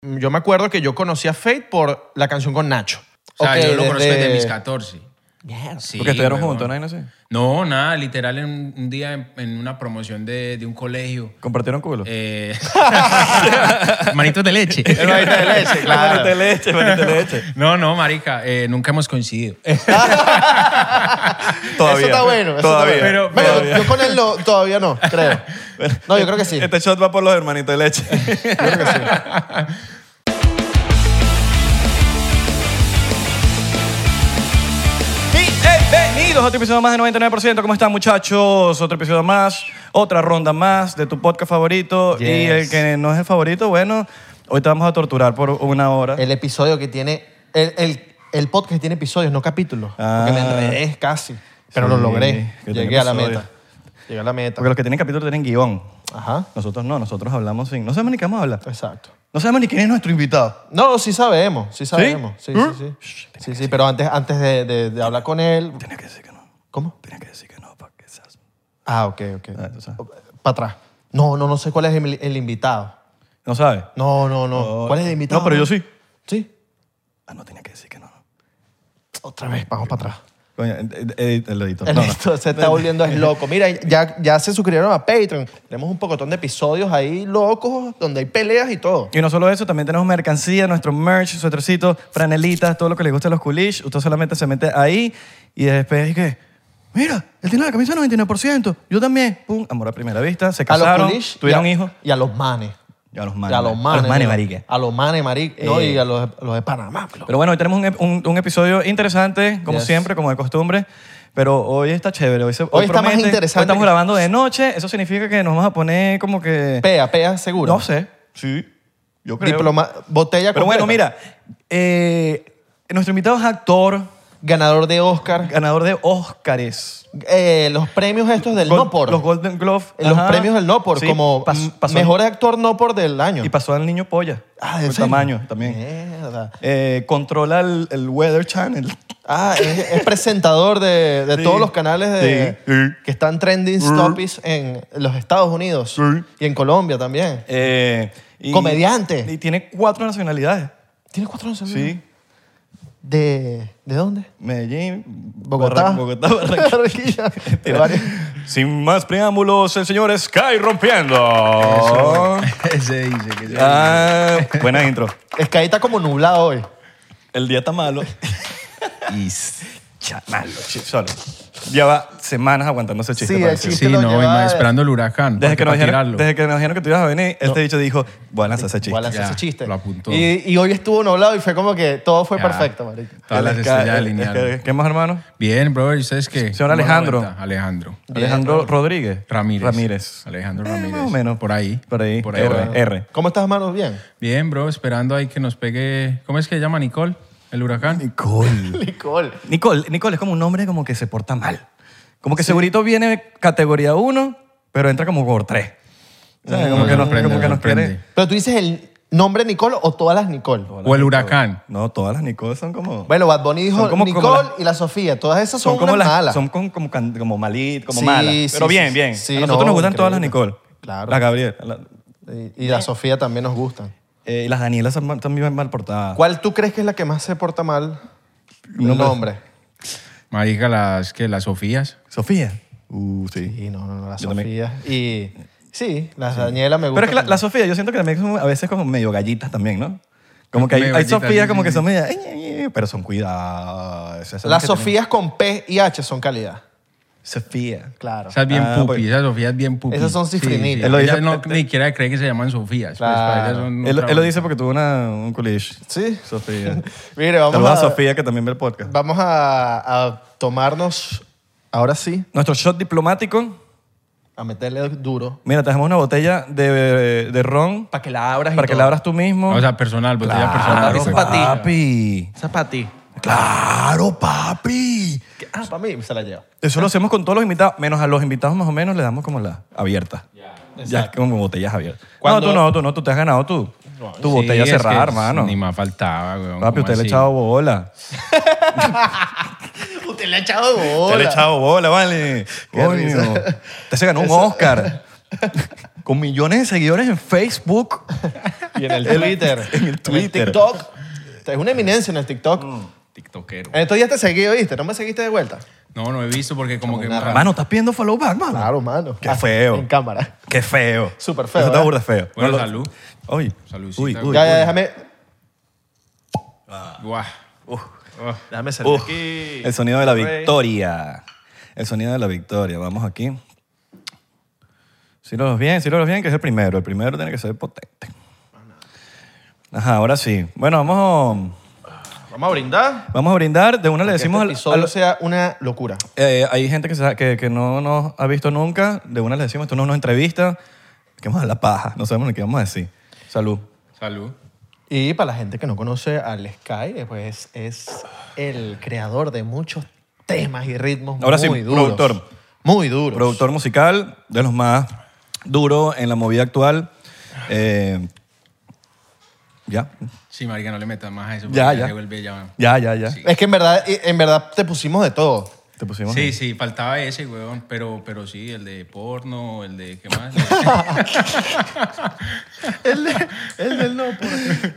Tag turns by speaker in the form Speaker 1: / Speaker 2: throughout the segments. Speaker 1: Yo me acuerdo que yo conocí a Faith por la canción con Nacho.
Speaker 2: O sea,
Speaker 3: Ok,
Speaker 2: yo lo conozco
Speaker 3: desde-
Speaker 2: desde mis 14. Sí,
Speaker 3: Porque estuvieron
Speaker 2: huevón.
Speaker 3: juntos, ¿no? Y no sé.
Speaker 2: No, nada, literal, en un- un día en, en una promoción de, de un colegio.
Speaker 3: Compartieron culo.
Speaker 2: eh, manitos de leche.
Speaker 1: manito de leche, claro.
Speaker 3: Manito de leche, manito de leche.
Speaker 2: No, no, marica, eh, nunca hemos coincidido.
Speaker 3: Todavía.
Speaker 1: Eso está bueno. eso
Speaker 3: Todavía.
Speaker 1: está bueno.
Speaker 2: Pero-
Speaker 1: Bueno,
Speaker 3: todavía.
Speaker 1: yo con él no, todavía no, creo. No, yo creo que sí.
Speaker 3: Este shot va por los hermanitos de leche. Bienvenidos a otro episodio más de 99%. ¿Cómo están, muchachos? Otro episodio más, otra ronda más de tu podcast favorito. Y
Speaker 1: Yes.
Speaker 3: el que no es el favorito, bueno, hoy te vamos a torturar por una hora.
Speaker 1: El episodio que tiene. El, el, el podcast tiene episodios, no capítulos.
Speaker 3: Ah.
Speaker 1: Porque me enredé casi. Pero lo
Speaker 3: Sí,
Speaker 1: logré.
Speaker 3: que tiene
Speaker 1: Llegué a la
Speaker 3: episodios.
Speaker 1: meta. Llegué a la meta.
Speaker 3: Porque los que tienen capítulo tienen guión.
Speaker 1: Ajá.
Speaker 3: Nosotros no, nosotros hablamos sin. No sabemos ni qué vamos a hablar.
Speaker 1: Exacto.
Speaker 3: No sabemos ni quién es nuestro invitado.
Speaker 1: No, sí sabemos, sí ¿Eh? sabemos. Sí, sí, sí. Sí, sí, pero antes, antes de, de- de hablar con él.
Speaker 3: Tenía que decir que no.
Speaker 1: ¿Cómo?
Speaker 3: Tenía que decir que no, para que seas.
Speaker 1: Ah, ok, ok.
Speaker 3: Ah, tú sabes.
Speaker 1: Para atrás. No, no, no sé cuál es el, el invitado.
Speaker 3: No sabe.
Speaker 1: No, no, no.
Speaker 3: Oh,
Speaker 1: ¿Cuál es el invitado?
Speaker 3: no, pero yo sí.
Speaker 1: Sí.
Speaker 3: Ah, no tenía que decir que no. no.
Speaker 1: Otra vez, vamos para atrás.
Speaker 3: Coño, ed- ed- ed- el editor.
Speaker 1: El
Speaker 3: No, no.
Speaker 1: esto se está volviendo es loco. Mira, ya, ya se suscribieron a Patreon. Tenemos un pocotón de episodios ahí locos donde hay peleas y todo.
Speaker 3: Y no solo eso, también tenemos mercancía, nuestro merch, suetercito, franelitas, todo lo que les gusta a los coolish. Usted solamente se mete ahí y después es que, mira, él tiene la camisa 99%, yo también. Pum, amor a primera vista, se casaron,
Speaker 1: Coolish y
Speaker 3: tuvieron
Speaker 1: a-
Speaker 3: hijos.
Speaker 1: Y a los manes.
Speaker 3: Y a los
Speaker 1: Y
Speaker 3: manes.
Speaker 1: a los manes. ¿no?
Speaker 3: marica.
Speaker 1: A los manes, marica. No,
Speaker 3: Eh.
Speaker 1: y a los, los de Panamá. bro.
Speaker 3: Pero bueno, hoy tenemos un, ep- un- un episodio interesante, como
Speaker 1: Yes.
Speaker 3: siempre, como de costumbre. Pero hoy está chévere. Hoy, se-
Speaker 1: Hoy está más
Speaker 3: promete.
Speaker 1: interesante
Speaker 3: Hoy estamos
Speaker 1: que-
Speaker 3: grabando de noche. Eso significa que nos vamos a poner como que...
Speaker 1: Pea, pea, seguro.
Speaker 3: No sé. Sí, yo creo.
Speaker 1: Diploma, botella
Speaker 3: Pero
Speaker 1: completa.
Speaker 3: bueno, mira, eh, nuestro invitado es actor,
Speaker 1: Ganador de Oscar.
Speaker 3: ganador de Óscares.
Speaker 1: Eh, los premios estos del
Speaker 3: Gol-
Speaker 1: no por. Eh,
Speaker 3: Los Golden Glove.
Speaker 1: Los
Speaker 3: ajá.
Speaker 1: premios del no por.
Speaker 3: Sí,
Speaker 1: como
Speaker 3: pas-
Speaker 1: m-
Speaker 3: pasó-
Speaker 1: mejor actor no por del año.
Speaker 3: Y pasó al niño polla.
Speaker 1: Ah, ¿en
Speaker 3: Por
Speaker 1: serio?
Speaker 3: tamaño también.
Speaker 1: Mierda.
Speaker 3: Eh, controla el, el Weather Channel.
Speaker 1: Ah, es, es presentador de, de
Speaker 3: Sí.
Speaker 1: todos los canales de,
Speaker 3: Sí. Sí.
Speaker 1: que están trending topics en los Estados Unidos
Speaker 3: Sí.
Speaker 1: y en Colombia también.
Speaker 3: Eh, y-
Speaker 1: Comediante.
Speaker 3: Y tiene cuatro nacionalidades.
Speaker 1: ¿Tiene cuatro años?
Speaker 3: Sí.
Speaker 1: ¿De, ¿De dónde?
Speaker 3: Medellín,
Speaker 1: Bogotá.
Speaker 3: Barran- Bogotá, Barranquilla. Este
Speaker 1: Barranquilla. De
Speaker 3: Tira.
Speaker 1: varios.
Speaker 3: Sin más preámbulos, el señor Sky rompiendo.
Speaker 2: se dice que se
Speaker 3: Ah, buena intro.
Speaker 1: Es que ahí está como nublado hoy.
Speaker 3: El día está malo.
Speaker 2: dice.
Speaker 3: Chamalo, chi- solo. Lleva semanas aguantando ese chiste.
Speaker 1: Sí,
Speaker 3: parece.
Speaker 1: el chiste.
Speaker 2: Sí,
Speaker 1: lo
Speaker 2: no,
Speaker 1: lleva-
Speaker 2: y más esperando el huracán.
Speaker 3: Desde que,
Speaker 2: para
Speaker 3: nos dijeron,
Speaker 2: tirarlo.
Speaker 3: desde que nos dijeron que tú ibas a venir, este dicho dijo, voy a lanzar ese chiste.
Speaker 1: Igual hace
Speaker 2: Ya,
Speaker 1: ese chiste.
Speaker 2: lo apuntó.
Speaker 1: Y, y hoy estuvo nublado y fue como que todo fue
Speaker 2: Ya.
Speaker 1: perfecto, marico.
Speaker 2: Todas
Speaker 3: El
Speaker 2: las
Speaker 3: Sky-
Speaker 2: estrellas
Speaker 3: el- el
Speaker 2: alineadas.
Speaker 3: Sky- ¿Qué más, hermano?
Speaker 2: Bien, brother, ¿y ustedes qué?
Speaker 3: Señor
Speaker 2: ¿Cómo van la
Speaker 3: Alejandro.
Speaker 2: vuelta? Alejandro.
Speaker 3: Alejandro Rodríguez.
Speaker 2: Eh, Ramírez.
Speaker 3: Ramírez.
Speaker 2: Alejandro
Speaker 3: Eh,
Speaker 2: Ramírez.
Speaker 3: más o menos.
Speaker 2: Por ahí.
Speaker 3: Por ahí.
Speaker 2: Por ahí.
Speaker 3: R,
Speaker 2: va.
Speaker 3: R.
Speaker 1: ¿Cómo estás, hermano? Bien.
Speaker 2: Bien, bro, esperando ahí que nos pegue. ¿Cómo es que se llama Nicole? ¿El huracán?
Speaker 3: Nicole.
Speaker 1: Nicole.
Speaker 3: Nicole. Nicole es como un nombre como que se porta mal. Como que segurito viene categoría 1, pero entra como por 3. Como
Speaker 2: No,
Speaker 3: que nos,
Speaker 2: sorprende,
Speaker 3: como que nos
Speaker 2: sorprende.
Speaker 3: quiere.
Speaker 1: Pero tú dices el nombre Nicole o todas las Nicole.
Speaker 2: O el huracán.
Speaker 3: No, todas las Nicole son como...
Speaker 1: Bueno, Bad Bunny dijo
Speaker 3: Son como-
Speaker 1: Nicole
Speaker 3: como la-
Speaker 1: y la Sofía. Todas esas son,
Speaker 3: como
Speaker 1: unas
Speaker 3: las
Speaker 1: malas.
Speaker 3: Son con- como, can- como malitas, como
Speaker 1: Sí,
Speaker 3: malas.
Speaker 1: sí,
Speaker 3: Pero
Speaker 1: sí,
Speaker 3: bien,
Speaker 1: sí.
Speaker 3: bien.
Speaker 1: Sí,
Speaker 3: a nosotros
Speaker 1: no,
Speaker 3: nos gustan todas las
Speaker 1: increíble.
Speaker 3: Nicole.
Speaker 1: Claro.
Speaker 3: Las Gabriel. la-
Speaker 1: Y, y la Sofía también nos gustan.
Speaker 3: eh, y las Daniela son mal- también mal portadas.
Speaker 1: ¿Cuál tú crees que es la que más se porta mal? El
Speaker 3: Nombre.
Speaker 1: nombre.
Speaker 2: Marica, las que las Sofías.
Speaker 3: Sofía. Uh, sí.
Speaker 1: Y no, no, no, la
Speaker 3: Yo también.
Speaker 1: Sofía. Y sí, la Daniela me gusta.
Speaker 3: Pero es que la, la
Speaker 1: también.
Speaker 3: Sofía, yo siento que también son a veces como medio gallitas también, ¿no? Como que hay,
Speaker 2: Medio
Speaker 3: hay
Speaker 2: gallitas,
Speaker 3: Sofías
Speaker 2: sí,
Speaker 3: como
Speaker 2: sí,
Speaker 3: que
Speaker 2: sí.
Speaker 3: son medio... eh, eh, Pero son cuidadas. Esas son
Speaker 1: Las
Speaker 3: que
Speaker 1: Sofías con P y H son calidad.
Speaker 3: tienen- Sofía.
Speaker 1: Claro.
Speaker 2: Esas bien
Speaker 3: Ah,
Speaker 2: pupi,
Speaker 3: pues.
Speaker 2: esas Sofías bien pupi.
Speaker 1: Esas son
Speaker 2: Sí,
Speaker 1: cifrinitas.
Speaker 2: sí.
Speaker 3: Él lo
Speaker 2: Ellas
Speaker 3: dice-
Speaker 2: no, ni siquiera creen que se llaman Sofías. pues,
Speaker 1: Claro.
Speaker 2: para ellas son
Speaker 3: Él,
Speaker 2: otra
Speaker 3: él
Speaker 2: vaina.
Speaker 3: lo dice porque tuvo una, un coolish.
Speaker 1: Sí.
Speaker 3: Sofía.
Speaker 1: Mire, vamos
Speaker 3: Saludos a
Speaker 1: a-
Speaker 3: Sofía que también ve el podcast.
Speaker 1: Vamos a, a tomarnos, ahora sí,
Speaker 3: Nuestro shot diplomático.
Speaker 1: a meterle duro.
Speaker 3: Mira, te dejamos una botella de, de ron. Para que la abras Para que la abras tú mismo.
Speaker 2: O sea, personal, botella
Speaker 3: claro,
Speaker 2: personal.
Speaker 1: pa' ti.
Speaker 3: papi.
Speaker 1: Esa es para ti.
Speaker 3: Claro, papi.
Speaker 1: Ah, para mí se la lleva.
Speaker 3: Eso lo hacemos con todos los invitados, menos a los invitados más o menos le damos como la abierta. ya es como botellas abiertas.
Speaker 1: Cuando-
Speaker 3: No, tú no, tú no, tú te has ganado tú. Tu
Speaker 2: Sí,
Speaker 3: botella
Speaker 2: es
Speaker 3: cerrada,
Speaker 2: que
Speaker 3: hermano.
Speaker 2: Ni más faltaba, weón.
Speaker 3: Papi,
Speaker 2: ¿cómo
Speaker 3: usted le ha
Speaker 2: así?
Speaker 3: echado bola.
Speaker 1: Usted le ha echado de bola.
Speaker 3: Usted le ha echado bola, vale.
Speaker 1: Qué
Speaker 3: Coño.
Speaker 1: risa.
Speaker 3: Usted se ganó un Oscar. con millones de seguidores en Facebook.
Speaker 1: Y en el Twitter. Mm.
Speaker 3: en el Twitter.
Speaker 1: TikTok. Es una eminencia en el TikTok.
Speaker 2: TikTokero.
Speaker 1: En estos días te seguí, ¿oíste? ¿No me seguiste de vuelta?
Speaker 2: No, no he visto porque como
Speaker 1: Como
Speaker 2: que...
Speaker 1: una rata.
Speaker 3: Mano, ¿estás pidiendo follow back, mano?
Speaker 1: Claro, mano.
Speaker 3: Qué feo.
Speaker 1: En cámara.
Speaker 3: Qué feo.
Speaker 1: Súper feo,
Speaker 3: Eso está
Speaker 1: ¿eh?
Speaker 3: burda feo.
Speaker 2: Bueno,
Speaker 3: No lo-
Speaker 2: salud.
Speaker 3: Uy.
Speaker 2: Saludcita.
Speaker 3: Uy, uy.
Speaker 1: ya, ya, déjame.
Speaker 2: Guau.
Speaker 1: Déjame salir
Speaker 3: Uf,
Speaker 1: aquí.
Speaker 3: el sonido de la
Speaker 1: Rey.
Speaker 3: victoria. El sonido de la victoria. Vamos aquí. Sílolos bien, sílolos bien, que es el primero. El primero tiene que ser potente. Ajá, ahora sí. Bueno, vamos,
Speaker 1: Vamos a brindar.
Speaker 3: vamos a brindar. De una le
Speaker 1: Que este
Speaker 3: decimos al-
Speaker 1: episodio
Speaker 3: al-
Speaker 1: sea una locura.
Speaker 3: eh, hay gente que, se- que, que no nos ha visto nunca. De una le decimos, esto no es una entrevista. Que vamos a la paja. No sabemos ni qué vamos a decir. Salud.
Speaker 2: Salud.
Speaker 1: Y para la gente que no conoce al Sky, eh, pues es el creador de muchos temas y ritmos
Speaker 3: Ahora sí,
Speaker 1: muy duros.
Speaker 3: productor.
Speaker 1: Muy duros.
Speaker 3: productor musical de los más duros en la movida actual. Eh, ya,
Speaker 2: Sí, marica, no le metas más a eso.
Speaker 3: Ya,
Speaker 2: porque
Speaker 3: ya.
Speaker 2: Se vuelve ya.
Speaker 3: ya, ya, ya.
Speaker 2: Sí.
Speaker 1: Es que en verdad, en verdad te pusimos de todo.
Speaker 3: Te pusimos.
Speaker 2: Sí, sí, faltaba ese, weón. Pero, pero sí, el de porno, el de... ¿Qué más? Ah,
Speaker 1: El del no,
Speaker 3: Ay, pues.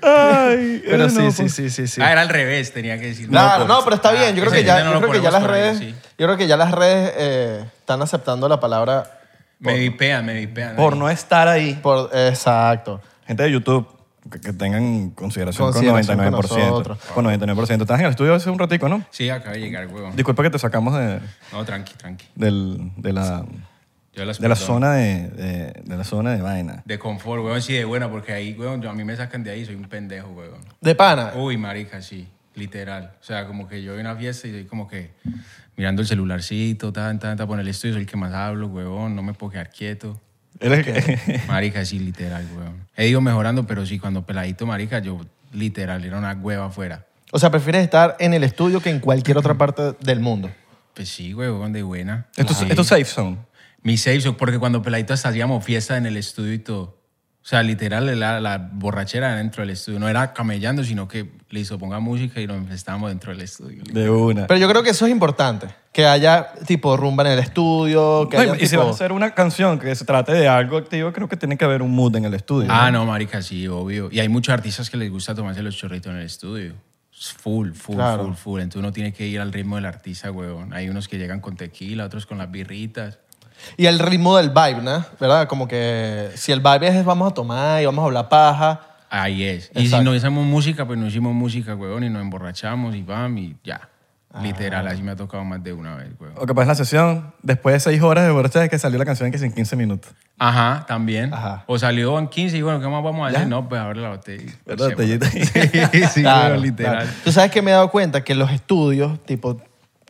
Speaker 4: Pero
Speaker 3: eres
Speaker 4: sí,
Speaker 3: loco.
Speaker 4: sí, sí, sí, sí.
Speaker 2: Ah, era al revés, tenía que decir.
Speaker 3: pues,
Speaker 1: Claro, no, pero está
Speaker 2: Ah,
Speaker 1: bien. Yo creo
Speaker 2: ese
Speaker 1: que ya,
Speaker 2: no
Speaker 1: yo
Speaker 2: lo
Speaker 1: creo que ya
Speaker 2: ponemos
Speaker 1: las
Speaker 2: por ahí,
Speaker 1: redes,
Speaker 2: sí.
Speaker 1: yo creo que ya las redes eh, están aceptando la palabra
Speaker 2: Me vipean, me vipean.
Speaker 3: Por no estar ahí.
Speaker 1: por exacto.
Speaker 3: Gente de YouTube, que, que tengan consideración,
Speaker 1: Consideración con
Speaker 3: con 99%.
Speaker 1: nosotros.
Speaker 3: Con, 99%. Estás en el estudio hace un ratico, ¿no?
Speaker 2: Sí, acaba de llegar, weón.
Speaker 3: Disculpa que te sacamos de,
Speaker 2: No, tranqui, tranqui.
Speaker 3: del- de la,
Speaker 2: Yo las
Speaker 3: de la
Speaker 2: perdono.
Speaker 3: zona de, de, de la zona de vaina.
Speaker 2: De confort, weón, sí, de buena, porque ahí, weón, yo- a mí me sacan de ahí, soy un pendejo, weón.
Speaker 1: De pana.
Speaker 2: Uy, marica, sí, literal. O sea, como que yo voy a una fiesta y soy como que mirando el celularcito, tan, tan, tan, por el estudio, soy el que más hablo, weón, no me puedo quedar quieto.
Speaker 3: Él es que-
Speaker 2: Marica, sí, literal, weón. He ido mejorando, pero sí, cuando peladito, marica, yo literal era una hueva afuera.
Speaker 1: O sea, prefieres estar en el estudio que en cualquier otra parte del mundo.
Speaker 2: Pues sí, weón, de buena.
Speaker 3: esto, es-
Speaker 2: Sí.
Speaker 3: esto es safe zone.
Speaker 2: Mi safe zone, porque cuando peladito hasta hacíamos fiesta en el estudio y todo. O sea, literal, la, la borrachera era dentro del estudio. No era camellando, sino que le hizo ponga música y nos estábamos dentro del estudio.
Speaker 3: De una.
Speaker 1: Pero yo creo que eso es importante. Que haya tipo rumba en el estudio, que
Speaker 3: No, y-
Speaker 1: haya
Speaker 3: y si
Speaker 1: tipo-
Speaker 3: vas a hacer una canción que se trate de algo activo, creo que tiene que haber un mood en el estudio.
Speaker 2: Ah, no, marica, sí, obvio. Y hay muchos artistas que les gusta tomarse los chorritos en el estudio. Es Full, full,
Speaker 1: Claro.
Speaker 2: full, full. Entonces uno tiene que ir al ritmo del artista, weón. Hay unos que llegan con tequila, otros con las birritas.
Speaker 1: Y el ritmo del vibe, ¿no? ¿Verdad? Como que si el vibe es vamos a tomar y vamos a hablar paja.
Speaker 2: Ahí es. Y
Speaker 1: Exacto.
Speaker 2: si no hicimos música, pues no hicimos música, weón, y nos emborrachamos y bam, y ya.
Speaker 1: Ah.
Speaker 2: Literal, así me ha tocado más de una vez, weón.
Speaker 3: O capaz la sesión, después de seis horas de borracha, es que salió la canción que es en 15 minutos.
Speaker 2: Ajá, también.
Speaker 1: Ajá.
Speaker 2: O salió en 15 y bueno, ¿qué más vamos a hacer? No, pues abre la botella. y
Speaker 3: ¿Verdad,
Speaker 2: hacemos.
Speaker 3: Tellita?
Speaker 2: Sí, sí,
Speaker 1: Claro,
Speaker 2: weón, literal.
Speaker 1: claro. Tú sabes que me he dado cuenta que los estudios, tipo,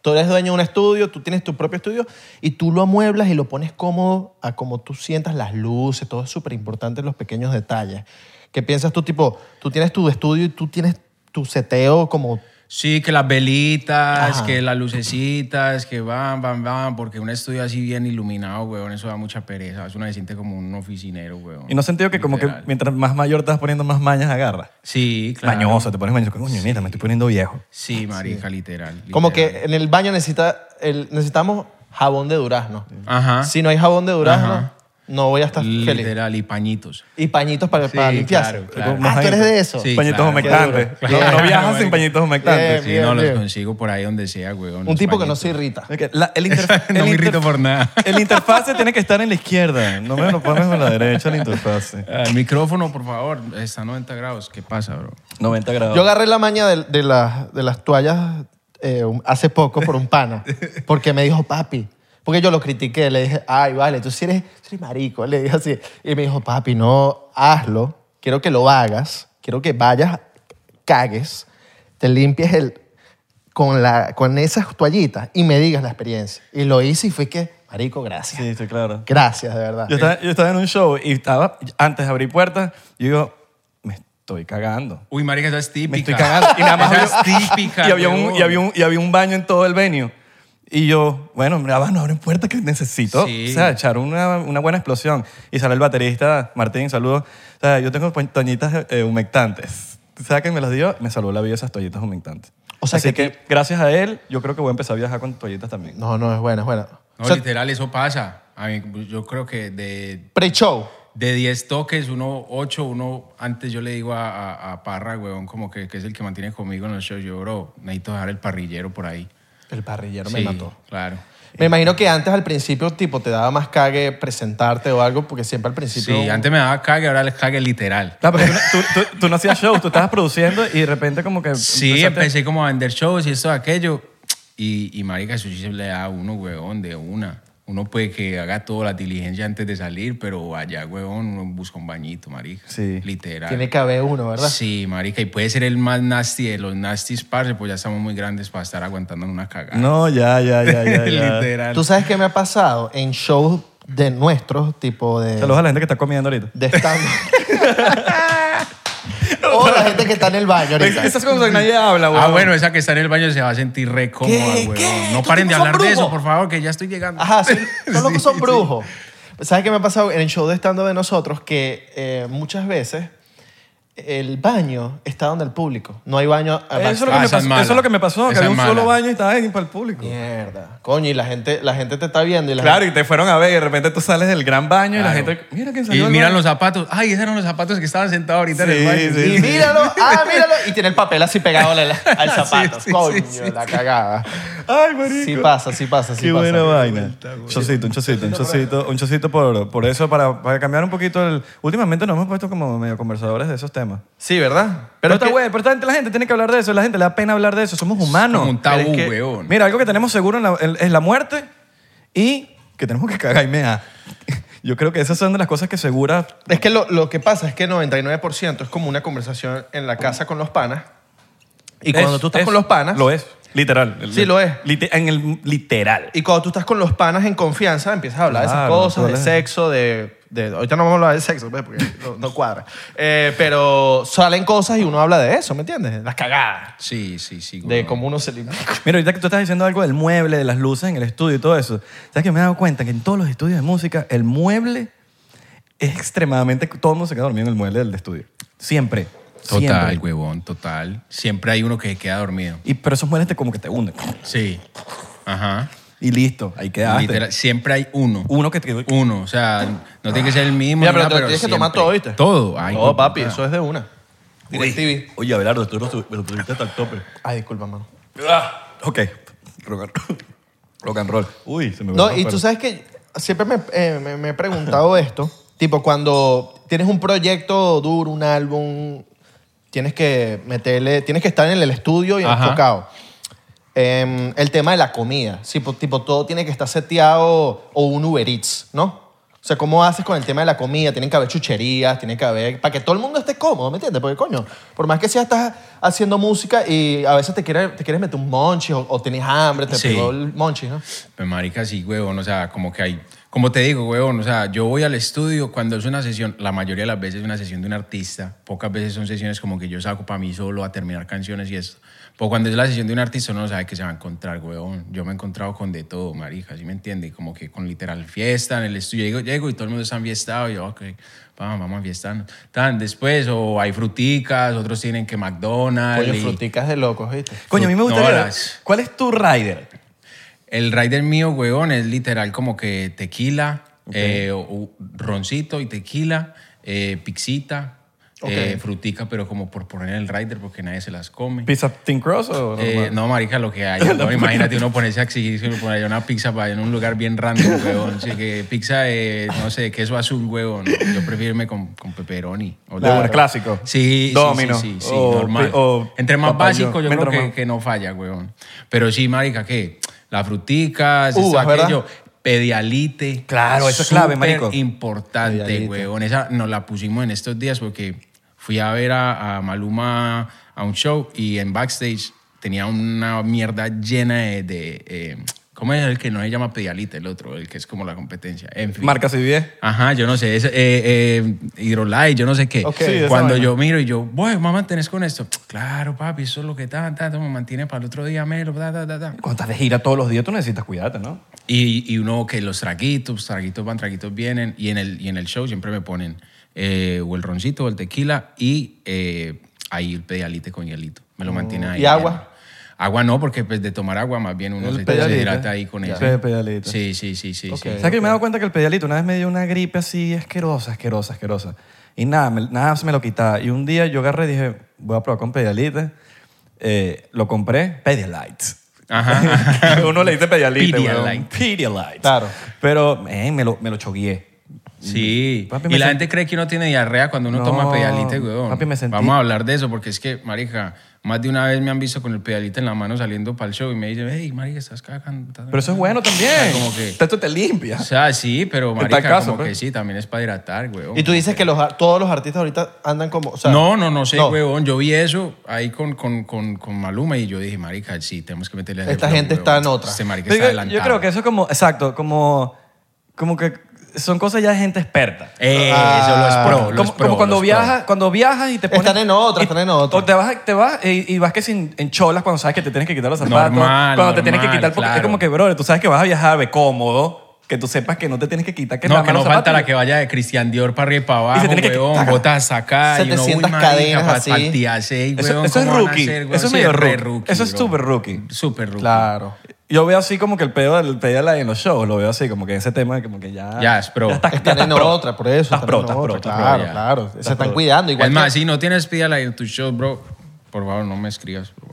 Speaker 1: tú eres dueño de un estudio, tú tienes tu propio estudio y tú lo amueblas y lo pones cómodo a como tú sientas las luces, todo es súper importante los pequeños detalles. ¿Qué piensas tú, tipo, tú tienes tu estudio y tú tienes tu seteo como...
Speaker 2: Sí, que las velitas,
Speaker 1: Ajá.
Speaker 2: que las lucecitas, que van, van, van, porque un estudio así bien iluminado, weón, eso da mucha pereza. Uno se siente como un oficinero, weón.
Speaker 3: Y no has sentido que como que
Speaker 2: Literal.
Speaker 3: mientras más mayor te vas poniendo más mañas agarras.
Speaker 2: Sí, claro.
Speaker 3: Mañoso, te pones mañoso. Coño, mira, me estoy poniendo viejo.
Speaker 2: Sí, marica, literal.
Speaker 1: Como
Speaker 2: literal.
Speaker 1: que en el baño necesita, el- necesitamos jabón de durazno.
Speaker 2: Ajá.
Speaker 1: Si no hay jabón de durazno,
Speaker 2: Ajá.
Speaker 1: no voy a estar feliz.
Speaker 2: Literal, y pañitos.
Speaker 1: Y pañitos para,
Speaker 2: Sí,
Speaker 1: para limpiarse.
Speaker 2: claro, claro.
Speaker 1: Ah, tú eres de eso.
Speaker 2: Sí,
Speaker 3: pañitos
Speaker 2: claro.
Speaker 3: humectantes.
Speaker 1: Qué duro.
Speaker 3: No, no
Speaker 1: Bien,
Speaker 3: viajas
Speaker 2: marica.
Speaker 3: sin pañitos humectantes.
Speaker 1: Bien,
Speaker 2: Pues Sí,
Speaker 1: bien,
Speaker 2: no,
Speaker 1: bien.
Speaker 2: los consigo por ahí donde sea, weón.
Speaker 1: Un
Speaker 2: los
Speaker 1: tipo que no
Speaker 2: pañitos.
Speaker 1: se irrita.
Speaker 3: Ok, la- el interfaz-
Speaker 2: No
Speaker 3: el
Speaker 2: me irrito
Speaker 3: interf-
Speaker 2: por nada.
Speaker 3: El interfase tiene que estar en la izquierda. No me lo pones en la derecha Eh, el interfase.
Speaker 2: Ah, El micrófono, por favor, está a 90 grados. ¿Qué pasa, bro?
Speaker 3: 90 grados.
Speaker 1: Yo agarré la maña de, de las, de las toallas eh, un- hace poco por un pana, porque me dijo, papi, porque yo lo critiqué, le dije, ay, vale, tú sí eres, sí eres marico, le dije así. Y me dijo, papi, no, hazlo, quiero que lo hagas, quiero que vayas, cagues, te limpies el, con, la, con esas toallitas y me digas la experiencia. Y lo hice y fue que, marico, gracias.
Speaker 3: Sí, sí, claro.
Speaker 1: Gracias, de verdad.
Speaker 3: Yo estaba, yo estaba en un show y estaba, antes de abrir puertas, yo digo, me estoy cagando.
Speaker 2: Uy, marica, esa es típica.
Speaker 3: Me estoy cagando. Y nada más
Speaker 2: Esa
Speaker 3: había-
Speaker 2: es típica,
Speaker 3: y había, un,
Speaker 2: huevón.
Speaker 3: y, había un, y había un baño en todo el venio. Y yo, bueno, mira, van, abren puertas que necesito.
Speaker 2: Sí.
Speaker 3: O sea, echar una, una buena explosión. Y sale el baterista, Martín, saludos. O sea, yo tengo po- toallitas eh, humectantes. ¿Sabes quién me las dio? Me salvó la vida esas toallitas humectantes.
Speaker 1: O sea,
Speaker 3: Así
Speaker 1: que
Speaker 3: que, gracias a él, yo creo que voy a empezar a viajar con toallitas también.
Speaker 1: No, no, es buena, es buena.
Speaker 2: No,
Speaker 1: O sea,
Speaker 2: literal, eso pasa. A mí, yo creo que de...
Speaker 1: pre-show.
Speaker 2: de 10 toques, uno 8, uno antes yo le digo a, a- a Parra, weón, como que, que es el que mantiene conmigo en los shows, yo, bro, necesito dejar el parrillero por ahí.
Speaker 1: El parrillero
Speaker 2: Sí,
Speaker 1: me mató.
Speaker 2: Claro.
Speaker 1: Me imagino que antes al principio, tipo, te daba más cague presentarte o algo, porque siempre al
Speaker 2: Sí,
Speaker 1: principio.
Speaker 2: antes me daba cague, ahora le cague literal.
Speaker 3: Claro, pero tú, no- tú- tú- tú no hacías shows, tú estabas produciendo y de repente como que...
Speaker 2: Sí,
Speaker 3: empezaste-
Speaker 2: empecé como a vender shows y esto, aquello. Y, y marica, eso sí se le da a uno, huevón, de una. Uno puede que haga toda la diligencia antes de salir, pero allá, huevón, uno busca un bañito, marica.
Speaker 3: Sí.
Speaker 2: Literal.
Speaker 1: Tiene que haber uno, ¿verdad?
Speaker 2: Sí, marica, y puede ser el más nasty de los nasties, parce, pues ya estamos muy grandes para estar aguantando en una cagada.
Speaker 3: No, ya, ya, ya, ya. ya.
Speaker 2: Literal.
Speaker 1: ¿Tú sabes qué me ha pasado en shows de nuestros, tipo de.
Speaker 3: Saludos a la gente que está comiendo ahorita.
Speaker 1: de stand o la gente que está en el baño ahorita.
Speaker 3: Esas cosas que nadie habla, güey.
Speaker 2: Ah, bueno, esa que está en el baño se va a sentir re cómoda,
Speaker 1: ¿Qué?
Speaker 2: huevón.
Speaker 1: ¿Qué?
Speaker 2: No
Speaker 1: ¿Estos
Speaker 2: paren de
Speaker 1: tipos son
Speaker 2: hablar de eso,
Speaker 1: brujos?
Speaker 2: por favor, que ya estoy llegando.
Speaker 1: Ajá, sí, son locos, son brujos. ¿Sabes qué me ha pasado en el show de stand de nosotros? Que eh, muchas veces el baño está donde el público. No hay baño.
Speaker 3: Eso es, lo que
Speaker 2: Ah,
Speaker 3: me
Speaker 2: esa es
Speaker 3: pasó, eso es lo
Speaker 2: mala.
Speaker 3: que me pasó, que
Speaker 2: Esa
Speaker 3: había
Speaker 2: es
Speaker 3: un solo
Speaker 2: mala.
Speaker 3: baño y estaba ahí para el público.
Speaker 1: Mierda. Coño, y la gente, la gente te está viendo. Y la
Speaker 3: Claro, y te fueron a ver y de repente tú sales del gran baño y la
Speaker 2: Claro.
Speaker 3: gente... Mira quién
Speaker 2: Y
Speaker 3: salió del
Speaker 2: miran
Speaker 3: baño".
Speaker 2: los zapatos. Ay, esos eran los zapatos que estaban sentados ahorita en
Speaker 3: Sí,
Speaker 2: el baño.
Speaker 3: sí.
Speaker 1: gente- Y míralo, ah, míralo. Y tiene el papel así pegado al, al zapato.
Speaker 2: Sí, sí,
Speaker 1: Coño,
Speaker 2: sí, sí,
Speaker 1: la cagada.
Speaker 3: Ay, marico.
Speaker 1: Sí pasa, sí pasa, sí
Speaker 3: Qué
Speaker 1: pasa.
Speaker 3: buena vaina. Chocito, un chocito, un chocito, un chocito por, por eso, para, para cambiar un poquito el... Últimamente nos hemos puesto como medio conversadores de esos temas.
Speaker 1: Sí, ¿verdad?
Speaker 3: Pero,
Speaker 1: Pero
Speaker 3: está
Speaker 1: es que-
Speaker 3: güey, pero esta gente- la gente tiene que hablar de eso, la gente le da pena hablar de eso, somos
Speaker 1: Ah,
Speaker 3: humanos.
Speaker 2: como un tabú,
Speaker 3: Pero es que-
Speaker 2: weón.
Speaker 3: Mira, algo que tenemos seguro en la- en- es la muerte y que tenemos que cagar y mear. Yo creo que esas son de las cosas que seguras...
Speaker 1: Es que lo, lo que pasa es que 99% es como una conversación en la casa con los panas. Y cuando tú estás con los panas.
Speaker 3: Lo es, literal.
Speaker 1: Sí, lo es.
Speaker 3: Lite- en el literal.
Speaker 1: Y cuando tú estás con los panas en confianza, empiezas a hablar de
Speaker 3: Claro,
Speaker 1: esas cosas, de
Speaker 3: claro.
Speaker 1: sexo, de, de- Ahorita no vamos a hablar de sexo, pues, porque no, no cuadra. Eh, pero salen cosas y uno habla de eso, ¿me entiendes? Las cagadas.
Speaker 2: Sí, sí, sí.
Speaker 1: De
Speaker 2: huevón.
Speaker 1: cómo uno se limpia.
Speaker 3: Mira, ahorita que tú estás diciendo algo del mueble, de las luces en el estudio y todo eso, ¿sabes que me he dado cuenta que en todos los estudios de música el mueble es extremadamente... Todo el mundo se queda dormido en el mueble del estudio. Siempre.
Speaker 2: Total,
Speaker 3: Siempre.
Speaker 2: huevón, total. Siempre hay uno que se queda dormido.
Speaker 3: Y, pero esos muebles te, como que te hunden.
Speaker 2: Sí. Ajá.
Speaker 3: Y listo, ahí quedaste.
Speaker 2: Literal, siempre hay uno.
Speaker 3: Uno que te...
Speaker 2: Uno. O sea, no tiene que ser el mismo.
Speaker 1: Mira,
Speaker 2: ni
Speaker 1: pero
Speaker 2: nada,
Speaker 1: te lo tienes que
Speaker 2: siempre.
Speaker 1: tomar todo, ¿viste?
Speaker 2: Todo. Ay,
Speaker 1: no,
Speaker 2: huevón,
Speaker 1: papi,
Speaker 2: puta.
Speaker 1: eso es de una. DirecTV.
Speaker 3: Oye, Abelardo, tú lo tuviste hasta el tope.
Speaker 1: Ay, disculpa, mano.
Speaker 3: Ok. Rock and, rock and roll. Uy, se me
Speaker 1: No,
Speaker 3: fue el
Speaker 1: y tú
Speaker 3: pelo.
Speaker 1: sabes que siempre me, eh, me- me he preguntado esto. Tipo, cuando tienes un proyecto duro, un álbum, tienes que meterle, tienes que estar en el estudio y
Speaker 2: Ajá.
Speaker 1: enfocado. Em, el tema de la comida. Sí, po- tipo, todo tiene que estar seteado o un Uber Eats, ¿no? O sea, ¿cómo haces con el tema de la comida? Tienen que haber chucherías, tienen que haber... Para que todo el mundo esté cómodo, ¿me entiendes? Porque, coño, por más que sea, estás haciendo música y a veces te quieres, te quieres meter un monchi o, o tienes hambre, te
Speaker 2: Sí.
Speaker 1: pegó el monchi, ¿no?
Speaker 2: Pues marica, sí, huevón, o sea, como que hay... Como te digo, huevón, o sea, yo voy al estudio cuando es una sesión, la mayoría de las veces es una sesión de un artista, pocas veces son sesiones como que yo saco para mí solo a terminar canciones y eso. Pero cuando es la sesión de un artista uno no sabe que se va a encontrar, huevón. Yo me he encontrado con de todo, marica, ¿sí me entiende? Como que con literal fiesta en el estudio, llego, llego y todo el mundo está enfiestado y yo, ok, vamos, vamos a fiestar. Tan, después, o hay fruticas, otros tienen que McDonald's.
Speaker 1: Coño,
Speaker 2: y-
Speaker 1: fruticas de locos, ¿viste?
Speaker 3: Coño, a mí me gustaría...
Speaker 2: Noras.
Speaker 3: ¿Cuál es tu rider?
Speaker 2: El rider mío, huevón, es literal como que tequila, eh, o- o roncito y tequila, eh, pixita, eh, frutica, pero como por poner el rider porque nadie se las come.
Speaker 3: ¿Pizza Thin Cross o
Speaker 2: Eh,
Speaker 3: normal?
Speaker 2: no, marica, lo que hay. ¿no? Imagínate uno ponerse a exigirse por allá una pizza para en un lugar bien random, huevón. Así que pizza, de, no sé, queso azul, huevón. Yo prefiero irme con, con pepperoni. O
Speaker 3: De una, clásico.
Speaker 2: Sí, sí,
Speaker 3: Domino.
Speaker 2: sí, sí, sí,
Speaker 3: o
Speaker 2: normal.
Speaker 3: pi- o
Speaker 2: Entre más
Speaker 3: papayón.
Speaker 2: básico, yo
Speaker 3: Mientras
Speaker 2: creo que,
Speaker 3: más-
Speaker 2: que no falla, weón. Pero sí, marica, ¿qué? Las fruticas,
Speaker 1: Uvas,
Speaker 2: esto,
Speaker 1: ¿verdad?
Speaker 2: aquello. Pedialite.
Speaker 3: Claro, eso es clave, marico.
Speaker 2: importante,
Speaker 1: Pedialite.
Speaker 2: weón. Esa nos la pusimos en estos días porque fui a ver a, a Maluma a un show y en backstage tenía una mierda llena de... de, eh, ¿Cómo es el que no se llama Pedialite? El otro, el que es como la competencia. En fin.
Speaker 3: Marcas y 10.
Speaker 2: Ajá, yo no sé, es, eh, eh, Hydrolite, yo no sé qué.
Speaker 1: Ok. Sí, esa
Speaker 2: Cuando
Speaker 3: vaina.
Speaker 2: yo miro y yo, bueno, me mantienes con esto. Claro, papi, eso es lo que ta, ta, ta, me mantiene para el otro día, melo, ta, ta, ta, ta.
Speaker 3: Cuando estás de gira todos los días, tú necesitas cuidarte, ¿no?
Speaker 2: Y, y uno que los traguitos, pues, traguitos van, traguitos vienen. Y en el, y en el show siempre me ponen eh, o el
Speaker 3: Oh.
Speaker 2: roncito o el tequila y eh, ahí el pedialite con hielito. Me lo mantiene ahí.
Speaker 1: ¿Y agua?
Speaker 2: lleno. Agua no, porque pues, de tomar agua más bien uno
Speaker 3: El
Speaker 2: se, se
Speaker 3: pedalito.
Speaker 2: hidrata ahí con
Speaker 3: Ya.
Speaker 2: eso.
Speaker 3: Sí, pedalito.
Speaker 2: Sí, sí, sí, sí. sí.
Speaker 3: ¿Sabes que yo me he dado cuenta que el pedialito una vez me dio una gripe así asquerosa, asquerosa, asquerosa? Y nada, me- nada se me lo quitaba. Y un día yo agarré y dije, voy a probar con pedialite. Eh, lo compré, Pedialite.
Speaker 2: Ajá.
Speaker 3: Uno le dice Pedialite, weón.
Speaker 2: Pedialite.
Speaker 3: Pedialite.
Speaker 1: Claro.
Speaker 3: Pero, men, me lo, me lo chogué.
Speaker 2: Sí.
Speaker 3: Papi, me
Speaker 2: y la
Speaker 3: sent-
Speaker 2: gente cree que uno tiene diarrea cuando uno
Speaker 3: No,
Speaker 2: toma pedalite, weón.
Speaker 3: papi, me sentí-
Speaker 2: Vamos a hablar de eso, porque es que, marica, más de una vez me han visto con el pedalite en la mano saliendo para el show y me dicen, hey, marica, estás cagando. estás-
Speaker 3: Pero eso es bueno también.
Speaker 2: Como que-
Speaker 3: Tanto te
Speaker 2: O
Speaker 3: limpias.
Speaker 2: sea, sí, pero
Speaker 3: tal
Speaker 2: marica,
Speaker 3: caso,
Speaker 2: como
Speaker 3: pues.
Speaker 2: que sí, también es para hidratar, weón.
Speaker 1: Y tú dices que los, ar- todos los artistas ahorita andan como... o sea,
Speaker 2: no, no, no sé,
Speaker 1: No.
Speaker 2: huevón. Yo vi eso ahí con, con, con, con Maluma y yo dije, marica, sí, tenemos que meterle... a ese
Speaker 1: Esta
Speaker 2: huevón,
Speaker 1: gente
Speaker 2: huevón.
Speaker 1: está en otra.
Speaker 2: Este marica
Speaker 3: Pero
Speaker 2: está
Speaker 3: yo-
Speaker 2: adelantado.
Speaker 3: yo creo que eso es como, exacto, como, como que son cosas ya de gente experta.
Speaker 2: Eso,
Speaker 1: Ah.
Speaker 2: los pro, los
Speaker 3: como,
Speaker 2: pro,
Speaker 3: como cuando
Speaker 2: los pro.
Speaker 3: viajas, cuando viajas y te pones...
Speaker 1: Están en otra,
Speaker 3: y-
Speaker 1: están en otra.
Speaker 3: O te vas, te vas eh, y, y vas que sin, en cholas cuando sabes que te tienes que quitar los zapatos.
Speaker 2: Normal,
Speaker 3: cuando te tienes que
Speaker 2: normal,
Speaker 3: quitar... porque Es
Speaker 2: claro.
Speaker 3: como que, bro, tú sabes que vas a viajar de cómodo, que tú sepas que no te tienes que quitar que nada
Speaker 2: No,
Speaker 3: más
Speaker 2: que no
Speaker 3: los
Speaker 2: falta
Speaker 3: zapatos.
Speaker 2: la que vaya de Cristian Dior para arriba y para
Speaker 3: Y se
Speaker 2: abajo,
Speaker 3: tiene que
Speaker 2: weón,
Speaker 3: quitar.
Speaker 2: botas acá. y uno,
Speaker 1: 700
Speaker 2: uy, marica,
Speaker 1: cadenas
Speaker 2: pa-
Speaker 1: así.
Speaker 2: paltearse, y,
Speaker 3: Eso,
Speaker 2: weón,
Speaker 3: eso es
Speaker 2: ¿cómo van a
Speaker 3: rookie.
Speaker 2: hacer, weón?
Speaker 3: eso es
Speaker 2: Sí,
Speaker 3: medio
Speaker 2: re
Speaker 3: rookie. Eso es
Speaker 2: bro.
Speaker 3: súper rookie.
Speaker 2: Súper rookie.
Speaker 3: Claro. Yo veo así como que el pedo del pediala en los shows, lo veo así como que ese tema como que ya...
Speaker 2: Ya es pro.
Speaker 3: estás-
Speaker 1: Están
Speaker 3: ya
Speaker 1: en
Speaker 3: estás pro.
Speaker 1: otra, por eso.
Speaker 3: Estás
Speaker 1: están
Speaker 3: pro,
Speaker 1: en
Speaker 3: estás
Speaker 1: otra,
Speaker 3: pro, estás pro,
Speaker 1: Claro,
Speaker 2: ya.
Speaker 1: claro. Se están cuidando. Igual
Speaker 2: Es más,
Speaker 1: que-
Speaker 2: si no tienes pídala en tu show, bro, por favor, no me escribas. bro.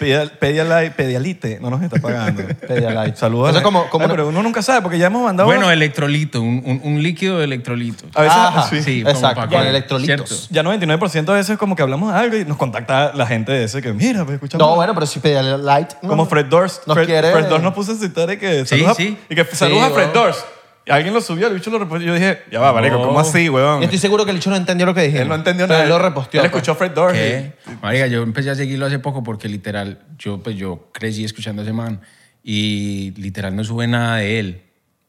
Speaker 3: Pedial- Pedialite, Pedialite no nos está pagando.
Speaker 1: Pedialite.
Speaker 3: Saludos.
Speaker 1: Eso como- como
Speaker 3: Ay,
Speaker 1: una-
Speaker 3: pero uno nunca sabe porque ya hemos mandado.
Speaker 2: Bueno, electrolito, un, un- un líquido de electrolito.
Speaker 3: a veces
Speaker 1: Ajá,
Speaker 3: sí.
Speaker 2: sí, como
Speaker 1: exacto,
Speaker 2: pa'
Speaker 1: con
Speaker 2: que-
Speaker 1: electrolitos.
Speaker 2: cierto.
Speaker 3: ya 99% de veces como que hablamos algo y nos contacta la gente de ese que mira, pues escuchamos.
Speaker 1: No, bueno, pero si pedale light. no.
Speaker 3: Como Fred Durst.
Speaker 1: Nos
Speaker 3: Fred,
Speaker 1: quiere-
Speaker 3: Fred Durst nos puso a citar y que
Speaker 2: Sí,
Speaker 3: saludos a-
Speaker 2: sí.
Speaker 3: y que saludos
Speaker 1: Sí,
Speaker 3: a Fred
Speaker 1: weón.
Speaker 3: Durst. Y alguien lo subió, el bicho lo reposteó. Yo dije, ya va, marico, ¿cómo así,
Speaker 1: Yo
Speaker 3: weón?
Speaker 1: estoy seguro que el bicho no entendió lo que dije.
Speaker 3: Él no entendió
Speaker 1: pero
Speaker 3: nada.
Speaker 1: Él lo reposteó.
Speaker 3: Él
Speaker 1: pues.
Speaker 3: escuchó a Fred Durst.
Speaker 2: ¿Qué? Marica, yo empecé a seguirlo hace poco porque literal, yo, pues, yo crecí escuchando a ese man y literal no sube nada de él.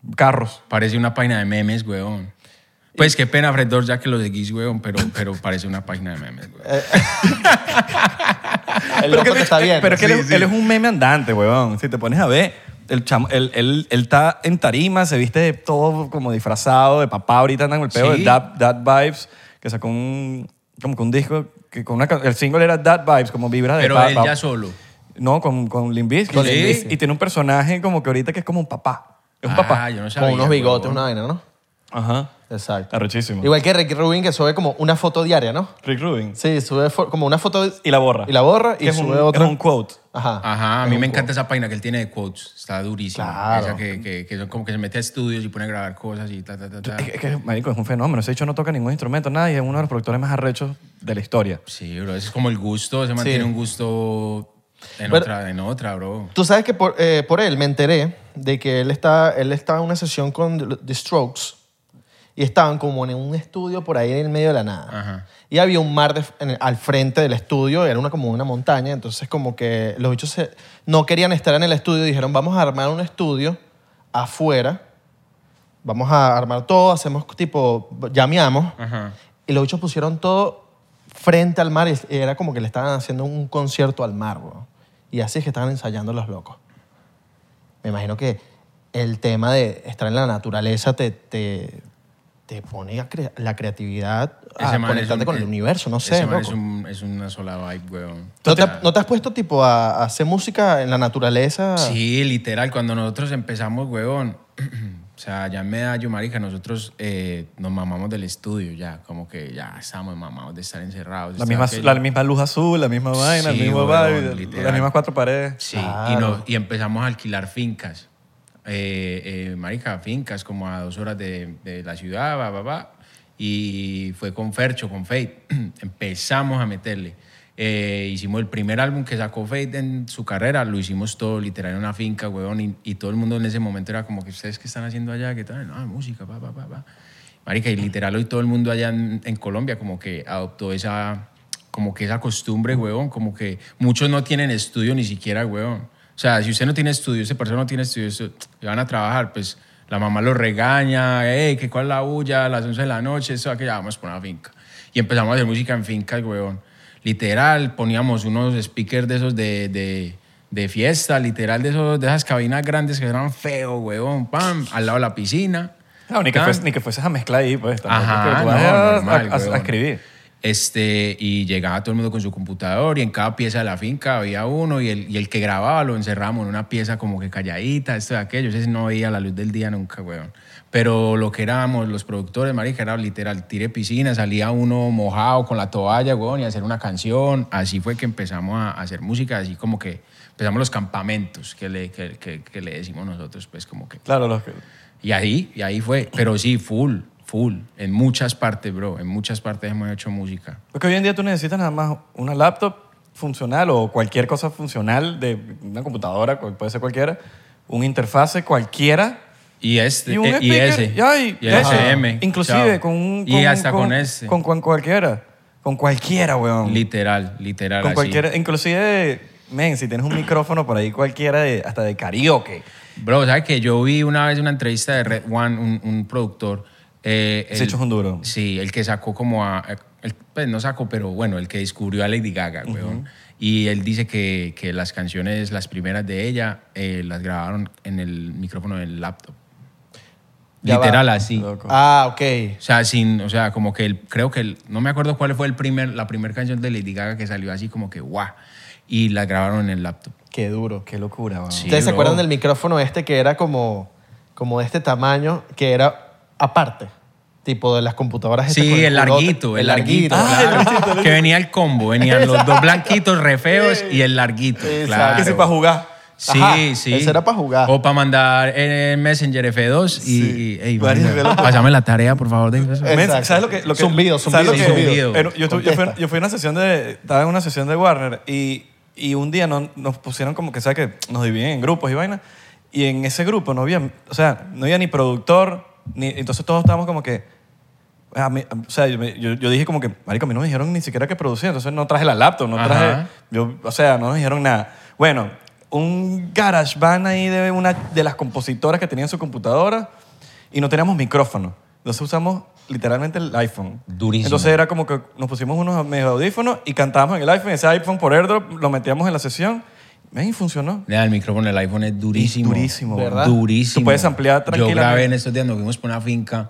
Speaker 3: y- Carros.
Speaker 2: Parece una página de memes, weón. Pues qué pena, Fred Durst, ya que lo seguís, weón, pero, pero parece una página de memes, weón.
Speaker 1: Eh, El
Speaker 3: Pero
Speaker 1: loco
Speaker 3: que,
Speaker 1: te está
Speaker 3: eh,
Speaker 1: viendo.
Speaker 3: pero que él, es-
Speaker 2: Sí, sí.
Speaker 3: él es un meme andante, weón. Si te pones a ver, el chamo, él, él- él está en tarima, se viste de todo como disfrazado, de papá ahorita anda con el pedo
Speaker 2: Sí.
Speaker 3: de That, That Vibes, que sacó un, como que un disco, que con una, ca- el single era That Vibes, como vibra de
Speaker 2: Pero
Speaker 3: papá.
Speaker 2: él ya solo.
Speaker 3: No, con, con Limp Bizkit.
Speaker 2: Con
Speaker 3: Y-
Speaker 2: Limp Bizkit.
Speaker 3: Y tiene un personaje como que ahorita que es como un papá. Es un
Speaker 2: Ah,
Speaker 3: papá.
Speaker 2: yo no sabía.
Speaker 1: Con unos bigotes,
Speaker 2: huevón.
Speaker 1: una vaina, ¿no?
Speaker 2: Ah.
Speaker 3: Ajá.
Speaker 1: Exacto.
Speaker 3: Arrechísimo.
Speaker 1: Igual que Rick Rubin, que sube como una foto diaria, ¿no?
Speaker 3: Rick Rubin.
Speaker 1: Sí, sube fo- como una foto.
Speaker 3: Y la borra.
Speaker 1: Y la borra y
Speaker 3: Que es un,
Speaker 1: sube otra.
Speaker 3: Es un quote.
Speaker 1: Ajá.
Speaker 2: Ajá, a mí me encanta esa página que él tiene de quotes. Está durísima.
Speaker 1: Claro.
Speaker 2: Esa que, que, que son como que se mete a estudios y pone a grabar cosas y ta, ta, ta, ta.
Speaker 3: Es que- es que, marico, es un fenómeno. Ese hecho no toca ningún instrumento, nada, y es uno de los productores más arrechos de la historia.
Speaker 2: Sí, bro, ese es como el gusto. Se mantiene un gusto en,
Speaker 1: Pero-
Speaker 2: otra, en otra, bro.
Speaker 1: Tú sabes que por, eh, por él me enteré de que él está, él estaba en una sesión con The Strokes y estaban como en un estudio por ahí en el medio de la nada.
Speaker 2: Ajá.
Speaker 1: Y había un mar de- en el- al frente del estudio, era una, como una montaña, entonces como que los bichos se- no querían estar en el estudio, dijeron vamos a armar un estudio afuera, vamos a armar todo, hacemos tipo, llameamos,
Speaker 2: Ajá.
Speaker 1: y los bichos pusieron todo frente al mar y y era como que le estaban haciendo un concierto al mar, weón. Y así es que estaban ensayando los locos. Me imagino que el tema de estar en la naturaleza te, te, te pone a cre- la creatividad a
Speaker 2: Ese man es
Speaker 1: conectarte
Speaker 2: un-
Speaker 1: con el
Speaker 2: eh,
Speaker 1: universo, no sé,
Speaker 2: Ese man es,
Speaker 1: loco.
Speaker 2: un- es una sola vibe, weón.
Speaker 1: ¿No te,
Speaker 2: O sea,
Speaker 1: no te has puesto tipo a, a hacer música en la naturaleza?
Speaker 2: Sí, literal. Cuando nosotros empezamos, weón, o sea, ya en Medallo, marica, nosotros eh, nos mamamos del estudio ya. Como que ya estamos mamados de estar encerrados.
Speaker 3: La
Speaker 2: estar
Speaker 3: misma,
Speaker 2: aquello.
Speaker 3: la misma luz azul, la misma vaina, el
Speaker 2: Sí,
Speaker 3: mismo
Speaker 2: weón,
Speaker 3: vibe, las
Speaker 2: literal.
Speaker 3: mismas cuatro paredes.
Speaker 2: Sí, y, nos- y empezamos a alquilar fincas. Eh, eh, marica, fincas como a dos horas de, de la ciudad, va, va, va. Y fue con Fercho, con Faith. Empezamos a meterle. Eh, hicimos el primer álbum que sacó Faith en su carrera, lo hicimos todo literal en una finca, huevón, y, y todo el mundo en ese momento era como que ustedes qué están haciendo allá, qué tal, ah, música, va, va, va, va. Marica, y literal hoy todo el mundo allá en, en Colombia como que adoptó esa, como que esa costumbre, huevón, como que muchos no tienen estudio ni siquiera, huevón. O sea, si usted no tiene estudio, esa persona no tiene estudio, usted- y van a trabajar, pues la mamá lo regaña, hey, que cuál es la bulla, a las 11 de la noche, eso, aquello, vamos por una finca. Y empezamos a hacer música en fincas, huevón. Literal, poníamos unos speakers de esos de, de, de fiesta, literal, de, esos, de esas cabinas grandes que eran feos, huevón, pam, al lado de la piscina.
Speaker 3: No, ni que,
Speaker 2: Tan.
Speaker 3: fues- ni que fueses a mezclar ahí, pues. tampoco es
Speaker 2: Ajá,
Speaker 3: que tú vas
Speaker 2: no,
Speaker 3: a,
Speaker 2: normal,
Speaker 3: a- a- a
Speaker 2: weón.
Speaker 3: escribir.
Speaker 2: Este, y llegaba todo el mundo con su computador y en cada pieza de la finca había uno y el, y el que grababa lo encerramos en una pieza como que calladita, esto y aquello. Entonces no veía la luz del día nunca, weón. Pero lo que éramos, los productores, marica, era literal, tire piscina, salía uno mojado con la toalla, weón, y hacer una canción. Así fue que empezamos a hacer música, así como que empezamos los campamentos que le, que, que- que le decimos nosotros, pues como que...
Speaker 3: Claro, los que-
Speaker 2: Y ahí, y ahí fue. Pero sí, full, full. En muchas partes, bro. En muchas partes hemos hecho música.
Speaker 3: Porque hoy en día tú necesitas nada más una laptop funcional o cualquier cosa funcional de una computadora, cual- puede ser cualquiera, un interfase cualquiera
Speaker 2: Y este,
Speaker 3: y un
Speaker 2: eh, y
Speaker 3: speaker,
Speaker 2: ese.
Speaker 3: ya, y-
Speaker 2: y
Speaker 3: ya.
Speaker 2: el SM.
Speaker 3: Inclusive
Speaker 2: chao.
Speaker 3: con un...
Speaker 2: Y hasta con,
Speaker 3: ese.
Speaker 2: ese.
Speaker 3: Con, con cualquiera. Con cualquiera, weón.
Speaker 2: literal, literal.
Speaker 3: con
Speaker 2: así.
Speaker 3: cualquiera. Inclusive, men, si tienes un micrófono por ahí cualquiera, de- hasta de karaoke.
Speaker 2: Bro, ¿sabes que Yo vi una vez una entrevista de Red One, un, un productor. eh,
Speaker 3: Ese
Speaker 2: el-
Speaker 3: hecho es un duro.
Speaker 2: Sí, el que sacó como a... el- pues no sacó, pero bueno, el que descubrió a Lady Gaga, weón. Y él dice que, que las canciones, las primeras de ella, eh, las grabaron en el micrófono del laptop.
Speaker 1: Ya va.
Speaker 2: Literal así.
Speaker 3: Loco.
Speaker 1: Ah, ok.
Speaker 2: O sea, sin, o sea, como que el- creo que el- no me acuerdo cuál fue el primer, la primera canción de Lady Gaga que salió así como que guau. Y la grabaron en el laptop.
Speaker 1: Qué duro.
Speaker 3: Qué locura, weón.
Speaker 2: Sí.
Speaker 1: ¿Ustedes se
Speaker 2: bro.
Speaker 1: acuerdan del micrófono este que era como, como de este tamaño, que era aparte? Tipo de las computadoras. estas con
Speaker 2: Sí, el
Speaker 1: culote,
Speaker 2: larguito, el larguito.
Speaker 1: Ah,
Speaker 2: claro. Que venía el combo, venían los dos blanquitos re feos y el larguito.
Speaker 1: Exacto.
Speaker 2: Claro.
Speaker 3: Ah, Que si para jugar.
Speaker 2: Sí,
Speaker 1: Ajá,
Speaker 2: sí.
Speaker 1: ese era pa' jugar.
Speaker 2: O para mandar en Messenger F2 y,
Speaker 3: Sí.
Speaker 2: y, ey,
Speaker 3: Varios
Speaker 2: venga,
Speaker 3: relojes.
Speaker 2: pásame la tarea, por favor. de eso.
Speaker 1: Eh,
Speaker 3: Men,
Speaker 1: Exacto.
Speaker 3: ¿Sabes lo que, lo que-
Speaker 1: Zumbido,
Speaker 3: ¿sabes lo
Speaker 1: zumbido,
Speaker 3: que-
Speaker 2: zumbido.
Speaker 3: Pero yo, tu- yo fui,
Speaker 1: Contesta.
Speaker 3: yo fui a una sesión de. Estaba en una sesión de Warner y, y un día no- nos pusieron como que, ¿sabes? Que nos dividen en grupos y vainas. Y en ese grupo no había, o sea, no había ni productor, ni, entonces todos estábamos como que. a mí- o sea, yo, me- yo- yo dije como que, marico, a mí no me dijeron ni siquiera que producía, entonces no traje la laptop, no
Speaker 2: Ajá.
Speaker 3: traje. Yo, o sea, no nos dijeron nada. Bueno, un garage band ahí de una de las compositoras que tenían su computadora y no teníamos micrófono. Entonces usamos literalmente el iPhone.
Speaker 2: Durísimo.
Speaker 3: Entonces era como que nos pusimos unos medio audífonos y cantábamos en el iPhone. Ese iPhone por airdrop lo metíamos en la sesión. Ven, y funcionó.
Speaker 2: Nea, el micrófono del iPhone es durísimo.
Speaker 3: Es durísimo,
Speaker 1: ¿verdad?
Speaker 2: Durísimo.
Speaker 3: Tú puedes ampliar
Speaker 2: Yo grabé
Speaker 3: tranquilamente.
Speaker 2: en estos días, nos fuimos por una finca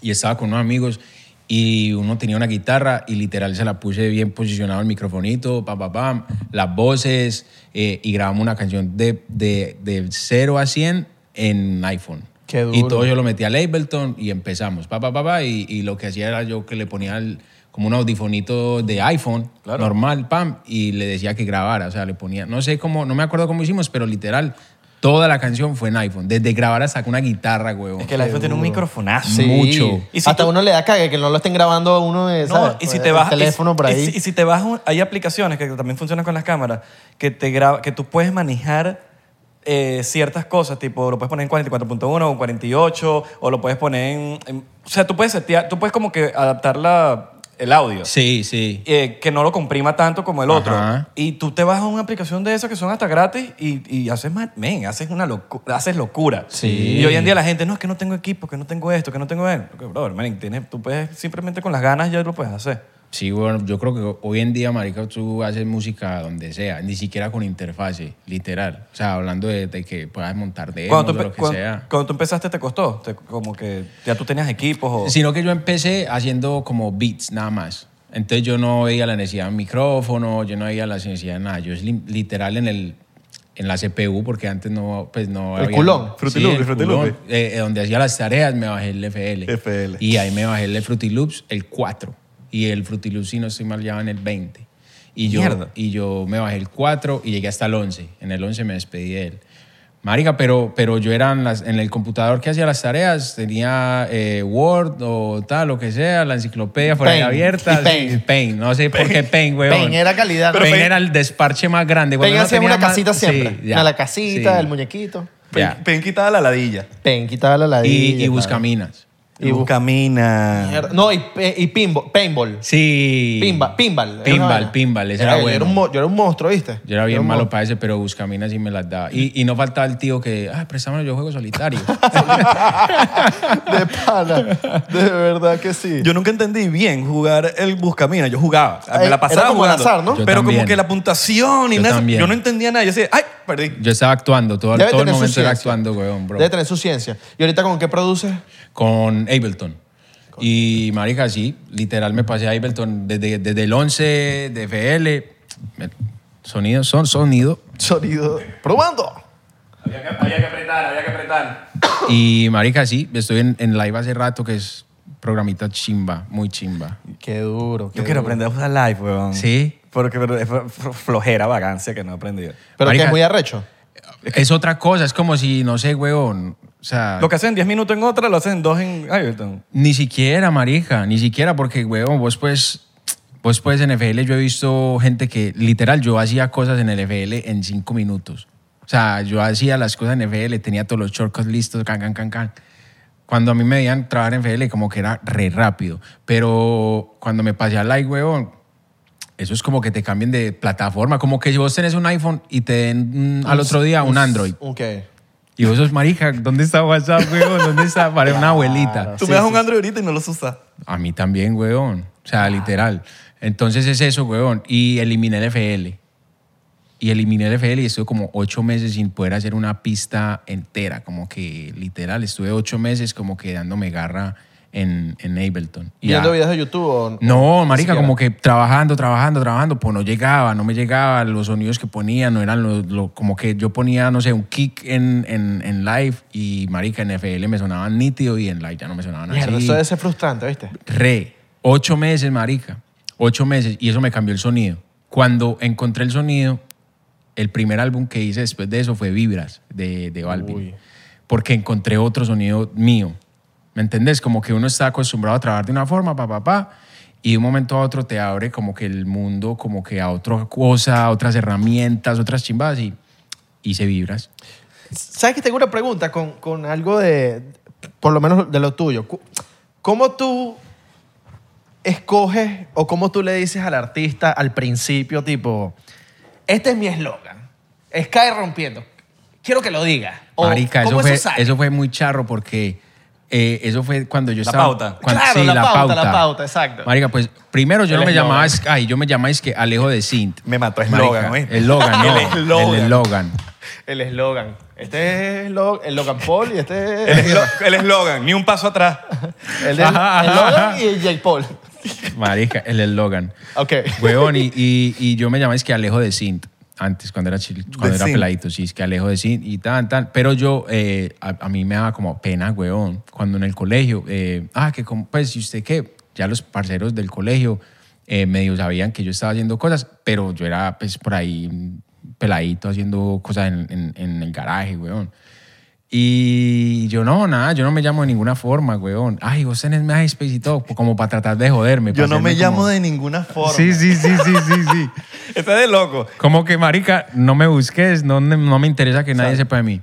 Speaker 2: y estaba con unos amigos y uno tenía una guitarra y literal se la puse bien posicionado el microfonito, pam, pam, pam, las voces eh, y grabamos una canción de, de, de 0 a 100 en iPhone.
Speaker 1: Qué duro.
Speaker 2: Y todo yo lo metí al Ableton y empezamos, pa, pa, pa, pa, y, y lo que hacía era yo que le ponía el- como un audifonito de iPhone,
Speaker 3: Claro.
Speaker 2: normal, pam, y le decía que grabara, o sea, le ponía, no sé cómo, no me acuerdo cómo hicimos, pero literal, toda la canción fue en iPhone, desde grabar hasta con una guitarra, huevón.
Speaker 3: Es que el iPhone tiene un microfonazo.
Speaker 1: Sí.
Speaker 2: Mucho.
Speaker 3: Y si
Speaker 1: Hasta
Speaker 3: tú-
Speaker 1: uno le da cague que no lo estén grabando a uno de
Speaker 3: No,
Speaker 1: ¿sabes?
Speaker 3: y si
Speaker 1: Por
Speaker 3: te
Speaker 1: el
Speaker 3: vas
Speaker 1: teléfono por
Speaker 3: y
Speaker 1: ahí.
Speaker 3: si- Y, si te vas un- hay aplicaciones que también funcionan con las cámaras que te graba, que tú puedes manejar eh, ciertas cosas, tipo lo puedes poner en 44.1 o en 48 o lo puedes poner en, en- o sea, tú puedes setear- tú puedes como que adaptar la- el audio.
Speaker 2: Sí, sí.
Speaker 3: eh, que no lo comprima tanto como el otro.
Speaker 2: Ajá.
Speaker 3: Y tú te vas a una aplicación de esas que son hasta gratis y, y haces, ma- men, haces, una locu- haces locura.
Speaker 2: Sí.
Speaker 3: Y hoy en día la gente, no, es que no tengo equipo, que no tengo esto, que no tengo esto. Porque, brother, men, tienes- tú puedes simplemente con las ganas ya lo puedes hacer.
Speaker 2: Sí, bueno, yo creo que hoy en día, marica, tú haces música donde sea, ni siquiera con interfase, literal. O sea, hablando de, de que puedas montar demos
Speaker 3: Cuando
Speaker 2: o
Speaker 3: tú,
Speaker 2: lo
Speaker 3: empe-
Speaker 2: que
Speaker 3: cuan-
Speaker 2: sea.
Speaker 3: cuando tú empezaste, ¿te costó? Te- como que ya tú tenías equipos o...
Speaker 2: Sino que yo empecé haciendo como beats nada más. Entonces yo no veía la necesidad de un micrófono, yo no veía la necesidad de nada. Yo es lim- literal en el en la CPU porque antes no pues no
Speaker 1: El culón,
Speaker 2: Sí,
Speaker 3: Fruity Loops,
Speaker 2: el
Speaker 3: Fruity
Speaker 2: culón.
Speaker 3: Loops.
Speaker 2: Eh, eh, donde hacía las tareas me bajé el FL.
Speaker 3: FL.
Speaker 2: Y ahí me bajé el de Fruity Loops el 4 y el Fruity Loops si no estoy mal ya va en el 20. Y yo
Speaker 3: Mierda.
Speaker 2: y yo me bajé el 4 y llegué hasta el 11. En el 11 me despedí de él. Marica, pero, pero yo era en, las- en el computador que hacía las tareas, tenía eh, Word o tal, lo que sea, la enciclopedia por ahí
Speaker 1: Paint.
Speaker 2: abierta.
Speaker 1: Y Paint.
Speaker 2: sí, Paint, no sé por qué Paint, weón.
Speaker 1: Paint era calidad, ¿no?
Speaker 2: Paint,
Speaker 1: Paint-
Speaker 2: era el desparche más grande. cuando
Speaker 1: Pen
Speaker 2: uno
Speaker 1: hacía
Speaker 2: tenía
Speaker 1: una
Speaker 2: más-
Speaker 1: casita siempre.
Speaker 2: Sí, ya.
Speaker 1: Una la casita,
Speaker 2: Sí,
Speaker 1: el muñequito.
Speaker 2: ya.
Speaker 3: Pen quitaba la ladilla.
Speaker 1: Pen quitaba la ladilla.
Speaker 2: Y, y buscaminas.
Speaker 3: Y buscamina.
Speaker 1: claro. No, y, pe- y pinball. paintball.
Speaker 2: Sí.
Speaker 1: Pinball, pinball. era una
Speaker 2: Pinball,
Speaker 1: vaina.
Speaker 2: pinball, ese era
Speaker 1: yo
Speaker 2: bueno.
Speaker 1: un mo- yo era un monstruo, ¿viste?
Speaker 2: Yo era bien
Speaker 1: un
Speaker 2: malo
Speaker 1: monstruo.
Speaker 2: para ese, pero Buscaminas sí me las daba. Y, y no faltaba el tío que, ah, préstamelo, yo juego solitario.
Speaker 1: De pana. De verdad que sí.
Speaker 3: Yo nunca entendí bien jugar el buscamina. Yo jugaba. Me
Speaker 1: Eh,
Speaker 3: la pasaba
Speaker 1: era como
Speaker 3: jugando.
Speaker 1: al azar, ¿no?
Speaker 2: Yo
Speaker 3: Pero como
Speaker 2: también.
Speaker 3: que la puntuación y
Speaker 2: Yo
Speaker 3: nada.
Speaker 2: también.
Speaker 3: Yo no entendía nada. Yo decía, ¡ay! Perdí.
Speaker 2: Yo estaba actuando, todo,
Speaker 1: Debe
Speaker 2: todo el
Speaker 1: tener su
Speaker 2: momento era
Speaker 1: ciencia.
Speaker 2: actuando, weón, bro.
Speaker 1: Debe tener su ciencia. ¿Y ahorita con qué produces?
Speaker 2: Con Ableton. Y marica, sí, literal me pasé a Ableton desde, desde el 11 de FL. Me- Sonido, son, sonido.
Speaker 1: Sonido. ¡Probando!
Speaker 5: Había que, había que apretar, había que apretar.
Speaker 2: Y marica, sí, estoy en, en live hace rato que es programita chimba, muy chimba.
Speaker 1: Qué duro. qué
Speaker 6: Yo quiero
Speaker 1: duro.
Speaker 6: aprender a usar live, weón.
Speaker 2: Sí.
Speaker 6: Porque pero es fl- fl- flojera vagancia que no he aprendido.
Speaker 1: Pero que
Speaker 2: Marica.
Speaker 1: es muy arrecho.
Speaker 2: Es otra cosa, es como si, no sé, huevón, o sea...
Speaker 6: Lo que hacen 10 minutos en otra, lo hacen en 2 en Ayrton.
Speaker 2: Ni siquiera, marica, ni siquiera, porque, huevón, vos pues, vos pues en FL yo he visto gente que, literal, yo hacía cosas en el FL en cinco minutos. O sea, yo hacía las cosas en FL, tenía todos los shortcuts listos, can, can, can, can. Cuando a mí me veían trabajar en FL, como que era re rápido. Pero cuando me pasé a Live, huevón, eso es como que te cambien de plataforma. Como que si vos tenés un iPhone y te den mm, al otro día un Android.
Speaker 1: Ok.
Speaker 2: Y vos sos marica, ¿dónde está WhatsApp, huevón? ¿Dónde está? Para una abuelita.
Speaker 1: Sí, sí, sí.
Speaker 6: Android ahorita y no los usas.
Speaker 2: A mí también, huevón. O sea, literal. Entonces es eso, huevón. Y eliminé el FL. Y eliminé el FL y estuve como ocho meses sin poder hacer una pista entera. Como que literal, estuve ocho meses como que dándome garra en, en Ableton. Y
Speaker 1: ¿Viendo
Speaker 2: ya-
Speaker 1: videos de YouTube o
Speaker 2: No, marica,
Speaker 1: siquiera.
Speaker 2: como que trabajando, trabajando, trabajando, pues no llegaba, no me llegaba, los sonidos que ponía no eran lo, lo- como que yo ponía, no sé, un kick en, en, en live y marica, en FL me sonaban nítido y en live ya no me sonaban
Speaker 1: Mierda,
Speaker 2: así.
Speaker 1: eso debe ser frustrante, ¿viste?
Speaker 2: Re. Ocho meses, marica. Ocho meses. Y eso me cambió el sonido. Cuando encontré el sonido, el primer álbum que hice después de eso fue Vibras, de, de Balvin.
Speaker 1: Uy.
Speaker 2: Porque encontré otro sonido mío. ¿Me entendés? Como que uno está acostumbrado a trabajar de una forma, pa, pa, pa. Y de un momento a otro te abre como que el mundo, como que a otra cosa, a otras herramientas, otras chimbas. Y hice Vibras.
Speaker 1: ¿Sabes que tengo una pregunta con, con algo de, por lo menos de lo tuyo? Cu- ¿Cómo tú escoges o cómo tú le dices al artista al principio, tipo, este es mi eslogan, es cae rompiendo, quiero que lo diga? O,
Speaker 2: Marica, eso
Speaker 1: ¿cómo
Speaker 2: fue,
Speaker 1: sale?
Speaker 2: eso fue muy charro porque eh, eso fue cuando
Speaker 6: La
Speaker 2: yo estaba...
Speaker 6: pauta.
Speaker 2: cuan-
Speaker 1: Claro, la pauta, la pauta, exacto.
Speaker 2: Marica, pues primero yo
Speaker 6: El
Speaker 2: no me
Speaker 6: eslogan.
Speaker 2: llamaba... Sk- Ay, yo me llamaba es que Alejo de Sint.
Speaker 6: Me mató eslogan,
Speaker 2: Marica,
Speaker 6: ¿oíste?
Speaker 2: El Logan, no.
Speaker 6: El eslogan.
Speaker 2: El eslogan.
Speaker 1: El eslogan. Este es lo- el Logan Paul y este
Speaker 6: El
Speaker 1: es
Speaker 6: eslo- el eslogan, ni un paso atrás.
Speaker 1: el, de- el
Speaker 2: Ajá, ajá,
Speaker 1: Logan
Speaker 2: ajá.
Speaker 1: y Jake Paul.
Speaker 2: Marica, el eslogan.
Speaker 1: Ok.
Speaker 2: Weón, y, y- y yo me llamaba es que Alejo de Sint. Antes, cuando era, chil- cuando era
Speaker 6: Sint.
Speaker 2: peladito, sí, es que Alejo de Sint y tan, tan. Pero yo, eh, a, a mí me daba como pena, weón, cuando en el colegio, eh, ah, que como, pues, ¿y usted qué? Ya los parceros del colegio eh, medio sabían que yo estaba haciendo cosas, pero yo era, pues, por ahí mm, peladito haciendo cosas en, en- en el garaje, weón. Y yo no, nada, yo no me llamo de ninguna forma, weón. Ay, vos tenés MySpace y todo, como para tratar de joderme. para hacerme como-
Speaker 1: de ninguna forma.
Speaker 2: Sí, sí, sí, sí, sí, sí.
Speaker 6: Está de loco.
Speaker 2: Como que, marica, no me busques, no, no me interesa que nadie sepa de mí.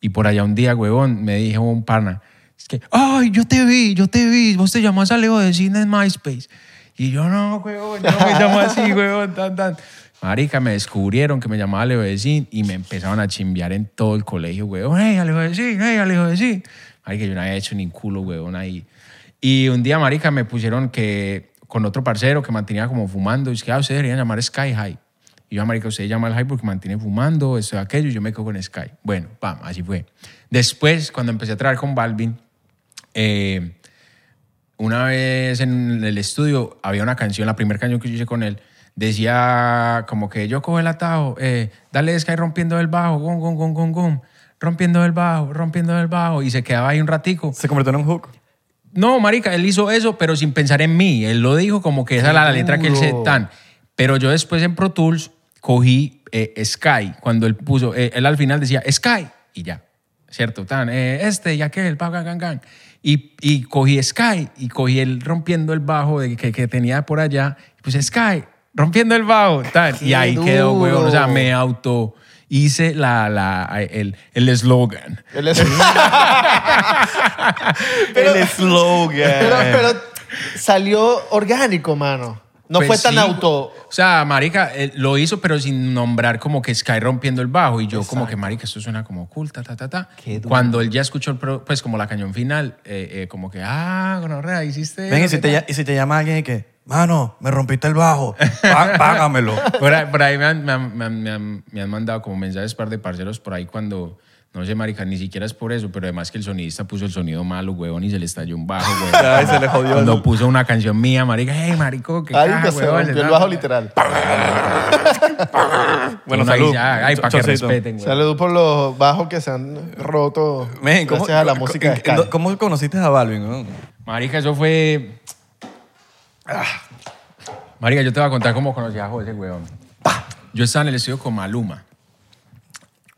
Speaker 2: Y por allá un día, huevón, me dijo un pana, es que, ay, yo te vi, yo te vi, vos te llamás Alejo de Cine en MySpace. Y yo, no, huevón, yo no me llamo así, huevón, tan, tan. Marica, me descubrieron que me llamaba Alejo de Cine y me empezaron a chimbear en todo el colegio, huevón, hey, Alejo de Cine, hey, Alejo de Cine. Marica, yo no había hecho ni culo, huevón, ahí. Y un día, marica, me pusieron que con otro parcero que mantenía como fumando, y es que, ah, ustedes deberían llamar Sky High. Y yo, marica, usted llama al hype porque mantiene fumando, eso, aquello, y yo me quedo con Sky. Bueno, pam, así fue. Después, cuando empecé a trabajar con Balvin, eh, una vez en el estudio había una canción, la primera canción que yo hice con él, decía como que yo cojo el atajo, eh, dale Sky rompiendo el bajo, gom, gom, gom, gom, gom, rompiendo el bajo, rompiendo el bajo, y se quedaba ahí un ratico.
Speaker 6: Se convirtió en un hook.
Speaker 2: No, marica, él hizo eso, pero sin pensar en mí. Él lo dijo como que esa era la letra que él se
Speaker 1: duro.
Speaker 2: tan. Pero yo después en Pro Tools cogí eh, Sky, cuando él puso, eh, él al final decía Sky y ya, ¿cierto? Tan, eh, este y aquel, pa, gan, gan, gan. Y, y cogí Sky y cogí él rompiendo el bajo de, que, que tenía por allá. Pues Sky, rompiendo el bajo, tan. Y ahí quedó,
Speaker 1: duro.
Speaker 2: weón. O sea, me auto hice la, la, el el eslogan.
Speaker 1: Él es- Pero-
Speaker 6: el eslogan.
Speaker 1: Pero, pero salió orgánico, mano. No
Speaker 2: Pues
Speaker 1: fue tan
Speaker 2: sí,
Speaker 1: auto.
Speaker 2: O sea, marica, eh, lo hizo, pero sin nombrar como que Sky rompiendo el bajo. Y yo como que, marica, esto suena como oculta, ta, ta, ta.
Speaker 1: Qué duro.
Speaker 2: Cuando él ya escuchó, el pro- pues, como la cañón final, eh, eh, como que, ah, gonorrea, hiciste...
Speaker 6: Ven,
Speaker 2: no
Speaker 6: y si,
Speaker 2: sé
Speaker 6: te,
Speaker 2: qué".
Speaker 6: lla- y si te llama alguien y que, mano, me rompiste el bajo, pá- págamelo.
Speaker 2: Por ahí, por ahí me, han, me han- me han- me han- me han mandado como mensajes par de parceros por ahí cuando No sé, marica, ni siquiera es por eso, pero además que el sonidista puso el sonido malo, huevón, y se le estalló un bajo, huevón.
Speaker 6: Ay, se le jodió
Speaker 2: Cuando
Speaker 6: el-
Speaker 2: puso una canción mía, marica, hey, marico, qué
Speaker 1: Ay,
Speaker 2: caja,
Speaker 1: que se
Speaker 2: huevón,
Speaker 1: rompió el
Speaker 2: ¿no?
Speaker 1: bajo literal.
Speaker 6: Bueno,
Speaker 2: Uno ahí
Speaker 6: salud.
Speaker 2: ya, ay, para que
Speaker 6: Chorcito.
Speaker 2: respeten, huevón.
Speaker 1: Salud por los bajos que se han roto
Speaker 6: Men, ¿cómo-
Speaker 1: gracias a la música de
Speaker 6: en- en-
Speaker 1: Sky.
Speaker 6: ¿Cómo conociste a Balvin? no?
Speaker 2: Marica, eso fue... Ah. Marica, yo te voy a contar cómo conocí a José, huevón. Yo estaba en el estudio con Maluma.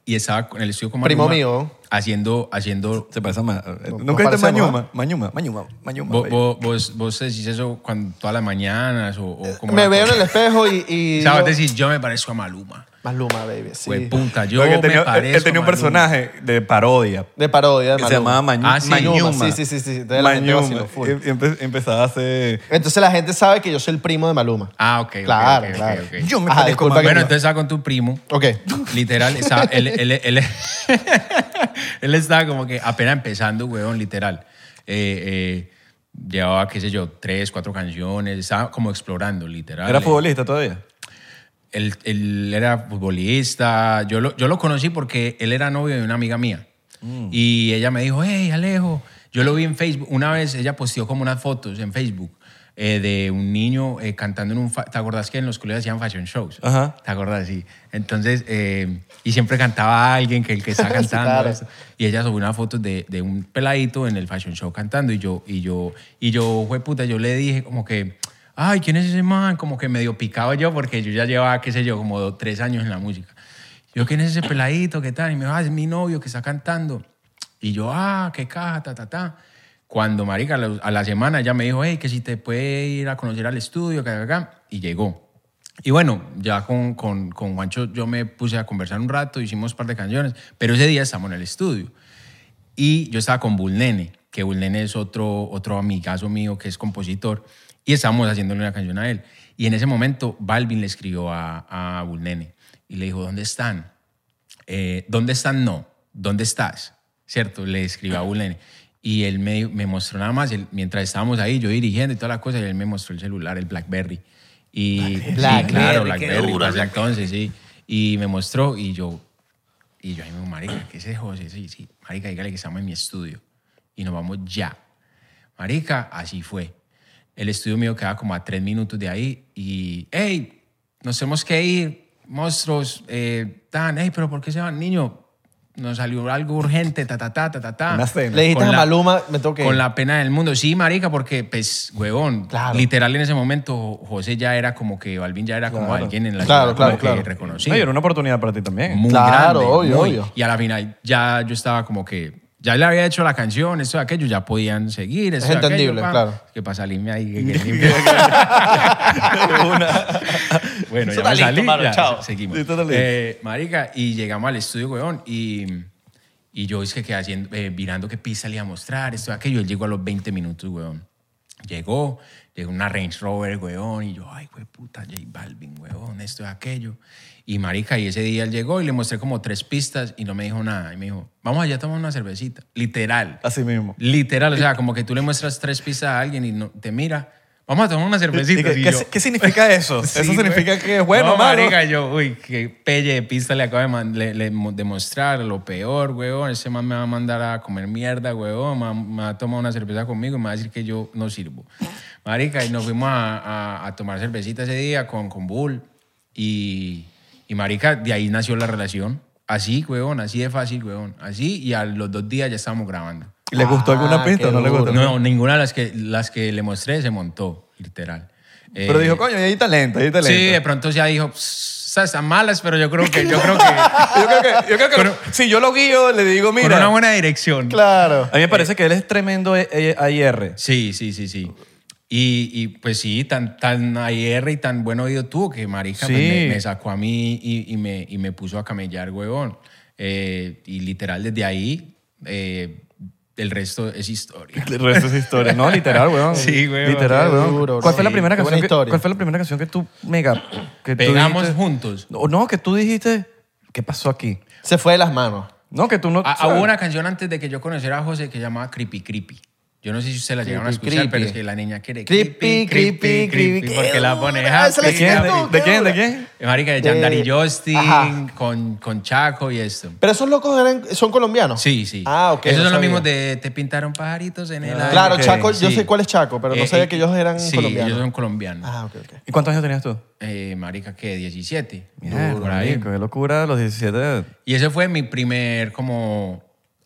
Speaker 2: Y estaba en el estudio con Maluma.
Speaker 1: Primo mío.
Speaker 2: Haciendo, haciendo
Speaker 6: Se parece a... Ma- eh,
Speaker 1: No-
Speaker 6: ¿Nunca
Speaker 1: no
Speaker 6: viste
Speaker 1: parecemos,
Speaker 6: Mañuma? Mañuma, Mañuma, Mañuma.
Speaker 2: Vo-
Speaker 6: baby.
Speaker 2: vo- ¿Vos, vos decís eso cuando, todas las mañanas o, o como
Speaker 1: Eh, Me
Speaker 2: la
Speaker 1: veo en
Speaker 2: cosa?
Speaker 1: el espejo y... y
Speaker 2: O sea, vos
Speaker 1: digo,
Speaker 2: decís, yo me parezco a Maluma.
Speaker 1: Maluma, baby, sí.
Speaker 2: Fue puta, yo
Speaker 6: Porque
Speaker 2: me
Speaker 6: tenía- eh, él-
Speaker 1: eh,
Speaker 2: parezco
Speaker 6: él tenía
Speaker 2: a
Speaker 6: un
Speaker 2: Maluma.
Speaker 6: personaje de parodia.
Speaker 1: De parodia de
Speaker 6: Que se
Speaker 1: Maluma.
Speaker 6: llamaba Mañu-
Speaker 2: Ah, sí.
Speaker 6: Mañuma.
Speaker 1: Mañuma, Ah, sí, sí, sí, sí. Entonces la gente
Speaker 6: Mañuma.
Speaker 1: vaciló full.
Speaker 6: Y- y empe- empezaba a hacer...
Speaker 1: Entonces la gente sabe que yo soy el primo de Maluma.
Speaker 2: Ah, ok, ok,
Speaker 1: Claro,
Speaker 2: ok, ok,
Speaker 1: claro.
Speaker 2: ok.
Speaker 6: Yo me
Speaker 1: Ajá,
Speaker 6: parezco
Speaker 1: disculpa
Speaker 6: más-
Speaker 1: que-
Speaker 2: Bueno, entonces estaba con tu primo.
Speaker 1: Ok.
Speaker 2: Literal, estaba- él, él, él, él estaba como que apenas empezando, weón, literal. Eh, eh, llevaba, qué sé yo, tres, cuatro canciones. Estaba como explorando, literal.
Speaker 6: ¿Era
Speaker 2: Eh,
Speaker 6: futbolista todavía?
Speaker 2: Él, él era futbolista. Yo lo, yo lo conocí porque él era novio de una amiga mía. Y ella me dijo, hey, Alejo. Yo lo vi en Facebook. Una vez ella posteó como unas fotos en Facebook eh, de un niño eh, cantando en un... fa- ¿Te acordás que en los colegios hacían fashion shows?
Speaker 6: Ajá.
Speaker 2: ¿Te acordás? Sí. Entonces, eh, y siempre cantaba a alguien que el que está cantando.
Speaker 1: claro.
Speaker 2: eso. Y ella subió una foto de, de un peladito en el fashion show cantando y yo, y yo, y yo, fue puta, yo le dije como que, ay, ¿quién es ese man? Como que medio picado yo porque yo ya llevaba, qué sé yo, como dos, tres años en la música. Yo, ¿quién es ese peladito? ¿Qué tal? Y me dijo, ah, es mi novio que está cantando. Y yo, ah, qué caja, ta, ta, ta. Cuando, marica, a la- a la semana ya me dijo, hey, que si te puede ir a conocer al estudio, que acá, y llegó. Y bueno, ya con, con, con Juancho yo me puse a conversar un rato, hicimos un par de canciones, pero ese día estamos en el estudio. Y yo estaba con Bulnene, que Bulnene es otro, otro amigazo mío que es compositor, y estábamos haciéndole una canción a él. Y en ese momento Balvin le escribió a, a Bulnene y le dijo, ¿dónde están? Eh, ¿Dónde están? No. ¿Dónde estás? ¿Cierto? Le escribió a Bulnene. Y él me, me mostró nada más, él- mientras estábamos ahí, yo dirigiendo y todas las cosas, y él me mostró el celular, el Blackberry. Y, sí,
Speaker 1: Blackberry,
Speaker 2: claro,
Speaker 1: qué
Speaker 2: Blackberry, para ese entonces, sí. Y me mostró y yo, y yo ahí me digo, marica, ¿qué es ese José? Sí, sí, marica, dígale que estamos en mi estudio y nos vamos ya. Marica, así fue. El estudio mío quedaba como a tres minutos de ahí y, hey, nos tenemos que ir, monstruos, eh, tan, hey, pero ¿por qué se van, niño? Nos salió algo urgente, ta, ta, ta, ta, ta, ta.
Speaker 6: Una cena.
Speaker 1: Le dijiste
Speaker 2: Con
Speaker 1: a
Speaker 2: la-
Speaker 1: Maluma, me tengo que ir.
Speaker 2: Con la pena del mundo. Sí, marica, porque, pues, huevón,
Speaker 1: Claro.
Speaker 2: literal en ese momento José ya era como que, Balvin ya era como
Speaker 6: Claro.
Speaker 2: alguien en la
Speaker 1: Claro,
Speaker 2: ciudad como
Speaker 1: claro, claro.
Speaker 2: que reconocido.
Speaker 6: No, y era una oportunidad para ti
Speaker 3: ¿eh?
Speaker 6: también.
Speaker 2: Muy
Speaker 1: Claro,
Speaker 2: grande,
Speaker 1: obvio,
Speaker 2: muy.
Speaker 1: obvio.
Speaker 2: Y a la final ya yo estaba como que, ya le había hecho la canción, esto y aquello, ya podían seguir. Esto
Speaker 1: Es
Speaker 2: y aquello,
Speaker 1: entendible,
Speaker 2: pa.
Speaker 1: claro.
Speaker 2: Que para salirme ahí. que- que- bueno, ya me salí, ya, seguimos.
Speaker 6: Sí, está listo.
Speaker 2: Eh, marica, y llegamos al estudio, weón, y, y yo es que quedé haciendo, eh, mirando qué pista le iba a mostrar, esto, aquello. Él llegó a los 20 minutos, weón. Llegó, llegó una Range Rover, weón, y yo, ay, güey, puta, J Balvin, weón, esto, aquello. Y marica, y ese día él llegó y le mostré como tres pistas y no me dijo nada. Y me dijo, vamos allá a tomar una cervecita. Literal.
Speaker 6: Así mismo.
Speaker 2: Literal, o sea, como que tú le muestras tres pistas a alguien y no, te mira, vamos a tomar una
Speaker 6: ¿Y
Speaker 2: cervecita.
Speaker 6: qué,
Speaker 2: Y
Speaker 6: qué-
Speaker 2: yo,
Speaker 6: qué significa eso?
Speaker 2: Sí,
Speaker 6: eso
Speaker 2: güey.
Speaker 6: significa que es bueno,
Speaker 2: no,
Speaker 6: malo.
Speaker 2: marica, yo, uy, qué pelle de pista le acabo de man- le- le mo- demostrar, lo peor, weón. Ese man me va a mandar a comer mierda, weón. Me va, me va a tomar una cerveza conmigo y me va a decir que yo no sirvo. Marica, y nos fuimos a, a- a tomar cervecita ese día con, con Bull. Y, y, marica, de ahí nació la relación. Así, weón, así de fácil, weón. Así, y a los dos días ya estábamos grabando.
Speaker 6: ¿Le gustó alguna
Speaker 1: Ah,
Speaker 6: pista o
Speaker 1: qué
Speaker 6: no le
Speaker 1: duro.
Speaker 6: gustó?
Speaker 2: No, ninguna de las que, las que le mostré se montó, literal.
Speaker 6: Pero
Speaker 2: Eh,
Speaker 6: dijo, coño, ahí hay talento, ahí hay talento.
Speaker 2: Sí, de pronto ya dijo, "Pss, esas están malas, pero yo creo que, yo creo que
Speaker 6: Yo creo que, yo creo que
Speaker 2: Pero-
Speaker 6: si yo lo guío, le digo,
Speaker 2: con
Speaker 6: mira.
Speaker 2: una buena dirección.
Speaker 1: Claro.
Speaker 6: A mí me parece que él es tremendo e- e- AIR.
Speaker 2: Sí, sí, sí, sí. Y, y, pues sí, tan, tan AR y tan buen oído tuvo que marica pues,
Speaker 6: Sí.
Speaker 2: me, me sacó a mí y, y me, y me puso a camellar, huevón. Eh, y literal desde ahí, eh, el resto es historia.
Speaker 6: El resto es historia. No, literal, weón.
Speaker 2: Sí, weón.
Speaker 6: Literal,
Speaker 1: Qué
Speaker 6: weón.
Speaker 1: duro,
Speaker 6: ¿Cuál
Speaker 1: bro.
Speaker 6: fue la
Speaker 1: Sí,
Speaker 6: primera
Speaker 1: qué buena
Speaker 6: canción? Que,
Speaker 1: historia.
Speaker 6: ¿Cuál fue la primera canción que tú mega que tú
Speaker 2: Pegamos
Speaker 6: dijiste-
Speaker 2: juntos.
Speaker 6: No, no, que tú dijiste, ¿qué pasó aquí?
Speaker 1: Se fue de las manos.
Speaker 6: No, que tú no.
Speaker 2: Ah,
Speaker 6: ¿sabes?
Speaker 2: hubo una canción antes de que yo conociera a José que llamaba Creepy Creepy. Yo no sé si ustedes la llegaron a
Speaker 1: Creepy,
Speaker 2: escuchar, pero
Speaker 1: creepy.
Speaker 2: es que la niña quiere
Speaker 1: Creepy, creepy, creepy.
Speaker 2: porque la pone
Speaker 1: Esa es la
Speaker 2: happy,
Speaker 6: ¿De quién?
Speaker 1: Qué
Speaker 2: happy.
Speaker 1: duro,
Speaker 6: ¿De
Speaker 1: qué
Speaker 6: quién? ¿De
Speaker 1: duro.
Speaker 6: quién?
Speaker 2: Marica, de
Speaker 1: De-
Speaker 2: Yandari Justin,
Speaker 1: Ajá.
Speaker 2: con, con Chaco y esto.
Speaker 1: Pero esos locos eran- son colombianos.
Speaker 2: Sí, sí.
Speaker 1: Ah, ok.
Speaker 2: Esos
Speaker 1: no
Speaker 2: son los
Speaker 1: sabía. Ah,
Speaker 2: mismos de Te pintaron pajaritos en el aire.
Speaker 1: Claro,
Speaker 6: ok,
Speaker 1: Chaco, yo
Speaker 2: Sí.
Speaker 1: sé cuál es Chaco, pero no
Speaker 2: Eh,
Speaker 1: sabía
Speaker 2: eh,
Speaker 1: que ellos eran
Speaker 2: sí,
Speaker 1: colombianos.
Speaker 2: ellos son pues, colombianos.
Speaker 1: Ah, ok, ok.
Speaker 6: ¿Y cuántos años tenías tú?
Speaker 2: Eh, marica, ¿qué? 17.
Speaker 6: Mierda,
Speaker 2: por ahí.
Speaker 6: marico, Qué locura, los 17.
Speaker 2: Y ese fue mi primer como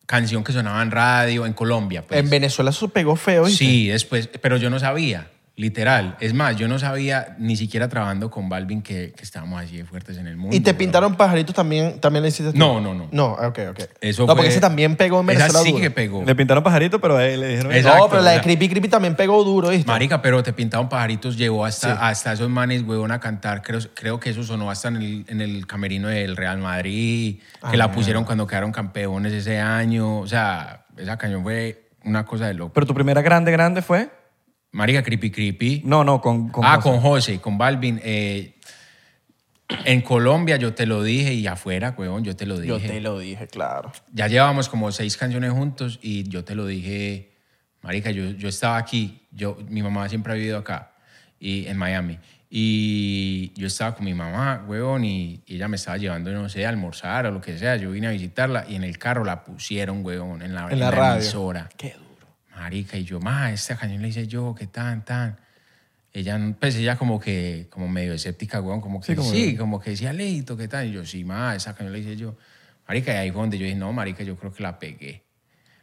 Speaker 2: canción que sonaba en radio en Colombia. Pues.
Speaker 1: en Venezuela eso pegó feo. ¿viste?
Speaker 2: Sí, después, pero yo no sabía, literal. Es más, yo no sabía ni siquiera trabajando con Balvin que, que estábamos así de fuertes en el mundo.
Speaker 1: ¿Y te
Speaker 2: weón.
Speaker 1: pintaron pajaritos también, también le hiciste tú?
Speaker 2: No, no, no.
Speaker 1: No, ah, ok, ok.
Speaker 2: Eso
Speaker 1: no,
Speaker 2: fue-
Speaker 1: porque ese también pegó en Venezuela
Speaker 2: Esa sí
Speaker 1: duro.
Speaker 2: que pegó.
Speaker 6: Le pintaron pajarito, pero a él le dijeron.
Speaker 2: Exacto,
Speaker 1: no, pero la
Speaker 2: o
Speaker 1: de
Speaker 2: sea,
Speaker 1: Creepy Creepy también pegó duro, ¿viste?
Speaker 2: Marica, pero te pintaron pajaritos, llevó hasta, hasta esos manes, huevón, a cantar. Creo, creo que eso sonó hasta en el, en el camerino del Real Madrid, que
Speaker 1: Ah.
Speaker 2: la pusieron cuando quedaron campeones ese año. O sea, esa cañón fue una cosa de loco.
Speaker 6: Pero tu primera grande, grande fue.
Speaker 2: Marica, creepy, creepy.
Speaker 6: No, no, con. con
Speaker 2: ah,
Speaker 6: José.
Speaker 2: con José, con Balvin. eh, en Colombia yo te lo dije y afuera, huevón, yo te lo dije.
Speaker 1: Yo te lo dije, claro.
Speaker 2: Ya llevábamos como seis canciones juntos y yo te lo dije, Marica, yo, yo estaba aquí, yo, mi mamá siempre ha vivido acá, y, en Miami. Y yo estaba con mi mamá, huevón, y, y ella me estaba llevando, no sé, a almorzar o lo que sea. Yo vine a visitarla y en el carro la pusieron, huevón, en la,
Speaker 1: En la radio.
Speaker 2: emisora.
Speaker 1: Qué duro.
Speaker 2: Marica, y yo, ma, esta canción le hice yo, que tan, tan. Ella, pues ella como que, como medio escéptica, weón, como que sí, como, que decía, leito, que tan. Y yo, sí, ma, esa canción le hice yo. Marica, y ahí fue donde yo dije, no, marica, yo creo que la pegué.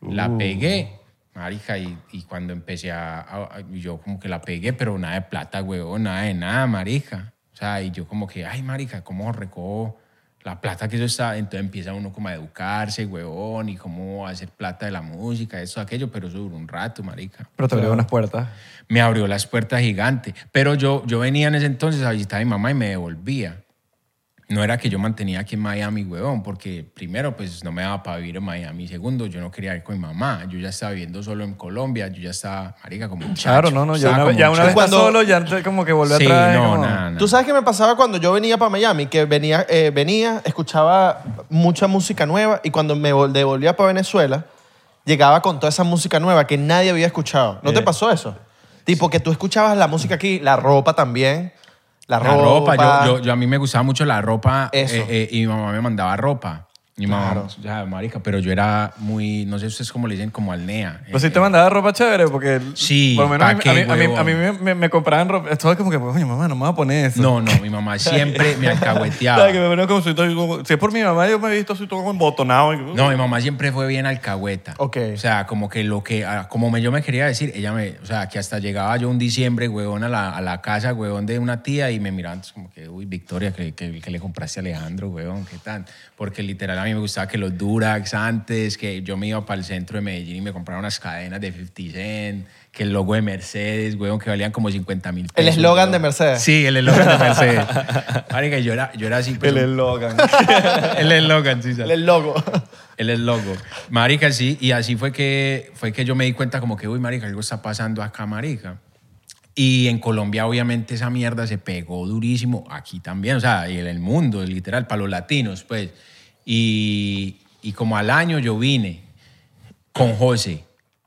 Speaker 2: La pegué, marica, y, y cuando empecé a, a- a- yo como que la pegué, pero nada de plata, weón, nada de nada, marica. O sea, y yo como que, ay, marica, cómo recojo la plata que eso está, entonces empieza uno como a educarse, huevón, y cómo hacer plata de la música, eso, aquello, pero eso duró un rato, marica.
Speaker 6: Pero te abrió unas puertas.
Speaker 2: Me abrió las puertas gigante, pero yo, yo venía en ese entonces a visitar a mi mamá y me devolvía. No era que yo mantenía aquí en Miami, huevón, porque primero, pues no me daba para vivir en Miami. Segundo, yo no quería ir con mi mamá. Yo ya estaba viviendo solo en Colombia. Yo ya estaba, marica, como un
Speaker 6: Claro, no, no. Ya una, ya una vez estás
Speaker 1: Cuando-
Speaker 6: solo, ya te- como que volvió
Speaker 2: Sí,
Speaker 6: atrás.
Speaker 2: no,
Speaker 6: como-
Speaker 2: nada, nada.
Speaker 1: Tú sabes qué me pasaba cuando yo venía para Miami, que venía, eh, venía, escuchaba mucha música nueva y cuando me vol- devolvía para Venezuela, llegaba con toda esa música nueva que nadie había escuchado. ¿No te
Speaker 6: Eh.
Speaker 1: pasó eso? Tipo que tú escuchabas la música aquí, la ropa también, la,
Speaker 2: La
Speaker 1: ropa.
Speaker 2: ropa, Yo, yo, yo- a mí me gustaba mucho la ropa
Speaker 1: Eso.
Speaker 2: eh, eh, y mi mamá me mandaba ropa. Mi mamá, ya, marica, pero yo era muy, no sé ustedes cómo le dicen, como alnea.
Speaker 6: Pero sí
Speaker 2: Eh,
Speaker 6: te mandaba ropa chévere, porque.
Speaker 2: Sí,
Speaker 6: Por lo menos
Speaker 2: ¿pa'
Speaker 6: a mí,
Speaker 2: qué,
Speaker 6: a mí- a mí-
Speaker 2: huevón?
Speaker 6: a mí me, me- me compraban ropa. Esto es como que, coño, mamá, no me voy a poner eso.
Speaker 2: No, no, mi mamá siempre me alcahueteaba.
Speaker 6: Ay, que me venía como si, estoy como- si es por mi mamá, yo me he visto así todo embotonado. y-
Speaker 2: No, mi mamá siempre fue bien alcahueta.
Speaker 1: Ok.
Speaker 2: O sea, como que lo que, ah, como me, yo me quería decir, ella me, o sea, que hasta llegaba yo un diciembre, huevón, a la, a la casa, huevón, de una tía y me miraban entonces como que, uy, Victoria, que, que- que le compraste a Alejandro, huevón, qué tan. Porque literal a mí me gustaba que los Durax antes, que yo me iba para el centro de Medellín y me compraba unas cadenas de 50 Cent, que el logo de Mercedes, huevón, que valían como 50 mil pesos.
Speaker 1: El eslogan
Speaker 2: huevón.
Speaker 1: de Mercedes.
Speaker 2: Sí, el eslogan de Mercedes. Marica, yo era, yo era así. pues,
Speaker 6: El
Speaker 2: un-
Speaker 6: eslogan.
Speaker 2: el eslogan, sí. ¿sabes?
Speaker 1: El logo.
Speaker 2: Él es loco. Marica, sí. Y así fue que, fue que yo me di cuenta como que, uy, marica, algo está pasando acá, marica. Y en Colombia, obviamente, esa mierda se pegó durísimo. Aquí también, o sea, y en el mundo, literal, para los latinos, pues. Y, y como al año yo vine con José,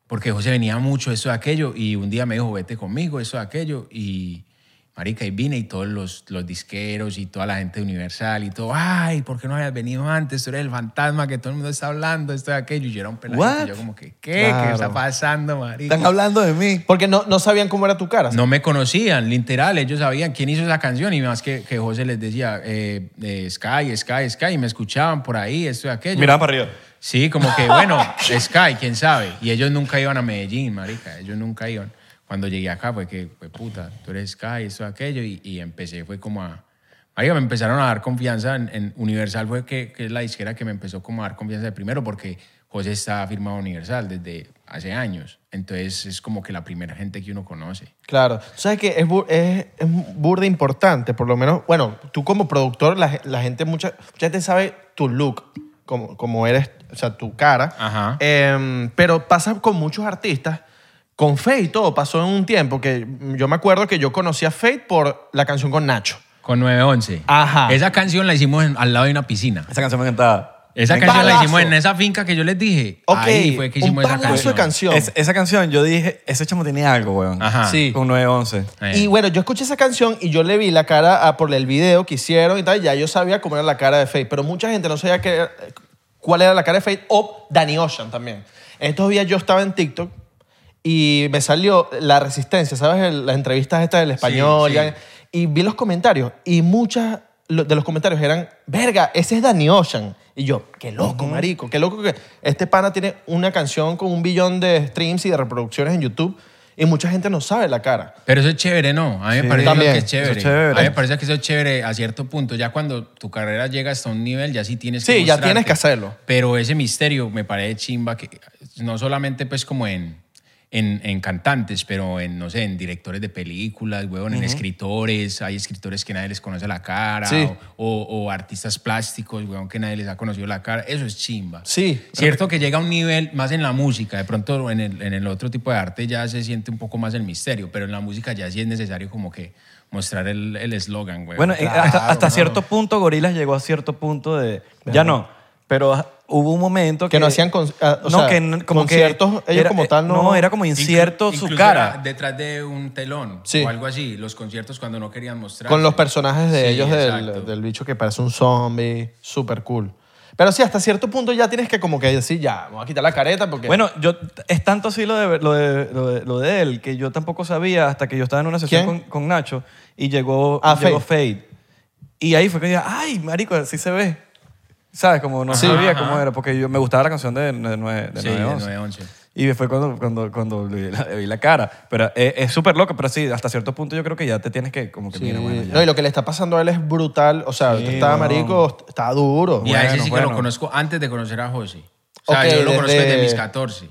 Speaker 2: porque José venía mucho, eso, aquello, y un día me dijo, vete conmigo, eso, aquello, y marica, y vine, y todos los, los disqueros y toda la gente de universal, y todo, ay, ¿por qué no habías venido antes? Tú eres el fantasma que todo el mundo está hablando, esto, aquello, y yo era un peladito,
Speaker 6: What?
Speaker 2: y yo como que, ¿qué? ¿Qué
Speaker 6: Claro.
Speaker 2: está pasando, marica?
Speaker 6: Están hablando de mí.
Speaker 1: Porque no, no sabían cómo era tu cara.
Speaker 2: No me conocían, literal. Ellos sabían quién hizo esa canción y más que, que José les decía eh, eh, Sky, Sky, Sky. Y me escuchaban por ahí, esto y aquello.
Speaker 6: Miraban para arriba.
Speaker 2: Sí, como que, bueno, Sky, quién sabe. Y ellos nunca iban a Medellín, marica. Ellos nunca iban. Cuando llegué acá fue que, pues, puta, tú eres Sky, esto y aquello. Y, y empecé, fue como a... Marica, me empezaron a dar confianza. En, en Universal fue que, que es la disquera que me empezó como a dar confianza de primero porque José está firmado a Universal desde hace años. Entonces es como que la primera gente que uno conoce.
Speaker 1: Claro. Tú sabes que es, bur- es, es burda importante, por lo menos. Bueno, tú como productor, la, ge- la gente, mucha, mucha gente sabe tu look, como, como eres, o sea, tu cara.
Speaker 2: Ajá.
Speaker 1: Em, pero pasa con muchos artistas. Con Fate y todo pasó en un tiempo que yo me acuerdo que yo conocí a Fate por la canción con Nacho.
Speaker 2: Con 911.
Speaker 1: Ajá.
Speaker 2: Esa canción la hicimos en- al lado de una piscina.
Speaker 6: Esa canción me encantaba.
Speaker 2: Esa canción la
Speaker 1: Balazo.
Speaker 2: hicimos en esa finca que yo les dije.
Speaker 1: Ok,
Speaker 2: Ahí fue que
Speaker 1: un
Speaker 2: hicimos esa
Speaker 1: palazo de
Speaker 2: canción.
Speaker 1: canción.
Speaker 3: Es- esa canción, yo dije, ese chamo tenía algo, weón.
Speaker 2: Ajá.
Speaker 1: Sí.
Speaker 3: Con 911.
Speaker 2: Eh.
Speaker 1: Y bueno, yo escuché esa canción y yo le vi la cara a- por el video que hicieron y tal, ya yo sabía cómo era la cara de Faith, pero mucha gente no sabía qué- cuál era la cara de Faith o Danny Ocean también. En estos días yo estaba en TikTok y me salió La Resistencia, ¿sabes? El- las entrevistas estas del español
Speaker 2: sí.
Speaker 1: ya- y vi los comentarios y muchas lo- de los comentarios eran, verga, ese es Danny Ocean. Y yo, qué loco, marico, qué loco que este pana tiene una canción con un billón de streams y de reproducciones en YouTube y mucha gente no sabe la cara.
Speaker 2: Pero eso es chévere, ¿no? A mí me
Speaker 3: Sí.
Speaker 2: parece
Speaker 1: También.
Speaker 2: que es chévere.
Speaker 3: Eso es chévere.
Speaker 2: A mí me parece que eso es chévere a cierto punto. Ya cuando tu carrera llega hasta un nivel, ya sí tienes que
Speaker 1: Sí, ya
Speaker 2: mostrarte.
Speaker 1: tienes que hacerlo.
Speaker 2: Pero ese misterio me parece chimba que no solamente pues como en, en, en cantantes, pero en, no sé, en directores de películas, huevón, en escritores. Hay escritores que nadie les conoce la cara
Speaker 1: Sí.
Speaker 2: o, o- o artistas plásticos, huevón, que nadie les ha conocido la cara. Eso es chimba.
Speaker 1: Sí.
Speaker 2: Cierto que llega a un nivel más en la música, de pronto en el, en el otro tipo de arte ya se siente un poco más el misterio, pero en la música ya sí es necesario como que mostrar el el eslogan, güey.
Speaker 3: Bueno, eh, hasta, hasta cierto punto Gorilas llegó a cierto punto de... Ya no, pero ah, hubo un momento que...
Speaker 1: Que no hacían con- ah, o sea,
Speaker 3: n-
Speaker 1: conciertos, ellos como tal no-
Speaker 3: No, era como
Speaker 2: Inclu-
Speaker 3: incierto su
Speaker 2: incluso
Speaker 3: cara.
Speaker 2: era detrás de un telón
Speaker 1: Sí.
Speaker 2: o algo así, los conciertos cuando no querían mostrar.
Speaker 1: Con los personajes de
Speaker 2: Sí,
Speaker 1: ellos,
Speaker 2: exacto.
Speaker 1: del, del bicho que parece un zombie, súper cool. Pero sí, hasta cierto punto ya tienes que como que decir, ya, vamos a quitar la careta porque...
Speaker 3: Bueno, yo es tanto así lo de, lo, de, lo, de, lo de él que yo tampoco sabía hasta que yo estaba en una sesión con,
Speaker 1: ¿Quién?
Speaker 3: con Nacho y llegó,
Speaker 1: Ah,
Speaker 3: llegó
Speaker 1: Fade.
Speaker 3: Fade. Y ahí fue que dije, ay, marico, así se ve. ¿Sabes? Como no
Speaker 1: Sí.
Speaker 3: sabía
Speaker 2: Ajá.
Speaker 3: cómo era, porque yo, me gustaba la canción de, nue- nue- de
Speaker 2: Sí,
Speaker 3: 911.
Speaker 2: de 911.
Speaker 3: Y fue cuando, cuando, cuando le vi la, le vi la cara. Pero es es súper loco, pero sí, hasta cierto punto yo creo que ya te tienes que, como que,
Speaker 1: Sí.
Speaker 3: mira, bueno, ya.
Speaker 1: no, y lo que le está pasando a él es brutal. O sea,
Speaker 3: Sí,
Speaker 1: está
Speaker 3: weón.
Speaker 1: marico, está duro.
Speaker 2: Y a ese
Speaker 3: Bueno,
Speaker 2: sí que
Speaker 3: bueno.
Speaker 2: lo conozco antes de conocer a José. O sea,
Speaker 1: Ok,
Speaker 2: yo lo conozco desde,
Speaker 1: desde-
Speaker 2: mis 14.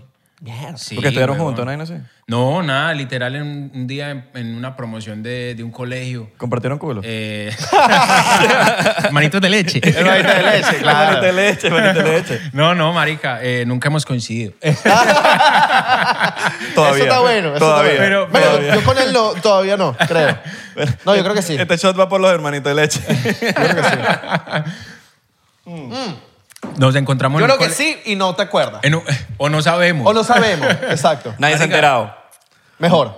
Speaker 2: Sí,
Speaker 3: Porque estuvieron
Speaker 2: huevón.
Speaker 3: juntos, ¿no? Y no sé.
Speaker 2: No, nada, literal en un día en, en una promoción de, de un colegio.
Speaker 3: Compartieron culo.
Speaker 2: eh, manitos de leche.
Speaker 1: manito de leche, claro.
Speaker 3: Manito de leche, manito de leche.
Speaker 2: No, no, marica, eh, nunca hemos coincidido.
Speaker 3: Todavía.
Speaker 1: Eso está bueno. eso
Speaker 3: Todavía.
Speaker 1: está bueno.
Speaker 2: Pero-
Speaker 1: Bueno,
Speaker 3: todavía.
Speaker 1: Yo con él no, todavía no, creo. No, yo creo que sí.
Speaker 3: Este shot va por los hermanitos de leche.
Speaker 2: Nos encontramos
Speaker 1: Yo
Speaker 2: en un
Speaker 1: creo que
Speaker 2: cole-
Speaker 1: sí y no te acuerdas.
Speaker 2: en un- o no sabemos.
Speaker 1: O no sabemos, exacto.
Speaker 3: Nadie se ha enterado.
Speaker 1: Mejor.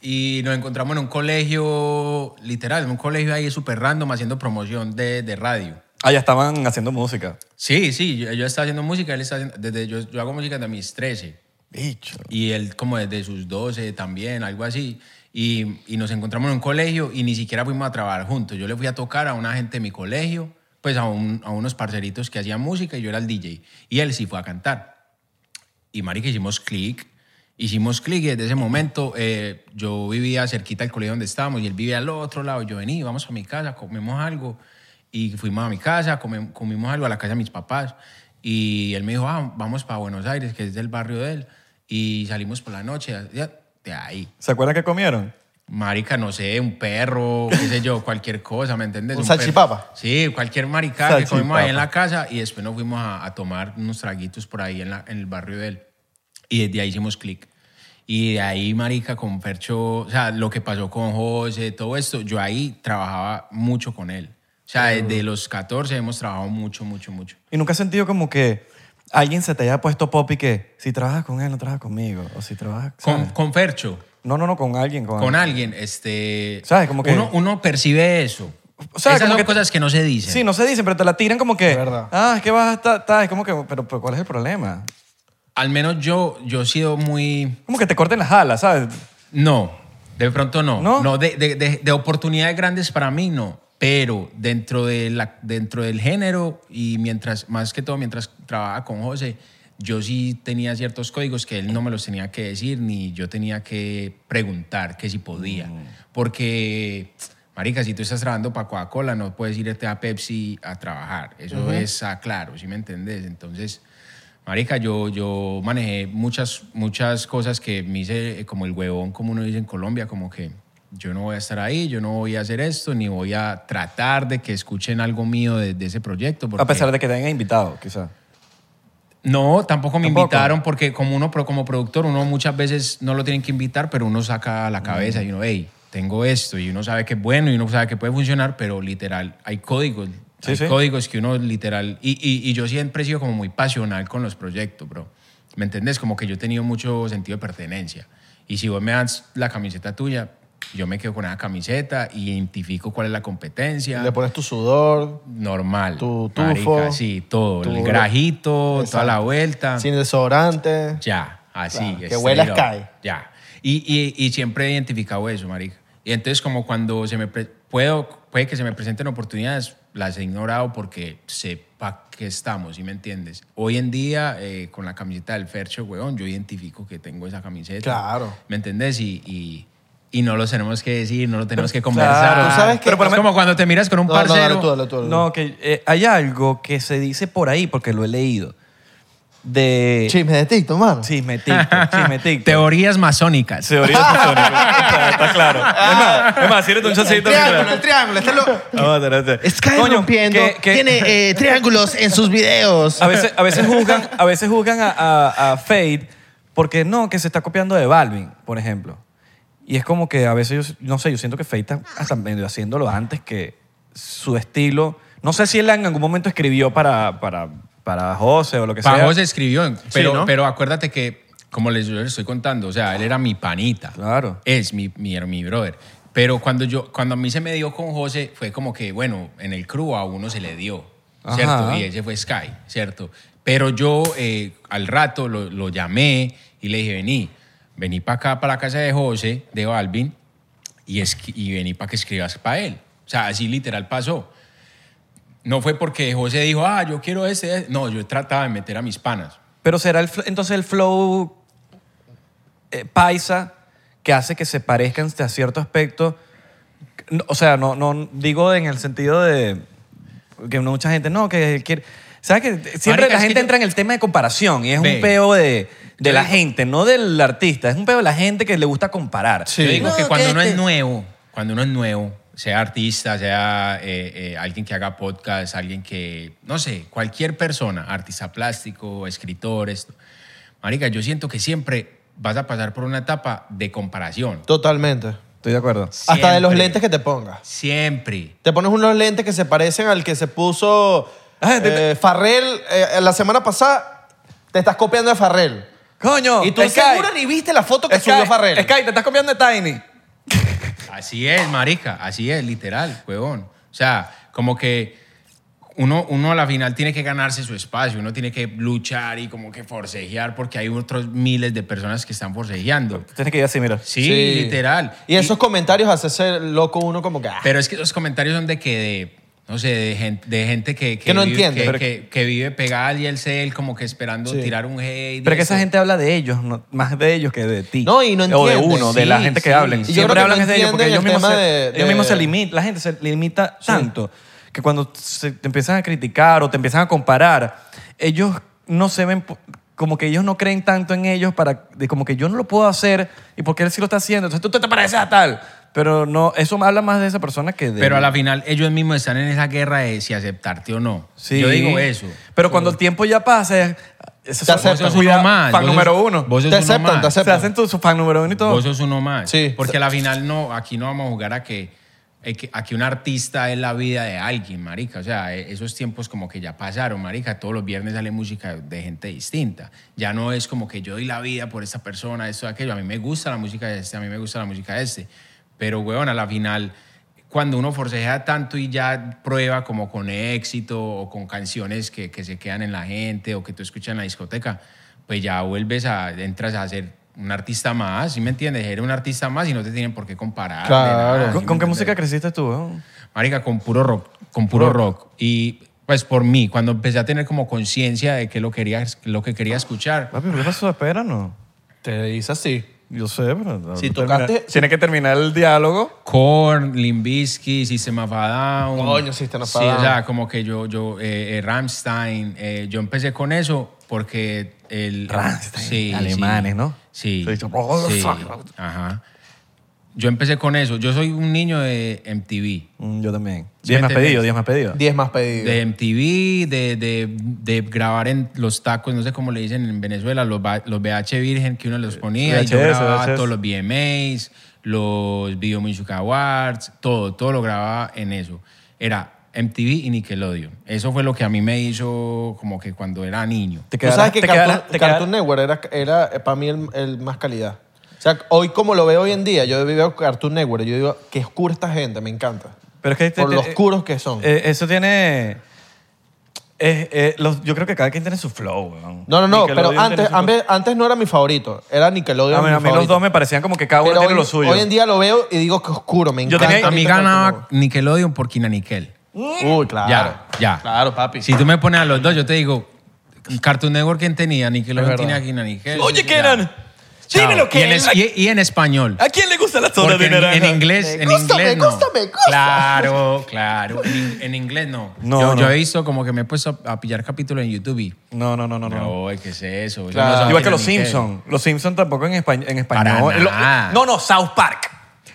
Speaker 2: Y nos encontramos en un colegio, literal, en un colegio ahí súper random haciendo promoción de, de radio.
Speaker 3: Ah, ya estaban haciendo música.
Speaker 2: Sí, sí, yo, yo estaba haciendo música, él está haciendo, desde, yo, yo hago música desde mis 13.
Speaker 3: Bicho.
Speaker 2: Y él como desde sus 12 también, algo así. Y, y nos encontramos en un colegio y ni siquiera fuimos a trabajar juntos. Yo le fui a tocar a una gente de mi colegio, pues a, un- a unos parceritos que hacían música y yo era el DJ. Y él sí fue a cantar. Y marica, hicimos clic. Hicimos clic y desde ese momento eh, yo vivía cerquita del colegio donde estábamos y él vivía al otro lado. Yo vení, vamos a mi casa, comimos algo. Y fuimos a mi casa, come- comimos algo a la casa de mis papás. Y él me dijo, ah, vamos para Buenos Aires, que es del barrio de él. Y salimos por la noche de- de ahí.
Speaker 3: ¿Se acuerdan que comieron?
Speaker 2: Marica, no sé, un perro, qué sé yo, cualquier cosa, ¿me entiendes?
Speaker 1: ¿Un
Speaker 2: perro.
Speaker 1: salchipapa?
Speaker 2: Sí, cualquier marica que comimos ahí en
Speaker 3: Salchipapa.
Speaker 2: la casa y después nos fuimos a, a tomar unos traguitos por ahí en, la- en el barrio de él. Y desde ahí hicimos clic. Y de ahí, marica, con Percho, o sea, lo que pasó con José, todo esto, yo ahí trabajaba mucho con él. O sea, desde los 14 hemos trabajado mucho, mucho, mucho.
Speaker 3: Y nunca has sentido como que alguien se te haya puesto pop y que si trabajas con él, no trabajas conmigo. O si trabajas.
Speaker 2: Con,
Speaker 3: ¿sabes?
Speaker 2: con Fercho,
Speaker 3: No, no, no, con alguien. Con,
Speaker 2: con alguien, este...
Speaker 3: ¿Sabes? Como que-
Speaker 2: Uno, uno percibe eso.
Speaker 3: O sea,
Speaker 2: Esas
Speaker 3: como
Speaker 2: son
Speaker 3: que-
Speaker 2: cosas que no se dicen.
Speaker 3: Sí, no se dicen, pero te la tiran como que.
Speaker 1: Es verdad.
Speaker 3: Ah, es que vas a estar. tal", Es como que. Pero, pero ¿cuál es el problema?
Speaker 2: Al menos yo, yo he sido muy...
Speaker 3: Como que te corten las alas, ¿sabes?
Speaker 2: No, de pronto no.
Speaker 3: ¿No?
Speaker 2: No, de, de- de- de oportunidades grandes para mí no. Pero dentro, de la, dentro del género y mientras, más que todo mientras trabajaba con José, yo sí tenía ciertos códigos que él no me los tenía que decir ni yo tenía que preguntar que si podía. Porque, marica, si tú estás trabajando para Coca-Cola, no puedes irte a Pepsi a trabajar. Eso es ah, claro, ¿sí me entendés? Entonces... Marica, yo, yo manejé muchas, muchas cosas que me hice eh, como el huevón, como uno dice en Colombia, como que yo no voy a estar ahí, yo no voy a hacer esto, ni voy a tratar de que escuchen algo mío de, de ese proyecto. porque-
Speaker 3: A pesar de que te hayan invitado, quizás.
Speaker 2: No, tampoco me
Speaker 3: Tampoco.
Speaker 2: invitaron porque como uno, pro- como productor, uno muchas veces no lo tienen que invitar, pero uno saca la cabeza y uno, hey, tengo esto, y uno sabe que es bueno y uno sabe que puede funcionar, pero literal, hay códigos
Speaker 3: Sí,
Speaker 2: Hay
Speaker 3: sí.
Speaker 2: códigos que uno literal. Y, y- y yo siempre he sido como muy pasional con los proyectos, bro. ¿Me entendés? Como que yo he tenido mucho sentido de pertenencia. Y si vos me das la camiseta tuya, yo me quedo con esa camiseta y identifico cuál es la competencia.
Speaker 1: Le pones tu sudor,
Speaker 2: normal.
Speaker 1: tu
Speaker 2: marica,
Speaker 1: tufo,
Speaker 2: sí, todo.
Speaker 1: tu-
Speaker 2: el grajito, toda
Speaker 1: Exacto.
Speaker 2: la vuelta.
Speaker 1: sin desodorante.
Speaker 2: Ya, así.
Speaker 1: Claro, que
Speaker 2: straight
Speaker 1: huelas
Speaker 2: up,
Speaker 1: cae.
Speaker 2: Ya. Y, y- y siempre he identificado eso, marica. Y entonces como cuando se me pre- puedo, puede que se me presenten oportunidades, las he ignorado porque sepa que estamos, ¿sí me entiendes? Hoy en día, eh, con la camiseta del Fercho, weón, yo identifico que tengo esa camiseta.
Speaker 1: Claro.
Speaker 2: ¿Me entendés? Y... y y no lo tenemos que decir, no lo tenemos que conversar.
Speaker 1: Tú sabes que-
Speaker 2: Pero por lo menos- es como cuando te miras con un
Speaker 1: No, no,
Speaker 2: parcero.
Speaker 1: dale tú, dale tú, dale tú.
Speaker 3: No, que eh, hay algo que se dice por ahí, porque lo he leído. De.
Speaker 1: Chisme de TikTok, mano.
Speaker 3: Chismetic. Chismetic.
Speaker 2: Teorías masónicas.
Speaker 3: Teoría masónica. está, está claro. Es más, es más, sírvete un
Speaker 1: El
Speaker 3: chocito.
Speaker 1: triángulo, el triángulo. Este lo...
Speaker 3: Vamos, espérate.
Speaker 1: Sky
Speaker 3: Coño,
Speaker 1: rompiendo.
Speaker 3: que- que-
Speaker 1: Tiene eh, triángulos en sus videos.
Speaker 3: A veces, a veces juzgan, a, veces juzgan a, a, a Fade porque no, que se está copiando de Balvin, por ejemplo. Y es como que a veces, yo, no sé, yo siento que Fade está hasta medio haciéndolo antes que su estilo. No sé si él en algún momento escribió para, para, para José o lo que sea.
Speaker 2: Pajos escribió, pero,
Speaker 1: ¿no?
Speaker 2: pero acuérdate que, como les, yo les estoy contando, o sea, él era mi panita.
Speaker 3: Claro.
Speaker 2: Es mi, mi, mi brother. Pero cuando, yo, cuando a mí se me dio con José, fue como que, bueno, en el crew a uno se le dio,
Speaker 3: Ajá.
Speaker 2: ¿cierto? Y ese fue Sky, ¿cierto? Pero yo eh, al rato lo, lo llamé y le dije, vení, vení para acá, para la casa de José, de Balvin, y, esqui- y vení para que escribas para él. O sea, así literal pasó. No fue porque José dijo, ah, yo quiero este. este". No, yo trataba de meter a mis panas.
Speaker 3: Pero será el, fl- entonces el flow eh, paisa que hace que se parezcan a cierto aspecto. No, O sea, no, no digo en el sentido de que no mucha gente, no, que quiere... ¿Sabes que Siempre
Speaker 2: Marica,
Speaker 3: la
Speaker 2: es
Speaker 3: gente
Speaker 2: que yo-
Speaker 3: entra en el tema de comparación y es
Speaker 2: Ve.
Speaker 3: un peo de, de
Speaker 2: Yo
Speaker 3: la
Speaker 2: digo-
Speaker 3: gente, no del artista. Es un peo de la gente que le gusta comparar.
Speaker 1: Sí.
Speaker 2: Yo digo
Speaker 3: No,
Speaker 2: que cuando uno
Speaker 3: este-
Speaker 2: es nuevo, cuando uno es nuevo, sea artista, sea eh, eh, alguien que haga podcast, alguien que, no sé, cualquier persona, artista plástico, escritor, esto. Marica, yo siento que siempre vas a pasar por una etapa de comparación.
Speaker 1: Totalmente.
Speaker 3: Estoy de acuerdo.
Speaker 1: Hasta de los
Speaker 2: Siempre.
Speaker 1: lentes que te pongas.
Speaker 2: Siempre.
Speaker 1: Te pones unos lentes que se parecen al que se puso
Speaker 3: Ah, te-
Speaker 1: eh, Farrell eh, la semana pasada. Te estás copiando de Farrell.
Speaker 3: Coño,
Speaker 1: y tú
Speaker 3: Sky,
Speaker 1: seguro ni viste la foto que
Speaker 3: Sky,
Speaker 1: subió Farrell.
Speaker 3: Sky, te estás copiando de Tiny.
Speaker 2: Así es, marica, así es, literal, huevón. O sea, como que uno, uno a la final tiene que ganarse su espacio, uno tiene que luchar y como que forcejear porque hay otros miles de personas que están forcejeando.
Speaker 3: Tienes que ir así, mira.
Speaker 2: Sí, literal.
Speaker 1: Y esos comentarios hace ser loco uno como que. ah,
Speaker 2: Pero es que los comentarios son de que, de, no sé, de gente, de gente que,
Speaker 1: Que no
Speaker 2: vive,
Speaker 1: entiende,
Speaker 2: que-
Speaker 1: pero-
Speaker 2: Que, que vive pegada al cel, como que esperando tirar un hate. y
Speaker 3: Pero que esa
Speaker 2: eso.
Speaker 3: gente habla de ellos, no- más de ellos que de ti.
Speaker 1: No, y no
Speaker 3: O de
Speaker 1: entienden.
Speaker 3: uno, de la
Speaker 2: Sí,
Speaker 3: gente que
Speaker 2: sí.
Speaker 3: hablen.
Speaker 2: Y yo
Speaker 1: creo
Speaker 3: Siempre
Speaker 1: que
Speaker 3: hablan
Speaker 1: no
Speaker 3: es de ellos porque
Speaker 1: entienden
Speaker 3: ellos
Speaker 1: el
Speaker 3: mismos, se,
Speaker 1: tema de-
Speaker 3: ellos mismos
Speaker 1: de-
Speaker 3: se limitan, la gente se limita tanto que cuando se te empiezan a criticar o te empiezan a comparar, ellos no se ven, po- como que ellos no creen tanto en ellos para, de como que yo no lo puedo hacer y porque él sí lo está haciendo, entonces tú te, te pareces a tal. Pero no, eso habla más de esa persona que de...
Speaker 2: Pero a la final ellos mismos están en esa guerra de si aceptarte o no.
Speaker 3: Sí.
Speaker 2: Yo digo eso.
Speaker 3: Pero cuando el tiempo ya pasa, es- esos
Speaker 1: Te
Speaker 3: son-
Speaker 1: aceptan.
Speaker 2: Vos sos
Speaker 3: cuidado,
Speaker 2: uno más.
Speaker 3: Fan
Speaker 2: vos sos-
Speaker 3: número uno.
Speaker 2: Vos sos
Speaker 1: Te
Speaker 2: uno
Speaker 1: aceptan,
Speaker 2: más.
Speaker 1: te aceptan.
Speaker 3: Se hacen tu su fan número uno y todo.
Speaker 2: Vos sos uno más.
Speaker 1: Sí.
Speaker 2: Porque a la final no, aquí no vamos a jugar a que, a que- a que un artista es la vida de alguien, marica. O sea, e- esos tiempos como que ya pasaron, marica. Todos los viernes sale música de gente distinta. Ya no es como que yo doy la vida por esta persona, esto, aquello. A mí me gusta la música de este, a mí me gusta la música de este. Pero, weón, a la final... Cuando uno forcejea tanto y ya prueba como con éxito o con canciones que, que se quedan en la gente o que tú escuchas en la discoteca, pues ya vuelves a, entras a ser un artista más, ¿sí me entiendes? Eres un artista más y no te tienen por qué comparar. de nada,
Speaker 1: Claro.
Speaker 2: ¿sí me
Speaker 3: ¿Con, con qué
Speaker 2: entiendes?
Speaker 3: música creciste tú? weón?
Speaker 2: Marica, con puro rock, con puro rock. Y pues por mí, cuando empecé a tener como conciencia de que lo, quería, lo que quería escuchar,
Speaker 3: Papi, ¿por qué pasó? Espera, no.
Speaker 1: Te dice así.
Speaker 3: Yo sé, pero...
Speaker 1: Si
Speaker 3: termina-
Speaker 1: tocaste-
Speaker 3: Tiene que terminar el diálogo.
Speaker 2: Korn, Limbisky, System of a Down.
Speaker 1: Coño, System of a
Speaker 2: Sí,
Speaker 1: Down.
Speaker 2: o sea, como que yo, yo eh, Ramstein, yo empecé con eso porque el...
Speaker 3: Rammstein,
Speaker 2: sí,
Speaker 3: alemanes,
Speaker 2: sí.
Speaker 3: ¿no?
Speaker 2: Sí.
Speaker 3: Se dice, "Oh,
Speaker 2: sí,
Speaker 3: fuck".
Speaker 2: Ajá. Yo empecé con eso. Yo soy un niño de MTV.
Speaker 3: Mm, Yo también.
Speaker 2: Sí,
Speaker 3: Diez
Speaker 2: me
Speaker 3: más
Speaker 2: entendés.
Speaker 3: pedidos, diez más pedidos.
Speaker 1: 10 más pedidos.
Speaker 2: De MTV, de, de- de grabar en los tacos, no sé cómo le dicen en Venezuela, los, va- los VH virgen que uno los ponía. y yo
Speaker 3: VHS,
Speaker 2: grababa
Speaker 3: VHS.
Speaker 2: todos los VMAs, los Video Music Awards, todo, todo lo grababa en eso. Era MTV y Nickelodeon. Eso fue lo que a mí me hizo como que cuando era niño.
Speaker 3: Te
Speaker 1: Tú
Speaker 3: quedará-
Speaker 1: sabes que
Speaker 3: te
Speaker 1: Cartoon,
Speaker 3: quedará- te quedará-
Speaker 1: Cartoon Network era, era eh, para mí el, el más calidad. O sea, hoy como lo veo hoy en día, yo veo Cartoon Network, yo digo, qué oscura esta gente, me encanta.
Speaker 3: Pero es que te-
Speaker 1: Por
Speaker 3: te-
Speaker 1: lo oscuros que son.
Speaker 3: eh, eso tiene... eh, eh, los- yo creo que cada quien tiene su flow, weón.
Speaker 1: no, no, no, pero
Speaker 3: Nickelodeon tiene
Speaker 1: antes,
Speaker 3: su flow.
Speaker 1: antes, antes no era mi favorito, era Nickelodeon.
Speaker 3: A mí,
Speaker 1: mi
Speaker 3: a mí los
Speaker 1: favorito.
Speaker 3: dos me parecían como que cada uno
Speaker 1: Pero
Speaker 3: tiene
Speaker 1: hoy,
Speaker 3: lo suyo.
Speaker 1: hoy en día lo veo y digo que oscuro, me
Speaker 3: Yo
Speaker 1: encanta.
Speaker 3: tenía-
Speaker 2: A mí
Speaker 1: ahorita
Speaker 2: ganaba Nickelodeon por Kina Nickel.
Speaker 1: Cartoon Network. Uy, claro.
Speaker 2: Ya, ya.
Speaker 1: Claro, papi.
Speaker 2: Si tú me pones a los dos, yo te digo, Cartoon Network, ¿quién tenía? Nickelodeon
Speaker 1: Es verdad.
Speaker 2: tenía a Kina Nickel.
Speaker 3: Oye,
Speaker 2: Ya.
Speaker 3: Kenan,
Speaker 2: Chao.
Speaker 3: dime lo que
Speaker 2: y en, es-
Speaker 3: es la-
Speaker 2: y- y en español.
Speaker 3: ¿A quién le gusta la zona
Speaker 2: Porque
Speaker 3: de
Speaker 2: en,
Speaker 3: naranja?
Speaker 2: en inglés,
Speaker 1: Me
Speaker 2: en
Speaker 1: gusta, me
Speaker 2: inglés no.
Speaker 1: gusta, me gusta.
Speaker 2: Claro, claro. En, in- en inglés no.
Speaker 3: No,
Speaker 2: yo,
Speaker 3: no.
Speaker 2: yo he visto como que me he puesto a, a pillar capítulos en YouTube y...
Speaker 3: No, no, no, no. no.
Speaker 2: No, ¿qué es eso? Yo
Speaker 1: Claro.
Speaker 2: no sabía
Speaker 3: Igual que
Speaker 2: era
Speaker 3: los
Speaker 2: Nickel.
Speaker 3: Simpsons. Los Simpsons tampoco en, espa- en español.
Speaker 2: Ah, Para
Speaker 3: Lo-
Speaker 2: nada.
Speaker 3: No, no, South Park.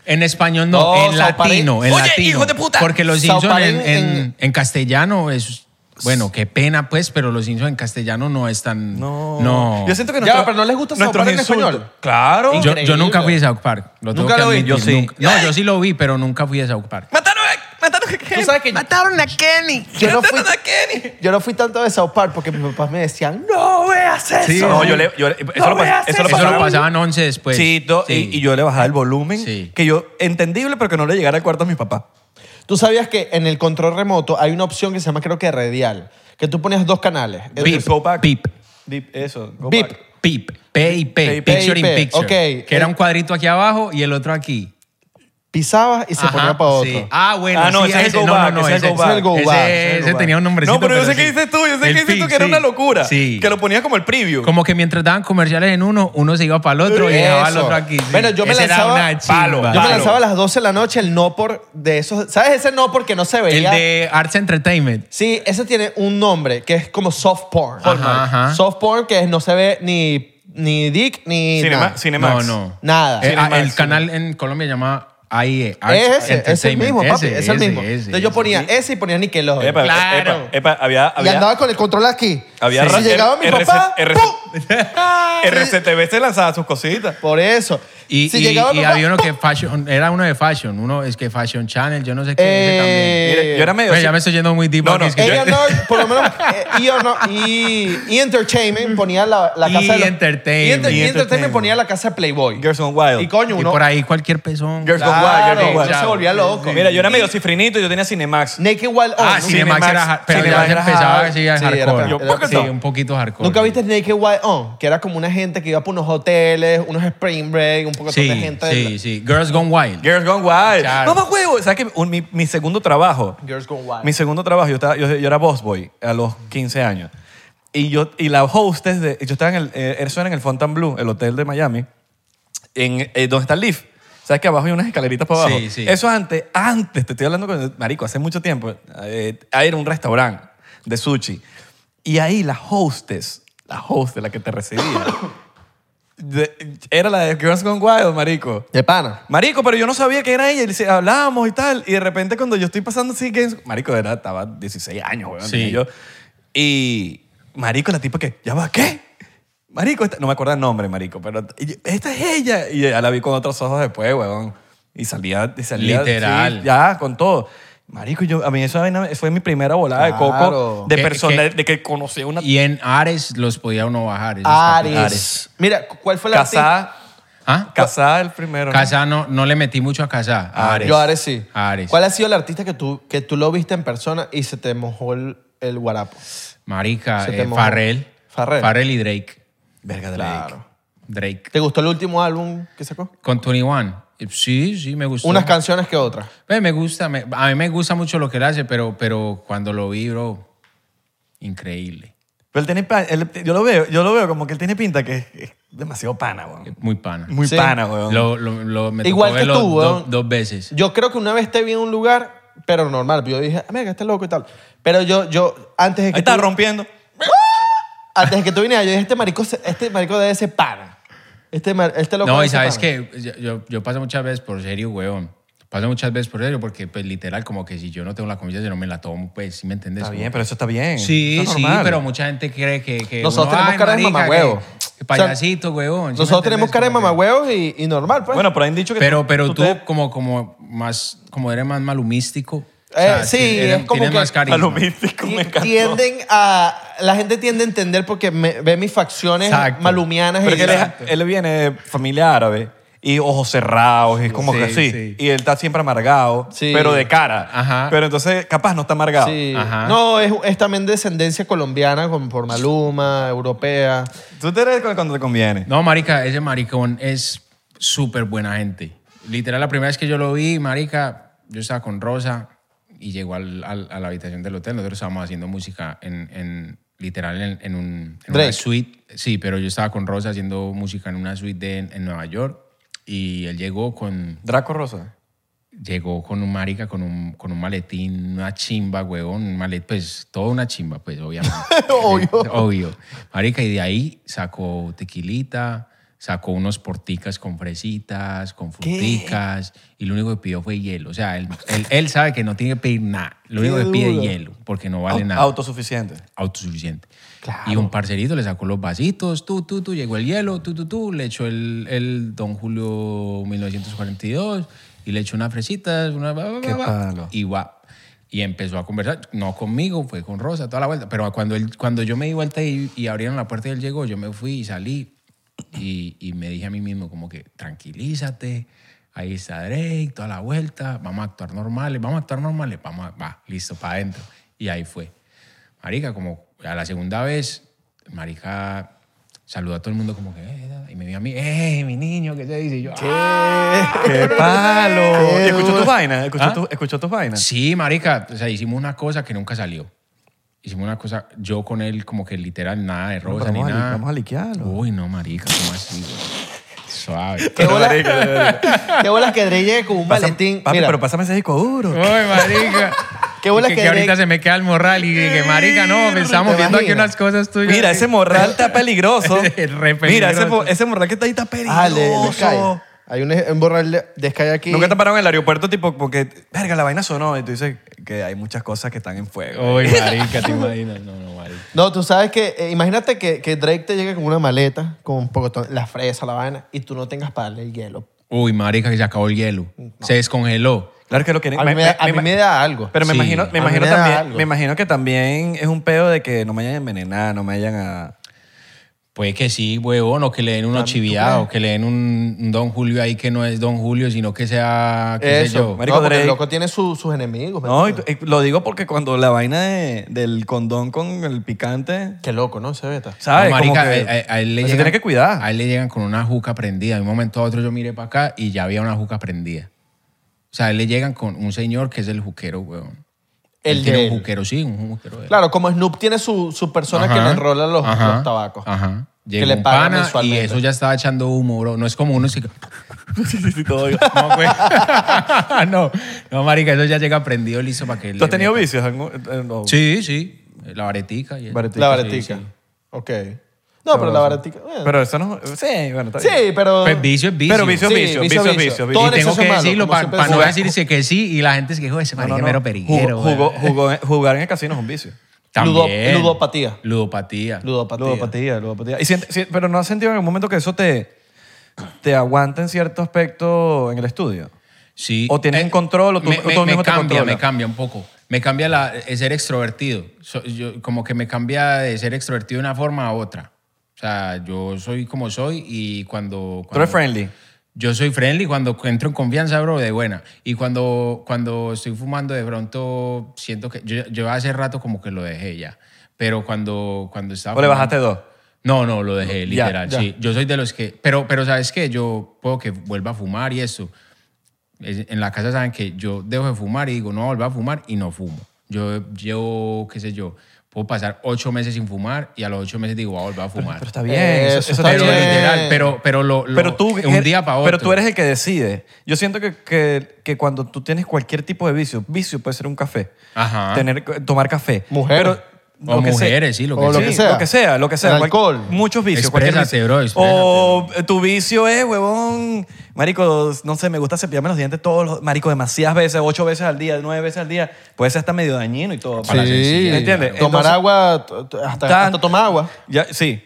Speaker 2: En español no,
Speaker 1: No,
Speaker 2: en
Speaker 1: Sao Parín.
Speaker 2: latino. En
Speaker 3: Oh, Oye,
Speaker 2: latino.
Speaker 3: hijo de puta.
Speaker 2: Porque los
Speaker 1: Sao
Speaker 2: Simpsons
Speaker 1: Parín
Speaker 2: en, en-
Speaker 1: en-
Speaker 2: en castellano es... Bueno, qué pena pues, pero los Simpsons en castellano no es tan...
Speaker 3: No.
Speaker 2: No.
Speaker 3: Yo siento que
Speaker 1: Ya,
Speaker 3: nuestro-
Speaker 1: pero no les gusta South
Speaker 3: nuestros
Speaker 1: Park en
Speaker 3: insultos-
Speaker 1: español.
Speaker 3: Claro.
Speaker 2: Yo- yo,
Speaker 1: Increíble.
Speaker 2: nunca fui a South Park. Lo tengo
Speaker 1: ¿Nunca
Speaker 2: que
Speaker 1: lo vi?
Speaker 2: admitir,
Speaker 3: Yo sí.
Speaker 2: nunca- No, yo sí lo vi, pero nunca fui a South Park.
Speaker 3: Mataron a, mataron a Kenny.
Speaker 1: Tú sabes que yo-
Speaker 3: mataron a Kenny.
Speaker 1: Yo no fui-
Speaker 3: mataron a Kenny.
Speaker 1: Yo no fui tanto de South Park porque mis papás me decían, no.
Speaker 3: veas eso. no, yo le, yo le- eso, lo, pas-
Speaker 7: veas
Speaker 3: eso lo
Speaker 2: Eso
Speaker 3: pasaba.
Speaker 2: lo pasaban 11 después.
Speaker 3: Sí, to-
Speaker 2: Sí.
Speaker 3: Y, y yo le bajaba el volumen.
Speaker 2: Sí.
Speaker 3: Que yo, entendible, pero que no le llegara al cuarto a mis papás.
Speaker 1: Tú sabías que en el control remoto hay una opción que se llama, creo que radial, que tú ponías dos canales.
Speaker 2: Pip,
Speaker 3: Go back.
Speaker 2: pip,
Speaker 3: Deep, eso. go
Speaker 1: Beep.
Speaker 3: back.
Speaker 2: pip, P y P,
Speaker 1: P y P.
Speaker 2: picture in picture.
Speaker 1: Ok. eh.
Speaker 2: Que era un cuadrito aquí abajo y el otro aquí.
Speaker 1: Pisabas y se
Speaker 2: Ajá,
Speaker 1: ponía para otro.
Speaker 2: sí. Ah, bueno,
Speaker 3: Ah, no,
Speaker 2: sí,
Speaker 3: ese es el go
Speaker 2: no,
Speaker 3: back,
Speaker 2: no,
Speaker 3: ese
Speaker 2: no,
Speaker 3: es el go back.
Speaker 1: Ese es el go
Speaker 2: ese-
Speaker 1: back,
Speaker 2: ese
Speaker 3: go back.
Speaker 2: tenía un nombrecito.
Speaker 3: No, pero yo sé
Speaker 2: sí.
Speaker 3: que dices tú, yo sé
Speaker 2: El
Speaker 3: que dices tú
Speaker 2: pic,
Speaker 3: que era
Speaker 2: sí.
Speaker 3: una locura.
Speaker 2: Sí.
Speaker 3: Que lo ponías como el preview.
Speaker 2: Como que mientras daban comerciales en uno, uno se iba para el otro y
Speaker 1: Eso.
Speaker 2: dejaba al otro aquí. sí.
Speaker 1: Bueno, yo me
Speaker 2: Ese era
Speaker 1: lanzaba
Speaker 2: una chimba.
Speaker 3: palo,
Speaker 1: Yo me
Speaker 3: Palo.
Speaker 1: lanzaba a las 12 de la noche el no por de esos. ¿Sabes ese no porque no se
Speaker 2: El
Speaker 1: veía?
Speaker 2: de Arts Entertainment.
Speaker 1: Sí, ese tiene un nombre que es como soft porn.
Speaker 2: Ajá, ajá.
Speaker 1: Soft porn que no se ve ni, ni dick ni
Speaker 3: Cinema-
Speaker 1: nada.
Speaker 3: Cinemax.
Speaker 2: No, no.
Speaker 1: Nada.
Speaker 2: Eh, ah, el
Speaker 3: Cinemax,
Speaker 2: canal en Colombia se llama AIE. Arts
Speaker 1: Ese, es el
Speaker 2: Entertainment.
Speaker 1: mismo, papi.
Speaker 2: Ese,
Speaker 1: es el
Speaker 2: ese,
Speaker 1: mismo.
Speaker 2: ese,
Speaker 1: Entonces yo
Speaker 2: ese.
Speaker 1: ponía ese y ponía Nickelodeon.
Speaker 3: Epa,
Speaker 2: Claro.
Speaker 3: epa, epa, había,
Speaker 1: Y
Speaker 3: había,
Speaker 1: andaba con el control aquí.
Speaker 3: Había
Speaker 1: si
Speaker 3: ra-
Speaker 1: llegaba mi
Speaker 3: RC
Speaker 1: papá,
Speaker 3: RC
Speaker 1: ¡pum!
Speaker 3: RCTV se lanzaba sus cositas.
Speaker 1: Por eso.
Speaker 2: Y,
Speaker 1: si
Speaker 2: y-
Speaker 1: llegaba
Speaker 2: y
Speaker 1: mi papá,
Speaker 2: había uno que
Speaker 1: ¡pum!
Speaker 2: fashion, era uno de fashion, uno es que Fashion Channel, yo no sé qué, ese
Speaker 1: Eh,
Speaker 2: también.
Speaker 3: Mira, yo era medio.
Speaker 2: Oye, ya me estoy yendo muy deep.
Speaker 3: No,
Speaker 2: aquí,
Speaker 3: no,
Speaker 2: es que yo-
Speaker 1: Ella no, por lo menos, eh, y, o no- y- y Entertainment ponía la, la
Speaker 2: Y
Speaker 1: casa de los- Y, Enter- y
Speaker 2: Entertainment.
Speaker 3: Y
Speaker 1: Entertainment
Speaker 3: Entertainment.
Speaker 1: ponía la casa de Playboy.
Speaker 3: Girls Gone Wild.
Speaker 1: Y coño,
Speaker 2: y
Speaker 1: uno...
Speaker 2: por ahí cualquier pezón.
Speaker 3: Girls Gone
Speaker 1: Claro,
Speaker 3: Wild, Girls Gone Wild.
Speaker 1: uno se volvía loco.
Speaker 3: Mira, yo era medio cifrinito, yo tenía Cinemax.
Speaker 1: Naked Wild On.
Speaker 2: Ah, Cinemax,
Speaker 3: Cinemax.
Speaker 2: era hard- pero
Speaker 3: Cinemax
Speaker 2: ya
Speaker 3: era
Speaker 2: empezaba
Speaker 3: hard.
Speaker 2: así a
Speaker 1: Sí, era-
Speaker 2: hardcore.
Speaker 1: era-
Speaker 3: Yo, poquito.
Speaker 2: sí, un poquito hardcore.
Speaker 1: ¿Nunca viste Naked Wild On? Que era como una gente que iba por unos hoteles, unos spring break, un poco
Speaker 2: Sí,
Speaker 1: de gente.
Speaker 2: sí, sí. Girls Gone Wild.
Speaker 3: Girls Gone Wild.
Speaker 2: Claro.
Speaker 3: Mamá huevo. ¿Sabes qué? Un- mi, mi segundo trabajo.
Speaker 1: Girls Gone Wild.
Speaker 3: Mi segundo trabajo, yo, estaba, yo, yo era boss boy a los 15 años. Y, yo, y la hostess de. Yo estaba en el. eh, eso era en el Fontainebleau, el hotel de Miami, en, eh, donde está el lift. ¿Sabes que abajo hay unas escaleritas para abajo?
Speaker 2: Sí, sí.
Speaker 3: Eso antes, antes, te estoy hablando con. Marico, hace mucho tiempo. eh, ahí era un restaurante de sushi. Y ahí la hostess, la hostess, la que te recibía, de- era la de Girls Gone Wild, marico.
Speaker 1: De pana.
Speaker 3: Marico, pero yo no sabía que era ella. Y dice, hablábamos y tal. Y de repente cuando yo estoy pasando así, que... Marico, era, estaba 16 años, weón.
Speaker 2: Sí.
Speaker 3: tenía yo. Y Marico, la tipa que, ya va, ¿qué? Marico, esta- no me acuerdo el nombre, Marico, pero y yo, esta es ella. Y ya la vi con otros ojos después, weón. Y salía, y salía
Speaker 2: Literal.
Speaker 3: sí, ya, con todo. Marico, yo, a mí esa vaina fue mi primera volada de
Speaker 1: Claro.
Speaker 3: coco de
Speaker 2: Que- que-
Speaker 3: persona, de que conocí a una
Speaker 2: Y en Ares los podía uno bajar. esos
Speaker 1: Ares.
Speaker 2: capítulos.
Speaker 1: Mira, ¿cuál fue la artista?
Speaker 3: casada,
Speaker 2: ¿Ah?
Speaker 3: casada el primero. ¿no? Ah,
Speaker 2: Casá no, no le metí mucho a Casá. a Ares.
Speaker 1: Yo Ares sí.
Speaker 2: Ares.
Speaker 1: ¿Cuál ha sido el artista que tú, que tú lo viste en persona y se te mojó el, el guarapo?
Speaker 2: Marica,
Speaker 1: Se te
Speaker 2: eh,
Speaker 1: mojó.
Speaker 2: Farrell.
Speaker 1: Farrell.
Speaker 2: y Drake.
Speaker 3: Verga, Drake.
Speaker 1: Claro.
Speaker 2: Drake.
Speaker 1: ¿Te gustó el último álbum que sacó?
Speaker 2: Con 21. Sí, sí, me gustó.
Speaker 1: Unas canciones que otras.
Speaker 2: Pues me gusta, me- a mí me gusta mucho lo que él hace, pero, pero cuando lo vi, bro, increíble.
Speaker 3: Pero él tiene pa- él- yo, lo veo, yo lo veo como que él tiene pinta que es, es demasiado pana, weón.
Speaker 2: Muy pana.
Speaker 3: Muy
Speaker 1: Sí.
Speaker 3: pana, weón.
Speaker 2: Lo- lo- lo- me
Speaker 1: Igual
Speaker 2: tocó
Speaker 1: que
Speaker 2: verlo
Speaker 1: tú,
Speaker 2: do-
Speaker 1: weón.
Speaker 2: dos veces.
Speaker 1: Yo creo que una vez te vi en un lugar, pero normal. Yo dije, amiga, este loco y tal. Pero yo, yo antes de
Speaker 3: Ahí
Speaker 1: que
Speaker 3: está
Speaker 1: tú,
Speaker 3: rompiendo.
Speaker 1: antes de que tú vinieras, yo dije, este marico, se- este marico debe ser pana. Este, mar- este loco
Speaker 2: No,
Speaker 1: debe
Speaker 2: y
Speaker 1: ser
Speaker 2: sabes
Speaker 1: pana.
Speaker 2: que yo, yo, yo paso muchas veces por serio, weón. Paso muchas veces por serio porque, pues, literal, como que si yo no tengo la comida, yo no me la tomo, pues, ¿sí me entiendes?
Speaker 3: Está
Speaker 2: Como
Speaker 3: bien,
Speaker 2: que-
Speaker 3: pero eso está bien.
Speaker 2: Sí,
Speaker 3: Eso es
Speaker 2: sí,
Speaker 3: normal.
Speaker 2: pero mucha gente cree que... que
Speaker 1: Nosotros tenemos
Speaker 2: "Ay,
Speaker 1: cara de
Speaker 2: marica,
Speaker 1: mamagüevo".
Speaker 2: que- que
Speaker 1: O sea,
Speaker 2: Payasito, weón. ¿sí me
Speaker 1: Nosotros tenemos
Speaker 2: entiendes?
Speaker 1: cara de
Speaker 2: Como que-
Speaker 1: mamagüeos y, y normal, pues.
Speaker 3: Bueno, pero han dicho que
Speaker 2: Pero, pero tú,
Speaker 3: te-
Speaker 2: como, como, más, como eres más malumístico, sea,
Speaker 1: Eh, sí,
Speaker 2: tienen-
Speaker 1: es como
Speaker 2: tienen
Speaker 1: que-
Speaker 2: más carisma.
Speaker 3: A lo místico, me encantó.
Speaker 1: Tienden a, la gente tiende a entender porque me- ve mis facciones
Speaker 2: Exacto.
Speaker 1: malumianas.
Speaker 3: Pero
Speaker 1: y
Speaker 3: que él, es-
Speaker 1: dice,
Speaker 3: él viene de familia árabe y ojos cerrados, es como que
Speaker 2: Sí,
Speaker 3: así.
Speaker 2: sí.
Speaker 3: Y él está siempre amargado,
Speaker 1: Sí.
Speaker 3: pero de cara.
Speaker 2: Ajá.
Speaker 3: Pero entonces, capaz no está amargado.
Speaker 1: sí.
Speaker 2: Ajá.
Speaker 1: No, es, es también descendencia colombiana como por Maluma, europea.
Speaker 3: Tú te eres cuando te conviene.
Speaker 2: No, marica, ese maricón es súper buena gente. Literal, la primera vez que yo lo vi, marica, yo estaba con Rosa y llegó al- al- a la habitación del hotel. Nosotros estábamos haciendo música en, en- literal, en, en un, en
Speaker 1: Drake.
Speaker 2: una suite. Sí, pero yo estaba con Rosa haciendo música en una suite de- en Nueva York y él llegó con
Speaker 3: Draco Rosa.
Speaker 2: llegó con un marica, con un, con un maletín, una chimba, huevón, un malet, pues toda una chimba, pues obviamente.
Speaker 1: Obvio.
Speaker 2: Eh, Obvio. Marica, y de ahí sacó tequilita, sacó unos porticas con fresitas, con fruticas, y lo único que pidió fue hielo. O sea, él, él, él sabe que no tiene que pedir nada, lo único que pide es hielo, porque no vale
Speaker 3: Au-
Speaker 2: nada
Speaker 3: Autosuficiente.
Speaker 2: autosuficiente. Y un parcerito le sacó los vasitos, tú, tú, tú, llegó el hielo, tú, tú, tú, le echó el, el Don Julio 1942 y le echó unas fresitas, una... ba, ba, ba,
Speaker 3: Qué
Speaker 2: ba,
Speaker 3: palo.
Speaker 2: Y va. Y empezó a conversar, no conmigo, fue con Rosa, toda la vuelta. Pero cuando, él, cuando yo me di vuelta y, y abrieron la puerta y él llegó, yo me fui y salí y, y me dije a mí mismo como que tranquilízate, ahí está Drake, toda la vuelta, vamos a actuar normales, vamos a actuar normales, vamos a, va, listo, para adentro. Y ahí fue. Marica, como a la segunda vez, Marica saludó a todo el mundo como que, eh, y me vio a mí, eh, mi niño, ¿qué se dice? Y yo, "Ah".
Speaker 3: ¡Qué palo!
Speaker 1: Qué
Speaker 3: ¿Y escuchó
Speaker 1: duro.
Speaker 3: tus vainas? ¿Escuchó,
Speaker 2: ¿Ah?
Speaker 3: tu- escuchó tus vainas?
Speaker 2: Sí, Marica, o sea, hicimos una cosa que nunca salió. Hicimos una cosa, yo con él como que literal nada de rosa
Speaker 3: vamos
Speaker 2: ni
Speaker 3: a li-
Speaker 2: nada.
Speaker 3: vamos a liquearlo.
Speaker 2: Uy, no, Marica, ¿cómo así? güey? Suave.
Speaker 1: Qué bolas qué bolas que Drake llegue con un
Speaker 3: Pasa-
Speaker 1: maletín.
Speaker 3: papi,
Speaker 1: Mira,
Speaker 3: pero pásame ese disco duro.
Speaker 2: Uy, marica.
Speaker 1: Qué bola
Speaker 2: que,
Speaker 1: que
Speaker 2: que ahorita
Speaker 1: Drake-
Speaker 2: se me queda el morral y que marica, no, pensamos
Speaker 1: ¿Te
Speaker 2: viendo aquí
Speaker 1: imaginas?
Speaker 2: unas cosas tuyas.
Speaker 3: Mira, ese morral está peligroso.
Speaker 2: Es re
Speaker 3: Mira, ese,
Speaker 2: peligroso.
Speaker 3: mo- ese morral que está ahí está
Speaker 1: ah, le, le cae.
Speaker 3: peligroso.
Speaker 1: Hay un, un borral de, de Sky aquí.
Speaker 3: Nunca te pararon en el aeropuerto tipo porque, verga, la vaina sonó y tú dices que hay muchas cosas que están en fuego.
Speaker 2: Uy, marica, te imaginas. No, no, marica.
Speaker 1: No, tú sabes que, eh, imagínate que, que Drake te llegue con una maleta, con un poco de la fresa, la vaina, y tú no tengas para darle el hielo.
Speaker 2: Uy, marica, que se acabó el hielo. Se descongeló.
Speaker 3: Claro que lo quieren.
Speaker 1: A mí me da, a mí
Speaker 3: me-
Speaker 1: me da algo.
Speaker 3: Pero me
Speaker 2: Sí,
Speaker 3: imagino,
Speaker 2: a
Speaker 3: me
Speaker 1: mí
Speaker 3: imagino
Speaker 1: me da
Speaker 3: también,
Speaker 1: algo.
Speaker 3: me imagino que también es un pedo de que no me hayan envenenado, no me hayan a.
Speaker 2: Puede que sí, huevón, o que le den uno chiviado, o que le den un, un Don Julio ahí que no es Don Julio, sino que sea, qué sé
Speaker 1: Eso,
Speaker 2: yo.
Speaker 3: marico,
Speaker 1: no, porque
Speaker 3: Drake-
Speaker 1: el loco tiene su- sus enemigos. ¿me
Speaker 3: No, y
Speaker 1: entiendes?
Speaker 3: tú- y lo digo porque cuando la vaina de- del condón con el picante,
Speaker 1: Qué loco, ¿no? Se beta.
Speaker 3: ¿sabes?
Speaker 2: No,
Speaker 3: Como
Speaker 2: marica,
Speaker 3: que-
Speaker 2: a- a- a él le
Speaker 3: se
Speaker 2: llegan-
Speaker 3: tiene que cuidar.
Speaker 2: A él le llegan con una juca prendida. De un momento a otro yo miré para acá y ya había una juca prendida. O sea, a él le llegan con un señor que es el juquero, huevón.
Speaker 1: El
Speaker 2: Él
Speaker 1: de
Speaker 2: tiene
Speaker 1: él.
Speaker 2: un juquero, sí, un juquero. de él.
Speaker 1: Claro, como Snoop tiene su, su persona que
Speaker 2: Ajá,
Speaker 1: le enrola los,
Speaker 2: ajá,
Speaker 1: los tabacos.
Speaker 2: Ajá.
Speaker 1: Que
Speaker 2: Llegó
Speaker 1: le
Speaker 2: un
Speaker 1: pagan
Speaker 2: pana y
Speaker 1: mensualmente.
Speaker 2: eso ya estaba echando humo, bro. No es como uno... que-
Speaker 3: Sí, sí, sí, todo bien.
Speaker 2: No, pues. güey. no, no, marica, eso ya llega prendido listo para que...
Speaker 3: ¿Tú
Speaker 2: le
Speaker 3: has tenido
Speaker 2: metan.
Speaker 3: vicios? algún- eh, no.
Speaker 2: Sí, sí. La varetica. Y eso.
Speaker 3: Varetica.
Speaker 1: La baratica.
Speaker 2: Sí, sí.
Speaker 1: Ok. No, pero la baratica. eh.
Speaker 3: Pero eso no. Sí, bueno, está bien.
Speaker 1: sí, pero.
Speaker 2: Pues vicio es vicio.
Speaker 3: Pero vicio,
Speaker 1: Sí,
Speaker 3: vicio,
Speaker 1: vicio,
Speaker 3: vicio,
Speaker 1: vicio.
Speaker 3: vicio.
Speaker 1: Todo
Speaker 2: y
Speaker 1: en
Speaker 2: tengo
Speaker 1: exceso
Speaker 2: que
Speaker 1: es malo,
Speaker 2: decirlo
Speaker 1: como
Speaker 2: para
Speaker 1: siempre
Speaker 2: no
Speaker 1: decimos.
Speaker 2: decirse que sí y la gente es que, joder, ese marica
Speaker 3: No,
Speaker 2: es
Speaker 3: no,
Speaker 2: mero
Speaker 3: no.
Speaker 2: periguero.
Speaker 3: Ju- jugó-
Speaker 2: güey.
Speaker 3: jugó en- Jugar en el casino es un vicio.
Speaker 2: También.
Speaker 1: Ludo- ludopatía.
Speaker 2: Ludopatía.
Speaker 1: Ludopatía.
Speaker 3: Ludopatía, ludopatía. Y siente- si- pero no has sentido en algún momento que eso te, te aguanta en cierto aspecto en el estudio.
Speaker 2: Sí. Eh,
Speaker 3: ¿O tienes un control o tú-
Speaker 2: me,
Speaker 3: o tú
Speaker 2: me-
Speaker 3: mismo
Speaker 2: me
Speaker 3: te
Speaker 2: cambia,
Speaker 3: controlas?
Speaker 2: me cambia un poco. Me cambia la, el ser extrovertido. So- yo- como que me cambia de ser extrovertido de una forma a otra. O sea, yo soy como soy y cuando...
Speaker 3: Tú eres
Speaker 2: cuando- Ah,
Speaker 3: friendly.
Speaker 2: Yo soy friendly cuando entro en confianza, bro, de buena. Y cuando, cuando estoy fumando, de pronto siento que. Yo, yo hace rato como que lo dejé ya. Pero cuando, cuando estaba.
Speaker 3: ¿O le
Speaker 2: fumando-
Speaker 3: bajaste dos?
Speaker 2: No, no, lo dejé,
Speaker 3: Ya,
Speaker 2: literal.
Speaker 3: ya.
Speaker 2: Sí, yo soy de los que. Pero, pero ¿sabes qué? Yo puedo que vuelva a fumar y eso. Es- En la casa saben que yo dejo de fumar y digo, no, vuelvo a fumar y no fumo. Yo llevo, qué sé yo, puedo pasar ocho meses sin fumar y a los ocho meses digo, voy a volver a fumar.
Speaker 3: Pero está bien.
Speaker 1: Eso
Speaker 3: eso,
Speaker 1: está
Speaker 2: Pero
Speaker 3: está
Speaker 1: bien.
Speaker 2: literal, pero, pero lo, lo-
Speaker 3: Pero tú, er,
Speaker 2: un día para otro.
Speaker 3: Pero tú eres el que decide. Yo siento que, que, que cuando tú tienes cualquier tipo de vicio, vicio puede ser un café,
Speaker 2: Ajá.
Speaker 3: tener, tomar café.
Speaker 1: Mujer.
Speaker 3: Pero,
Speaker 2: O
Speaker 3: lo que sea.
Speaker 2: mujeres, sí, lo que
Speaker 1: O lo
Speaker 2: sea.
Speaker 1: que sea.
Speaker 3: Lo que sea, lo que sea.
Speaker 1: El alcohol.
Speaker 3: Muchos vicios.
Speaker 2: Exprésate,
Speaker 3: cualquier vicio.
Speaker 2: bro, exprésate.
Speaker 3: O eh, tu vicio es, huevón, marico, no sé, me gusta cepillarme los dientes todos los, marico, demasiadas veces, ocho veces al día, nueve veces al día. Puede ser hasta medio dañino y todo.
Speaker 1: Sí.
Speaker 3: ¿Entiendes?
Speaker 1: Eh, Tomar
Speaker 3: Entonces-
Speaker 1: agua, t- t- hasta,
Speaker 3: Tan-
Speaker 1: hasta tomar agua.
Speaker 3: Ya, sí.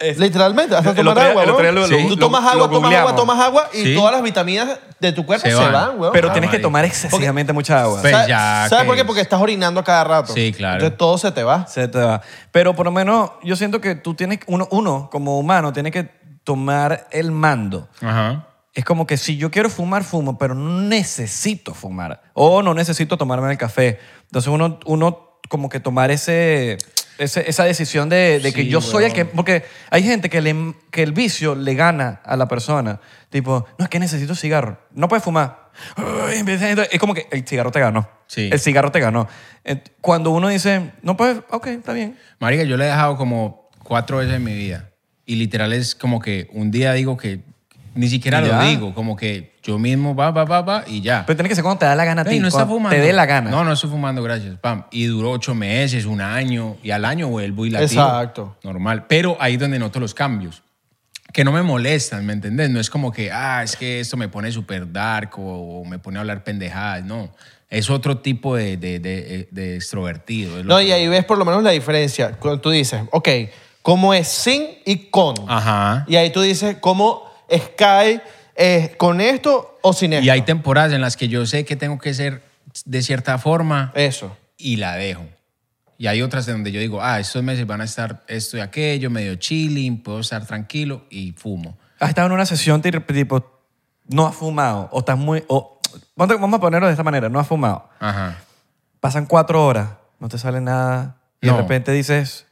Speaker 3: Es-
Speaker 1: Literalmente, hasta
Speaker 3: El
Speaker 1: tomar
Speaker 3: otro día-
Speaker 1: agua,
Speaker 3: el otro día
Speaker 1: weón.
Speaker 2: lo- lo-
Speaker 1: Tú tomas
Speaker 3: lo
Speaker 1: agua, tomas
Speaker 3: googleamos.
Speaker 1: agua, tomas agua y
Speaker 2: Sí.
Speaker 1: todas las vitaminas de tu cuerpo
Speaker 2: Se
Speaker 1: se,
Speaker 2: van.
Speaker 1: van, weón.
Speaker 3: Pero
Speaker 2: Ah,
Speaker 3: tienes que
Speaker 2: marico.
Speaker 3: tomar excesivamente mucha agua.
Speaker 2: Pe-
Speaker 1: ¿Sabes,
Speaker 2: Pues ya,
Speaker 1: sabes
Speaker 2: ¿qué
Speaker 1: por qué?
Speaker 2: es?
Speaker 1: Porque estás orinando a cada rato.
Speaker 2: Sí, claro.
Speaker 1: Entonces todo se te va.
Speaker 3: Se te va. Pero por lo menos yo siento que tú tienes, uno, uno como humano tiene que tomar el mando.
Speaker 2: Ajá.
Speaker 3: Es como que si yo quiero fumar, fumo, pero no necesito fumar. O no necesito tomarme el café. Entonces uno, uno como que tomar ese, ese- esa decisión de, de que
Speaker 2: Sí,
Speaker 3: yo soy el que...
Speaker 2: weón.
Speaker 3: Porque hay gente que, le, que el vicio le gana a la persona. Tipo, no, es que necesito cigarro. No puedes fumar. Ay, empieza- Es como que el cigarro te ganó.
Speaker 2: Sí.
Speaker 3: El cigarro te ganó. Ent- Cuando uno dice, no puedes, ok, está bien.
Speaker 2: Marica, yo le he dejado como cuatro veces en mi vida. Y literal es como que un día digo que ni siquiera
Speaker 3: Y
Speaker 2: lo
Speaker 3: ya.
Speaker 2: digo, como que yo mismo va, va, va, va y ya.
Speaker 3: Pero tiene que ser cuando te da la gana a ti.
Speaker 2: Ey, no está
Speaker 3: cuando
Speaker 2: fumando.
Speaker 3: Te dé la gana.
Speaker 2: No, no estoy fumando, gracias. Pam. Y duró ocho meses, un año, y al año vuelvo y la tiro.
Speaker 1: Exacto.
Speaker 2: Normal. Pero ahí es donde noto los cambios. Que no me molestan, ¿me entendés? No es como que, ah, es que esto me pone súper dark o, o me pone a hablar pendejadas. No. Es otro tipo de, de, de- eh, de extrovertido. es lo
Speaker 1: No,
Speaker 2: que-
Speaker 1: y ahí ves por lo menos la diferencia. Cuando tú dices, ok, ¿cómo es sin y con?
Speaker 2: Ajá.
Speaker 1: Y ahí tú dices, ¿cómo Sky eh, con esto o sin esto?
Speaker 2: Y hay temporadas en las que yo sé que tengo que ser de cierta forma
Speaker 1: Eso.
Speaker 2: y la dejo. Y hay otras en donde yo digo, ah, estos meses van a estar esto y aquello, medio chilling, puedo estar tranquilo y fumo.
Speaker 3: has estado en una sesión tir- tipo no has fumado o estás muy o ponte- vamos a ponerlo de esta manera no has fumado
Speaker 2: Ajá.
Speaker 3: pasan cuatro horas no te sale nada y
Speaker 2: No.
Speaker 3: de repente dices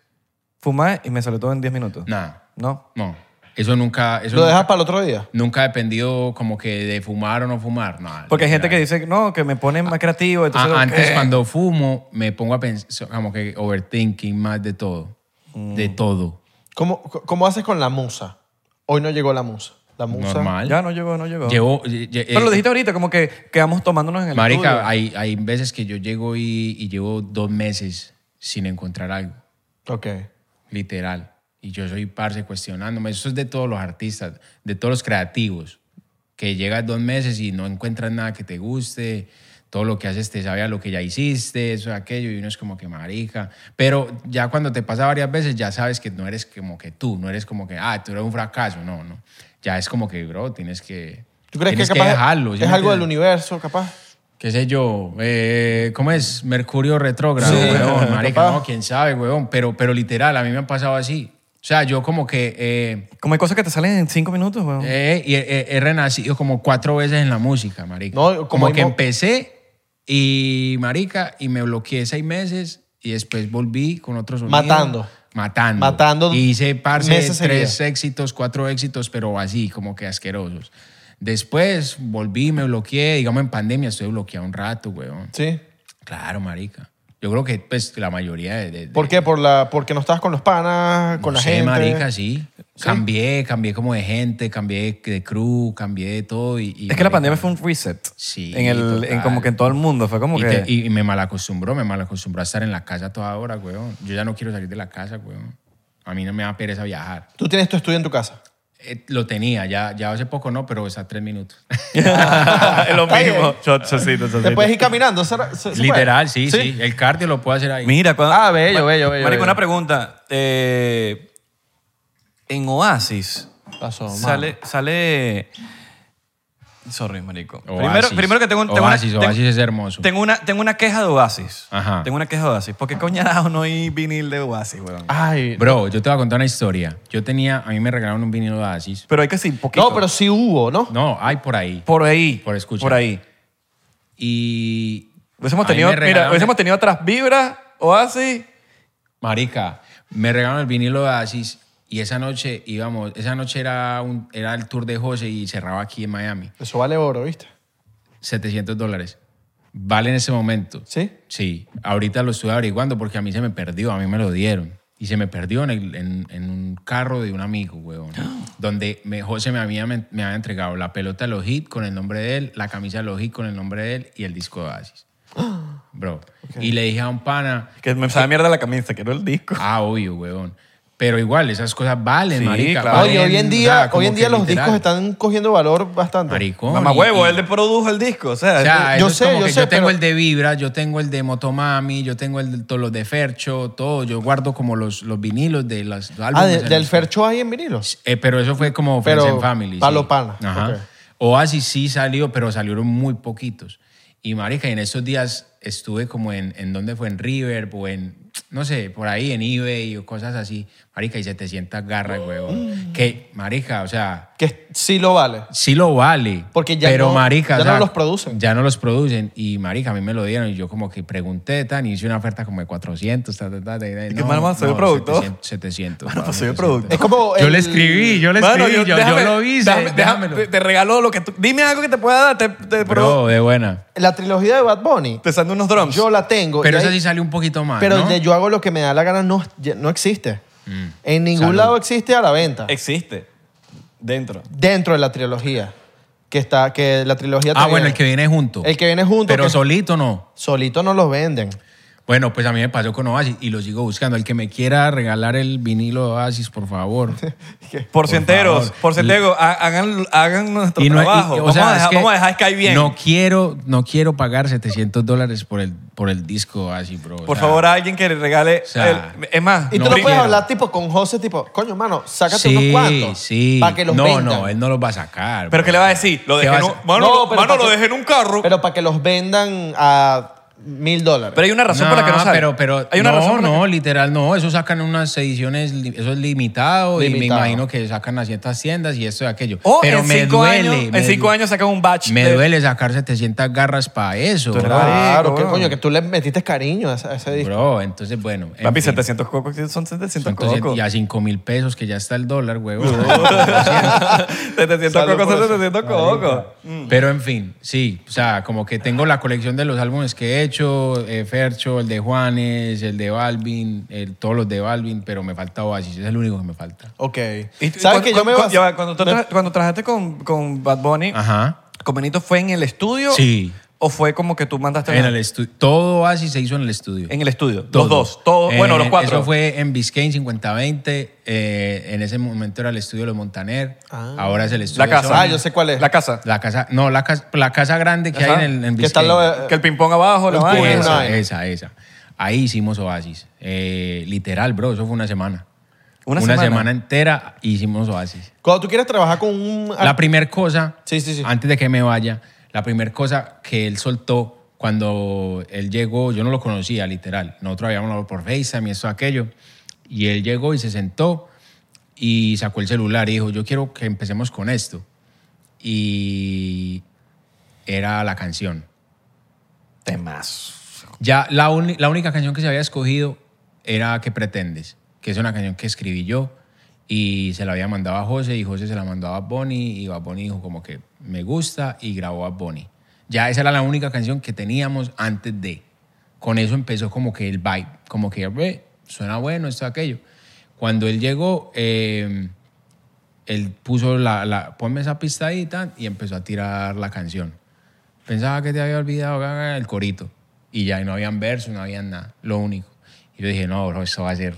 Speaker 3: fumar y me sale todo en diez minutos
Speaker 2: Nada.
Speaker 3: no
Speaker 2: No. Eso nunca. Eso
Speaker 1: ¿Lo
Speaker 2: nunca,
Speaker 1: dejas para el otro día?
Speaker 2: nunca ha dependido como que de fumar o no fumar. No,
Speaker 3: porque hay gente que
Speaker 2: literal.
Speaker 3: dice no que me pone más creativo
Speaker 2: A-
Speaker 3: entonces
Speaker 2: Ah, antes,
Speaker 3: ¿qué?
Speaker 2: cuando fumo, me pongo a pensar, como que overthinking más de todo.
Speaker 3: Mm.
Speaker 2: De todo.
Speaker 1: ¿Cómo, ¿Cómo haces con la musa? Hoy no llegó la musa. La musa.
Speaker 2: Normal.
Speaker 3: ya no llegó no llegó
Speaker 2: Llevo- lle- lle-
Speaker 3: pero lo
Speaker 2: eh,
Speaker 3: dijiste ahorita como que quedamos tomándonos en el
Speaker 2: Marica,
Speaker 3: estudio.
Speaker 2: hay, hay veces que yo llego y, y llevo dos meses sin encontrar algo,
Speaker 1: Ok.
Speaker 2: literal. Y yo soy parce cuestionándome. Eso es de todos los artistas, de todos los creativos, que llegas dos meses y no encuentras nada que te guste, todo lo que haces te sabe a lo que ya hiciste, eso, aquello, y uno es como que marica. Pero ya cuando te pasa varias veces, ya sabes que no eres como que tú, no eres como que, ah, tú eres un fracaso, no, no. Ya es como que, bro, tienes que...
Speaker 1: ¿Tú crees
Speaker 2: tienes
Speaker 1: que, capaz
Speaker 2: dejarlo, ¿sí
Speaker 1: es
Speaker 2: me
Speaker 1: algo del
Speaker 2: entiendes?
Speaker 1: universo, capaz?
Speaker 2: qué sé yo, eh, ¿cómo es? Mercurio retrógrado,
Speaker 1: Sí.
Speaker 2: weón, marica,
Speaker 1: Capaz.
Speaker 2: no, quién sabe, weón, pero, pero literal, a mí me han pasado así. O sea, yo como que eh,
Speaker 3: como hay cosas que te salen en cinco minutos weón.
Speaker 2: eh, y, eh, he renacido como cuatro veces en la música, marica.
Speaker 1: No, como
Speaker 2: como
Speaker 1: hay
Speaker 2: que
Speaker 1: mo-
Speaker 2: empecé y, marica, y me bloqueé seis meses y después volví con otros sonido.
Speaker 1: Matando.
Speaker 2: Matando.
Speaker 1: Matando
Speaker 2: Y hice, parce,
Speaker 1: meses
Speaker 2: tres
Speaker 1: seguidos.
Speaker 2: éxitos, cuatro éxitos, pero así, como que asquerosos. Después volví, me bloqueé, digamos en pandemia estoy bloqueado un rato, weón.
Speaker 1: Sí.
Speaker 2: Claro, marica. Yo creo que pues, la mayoría de... de-
Speaker 1: ¿Por
Speaker 2: de-
Speaker 1: qué? Por la, porque no estabas con los panas, con
Speaker 2: no
Speaker 1: la
Speaker 2: sé,
Speaker 1: gente.
Speaker 2: marica, sí. Cambié, cambié como de gente, cambié de crew, cambié de todo y... y,
Speaker 3: es que la
Speaker 2: marica,
Speaker 3: pandemia fue un reset
Speaker 2: Sí,
Speaker 3: en el en
Speaker 2: total.
Speaker 3: como que en todo el mundo fue como
Speaker 2: Y,
Speaker 3: que
Speaker 2: te- y- y me malacostumbró, me malacostumbró a estar en la casa toda hora, weón. Yo ya no quiero salir de la casa, weón. A mí no me da pereza viajar.
Speaker 1: Tú tienes tu estudio en tu casa.
Speaker 2: Eh, lo tenía, ya, ya hace poco no, pero está a tres minutos.
Speaker 3: es lo
Speaker 1: Está
Speaker 3: mismo
Speaker 1: bien.
Speaker 3: Shot, shotcito,
Speaker 1: Te
Speaker 3: shotcito.
Speaker 1: puedes ir caminando. ¿se- se- se
Speaker 2: Literal,
Speaker 1: puede?
Speaker 2: sí, sí, El cardio lo puedo hacer ahí.
Speaker 3: Mira, cuando-
Speaker 1: Ah, bello,
Speaker 3: Ma-
Speaker 1: bello, bello,
Speaker 3: Marico,
Speaker 1: bello.
Speaker 3: una pregunta. Eh, en Oasis
Speaker 1: Pasó, mano.
Speaker 3: sale, sale. Sorry, marico.
Speaker 2: Oasis.
Speaker 3: Primero, primero que tengo, tengo
Speaker 2: Oasis,
Speaker 3: una, tengo-
Speaker 2: Oasis es hermoso.
Speaker 3: tengo una tengo una queja de Oasis.
Speaker 2: Ajá.
Speaker 3: Tengo una queja de Oasis. ¿Por qué coñarajo no hay vinil de Oasis, weón?
Speaker 1: Ay,
Speaker 2: Bro, yo te voy a contar una historia. Yo tenía, a mí me regalaron un vinilo de Oasis.
Speaker 3: Pero hay que sí, poquito.
Speaker 1: no, pero sí hubo, ¿no?
Speaker 2: No, hay por ahí.
Speaker 3: por ahí.
Speaker 2: Por escucha.
Speaker 3: Por ahí.
Speaker 2: Y.
Speaker 3: Hubiésemos
Speaker 2: a mí
Speaker 3: tenido,
Speaker 2: me
Speaker 3: mira,
Speaker 2: regalaron-
Speaker 3: hubiésemos tenido otras vibras, Oasis.
Speaker 2: Marica, me regalaron el vinilo de Oasis y esa noche íbamos. Esa noche era, un, era el tour de José y cerraba aquí en Miami.
Speaker 1: Eso vale oro, ¿viste?
Speaker 2: 700 dólares. Vale en ese momento.
Speaker 1: ¿Sí?
Speaker 2: Sí. Ahorita lo estuve averiguando porque a mí se me perdió, a mí me lo dieron. Y se me perdió en, el- en- en un carro de un amigo, weón. Donde me, José me había, me, había entregado la pelota de los hits con el nombre de él, la camisa de los hits con el nombre de él y el disco de Oasis. Bro. Y le dije a un pana,
Speaker 3: Que me sabe mierda la camisa, quiero el disco.
Speaker 2: Ah, obvio, weón. Pero igual, esas cosas valen,
Speaker 3: Sí,
Speaker 2: marica.
Speaker 3: claro.
Speaker 2: valen,
Speaker 1: Oye, hoy en
Speaker 2: o
Speaker 1: día,
Speaker 2: sea, como
Speaker 1: hoy en
Speaker 2: que
Speaker 1: día los
Speaker 2: literal.
Speaker 1: discos están cogiendo valor bastante.
Speaker 2: Maricón.
Speaker 3: Mamá
Speaker 2: y-
Speaker 3: huevo, eh.
Speaker 2: y-
Speaker 3: él le produjo el disco. O sea,
Speaker 2: O sea,
Speaker 1: Yo
Speaker 2: eso es
Speaker 1: sé,
Speaker 2: como
Speaker 1: yo
Speaker 2: que
Speaker 1: sé,
Speaker 2: yo tengo
Speaker 1: pero-
Speaker 2: el de Vibra, yo tengo el de Motomami, yo tengo el de todos los de Fercho, todo. Yo guardo como los, los vinilos de las los
Speaker 1: Ah,
Speaker 2: álbumes.
Speaker 1: de-
Speaker 2: en
Speaker 1: del
Speaker 2: los-
Speaker 1: Fercho hay en vinilos.
Speaker 2: Eh, pero eso fue como
Speaker 1: Pero
Speaker 2: Friends and Family.
Speaker 1: palo
Speaker 2: sí.
Speaker 1: pana,
Speaker 2: Ajá.
Speaker 1: ok.
Speaker 2: Oasis sí salió, pero salieron muy poquitos. Y marica, y en estos días estuve como en, en ¿dónde fue? En River o en, no sé, por ahí en eBay o cosas así. Marica, y 700 garras,
Speaker 1: Mm.
Speaker 2: huevón. Que, marica, o sea,
Speaker 1: Que sí lo vale.
Speaker 2: sí lo vale.
Speaker 1: Porque ya
Speaker 2: pero,
Speaker 1: no-
Speaker 2: marica,
Speaker 1: ya
Speaker 2: o sea,
Speaker 1: no los producen.
Speaker 2: Ya no los producen. Y marica, a mí me lo dieron y yo como que pregunté, tan, y hice una oferta como de 400, ta, ta, ta, ta, y
Speaker 3: qué, mano, soy el productor?
Speaker 2: 700, 700.
Speaker 3: Mano,
Speaker 2: mano,
Speaker 3: soy el
Speaker 2: 700.
Speaker 3: productor.
Speaker 1: Es como.
Speaker 2: Yo
Speaker 1: el-
Speaker 2: le escribí, yo le escribí,
Speaker 3: Mano,
Speaker 2: yo, yo
Speaker 3: déjame-
Speaker 2: lo hice,
Speaker 3: déjame-
Speaker 2: déjamelo.
Speaker 3: Te, te regalo lo que tú. Dime algo que te pueda dar. Te, te,
Speaker 2: Bro, de buena.
Speaker 1: La trilogía de Bad Bunny,
Speaker 3: te sando unos drums.
Speaker 1: yo la tengo.
Speaker 2: Pero
Speaker 1: y
Speaker 2: esa
Speaker 1: hay-
Speaker 2: sí salió un poquito más,
Speaker 1: Pero
Speaker 2: ¿no? Mm.
Speaker 1: el de yo hago lo que me da la gana no, ya- no existe. En ningún
Speaker 2: Salud.
Speaker 1: lado existe a la venta.
Speaker 3: Existe. Dentro.
Speaker 1: dentro de la trilogía. Que está, que la trilogía
Speaker 2: ah,
Speaker 1: te
Speaker 2: bueno, el que viene junto.
Speaker 1: El que viene junto,
Speaker 2: Pero
Speaker 1: que-
Speaker 2: solito no.
Speaker 1: Solito no los venden.
Speaker 2: Bueno, pues a mí me pasó con Oasis y lo sigo buscando. El que me quiera regalar el vinilo de Oasis, por favor.
Speaker 3: Porcienteros,
Speaker 2: favor.
Speaker 3: porcienteros, ha- hagan, hagan nuestro
Speaker 2: no-
Speaker 3: trabajo.
Speaker 2: y- o
Speaker 3: vamos,
Speaker 2: sea,
Speaker 3: a
Speaker 2: es
Speaker 3: dejar,
Speaker 2: que
Speaker 3: vamos a dejar Sky bien.
Speaker 2: No quiero, no quiero pagar 700 dólares por el, por el disco así, bro. o
Speaker 3: Por
Speaker 2: sea,
Speaker 3: favor, alguien que le regale.
Speaker 2: sea,
Speaker 3: el- es más,
Speaker 1: Y
Speaker 2: No
Speaker 1: tú lo
Speaker 3: pri-
Speaker 1: puedes
Speaker 2: quiero.
Speaker 1: hablar tipo con José, tipo, coño, mano, sácate
Speaker 2: sí,
Speaker 1: unos cuantos.
Speaker 2: Sí,
Speaker 1: Para que los
Speaker 2: No,
Speaker 1: vendan.
Speaker 2: no, él no los va a sacar.
Speaker 3: pero
Speaker 2: bro.
Speaker 3: ¿qué le va a decir? Lo
Speaker 2: ¿Qué
Speaker 3: dejé en
Speaker 2: vas
Speaker 3: un,
Speaker 2: a-
Speaker 3: mano,
Speaker 1: No,
Speaker 3: lo-
Speaker 1: pero
Speaker 3: mano,
Speaker 1: para
Speaker 3: lo
Speaker 1: que-
Speaker 3: dejé en un carro. Pero,
Speaker 1: Pero para que los vendan a mil dólares.
Speaker 3: hay una razón por la que no sale.
Speaker 2: Pero, pero,
Speaker 3: hay una
Speaker 2: no,
Speaker 3: razón por la que-
Speaker 2: no, literal, no. Eso sacan unas ediciones, li- eso es limitado, y me
Speaker 1: Limitado.
Speaker 2: imagino que sacan a ciertas tiendas y esto y aquello.
Speaker 3: O
Speaker 2: pero
Speaker 3: Oh, en
Speaker 2: me
Speaker 3: cinco
Speaker 2: duele.
Speaker 3: años,
Speaker 2: me
Speaker 3: en cinco
Speaker 2: du-
Speaker 3: años eh, sacan un batch.
Speaker 2: Me
Speaker 3: de-
Speaker 2: duele sacar 700 garras para eso.
Speaker 3: Tú eres
Speaker 2: bro.
Speaker 1: Claro,
Speaker 3: Marico,
Speaker 1: que
Speaker 3: weón.
Speaker 1: coño, que tú le metiste cariño a ese, a ese disco.
Speaker 2: Bro, entonces, bueno. en
Speaker 3: Papi,
Speaker 2: fin.
Speaker 3: 700 cocos son 700
Speaker 2: Son 300
Speaker 3: cocos.
Speaker 2: y a 5 mil pesos, que ya está el dólar, huevón.
Speaker 3: 700
Speaker 1: Salud
Speaker 3: cocos
Speaker 1: por
Speaker 3: son
Speaker 1: eso.
Speaker 3: 700 cocos.
Speaker 2: Pero en fin, sí, o sea, como que tengo la colección de los álbumes que he hecho, eh, Fercho, el de Juanes, el de Balvin, el- todos los de Balvin, pero me falta Oasis, es el único que me falta.
Speaker 1: Ok.
Speaker 3: Y-
Speaker 1: ¿Sabes
Speaker 3: cu-
Speaker 1: que
Speaker 3: cu-
Speaker 1: yo me
Speaker 3: cu-
Speaker 1: bas-
Speaker 3: ya va, cuando, tú
Speaker 1: me-
Speaker 3: tra- cuando trabajaste con, con Bad Bunny,
Speaker 2: Ajá.
Speaker 3: ¿con Benito fue en el estudio?
Speaker 2: Sí.
Speaker 3: ¿O fue como que tú mandaste
Speaker 2: En el estudio, todo Oasis se hizo en el estudio.
Speaker 3: en el estudio?
Speaker 2: Todo.
Speaker 3: Los dos. Todos,
Speaker 2: Eh,
Speaker 3: bueno, los cuatro.
Speaker 2: Eso fue en Biscayne 5020, eh, en ese momento era el estudio de los Montaner,
Speaker 1: Ah.
Speaker 2: ahora es el estudio
Speaker 3: la
Speaker 2: de
Speaker 3: casa.
Speaker 2: Sony.
Speaker 1: Ah, yo sé cuál es.
Speaker 3: La casa.
Speaker 2: La casa, no, la casa, la casa grande que
Speaker 3: Ajá.
Speaker 2: hay en, el, en
Speaker 1: Que está
Speaker 2: Biscayne.
Speaker 1: al lado de-
Speaker 3: que el ping-pong abajo, la
Speaker 1: El
Speaker 3: vaina.
Speaker 1: ping-pong.
Speaker 2: Esa,
Speaker 1: vaina.
Speaker 2: esa, esa. Ahí hicimos Oasis. Eh, literal, bro, eso fue una semana.
Speaker 3: ¿Una
Speaker 2: semana?
Speaker 3: semana?
Speaker 2: entera hicimos Oasis.
Speaker 1: Cuando tú quieres trabajar con un...
Speaker 2: La primera cosa,
Speaker 1: Sí, sí, sí.
Speaker 2: antes de que me vaya, la primera cosa que él soltó cuando él llegó, yo no lo conocía, literal. Nosotros habíamos hablado por FaceTime y eso, aquello. Y él llegó y se sentó y sacó el celular y dijo, yo quiero que empecemos con esto. Y era la canción.
Speaker 3: Temas.
Speaker 2: Ya la, uni- la única canción que se había escogido era ¿Qué pretendes? Que es una canción que escribí yo y se la había mandado a José y José se la mandaba a Bonnie y a Bonnie dijo como que me gusta y grabó a Bonnie. Ya esa era la única canción que teníamos antes de. Con eso empezó como que el vibe, como que "Ve, suena bueno esto aquello. Cuando él llegó, eh, él puso la, la- ponme esa pista ahí tan", y empezó a tirar la canción. Pensaba que te había olvidado ga, ga, el corito. Y ya, y no habían versos, no habían nada, lo único. Y yo dije, no, bro, esto va a ser,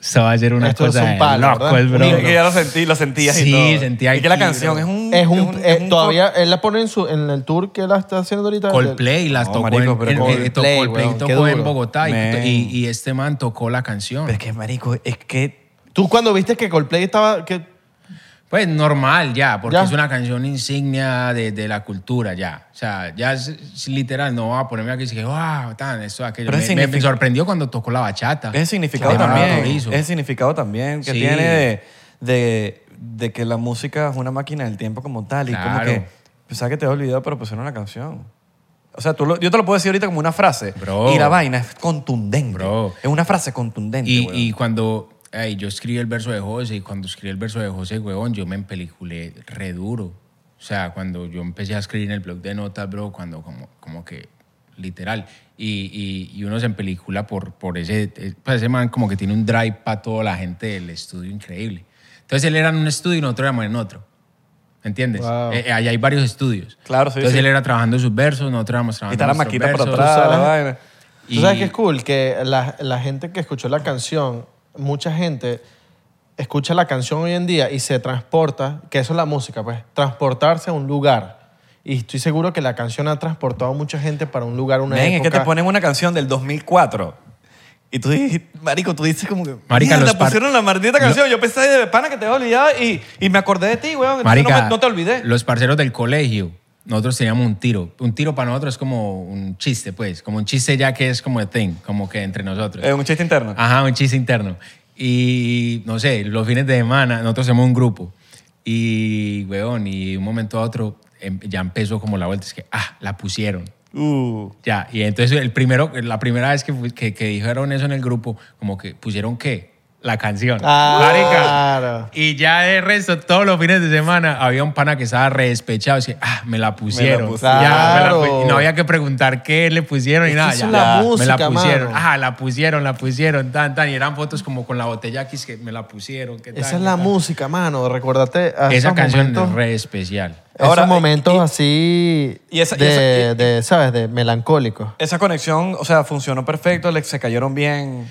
Speaker 2: esto va a ser una
Speaker 1: Esto es
Speaker 2: cosa
Speaker 1: un
Speaker 2: de
Speaker 1: palo,
Speaker 2: locos,
Speaker 1: ¿verdad?
Speaker 2: bro.
Speaker 3: Mira que ya lo sentí, lo sentías y
Speaker 2: Sí,
Speaker 3: todo.
Speaker 2: sentía
Speaker 3: Y que la
Speaker 2: aquí,
Speaker 3: canción
Speaker 2: bro.
Speaker 3: es un...
Speaker 1: Es un, es-
Speaker 3: un-
Speaker 1: todavía él la pone en, su, en el tour que él está haciendo ahorita.
Speaker 2: Coldplay las
Speaker 3: No,
Speaker 2: tocó
Speaker 3: marico,
Speaker 2: en,
Speaker 3: pero
Speaker 2: en-
Speaker 1: Coldplay,
Speaker 2: tocó, Coldplay
Speaker 1: weón,
Speaker 2: tocó
Speaker 1: qué duro.
Speaker 2: en Bogotá y,
Speaker 3: Man.
Speaker 2: y- y este man tocó la canción.
Speaker 3: Pero es que, marico, es que...
Speaker 1: Tú cuando viste que Coldplay estaba... Que,
Speaker 2: Pues normal ya, porque
Speaker 1: Ya.
Speaker 2: es una canción insignia de, de la cultura ya. O sea, ya es, es literal, no va a ponerme aquí y decir, wow, tan, esto, aquello.
Speaker 3: Pero
Speaker 2: Me,
Speaker 3: es
Speaker 2: me- me
Speaker 3: signific-
Speaker 2: sorprendió cuando tocó la bachata.
Speaker 3: Es el significado
Speaker 2: Que Barato
Speaker 3: también.
Speaker 2: hizo.
Speaker 3: Es el significado también que
Speaker 2: Sí.
Speaker 3: tiene de, de, de que la música es una máquina del tiempo como tal. Y como
Speaker 2: Claro.
Speaker 3: que pensaba que te había olvidado, pero pusieron una canción. O sea, tú lo- yo te lo puedo decir ahorita como una frase.
Speaker 2: Bro.
Speaker 3: Y la vaina es contundente.
Speaker 2: Bro.
Speaker 3: Es una frase contundente,
Speaker 2: Y,
Speaker 3: weón.
Speaker 2: y cuando ay, yo escribí el verso de José, y cuando escribí el verso de José, huevón, yo me empeliculé re duro. O sea, cuando yo empecé a escribir en el blog de notas, bro, cuando como, como que literal. Y, y- y uno se empelicula por, por ese, eh, pues ese man como que tiene un drive para toda la gente del estudio increíble. Entonces él era en un estudio y nosotros éramos en otro. ¿Me entiendes?
Speaker 1: Wow.
Speaker 2: Eh, eh, allá hay varios estudios.
Speaker 3: Claro, sí,
Speaker 2: Entonces
Speaker 3: sí.
Speaker 2: él era trabajando sus versos, nosotros éramos
Speaker 3: Y
Speaker 2: trabajando
Speaker 3: está la
Speaker 2: nuestros
Speaker 3: maquita por
Speaker 2: versos.
Speaker 3: atrás,
Speaker 1: sabes-
Speaker 3: la vaina.
Speaker 1: ¿Tú sabes
Speaker 2: Y-
Speaker 1: qué es cool? Que la, la gente que escuchó la canción, mucha gente escucha la canción hoy en día y se transporta, que eso es la música, pues, transportarse a un lugar. Y estoy seguro que la canción ha transportado a mucha gente para un lugar, una
Speaker 3: Men, es
Speaker 1: época.
Speaker 3: que te ponen una canción del 2004 y tú dices, marico, tú dices como que...
Speaker 2: Marica,
Speaker 3: "Mierda,
Speaker 2: los par-
Speaker 3: pusieron la maldita canción. Yo pensé de pana que te había olvidado y, y me acordé de ti, weón. entonces
Speaker 2: Marica,
Speaker 3: no, me- no te olvidé.
Speaker 2: Los parceros del colegio, nosotros teníamos un tiro. Un tiro para nosotros es como un chiste, pues. Como un chiste ya que es como de thing, como que entre nosotros.
Speaker 3: Eh, un chiste interno.
Speaker 2: Ajá, un chiste interno. Y no sé, los fines de semana, nosotros somos un grupo. Y, weón, y de un momento a otro em- ya empezó como la vuelta. Es que, ah, la pusieron.
Speaker 3: Uh.
Speaker 2: Ya, y entonces el primero, la primera vez que, fu- que, que dijeron eso en el grupo, como que pusieron qué? La canción.
Speaker 1: Ah, Claro.
Speaker 2: Marica. Y ya de resto, todos los fines de semana, había un pana que estaba re despechado. Así, ah, me la pusieron.
Speaker 1: pusieron.
Speaker 2: Ya, me la
Speaker 1: Claro.
Speaker 2: pu- y no había que preguntar qué le pusieron y
Speaker 1: Es que
Speaker 2: nada.
Speaker 1: eso
Speaker 2: ya.
Speaker 1: es la
Speaker 2: Ya,
Speaker 1: música,
Speaker 2: me la pusieron.
Speaker 1: mano.
Speaker 2: Ah, la pusieron, la pusieron, tan, tan. Y eran fotos como con la botella aquí, es que me la pusieron. ¿qué tal,
Speaker 1: Esa es
Speaker 2: qué
Speaker 1: la
Speaker 2: tal?
Speaker 1: música, mano. Recordate a
Speaker 2: Esa
Speaker 1: esos
Speaker 2: canción
Speaker 1: momentos,
Speaker 2: es re especial.
Speaker 1: esos
Speaker 3: Ahora,
Speaker 1: momentos
Speaker 3: y-
Speaker 1: así
Speaker 3: y esa- y
Speaker 1: de,
Speaker 3: esa- y-
Speaker 1: de, ¿sabes? De melancólicos.
Speaker 3: Esa conexión, o sea, funcionó perfecto, le- se cayeron bien.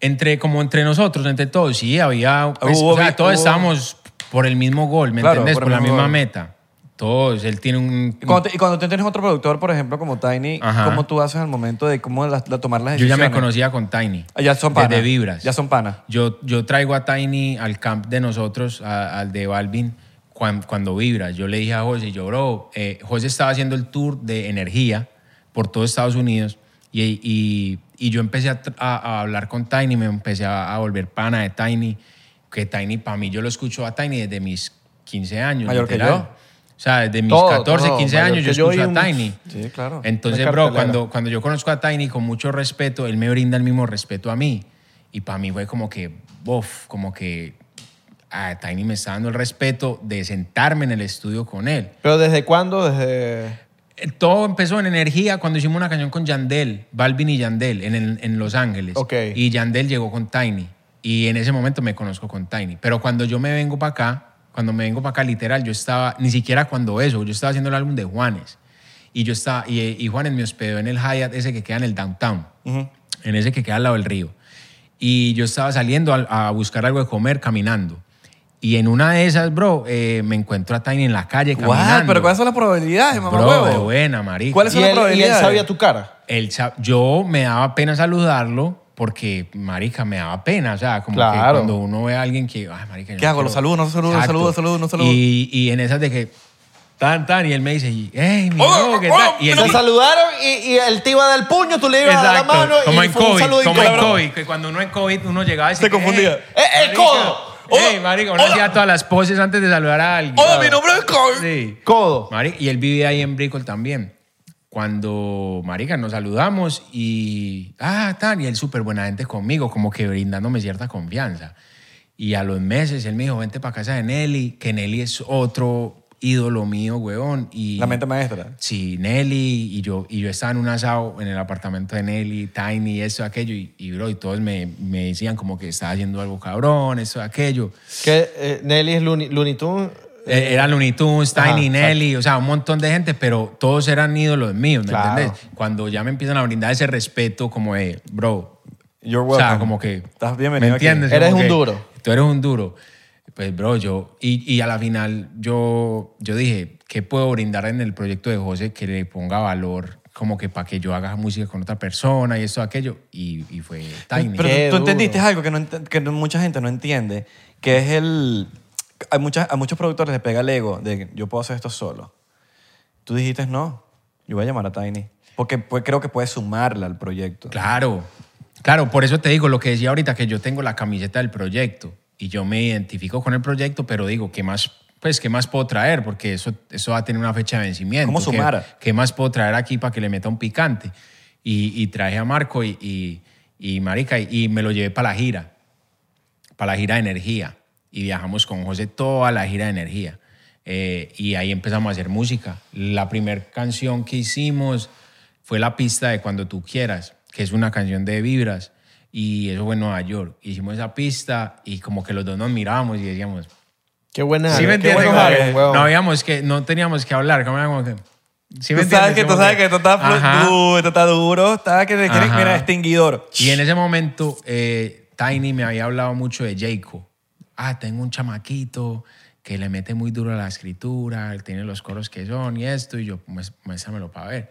Speaker 2: entre como entre nosotros, entre todos, sí, había, pues,
Speaker 3: Hubo
Speaker 2: o sea,
Speaker 3: vi-
Speaker 2: todos
Speaker 3: hubo-
Speaker 2: estábamos por el mismo gol, ¿me
Speaker 3: Claro,
Speaker 2: entendés?
Speaker 3: por
Speaker 2: Por,
Speaker 3: el
Speaker 2: la
Speaker 3: mismo
Speaker 2: misma
Speaker 3: gol.
Speaker 2: meta. Todos, él tiene un...
Speaker 3: Y cuando, te- y cuando tú tienes otro productor, por ejemplo, como Tiny,
Speaker 2: Ajá.
Speaker 3: ¿cómo tú haces al momento de cómo la- la- tomar las
Speaker 2: yo ya
Speaker 3: decisiones?
Speaker 2: me conocía con Tiny.
Speaker 3: Ah, Ya son
Speaker 2: de-
Speaker 3: panas.
Speaker 2: De vibras.
Speaker 3: Ya son panas.
Speaker 2: Yo, yo traigo a Tiny al camp de nosotros, a- al de Balvin, cuan- cuando vibra. Yo le dije a José, yo, bro, eh, José estaba haciendo el tour de energía por todo Estados Unidos y, y- y yo empecé a, tr- a- a hablar con Tiny, me empecé a, a volver pana de Tiny, que Tiny, para mí, yo lo escucho a Tiny desde mis 15 años.
Speaker 3: Mayor que
Speaker 2: literal.
Speaker 3: yo.
Speaker 2: O sea, desde mis
Speaker 1: Todo,
Speaker 2: 14,
Speaker 1: todo,
Speaker 2: 15
Speaker 1: mayor
Speaker 2: años yo
Speaker 1: que yo
Speaker 2: escucho
Speaker 1: y
Speaker 2: a
Speaker 1: un-
Speaker 2: Entonces,
Speaker 3: Sí, claro.
Speaker 2: Entonces,
Speaker 1: Una
Speaker 2: bro,
Speaker 1: cartelera.
Speaker 2: cuando, cuando yo conozco a Tiny con mucho respeto, él me brinda el mismo respeto a mí. Y para mí fue como que, bof, como que a Tiny me está dando el respeto de sentarme en el estudio con él.
Speaker 1: Pero ¿desde cuándo? Desde...
Speaker 2: Eh, Todo empezó en energía cuando hicimos una canción con Yandel, Balvin y Yandel, en, el- en Los Ángeles.
Speaker 1: Ok.
Speaker 2: Y Yandel llegó con Tiny. Y en ese momento me conozco con Tiny. Pero cuando yo me vengo para acá, cuando me vengo para acá, literal, yo estaba, ni siquiera cuando eso, yo estaba haciendo el álbum de Juanes. Y yo estaba, y, y Juanes me hospedó en el Hyatt, ese que queda en el downtown, en ese que queda al lado del río. Y yo estaba saliendo a, a buscar algo de comer caminando. Y en una de esas, bro, eh, me encuentro a Tiny en la calle
Speaker 3: Guau,
Speaker 2: caminando.
Speaker 3: pero ¿cuáles son las probabilidades, mamá
Speaker 2: Bro,
Speaker 3: huevo?
Speaker 2: de buena, marica.
Speaker 3: ¿Cuáles
Speaker 1: Y
Speaker 3: son
Speaker 1: él, y
Speaker 3: las
Speaker 1: él
Speaker 3: probabilidades?
Speaker 1: sabía tu cara.
Speaker 2: Él sa- yo me daba pena saludarlo porque, marica, me daba pena. O sea, como que
Speaker 1: Claro.
Speaker 2: cuando uno ve a alguien que, ay, marica, yo
Speaker 3: ¿Qué
Speaker 2: no
Speaker 3: hago? ¿Lo
Speaker 2: quiero-
Speaker 3: saludo, no lo saludo, lo
Speaker 2: Exacto.
Speaker 3: saludo, lo saludo, no lo saludo?
Speaker 2: Y, y en esas de que, tan, tan, y él me dice, y, hey, mi
Speaker 3: Oh,
Speaker 2: bro, ¿qué
Speaker 3: oh,
Speaker 2: tal? y él-
Speaker 1: Se saludaron y, y él te iba a dar puño, tú le ibas a dar la
Speaker 2: Exacto,
Speaker 1: mano
Speaker 2: como
Speaker 1: y
Speaker 2: en
Speaker 1: fue un saludo
Speaker 2: COVID, como en
Speaker 1: incómodo.
Speaker 2: COVID, que cuando uno en COVID uno llegaba y se
Speaker 3: confundía.
Speaker 1: ¡Eh, el codo!
Speaker 2: Ey, marica, uno hacía todas las poses antes de saludar a alguien.
Speaker 3: Hola, mi nombre es Carl.
Speaker 2: Sí.
Speaker 1: Codo.
Speaker 2: Mari- y él vivía ahí en Brickell también. Cuando, marica, nos saludamos y, ah, tan, y él súper buena gente conmigo, como que brindándome cierta confianza. Y a los meses él me dijo, vente para casa de Nelly, que Nelly es otro ídolo mío, weón. Y,
Speaker 3: La mente maestra.
Speaker 2: Sí, Nelly y yo, y yo estaba en un asado en el apartamento de Nelly, Tiny, eso, aquello, y, y bro, y todos me, me decían como que estaba haciendo algo cabrón, eso, aquello.
Speaker 1: Que eh, Nelly es Looney, Looney Tunes.
Speaker 2: Eh, Eran Looney Tunes, Tiny,
Speaker 1: Ajá,
Speaker 2: Nelly, o sea, un montón de gente, pero todos eran ídolos míos, ¿me
Speaker 1: Claro.
Speaker 2: entendés? Cuando ya me empiezan a brindar ese respeto, como de, bro,
Speaker 3: You're
Speaker 2: o sea,
Speaker 3: welcome.
Speaker 2: como que.
Speaker 3: Estás bienvenido
Speaker 2: ¿Me
Speaker 3: aquí.
Speaker 2: entiendes?
Speaker 1: Eres un
Speaker 2: Como que
Speaker 1: duro.
Speaker 2: Tú eres un duro. Pues, bro, yo. Y, y a la final, yo, yo dije, ¿qué puedo brindar en el proyecto de José que le ponga valor? Como que para que yo haga música con otra persona y esto, aquello. Y, y fue Tiny.
Speaker 3: Pero
Speaker 1: Qué
Speaker 3: tú
Speaker 1: duro.
Speaker 3: entendiste algo que, no ent- que no- mucha gente no entiende, que es el... hay muchas, a muchos productores les pega el ego de que yo puedo hacer esto solo. Tú dijiste, no, yo voy a llamar a Tiny. Porque pues, creo que puede sumarla al proyecto.
Speaker 2: Claro, claro, por eso te digo lo que decía ahorita, que yo tengo la camiseta del proyecto y yo me identifico con el proyecto, pero digo, ¿qué más, pues, ¿qué más puedo traer? Porque eso, eso va a tener una fecha de vencimiento.
Speaker 3: ¿Cómo
Speaker 2: ¿Qué-
Speaker 3: sumar?
Speaker 2: ¿Qué, más puedo traer aquí para que le meta un picante? Y, y traje a Marco y, y, y Marica y, y me lo llevé para la gira, para la gira de energía. Y viajamos con José toda la gira de energía. Eh, y ahí empezamos a hacer música. La primera canción que hicimos fue la pista de Cuando tú quieras, que es una canción de vibras. Y eso fue en Nueva York. Hicimos esa pista y como que los dos nos mirábamos y decíamos...
Speaker 1: Qué
Speaker 3: Ah,
Speaker 1: buena.
Speaker 2: ¿Sí me
Speaker 1: qué
Speaker 2: entiendes?
Speaker 1: buenos
Speaker 2: Como que
Speaker 1: álbumes, huevón.
Speaker 2: No, habíamos que, no teníamos que hablar. como era como que- ¿sí me
Speaker 3: Tú sabes
Speaker 2: entiendes?
Speaker 3: que, tú
Speaker 2: Como
Speaker 3: sabes que esto está, flu-
Speaker 2: Ajá.
Speaker 3: du- esto está duro, está que te quieren,
Speaker 2: Ajá.
Speaker 3: mira, extinguidor.
Speaker 2: Y en ese momento, eh, Tiny me había hablado mucho de Jayco. ah, tengo un chamaquito que le mete muy duro a la escritura, él tiene los coros que son y esto, y yo, "Mués- muéstramelo para ver.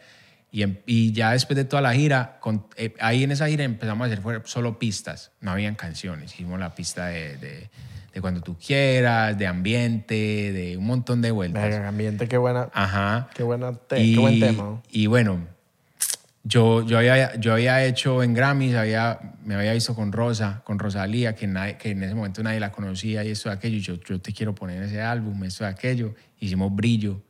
Speaker 2: Y, em- y ya después de toda la gira, con- eh, ahí en esa gira empezamos a hacer fue- solo pistas, no habían canciones, hicimos la pista de, de- de cuando tú quieras, de ambiente, de un montón de vueltas.
Speaker 1: Verga, ambiente, qué buena.
Speaker 2: Ajá.
Speaker 1: Qué, buena te- qué buen tema. ¿no?
Speaker 2: Y bueno, yo, yo, había, yo había hecho en Grammys, había, me había visto con Rosa, con Rosalía, que, nadie- que en ese momento nadie la conocía y esto y aquello. Y Yo, yo te quiero poner en ese álbum, esto y aquello. Hicimos Brillo,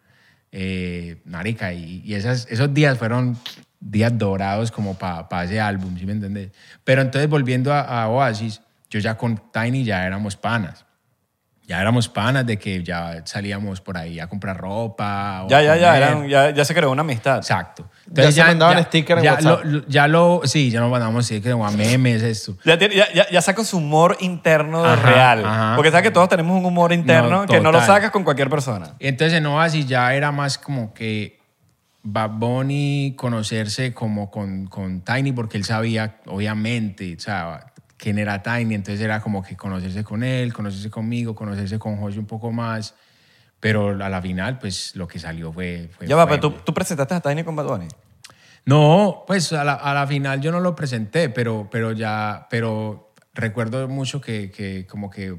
Speaker 2: eh, Narica. Y, y esas, esos días fueron días dorados como para ese álbum, ¿sí me entendés? Pero entonces volviendo a, a Oasis, yo ya con Tiny ya éramos panas. Ya éramos panas de que ya salíamos por ahí a comprar ropa. o
Speaker 3: Ya,
Speaker 2: a
Speaker 3: ya, ya,
Speaker 2: comer.
Speaker 3: eran- ya, ya se creó una amistad.
Speaker 2: Exacto.
Speaker 1: se mandaban sticker en
Speaker 2: ya
Speaker 1: WhatsApp.
Speaker 2: Lo, ya lo, sí, ya nos mandamos stickers o a memes, esto.
Speaker 3: Ya, tiene- ya, ya, ya saca su humor interno de
Speaker 2: Ajá,
Speaker 3: real.
Speaker 2: ajá.
Speaker 3: Porque sabes que todos tenemos un humor interno
Speaker 2: No,
Speaker 3: que no lo
Speaker 2: total.
Speaker 3: sacas con cualquier persona.
Speaker 2: Entonces en Oasis ya era más como que Bad Bunny conocerse como con, con Tiny porque él sabía, obviamente, o sea, quién era Tiny. Entonces era como que conocerse con él, conocerse conmigo, conocerse con José un poco más. Pero a la final, pues lo que salió fue... fue
Speaker 3: Ya va,
Speaker 2: fue-
Speaker 3: pero tú, tú presentaste a Tiny con Bad Bunny.
Speaker 2: No, pues a la, a la final yo no lo presenté, pero, pero ya, pero recuerdo mucho que, que como que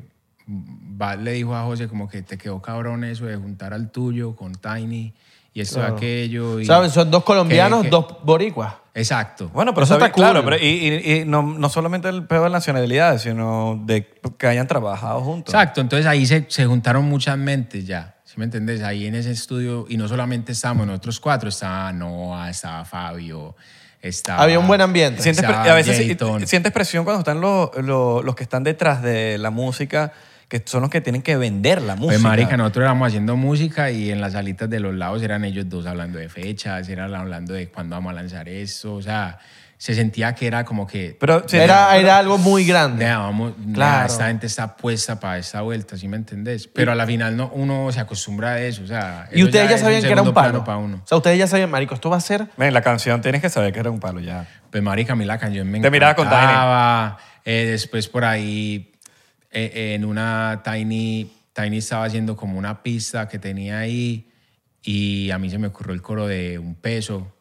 Speaker 2: Bad le dijo a José como que te quedó cabrón eso de juntar al tuyo con Tiny y esto y aquello. y-
Speaker 1: ¿Saben? Son dos colombianos,
Speaker 2: que- que-
Speaker 1: dos boricuas.
Speaker 2: Exacto.
Speaker 3: Bueno, pero
Speaker 1: Eso
Speaker 3: está
Speaker 1: está
Speaker 3: bien, claro.
Speaker 1: cool.
Speaker 3: Pero y y- y no, no solamente el pedo de nacionalidades, sino de que hayan trabajado juntos.
Speaker 2: Exacto, entonces ahí se, se juntaron muchas mentes ya, ¿sí me entendés? Ahí en ese estudio, y no solamente estábamos nosotros cuatro, estaba Noah, estaba Fabio, estaba...
Speaker 1: Había un buen ambiente.
Speaker 3: Sientes, pre-
Speaker 2: Estaba
Speaker 3: a veces si-
Speaker 2: Jayton.
Speaker 3: sientes presión cuando están los, los, los que están detrás de la música, que son los que tienen que vender la música.
Speaker 2: Pues marica, nosotros éramos haciendo música y en las salitas de los lados eran ellos dos hablando de fechas, eran hablando de cuándo vamos a lanzar eso, o sea, se sentía que era como que,
Speaker 3: Pero sí,
Speaker 1: Era, era algo muy grande.
Speaker 2: nea, vamos, nea,
Speaker 1: Claro.
Speaker 2: esta gente está puesta para esta vuelta, ¿sí me entendés? Pero a la final no, uno se acostumbra a eso, o sea,
Speaker 1: Y
Speaker 2: eso
Speaker 1: ustedes ya
Speaker 2: es
Speaker 1: sabían que era
Speaker 2: segundo
Speaker 1: un palo.
Speaker 2: plano para uno.
Speaker 1: O sea, ustedes ya sabían, marico, esto va a ser...
Speaker 3: Ven, la canción tienes que saber que era un palo ya.
Speaker 2: Pues marica, a mí la canción me
Speaker 3: Te miraba con Tiny.
Speaker 2: encantaba. Eh, después por ahí, eh, eh, en una Tiny, Tiny estaba haciendo como una pista que tenía ahí y a mí se me ocurrió el coro de Un Peso,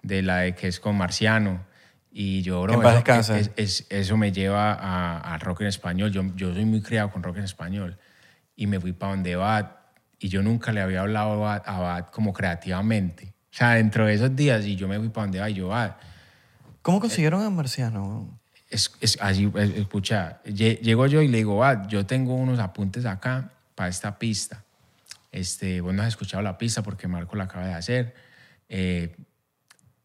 Speaker 2: de la de que es con Marciano. Y yo, bro,
Speaker 3: En paz
Speaker 2: eso-
Speaker 3: descanse.
Speaker 2: es- es- eso me lleva a, a rock en español. Yo, yo soy muy criado con rock en español. Y me fui para donde Bad. Y yo nunca le había hablado a, a Bad como creativamente. O sea, dentro de esos días, y yo me fui para donde Bad y yo, Bad,
Speaker 3: ¿Cómo consiguieron a Marciano?
Speaker 2: es, es así, es- escucha, lle- llego yo y le digo, ah, yo tengo unos apuntes acá para esta pista. Este, vos no has escuchado la pista porque Marco la acaba de hacer. Eh,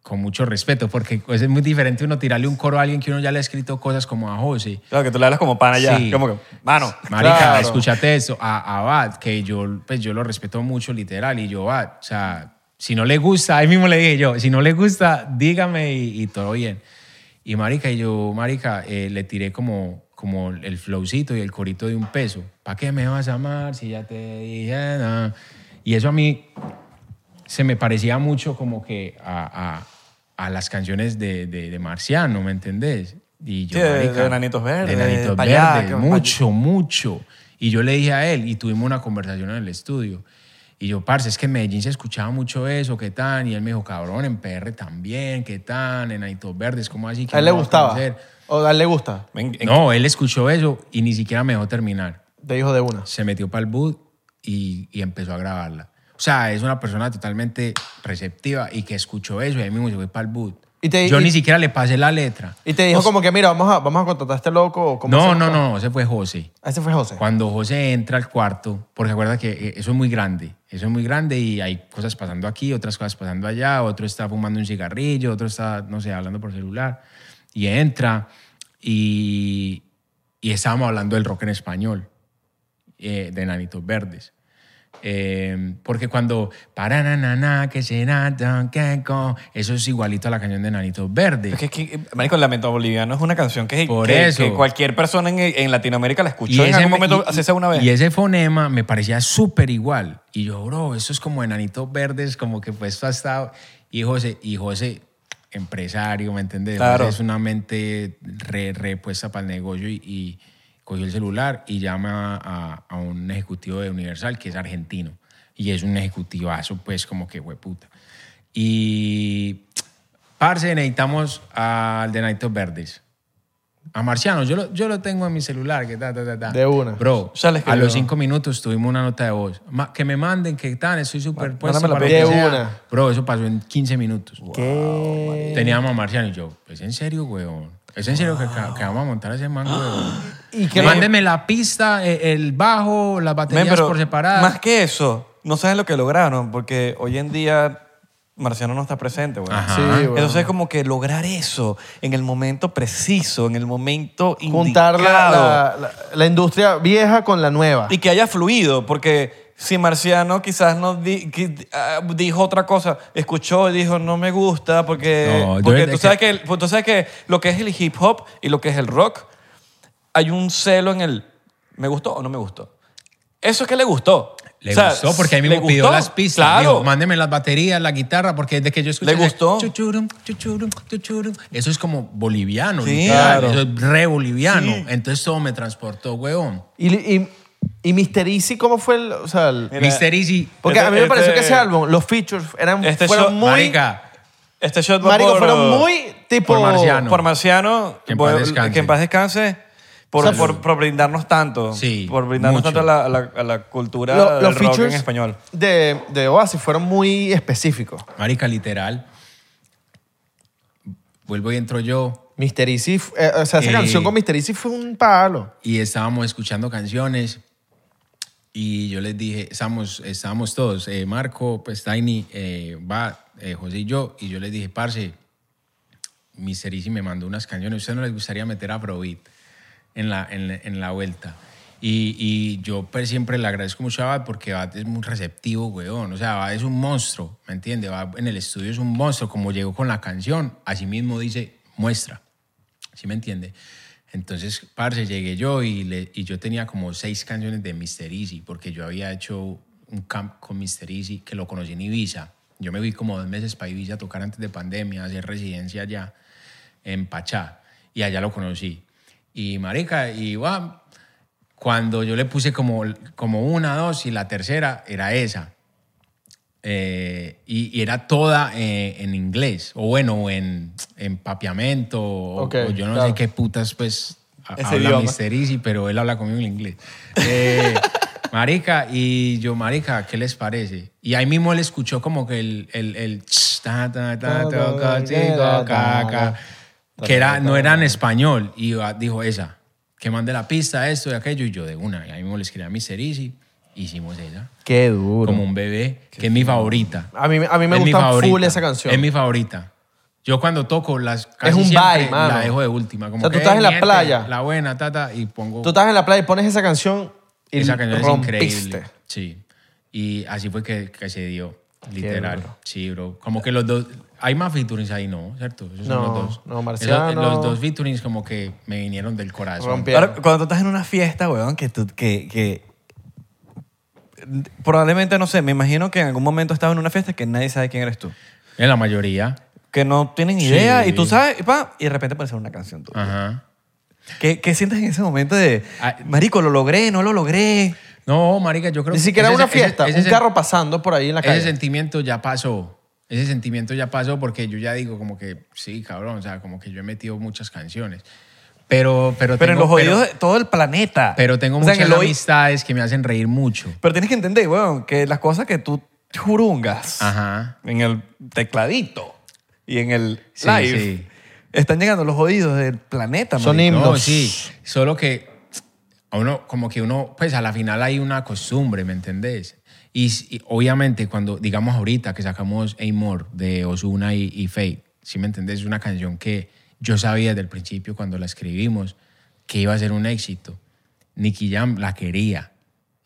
Speaker 2: con mucho respeto, porque pues, es muy diferente uno tirarle un coro a alguien que uno ya le ha escrito cosas como a José.
Speaker 3: Claro, que tú le hablas como pana ya.
Speaker 2: Sí.
Speaker 3: Como que, mano.
Speaker 2: Marica,
Speaker 1: Claro.
Speaker 2: escúchate eso. A, a Bad, que yo, pues, yo lo respeto mucho, literal. Y yo, Bad, o sea, si no le gusta, ahí mismo le dije yo, si no le gusta, dígame y, y todo bien. Y Marica, y yo, Marica, eh, le tiré como, como el flowcito y el corito de un peso. ¿Para qué me vas a amar si ya te dije nada? Y eso a mí se me parecía mucho como que a, a- a las canciones de, de- de Marciano, ¿me entendés? Y yo,
Speaker 3: Sí, de-
Speaker 2: marica,
Speaker 3: de Enanitos Verdes,
Speaker 2: de Enanitos
Speaker 3: pa' allá,
Speaker 2: Verdes,
Speaker 3: que-
Speaker 2: mucho, mucho. Y yo le dije a él, y tuvimos una conversación en el estudio. Y yo, parce, es que en Medellín se escuchaba mucho eso, ¿qué tan? Y él me dijo, cabrón, en PR también, ¿qué tan? Enanitos Verdes, ¿cómo así? que
Speaker 1: A él le
Speaker 2: no va
Speaker 1: gustaba.
Speaker 2: conocer?
Speaker 1: O a él le gusta.
Speaker 3: Ven, en-
Speaker 2: No, él escuchó eso y ni siquiera me dejó terminar
Speaker 1: Te dijo de una.
Speaker 2: se metió para el boot y, y empezó a grabarla. O sea, es una persona totalmente receptiva y que escuchó eso y ahí mismo se fue para el boot.
Speaker 1: Y te-
Speaker 2: Yo
Speaker 1: y-
Speaker 2: ni siquiera le pasé la letra.
Speaker 1: Y te dijo como que, mira, vamos a, vamos a contratar a este loco. o ¿cómo
Speaker 2: No,
Speaker 1: hacemos
Speaker 2: no,
Speaker 1: con-
Speaker 2: no, ese fue José.
Speaker 1: Ah, Ese fue José.
Speaker 2: Cuando José entra al cuarto, porque acuerda que eh, eso es muy grande, eso es muy grande y hay cosas pasando aquí, otras cosas pasando allá, otro está fumando un cigarrillo, otro está, no sé, hablando por celular, y entra y, y estábamos hablando del rock en español, eh, de Nanitos Verdes. Eh, porque cuando para na na na que será don que co, eso es igualito a la canción de Nanitos Verdes.
Speaker 3: Es que, es que, Marico, el Lamento Boliviano es una canción que,
Speaker 2: Por
Speaker 3: que-
Speaker 2: eso.
Speaker 3: que cualquier persona en, en Latinoamérica la escuchó en algún
Speaker 2: me-
Speaker 3: momento, hace esa una vez.
Speaker 2: y ese fonema me parecía súper igual. Y yo, bro, eso es como enanitos verdes, como que puesto hasta... Y José, y José empresario, ¿me entiendes?
Speaker 3: Claro.
Speaker 2: José es una mente re, repuesta para el negocio y, y- cogió el celular y llama a, a un ejecutivo de Universal que es argentino. Y es un ejecutivazo, pues como que hueputa. Y, parce, necesitamos al de Naitos Verdes. A Marciano, yo lo, yo lo tengo en mi celular, que ta, ta, ta, ta.
Speaker 1: De una.
Speaker 2: Bro,
Speaker 3: Ya le
Speaker 2: a
Speaker 3: escribió.
Speaker 2: los cinco minutos tuvimos una nota de voz. Ma- que me manden, que tal, estoy súper puesto
Speaker 1: mándamela
Speaker 2: para lo
Speaker 1: de
Speaker 2: que sea.
Speaker 1: una.
Speaker 2: Bro, eso pasó en 15 minutos.
Speaker 1: ¿Qué?
Speaker 2: Teníamos a Marciano y yo, ¿es en serio, weón? ¿Es en serio que, ca- que vamos a montar a ese man, weón?
Speaker 1: ¿Y qué-
Speaker 2: Mándeme la pista, e- el bajo, las baterías
Speaker 3: Men, pero
Speaker 2: por separado.
Speaker 3: Más que eso, no sabes lo que lograron, porque hoy en día Marciano no está presente, güey.
Speaker 2: Ajá.
Speaker 1: Sí, bueno.
Speaker 3: Entonces, como que lograr eso en el momento preciso, en el momento
Speaker 1: juntar la,
Speaker 3: indicado.
Speaker 1: la- la- la industria vieja con la nueva.
Speaker 3: Y que haya fluido, porque si Marciano quizás no di- qui- ah, dijo otra cosa, escuchó y dijo, no me gusta, porque,
Speaker 2: No, yo
Speaker 3: porque
Speaker 2: es
Speaker 3: tú,
Speaker 2: que-
Speaker 3: sabes que, el- pues, tú sabes que lo que es el hip hop y lo que es el rock, hay un celo en el, ¿me gustó o no me gustó? Eso es que le gustó.
Speaker 2: Le
Speaker 3: O sea,
Speaker 2: gustó porque ahí
Speaker 3: le
Speaker 2: mismo pidió
Speaker 3: gustó,
Speaker 2: las pistas.
Speaker 3: Claro.
Speaker 2: dijo, mándeme las baterías, la guitarra, porque desde que yo escuché.
Speaker 3: Le
Speaker 2: ese
Speaker 3: gustó.
Speaker 2: chuchurum, chuchurum, chuchurum, Eso es como boliviano,
Speaker 3: Sí.
Speaker 2: literal,
Speaker 3: Claro.
Speaker 2: Eso es re boliviano. Entonces todo me transportó, weón.
Speaker 1: Y, y, y Mr. Easy, ¿cómo fue el...? O sea, el-
Speaker 3: Mira,
Speaker 2: Mister Easy.
Speaker 1: porque
Speaker 3: este-
Speaker 1: a mí me pareció
Speaker 3: este-
Speaker 1: que ese álbum, los features, eran,
Speaker 3: Este
Speaker 1: fueron
Speaker 3: show-
Speaker 1: muy...
Speaker 2: Marica,
Speaker 3: este shot va
Speaker 1: marico,
Speaker 3: por-
Speaker 1: fueron muy tipo...
Speaker 2: por Marciano.
Speaker 3: por Marciano,
Speaker 2: Que en
Speaker 3: por-
Speaker 2: paz descanse.
Speaker 3: que en paz descanse, por, por- por brindarnos tanto,
Speaker 2: Sí,
Speaker 3: por brindarnos
Speaker 2: mucho.
Speaker 3: tanto a la, a la- a la cultura
Speaker 1: lo-
Speaker 3: del
Speaker 1: los
Speaker 3: rock
Speaker 1: features
Speaker 3: en español.
Speaker 1: De, de Oasis fueron muy específicos.
Speaker 2: Marica, literal. Vuelvo y entro yo.
Speaker 1: Mr. Easy, f- eh, o sea, esa
Speaker 2: Eh.
Speaker 1: canción con Mr. Easy fue un palo.
Speaker 2: y estábamos escuchando canciones y yo les dije, estábamos, estábamos todos, eh, Marco, pues Tiny, eh, va, eh, José y yo, y yo les dije, parce, Mr. Easy me mandó unas canciones, ¿a ustedes no les gustaría meter Afrobeat en la, en, la- en la vuelta? Y, y yo pues siempre le agradezco mucho a Bad porque Bad es muy receptivo, weón. O sea, Bad es un monstruo, ¿me entiende? Bad en el estudio es un monstruo. Como llegó con la canción, así mismo dice, muestra. ¿Sí me entiende? Entonces, parce, llegué yo y, le- y yo tenía como seis canciones de Mr. Easy, porque yo había hecho un camp con Mr. Easy que lo conocí en Ibiza. Yo me fui como dos meses para Ibiza a tocar antes de pandemia, a hacer residencia allá en Pachá, y allá lo conocí. Y marica, y guau, cuando yo le puse como, como una, dos, y la tercera era esa. Eh, y, y era toda eh, en inglés, o bueno, en, en papiamento, o,
Speaker 1: Ok,
Speaker 2: o yo no
Speaker 1: claro.
Speaker 2: sé qué putas, pues, a-
Speaker 3: Ese
Speaker 2: habla
Speaker 3: idioma.
Speaker 2: Mr. Easy, pero él habla conmigo en inglés. Eh, marica, y yo, marica, ¿qué les parece? Y ahí mismo él escuchó como que el... el, el ch, ta, ta, ta, toca, chico, caca, que era, no era en español, y va- dijo esa, que mande la pista, esto y aquello, y yo de una, y ahí mismo le escribí a Mr. Easy, hicimos esa
Speaker 1: Qué duro.
Speaker 2: como un bebé, que es mi favorita.
Speaker 1: A mí- a mí me
Speaker 2: Es mi
Speaker 1: gusta full
Speaker 2: favorita.
Speaker 1: esa canción.
Speaker 2: Es mi favorita. Yo cuando toco las
Speaker 1: Es un
Speaker 2: siempre
Speaker 1: vibe, mano.
Speaker 2: la dejo de última. Como
Speaker 1: O sea, tú
Speaker 2: que,
Speaker 1: estás
Speaker 2: "Ey,
Speaker 1: en la
Speaker 2: mi gente,
Speaker 1: playa".
Speaker 2: La buena, tata, y pongo...
Speaker 1: Tú estás en la playa y pones esa canción y
Speaker 2: esa canción
Speaker 1: rompiste.
Speaker 2: es increíble. Sí. Y así fue que, que se dio, literal.
Speaker 1: duro.
Speaker 2: Sí, bro. Como que los dos... Hay más featurings ahí, ¿no? ¿Cierto? Esos son
Speaker 1: No,
Speaker 2: los dos.
Speaker 1: no, Marciano.
Speaker 2: Esos- los dos featurings como que me vinieron del corazón.
Speaker 1: Rompieron.
Speaker 3: Ahora, cuando tú estás en una fiesta, weón, que tú, que, que- probablemente, no sé, me imagino que en algún momento estabas en una fiesta que nadie sabe quién eres tú.
Speaker 2: En la mayoría.
Speaker 3: Que no tienen
Speaker 2: Sí.
Speaker 3: idea y tú sabes, y, pa, y de repente aparece una canción tuya.
Speaker 2: Ajá.
Speaker 3: ¿Qué, qué sientes en ese momento de,
Speaker 2: Ah.
Speaker 3: marico, lo logré, no lo logré?
Speaker 2: No, marica, yo creo
Speaker 1: Ni
Speaker 2: que
Speaker 1: siquiera
Speaker 2: ese-
Speaker 1: una
Speaker 2: ese-
Speaker 1: fiesta,
Speaker 2: ese
Speaker 1: un
Speaker 2: es el-
Speaker 1: carro pasando por ahí en la calle.
Speaker 2: Ese sentimiento ya pasó. Ese sentimiento ya pasó porque yo ya digo como que sí, cabrón, o sea, como que yo he metido muchas canciones. Pero, pero,
Speaker 3: Pero en
Speaker 2: tengo-
Speaker 3: los oídos de todo el planeta.
Speaker 2: pero tengo
Speaker 3: O sea,
Speaker 2: muchas
Speaker 3: en el oí-
Speaker 2: amistades que me hacen reír mucho.
Speaker 3: Pero tienes que entender, weón, que las cosas que tú jurungas
Speaker 2: Ajá.
Speaker 3: en el tecladito y en el
Speaker 2: Sí,
Speaker 3: live
Speaker 2: sí.
Speaker 3: están llegando a los oídos del planeta,
Speaker 1: Son
Speaker 3: marico.
Speaker 1: himnos.
Speaker 2: No, sí, solo que a uno, como que uno, pues a la final hay una costumbre, ¿me entendés? Y, s- y obviamente cuando, digamos ahorita que sacamos Amor de Ozuna y, y Fate, ¿sí me entendés? Es una canción que yo sabía desde el principio cuando la escribimos que iba a ser un éxito. Nicky Jam la quería.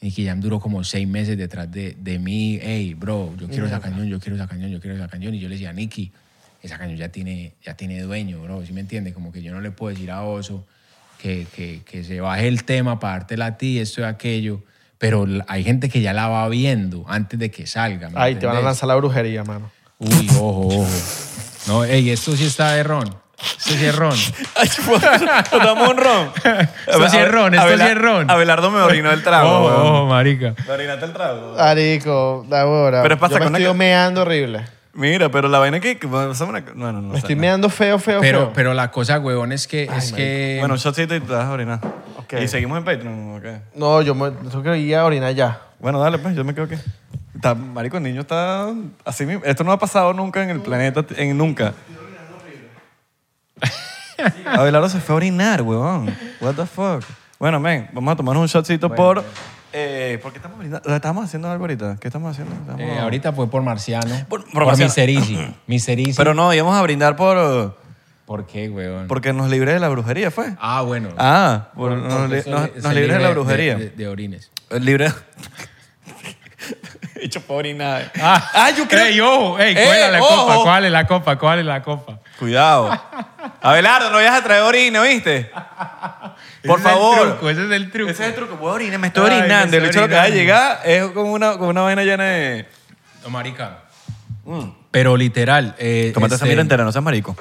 Speaker 2: Nicky Jam duró como seis meses detrás de, de mí. Hey, bro, yo quiero esa cañón, yo quiero esa cañón, yo quiero esa cañón. Y yo le decía, Nicky, esa cañón ya tiene, ya tiene dueño, bro. ¿Sí me entiendes? Como que yo no le puedo decir a Oso que, que, que se baje el tema para dártela a ti, esto y aquello. Pero la- hay gente que ya la va viendo antes de que salga. ¿me
Speaker 1: Ay, te van a
Speaker 2: entendés?
Speaker 1: lanzar la brujería, mano.
Speaker 2: Uy, ojo, ojo. No, ey, esto sí está de ron. Esto sí es ron.
Speaker 3: Ay, Tomamos un ron.
Speaker 2: Esto sí es ron, esto sí es ron.
Speaker 3: Abelardo me orinó el trago. weón.
Speaker 2: Oh, oh, marica.
Speaker 3: ¿Me orinaste el trago?
Speaker 1: Arico, ahora.
Speaker 3: Pero pasa
Speaker 1: yo me
Speaker 3: con una
Speaker 1: estoy
Speaker 3: ca-
Speaker 1: meando horrible.
Speaker 3: Mira, pero la vaina que... que- pásame una- No, no, no.
Speaker 1: Me
Speaker 3: o sea,
Speaker 1: estoy
Speaker 3: no.
Speaker 1: meando feo, feo,
Speaker 2: Pero,
Speaker 1: feo.
Speaker 2: pero la cosa, huevón, es que... es que
Speaker 3: Bueno, un shotcito y te vas a orinar.
Speaker 1: Ok.
Speaker 3: ¿Y seguimos en Patreon? ok.
Speaker 1: No, yo me tengo que ir a orinar ya.
Speaker 3: Bueno, dale, pues, yo me quedo aquí. Está, marico, el niño está así mismo. Esto no ha pasado nunca en el planeta, en nunca. Abelardo se fue a orinar, huevón. What the fuck. Bueno, men, vamos a tomar un shotcito por... Eh, ¿Por qué estamos brindando? ¿Estamos haciendo algo ahorita? ¿Qué estamos haciendo? Estamos-
Speaker 2: eh, ahorita fue por Marciano.
Speaker 3: Ah. Por- por
Speaker 2: por
Speaker 3: Marciano.
Speaker 2: Miserisi. Miserisi.
Speaker 3: Pero no, íbamos a brindar por...
Speaker 2: ¿Por qué, huevón?
Speaker 3: Porque nos libré de la brujería, ¿fue?
Speaker 2: Ah, bueno.
Speaker 3: Ah, por-
Speaker 2: Por-
Speaker 3: nos,
Speaker 2: porque
Speaker 3: li-
Speaker 2: se-
Speaker 3: nos-
Speaker 2: se
Speaker 3: nos libré de la
Speaker 2: libre
Speaker 3: brujería.
Speaker 2: De, de orines.
Speaker 3: Libre. Hecho por orinar.
Speaker 2: Ah,
Speaker 3: yo creo-
Speaker 2: Ey, ojo, ey,
Speaker 3: Eh,
Speaker 2: ¿cuál es la copa?
Speaker 3: ojo.
Speaker 2: ¿Cuál es la copa? ¿Cuál es la copa?
Speaker 3: Cuidado. Abelardo, no vayas a traer orina, ¿viste? Por
Speaker 2: Ese es el
Speaker 3: favor.
Speaker 2: truco, ese es el truco.
Speaker 3: Ese es el truco. Voy a orinar, me estoy
Speaker 2: Ay, me
Speaker 3: orinando.
Speaker 2: estoy
Speaker 3: El bicho lo que va a
Speaker 2: orinando.
Speaker 3: llegar es como una, como una vaina llena de.
Speaker 2: No, marica. Pero literal. Eh,
Speaker 3: Tómate Mm. esa
Speaker 2: este,
Speaker 3: mira entera, no seas marico.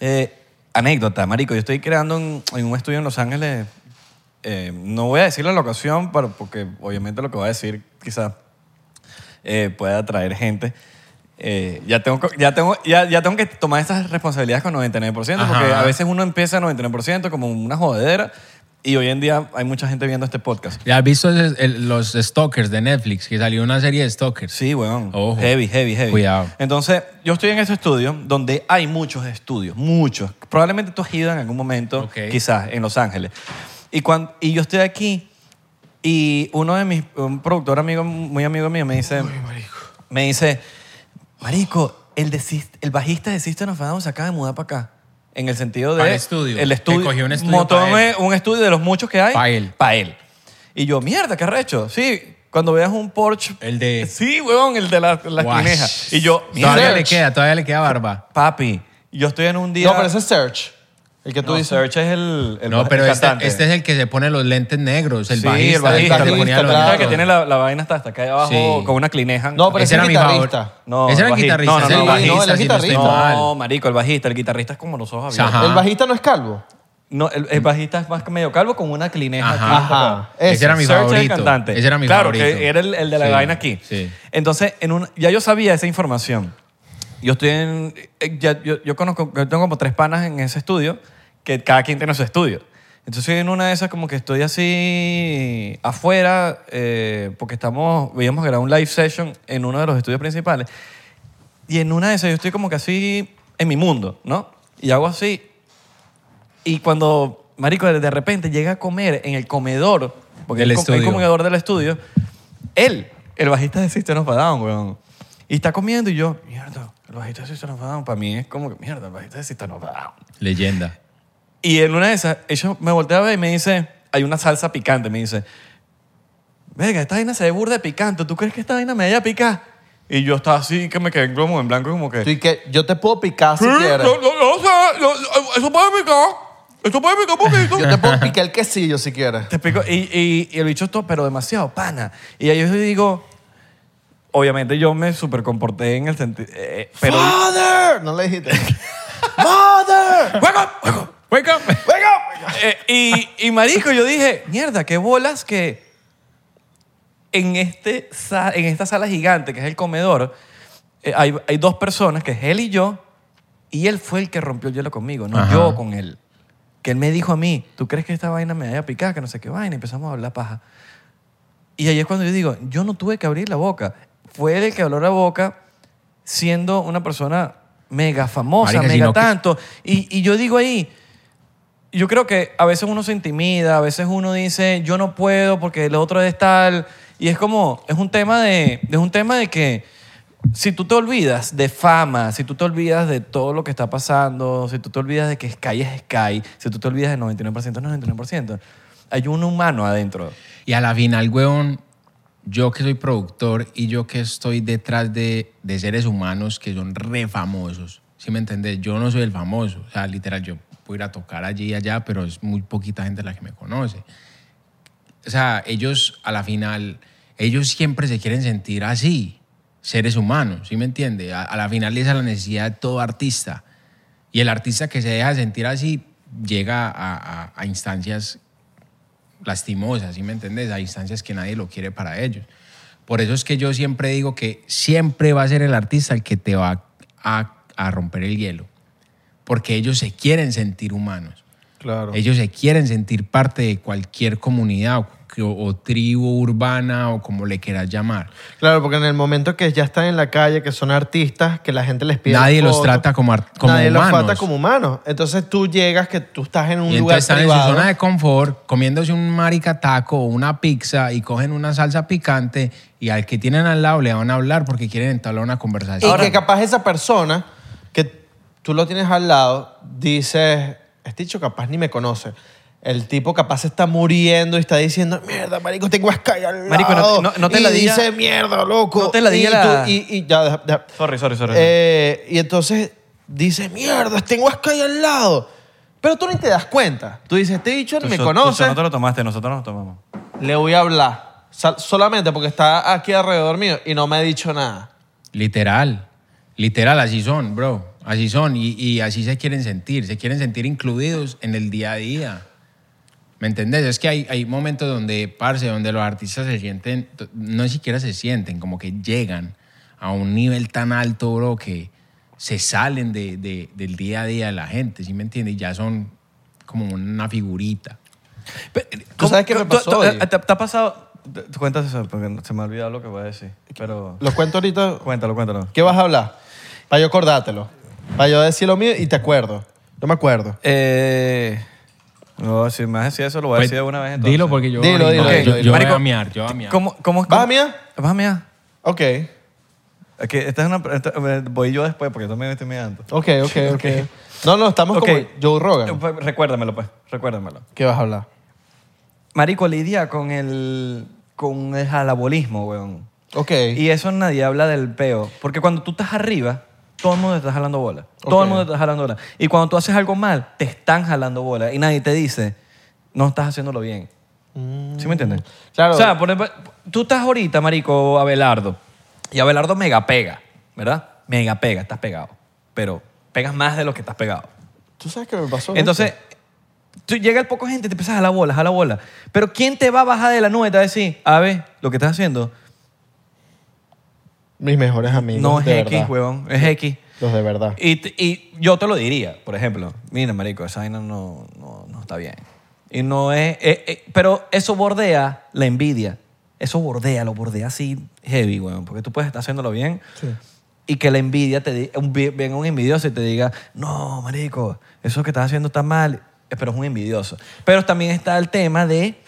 Speaker 3: Eh, anécdota, marico. Yo estoy creando un- en un estudio en Los Ángeles. eh, no voy a decir la locación para- porque obviamente lo que voy a decir quizás eh, pueda atraer gente. Eh, ya, tengo, co- ya, tengo, ya, ya tengo que tomar esas responsabilidades con 99% porque
Speaker 2: Ajá.
Speaker 3: a veces uno empieza 99% como una jodedera y hoy en día hay mucha gente viendo este podcast.
Speaker 2: ¿Ya has visto ese- el- los Stalkers de Netflix? Que salió una serie de Stalkers.
Speaker 3: Sí, weón.
Speaker 2: Ojo.
Speaker 3: Heavy, heavy, heavy.
Speaker 2: Cuidado.
Speaker 3: Entonces, yo estoy en este estudio donde hay muchos estudios, muchos. Probablemente tú has ido en algún momento,
Speaker 2: Ok.
Speaker 3: quizás, en Los Ángeles. Y, cuan- y yo estoy aquí y uno de mis, un productor amigo, muy amigo mío, me dice, me dice, marico, el, de Sys- el bajista de System of a Down se acaba de mudar para acá. En el sentido de...
Speaker 2: Para el estudio.
Speaker 3: El
Speaker 2: Que
Speaker 3: estudio.
Speaker 2: cogió un estudio
Speaker 3: Montó
Speaker 2: pa' él.
Speaker 3: un estudio de los muchos que hay.
Speaker 2: Pa' él.
Speaker 3: Para él. Y yo, mierda, qué arrecho. Sí, cuando veas un Porsche
Speaker 2: El de.
Speaker 3: Sí, huevón, el de la- las
Speaker 2: Guash.
Speaker 3: quinejas. Y yo,
Speaker 2: Todavía
Speaker 3: mierda,
Speaker 2: le queda, todavía le queda barba.
Speaker 3: papi, yo estoy en un día...
Speaker 1: No, pero ese es Search. El que tú
Speaker 3: No,
Speaker 1: dices.
Speaker 3: Search es el, el
Speaker 2: No,
Speaker 3: ba-
Speaker 2: pero
Speaker 3: el
Speaker 2: este,
Speaker 3: cantante.
Speaker 2: este es el que se pone los lentes negros, el
Speaker 3: Sí,
Speaker 2: bajista.
Speaker 3: el bajista,
Speaker 2: que se
Speaker 1: el
Speaker 2: ponía
Speaker 1: bajista,
Speaker 2: los
Speaker 1: claro.
Speaker 2: negros.
Speaker 3: este que tiene la, la vaina hasta, hasta acá abajo
Speaker 2: Sí. Este
Speaker 3: con una clineja.
Speaker 1: No, pero ese
Speaker 2: Ese era
Speaker 1: es
Speaker 2: mi
Speaker 1: guitarrista.
Speaker 2: favorito.
Speaker 3: No,
Speaker 2: Ese era el
Speaker 3: bajista.
Speaker 2: guitarrista.
Speaker 3: No, no,
Speaker 2: ese era
Speaker 3: no,
Speaker 2: el
Speaker 3: bajista.
Speaker 1: No,
Speaker 2: bajista,
Speaker 1: el
Speaker 2: si no estoy
Speaker 1: guitarrista.
Speaker 3: No,
Speaker 2: mal.
Speaker 3: marico, el bajista. El guitarrista es como los ojos abiertos.
Speaker 2: Ajá.
Speaker 1: El bajista no es calvo.
Speaker 3: No, el, el bajista es más medio calvo con una clineja aquí.
Speaker 2: Ajá.
Speaker 1: Ajá.
Speaker 2: Ese era mi
Speaker 3: Search es el
Speaker 2: favorito.
Speaker 3: cantante.
Speaker 2: Ese era mi
Speaker 3: claro,
Speaker 2: favorito.
Speaker 3: que era el, el de la
Speaker 2: Sí,
Speaker 3: vaina aquí.
Speaker 2: Sí.
Speaker 3: Entonces, en un, ya yo sabía esa información. Yo estoy en... eh, ya- yo, yo conozco... Yo tengo como tres panas en ese estudio que cada quien tiene su estudio. Entonces, en una de esas como que estoy así afuera eh, porque estamos... Veíamos grabar un live session en uno de los estudios principales. Y en una de esas yo estoy como que así en mi mundo, ¿no? Y hago así y cuando, marico, de de repente llega a comer en el comedor, porque
Speaker 2: Del
Speaker 3: el, com- el
Speaker 2: estudio.
Speaker 3: comedor del estudio, él, el bajista de System of a Down, weón. Y está comiendo y yo, mierda, el bajista de System of a Down, para mí es como que, mierda, el bajista de System of a Down.
Speaker 2: Leyenda.
Speaker 3: Y en una de esas, ellos me voltea a ver y me dice, hay una salsa picante, me dice, verga, esta vaina se ve burda de picante, ¿tú crees que esta vaina me vaya a picar? Y yo estaba así, que me quedé en glomo, en blanco, como que...
Speaker 1: Tú y que yo te puedo picar si
Speaker 3: "Sí,
Speaker 1: quieres.
Speaker 3: ¿Eh? no, no, no sé, no, no, eso puede picar, eso puede picar un poquito.
Speaker 1: Yo te puedo picar el quesillo si quieres.
Speaker 3: Te explico. Y, y- y el bicho todo, pero demasiado pana. Y ahí yo digo, obviamente yo me supercomporté en el sentido. pero.
Speaker 1: ¡Mother! No le dijiste. ¡Mother!
Speaker 3: ¡Wake up! ¡Wake up!
Speaker 2: Wake up.
Speaker 1: ¡Wake up!
Speaker 3: Eh, y, y marico, yo dije, mierda, qué bolas que en, este, sa- en esta sala gigante, que es el comedor, eh, hay, hay dos personas, que es él y yo, y él fue el que rompió el hielo conmigo, no
Speaker 2: Ajá.
Speaker 3: yo con él. Que él me dijo a mí, ¿tú crees que esta vaina me vaya a picar? Que no sé qué vaina, y empezamos a hablar paja. Y ahí es cuando yo digo, yo no tuve que abrir la boca. Fue él el que abrió la boca siendo una persona mega famosa,
Speaker 2: Marica,
Speaker 3: mega
Speaker 2: sino que-
Speaker 3: tanto. Y, y yo digo ahí, yo creo que a veces uno se intimida, a veces uno dice, yo no puedo porque el otro es tal. Y es como, es un tema de, es un tema de que si tú te olvidas de fama, si tú te olvidas de todo lo que está pasando, si tú te olvidas de que Sky es Sky, si tú te olvidas del 99% es 99%, hay un humano adentro.
Speaker 2: Y a la final, weón, yo que soy productor y yo que estoy detrás de, de seres humanos que son re famosos, ¿sí me entendés? Yo no soy el famoso, o sea, literal, yo puedo ir a tocar allí y allá, pero es muy poquita gente la que me conoce. O sea, ellos a la final, ellos siempre se quieren sentir así, seres humanos, ¿sí me entiende? A, a la final esa es la necesidad de todo artista. Y el artista que se deja sentir así llega a, a- a instancias lastimosas, ¿sí me entendés? A instancias que nadie lo quiere para ellos. Por eso es que yo siempre digo que siempre va a ser el artista el que te va a, a romper el hielo. Porque ellos se quieren sentir humanos.
Speaker 1: Claro.
Speaker 2: Ellos se quieren sentir parte de cualquier comunidad o, o tribu urbana o como le quieras llamar.
Speaker 1: Claro, porque en el momento que ya están en la calle, que son artistas, que la gente les pide.
Speaker 2: Nadie
Speaker 1: las
Speaker 2: los
Speaker 1: fotos,
Speaker 2: trata como ar- como
Speaker 1: nadie los
Speaker 2: humanos.
Speaker 1: trata como humanos. Entonces tú llegas, que tú estás en un
Speaker 2: Y
Speaker 1: lugar
Speaker 2: entonces están en
Speaker 1: privado.
Speaker 2: su zona de confort comiéndose un marica taco o una pizza y cogen una salsa picante y al que tienen al lado le van a hablar porque quieren entablar una
Speaker 1: Y
Speaker 2: conversación.
Speaker 1: que capaz esa persona que tú lo tienes al lado, dices, este dicho capaz ni me conoce. El tipo capaz se está muriendo y está diciendo, mierda, marico, tengo a Sky al lado.
Speaker 3: Marico, no- no- no te
Speaker 1: y
Speaker 3: la diga-
Speaker 1: dice, mierda, loco.
Speaker 3: no te la
Speaker 1: y,
Speaker 3: diga la-
Speaker 1: tú- y, y ya, deja- deja.
Speaker 3: Sorry, sorry, sorry.
Speaker 1: Eh, y entonces dice, mierda, tengo a Sky al lado. Pero tú ni te das cuenta. Tú dices, este bicho ni
Speaker 3: Tú
Speaker 1: me
Speaker 3: so-
Speaker 1: conoce,
Speaker 3: Tú no te lo tomaste, nosotros nos tomamos.
Speaker 1: le voy a hablar. Sal- solamente porque está aquí alrededor mío y no me ha dicho nada.
Speaker 2: Literal. Literal, así son, bro. Así son y, y así se quieren sentir. Se quieren sentir incluidos en el día a día. ¿Me entendés? Es que hay, hay momentos donde, parce, donde los artistas se sienten, t- no siquiera se sienten, como que llegan a un nivel tan alto, bro, que se salen de- de- del día a día de la gente, ¿sí me entiendes? Y ya son como una figurita.
Speaker 1: ¿Tú sabes qué me pasó
Speaker 3: ¿Te,
Speaker 1: hoy?
Speaker 3: te- te ha pasado? te- te- Cuéntase eso, porque se me ha olvidado lo que voy a decir. Pero
Speaker 1: Lo cuento ahorita.
Speaker 3: cuéntalo, cuéntalo.
Speaker 1: ¿Qué vas a hablar? Para yo acordártelo. Para yo decir lo mío y te acuerdo. Yo me acuerdo.
Speaker 3: Eh, no, si me vas a decir eso, lo voy a
Speaker 2: Pues,
Speaker 3: decir de una vez entonces.
Speaker 2: Dilo porque yo,
Speaker 1: Dilo, dilo,
Speaker 2: Ok,
Speaker 1: dilo,
Speaker 2: yo-
Speaker 1: dilo.
Speaker 2: yo voy
Speaker 3: Marico,
Speaker 2: a miar, yo voy a miar.
Speaker 3: ¿Cómo, cómo,
Speaker 1: ¿Vas a
Speaker 3: cómo-
Speaker 1: mía?
Speaker 3: ¿Vas a mía?
Speaker 1: Ok.
Speaker 3: Ok, esta es una, esta- eh, voy yo después porque yo también estoy mirando.
Speaker 1: Ok, ok, ok. Eh, No, no, estamos
Speaker 3: Ok.
Speaker 1: como Joe Rogan.
Speaker 3: Pues, Recuérdamelo, pues. Recuérdamelo.
Speaker 1: ¿Qué vas a hablar?
Speaker 3: Marico, lidia con el, con el jalabolismo, weón.
Speaker 1: Ok.
Speaker 3: Y eso nadie habla del peo. Porque cuando tú estás arriba, todo el mundo te está jalando bola. Todo
Speaker 1: Ok.
Speaker 3: el mundo te está jalando bola. Y cuando tú haces algo mal, te están jalando bola. Y nadie te dice, no estás haciéndolo bien. ¿Sí me entiendes?
Speaker 1: Mm, Claro.
Speaker 3: O sea, por ejemplo, tú estás ahorita, marico, Abelardo. Y Abelardo mega pega, ¿verdad? Mega pega, estás pegado. Pero pegas más de lo que estás pegado.
Speaker 1: ¿Tú sabes qué me pasó?
Speaker 3: Entonces, tú llega el poco gente y te empiezas a la bola, a la bola. Pero ¿quién te va a bajar de la nube y te va a decir, a ver, lo que estás haciendo
Speaker 1: Mis mejores amigos.
Speaker 3: no es
Speaker 1: de
Speaker 3: X,
Speaker 1: verdad.
Speaker 3: huevón, es X.
Speaker 1: Los de verdad.
Speaker 3: Y, t- y yo te lo diría, por ejemplo, mira, marico, esa vaina no, no, no está bien. Y no es, eh, eh, pero eso bordea la envidia. Eso bordea, lo bordea así heavy, weón, porque tú puedes estar haciéndolo bien y que la envidia te diga, venga un envidioso y te diga, no, marico, eso que estás haciendo está mal, Eh, pero es un envidioso. Pero también está el tema de,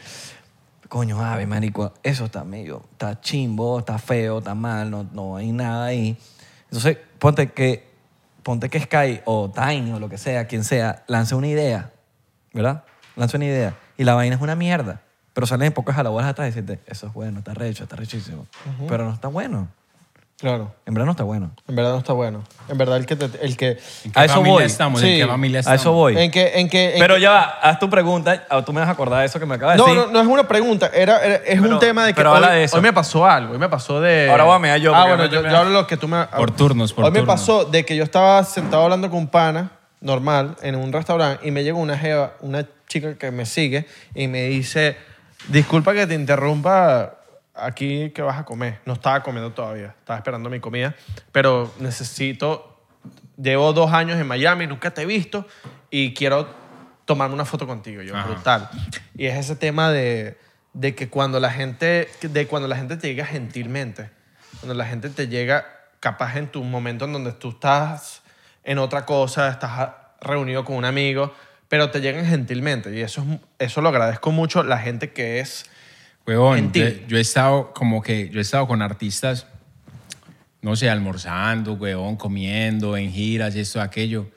Speaker 3: coño, ave, marico, eso está medio, está chimbo, está feo, está mal, no, no hay nada ahí. Entonces, ponte que, ponte que Sky o Tiny o lo que sea, quien sea, lance una idea, ¿verdad? Lanza una idea y la vaina es una mierda. Pero salen pocas alabolas atrás y dicen, eso es bueno, está recho, está rechísimo. Pero no está bueno.
Speaker 1: Claro.
Speaker 3: En verdad no está bueno.
Speaker 1: En verdad no está bueno. En verdad el que... te- el que
Speaker 2: ¿En qué
Speaker 3: a eso
Speaker 2: familia
Speaker 3: voy.
Speaker 2: estamos?
Speaker 1: Sí,
Speaker 2: ¿En qué familia
Speaker 3: A
Speaker 2: estamos?
Speaker 3: eso voy.
Speaker 1: en que... En que en
Speaker 3: Pero
Speaker 1: que-
Speaker 3: ya va, haz tu pregunta. Ah, Tú me vas a acordar de eso que me acabas de
Speaker 1: No,
Speaker 3: decir.
Speaker 1: no, no es una pregunta. Era, era- es
Speaker 3: Ah, Pero-
Speaker 1: un tema de que
Speaker 3: pero
Speaker 1: hoy,
Speaker 3: habla de eso.
Speaker 1: hoy me pasó algo. Hoy me pasó de...
Speaker 3: Ahora voy a mear yo,
Speaker 1: Ah,
Speaker 3: porque
Speaker 1: bueno,
Speaker 3: no te
Speaker 1: yo,
Speaker 3: meas.
Speaker 1: yo hablo lo que tú me...
Speaker 2: Por turnos, por
Speaker 1: Hoy me
Speaker 2: turnos.
Speaker 1: pasó de que yo estaba sentado hablando con un pana normal en un restaurante y me llegó una jeva, una chica que me sigue y me dice, disculpa que te interrumpa aquí que vas a comer. No estaba comiendo todavía, estaba esperando mi comida, pero necesito, llevo dos años en Miami, nunca te he visto y quiero tomarme una foto contigo. Yo,
Speaker 2: Ajá.
Speaker 1: brutal. Y es ese tema de, de que cuando la gente, de cuando la gente te llega gentilmente, cuando la gente te llega capaz en tu momento en donde tú estás en otra cosa, estás a- reunido con un amigo, pero te llegan gentilmente. Y eso, es- eso lo agradezco mucho la gente que es...
Speaker 2: Huevón, yo,
Speaker 1: Gentil.
Speaker 2: yo he estado como que, yo he estado con artistas, no sé, almorzando, huevón, comiendo, en giras, esto, aquello.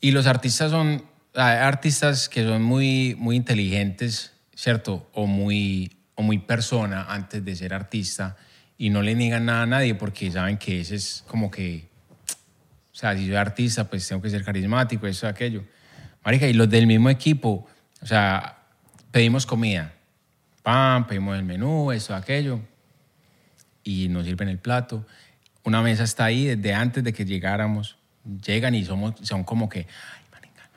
Speaker 2: Y los artistas son, hay artistas que son muy, muy inteligentes, ¿cierto? O muy, o muy persona antes de ser artista y no le niegan nada a nadie porque saben que ese es como que o sea, si soy artista, pues tengo que ser carismático, eso, aquello. Marica, y los del mismo equipo, o sea, pedimos comida. Pan, pedimos el menú, eso, aquello. Y nos sirven el plato. Una mesa está ahí desde antes de que llegáramos. llegan y somos, son como que... "Ay, marica".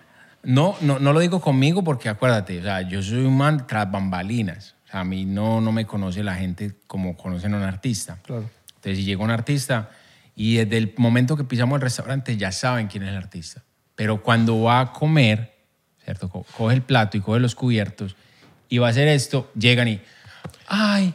Speaker 2: No, no, no lo digo conmigo porque acuérdate, o sea, yo soy un man tras bambalinas. O sea, a mí no, no me conoce la gente como conocen a un artista.
Speaker 1: Claro.
Speaker 2: Entonces, si llega un artista y desde el momento que pisamos el restaurante ya saben quién es el artista. Pero cuando va a comer, ¿cierto? Co- Coge el plato y coge los cubiertos y va a hacer esto, llegan y, ay,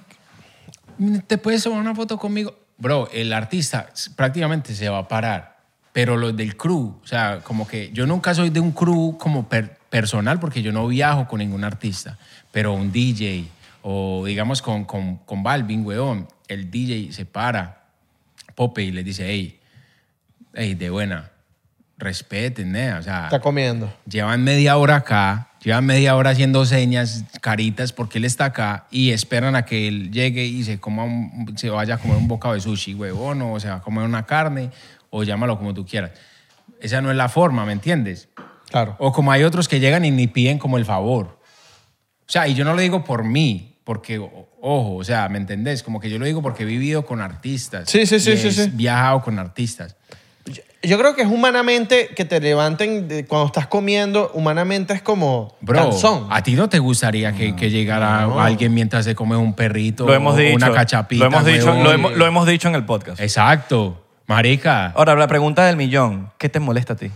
Speaker 2: ¿te puedes tomar una foto conmigo? Bro, el artista s- prácticamente se va a parar, pero los del crew, o sea, como que yo nunca soy de un crew como per- personal porque yo no viajo con ningún artista, pero un DJ o digamos con, con, con Balvin, weón, el DJ se para, Pope, y les dice, hey, hey, de buena, respeten, nea", o sea,
Speaker 1: Está comiendo.
Speaker 2: llevan media hora acá, llevan media hora haciendo señas, caritas, porque él está acá y esperan a que él llegue y se, coma un- se vaya a comer un bocado de sushi, huevón, o se va a comer una carne, o llámalo como tú quieras. Esa no es la forma, ¿me entiendes?
Speaker 1: Claro.
Speaker 2: O como hay otros que llegan y ni piden como el favor. O sea, y yo no lo digo por mí, porque, o- ojo, o sea, ¿me entendés? Como que yo lo digo porque he vivido con artistas.
Speaker 1: Sí, sí, sí,
Speaker 2: y
Speaker 1: sí,
Speaker 2: he
Speaker 1: sí.
Speaker 2: Viajado con artistas.
Speaker 1: Yo creo que es humanamente que te levanten de- cuando estás comiendo, humanamente es como
Speaker 2: Bro,
Speaker 1: canzón.
Speaker 2: a ti no te gustaría que, que llegara alguien mientras se come un perrito
Speaker 3: Lo hemos
Speaker 2: o
Speaker 3: dicho.
Speaker 2: una cachapita.
Speaker 3: Lo hemos dicho,
Speaker 2: huevón?
Speaker 3: lo hemos, lo hemos dicho en el podcast.
Speaker 2: Exacto. Marica,
Speaker 3: Ahora, la pregunta del millón. ¿Qué te molesta a ti?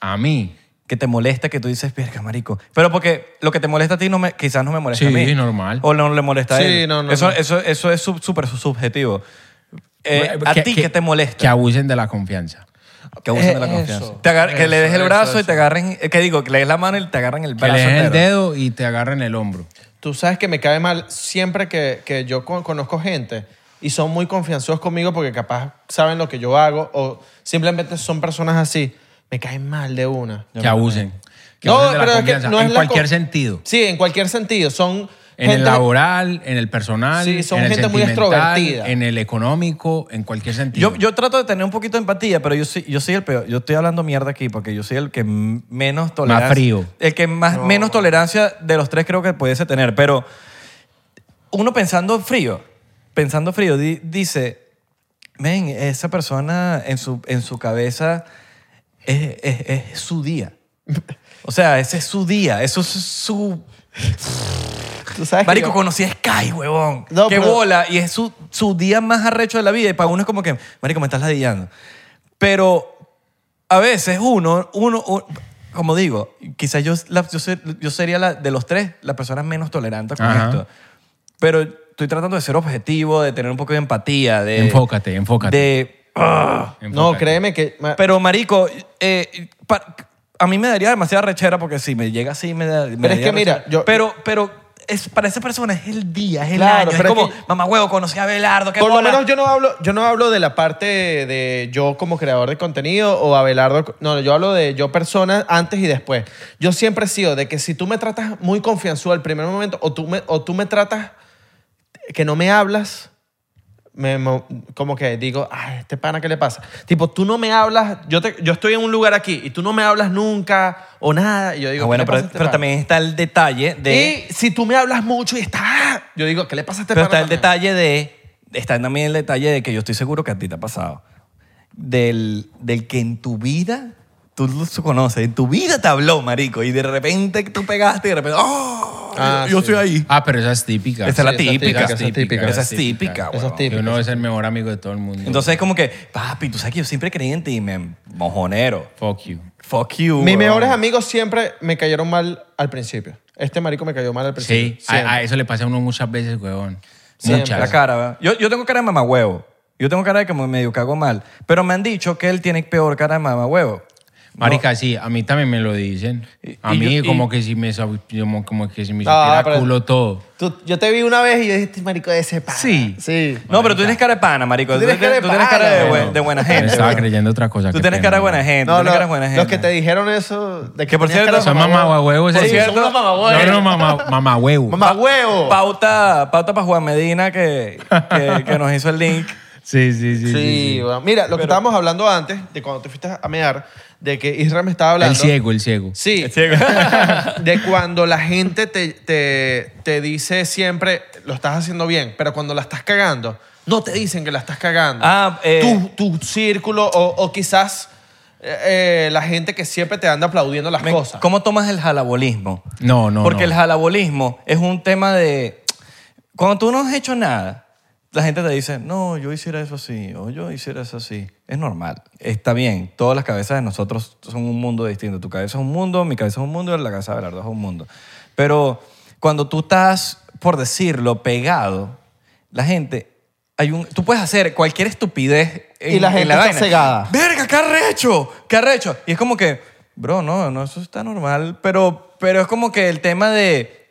Speaker 2: a mí.
Speaker 3: que te molesta que tú dices, verga, marico. Pero porque lo que te molesta a ti no me, quizás no me molesta
Speaker 2: Sí,
Speaker 3: a mí.
Speaker 2: normal.
Speaker 3: O no le molesta
Speaker 1: Sí,
Speaker 3: a él.
Speaker 1: no, no,
Speaker 3: eso,
Speaker 1: no.
Speaker 3: eso, eso es sub- súper subjetivo. Eh,
Speaker 2: Bueno,
Speaker 3: ¿A ti qué te
Speaker 2: Que
Speaker 3: molesta?
Speaker 2: abusen de la confianza.
Speaker 3: Que, abusen
Speaker 1: Eh,
Speaker 3: de la
Speaker 1: eso,
Speaker 3: confianza. Te agar- que le des el
Speaker 1: eso,
Speaker 3: brazo
Speaker 1: eso,
Speaker 3: y te agarren... eh, que digo? Que le des la mano y te agarren el
Speaker 2: Que
Speaker 3: brazo
Speaker 2: le den el
Speaker 3: entero.
Speaker 2: dedo y te agarren el hombro.
Speaker 1: Tú sabes que me cae mal siempre que, que yo con- conozco gente y son muy confianzudos conmigo porque capaz saben lo que yo hago o simplemente son personas así. Me caen mal de una.
Speaker 2: Que abusen. Que
Speaker 1: No,
Speaker 2: abusen de la
Speaker 1: pero es que
Speaker 2: confianza.
Speaker 1: no
Speaker 2: en
Speaker 1: es la
Speaker 2: cualquier
Speaker 1: co-
Speaker 2: sentido.
Speaker 1: Sí, en cualquier sentido. Son
Speaker 2: En el
Speaker 1: gente-
Speaker 2: laboral, en el personal,
Speaker 1: Sí, son
Speaker 2: en el
Speaker 1: gente muy
Speaker 2: sentimental,
Speaker 1: extrovertida.
Speaker 2: en el económico, en cualquier sentido.
Speaker 3: Yo, yo trato de tener un poquito de empatía, pero yo soy, yo soy el peor. Yo estoy hablando mierda aquí porque yo soy el que m- menos tolerancia.
Speaker 2: frío.
Speaker 3: El que más, menos tolerancia de los tres creo que pudiese tener. Pero uno pensando frío, pensando frío, di- dice, men, esa persona en su, en su cabeza es, es- es su día. O sea, ese es su día. Eso es su.
Speaker 1: Tú sabes que
Speaker 3: Marico,
Speaker 1: yo-
Speaker 3: conocí a Sky, huevón.
Speaker 1: No,
Speaker 3: que
Speaker 1: pero-
Speaker 3: bola. Y es su, su día más arrecho de la vida. Y para uno es como que, Marico, me estás ladillando. Pero a veces uno, uno, un- como digo, quizás yo, la- yo, ser- yo sería la, de los tres la persona menos tolerante con
Speaker 2: Ajá.
Speaker 3: esto. Pero estoy tratando de ser objetivo, de tener un poco de empatía, de.
Speaker 2: Eh, Enfócate, enfócate.
Speaker 3: De
Speaker 1: No,
Speaker 2: Enfócate.
Speaker 1: créeme que... ma-
Speaker 3: pero, marico, eh, pa- a mí me daría demasiada rechera porque si me llega así, me da.
Speaker 1: Pero
Speaker 3: me
Speaker 1: es
Speaker 3: daría
Speaker 1: que mira,
Speaker 3: rechera.
Speaker 1: yo-
Speaker 3: Pero, pero es, para esa persona es el día, es el
Speaker 1: Claro,
Speaker 3: año. Es
Speaker 1: pero es
Speaker 3: como,
Speaker 1: que-
Speaker 3: mamá huevo, conocí a Belardo, qué
Speaker 1: Por lo
Speaker 3: bola".
Speaker 1: menos yo no hablo, yo no hablo de la parte de, de yo como creador de contenido o Abelardo. No, yo hablo de yo persona antes y después. Yo siempre he sido de que si tú me tratas muy confianzudo al primer momento o tú me, o tú me tratas que no me hablas, me mo- como que digo, ay, este pana, ¿qué le pasa? Tipo, tú no me hablas, yo, te- yo estoy en un lugar aquí y tú no me hablas nunca o nada. Y yo digo,
Speaker 3: Ah,
Speaker 1: "¿Qué
Speaker 3: bueno,
Speaker 1: le pasa a
Speaker 3: pero,
Speaker 1: este
Speaker 3: pero
Speaker 1: pana?".
Speaker 3: también está el detalle de.
Speaker 1: Y si tú me hablas mucho y está, yo digo, ¿qué le pasa a este
Speaker 3: pero
Speaker 1: pana
Speaker 3: está el
Speaker 1: también?".
Speaker 3: detalle de. Está también el detalle de que yo estoy seguro que a ti te ha pasado. Del, del que en tu vida. Tú lo conoces, en tu vida te habló, marico, y de repente tú pegaste y de repente, ¡oh!
Speaker 1: Ah,
Speaker 3: yo
Speaker 1: sí.
Speaker 3: estoy ahí.
Speaker 2: Ah, pero esa es típica.
Speaker 3: Esa es la
Speaker 1: Sí, esa es típica,
Speaker 3: típica.
Speaker 1: esa es típica.
Speaker 3: Esa es típica,
Speaker 1: Esa es
Speaker 3: huevón.
Speaker 2: Que
Speaker 1: típica,
Speaker 2: uno es el mejor amigo de todo el mundo.
Speaker 3: Entonces es como que, papi, tú sabes que yo siempre creí en ti, men, mojonero.
Speaker 2: fuck you.
Speaker 3: Fuck you.
Speaker 1: Mis
Speaker 3: weón.
Speaker 1: mejores amigos siempre me cayeron mal al principio. Este marico me cayó mal
Speaker 3: pues
Speaker 1: al
Speaker 2: Sí,
Speaker 1: principio.
Speaker 2: a,
Speaker 1: Siempre.
Speaker 2: a eso le pasa a uno muchas veces, huevón.
Speaker 1: Siempre.
Speaker 2: Muchas.
Speaker 3: La cara, ¿verdad? Yo, yo tengo cara de mamahuevo. Yo tengo cara de que me medio cago mal. Pero me han dicho que él tiene peor cara de mamahuevo.
Speaker 2: Marica, sí, a mí también me lo dicen.
Speaker 3: Y-
Speaker 2: A
Speaker 3: y
Speaker 2: mí
Speaker 3: yo- y-
Speaker 2: como que si me sab- como, como que si me
Speaker 1: No,
Speaker 2: supiera
Speaker 1: pero-
Speaker 2: culo todo.
Speaker 1: Tú- yo te vi una vez y yo dije, este marico de ese pana.
Speaker 3: Sí.
Speaker 1: Sí.
Speaker 3: No, pero tú tienes cara de pana, marico.
Speaker 1: Tú tienes cara de
Speaker 3: tú tienes
Speaker 1: pana,
Speaker 3: cara de,
Speaker 1: bueno.
Speaker 3: buen- de buena
Speaker 2: Me
Speaker 3: gente.
Speaker 2: Estaba
Speaker 3: weón.
Speaker 2: creyendo otra cosa.
Speaker 3: Tú
Speaker 2: qué
Speaker 3: tienes
Speaker 2: pena,
Speaker 3: cara de buena
Speaker 2: weón.
Speaker 3: gente.
Speaker 1: No,
Speaker 3: tú tienes
Speaker 1: no,
Speaker 3: cara de buena gente.
Speaker 1: los que te dijeron eso... De
Speaker 3: Que por
Speaker 1: tenías
Speaker 3: cierto,
Speaker 1: cara de
Speaker 2: Son
Speaker 1: mamahuevo.
Speaker 2: mamahuevuevos.
Speaker 1: Sí,
Speaker 3: Por cierto-
Speaker 1: son unos mamahuevos.
Speaker 2: No, no, mamá, mamahuevo.
Speaker 1: Mamahuevo.
Speaker 3: Pauta, pauta para Juan Medina que, que, que nos hizo el link.
Speaker 2: Sí, sí, sí. sí,
Speaker 1: Sí,
Speaker 2: sí.
Speaker 1: bueno. Mira, lo que estábamos hablando antes, de cuando te fuiste a mear, de que Israel me estaba hablando...
Speaker 2: El ciego, el ciego.
Speaker 1: Sí. de cuando la gente te, te, te dice siempre, lo estás haciendo bien, pero cuando la estás cagando, no te dicen que la estás cagando.
Speaker 3: Ah, eh.
Speaker 1: tu, tu círculo o, o quizás
Speaker 8: eh, eh, la gente que siempre te anda aplaudiendo las
Speaker 3: Me-
Speaker 8: cosas.
Speaker 3: ¿Cómo tomas el jalabolismo?
Speaker 2: No, no,
Speaker 3: Porque
Speaker 2: no.
Speaker 3: el jalabolismo es un tema de... Cuando tú no has hecho nada, la gente te dice, no, yo hiciera eso así, o yo hiciera eso así. Es normal, está bien. Todas las cabezas de nosotros son un mundo distinto. Tu cabeza es un mundo, mi cabeza es un mundo, la cabeza de Belardo es un mundo. Pero cuando tú estás, por decirlo, pegado, la gente... Hay un, tú puedes hacer cualquier estupidez en,
Speaker 1: Y la
Speaker 3: en
Speaker 1: gente está
Speaker 3: vaina.
Speaker 1: cegada.
Speaker 3: ¡Verga, qué arrecho! ¡Qué arrecho! Y es como que, bro, no, no, eso está normal. Pero, pero es como que el tema de,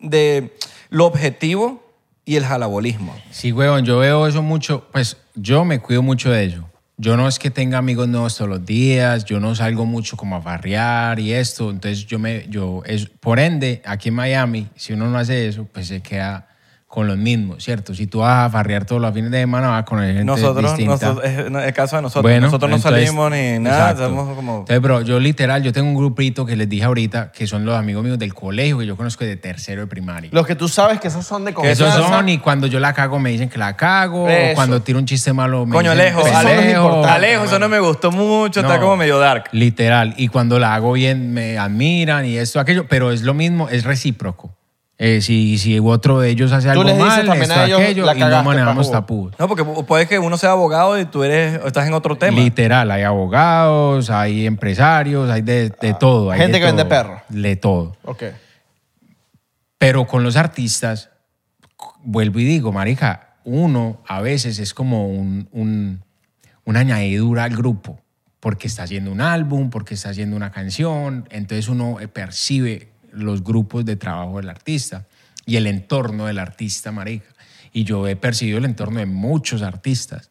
Speaker 3: de lo objetivo y el jalabolismo.
Speaker 2: Sí, huevón, yo veo eso mucho, pues yo me cuido mucho de eso. Yo no es que tenga amigos nuevos todos los días, yo no salgo mucho como a barriar y esto, entonces yo me, yo, es, por ende, aquí en Miami, si uno no hace eso, pues se queda con los mismos, ¿cierto? Si tú vas a barriar todos los fines de semana, vas a conocer gente
Speaker 3: Nosotros,
Speaker 2: distinta.
Speaker 3: nosotros es no, el caso de nosotros,
Speaker 2: Bueno,
Speaker 3: nosotros no
Speaker 2: entonces-
Speaker 3: salimos ni nada,
Speaker 2: Exacto.
Speaker 3: estamos como...
Speaker 2: Entonces, bro, yo literal, yo tengo un grupito que les dije ahorita, que son los amigos míos del colegio que yo conozco de tercero de primaria.
Speaker 8: Los que tú sabes que esos son de
Speaker 2: Que esos
Speaker 8: confianza.
Speaker 2: son y cuando yo la cago me dicen que la cago, o
Speaker 8: Eso.
Speaker 2: cuando tiro un chiste malo me
Speaker 3: Coño,
Speaker 2: dicen, "Pues
Speaker 3: Alejo,
Speaker 2: "Pendejo".
Speaker 3: Alejo, Alejo, eso no me gustó mucho, está
Speaker 2: No.
Speaker 3: como medio dark.
Speaker 2: Literal. Y cuando la hago bien, me admiran y esto, aquello. Pero es lo mismo, es recíproco. Eh, si, si otro de ellos hace
Speaker 1: Tú
Speaker 2: algo
Speaker 1: les dices
Speaker 2: mal,
Speaker 1: también
Speaker 2: esto,
Speaker 1: a ellos,
Speaker 2: aquello,
Speaker 1: "La
Speaker 2: y no
Speaker 1: cagaste,
Speaker 2: manejamos
Speaker 1: pajú".
Speaker 2: tapujos.
Speaker 3: No, porque puede que uno sea abogado y tú eres, estás en otro tema.
Speaker 2: Literal, hay abogados, hay empresarios, hay de, de todo. hay
Speaker 1: Ah, gente
Speaker 2: de
Speaker 1: que vende
Speaker 2: todo,
Speaker 1: perro.
Speaker 2: De todo.
Speaker 1: Ok.
Speaker 2: Pero con los artistas, c- vuelvo y digo, marica, uno a veces es como un, un- una añadidura al grupo, porque está haciendo un álbum, porque está haciendo una canción, entonces uno eh, percibe los grupos de trabajo del artista y el entorno del artista, marica. Y yo he percibido el entorno de muchos artistas.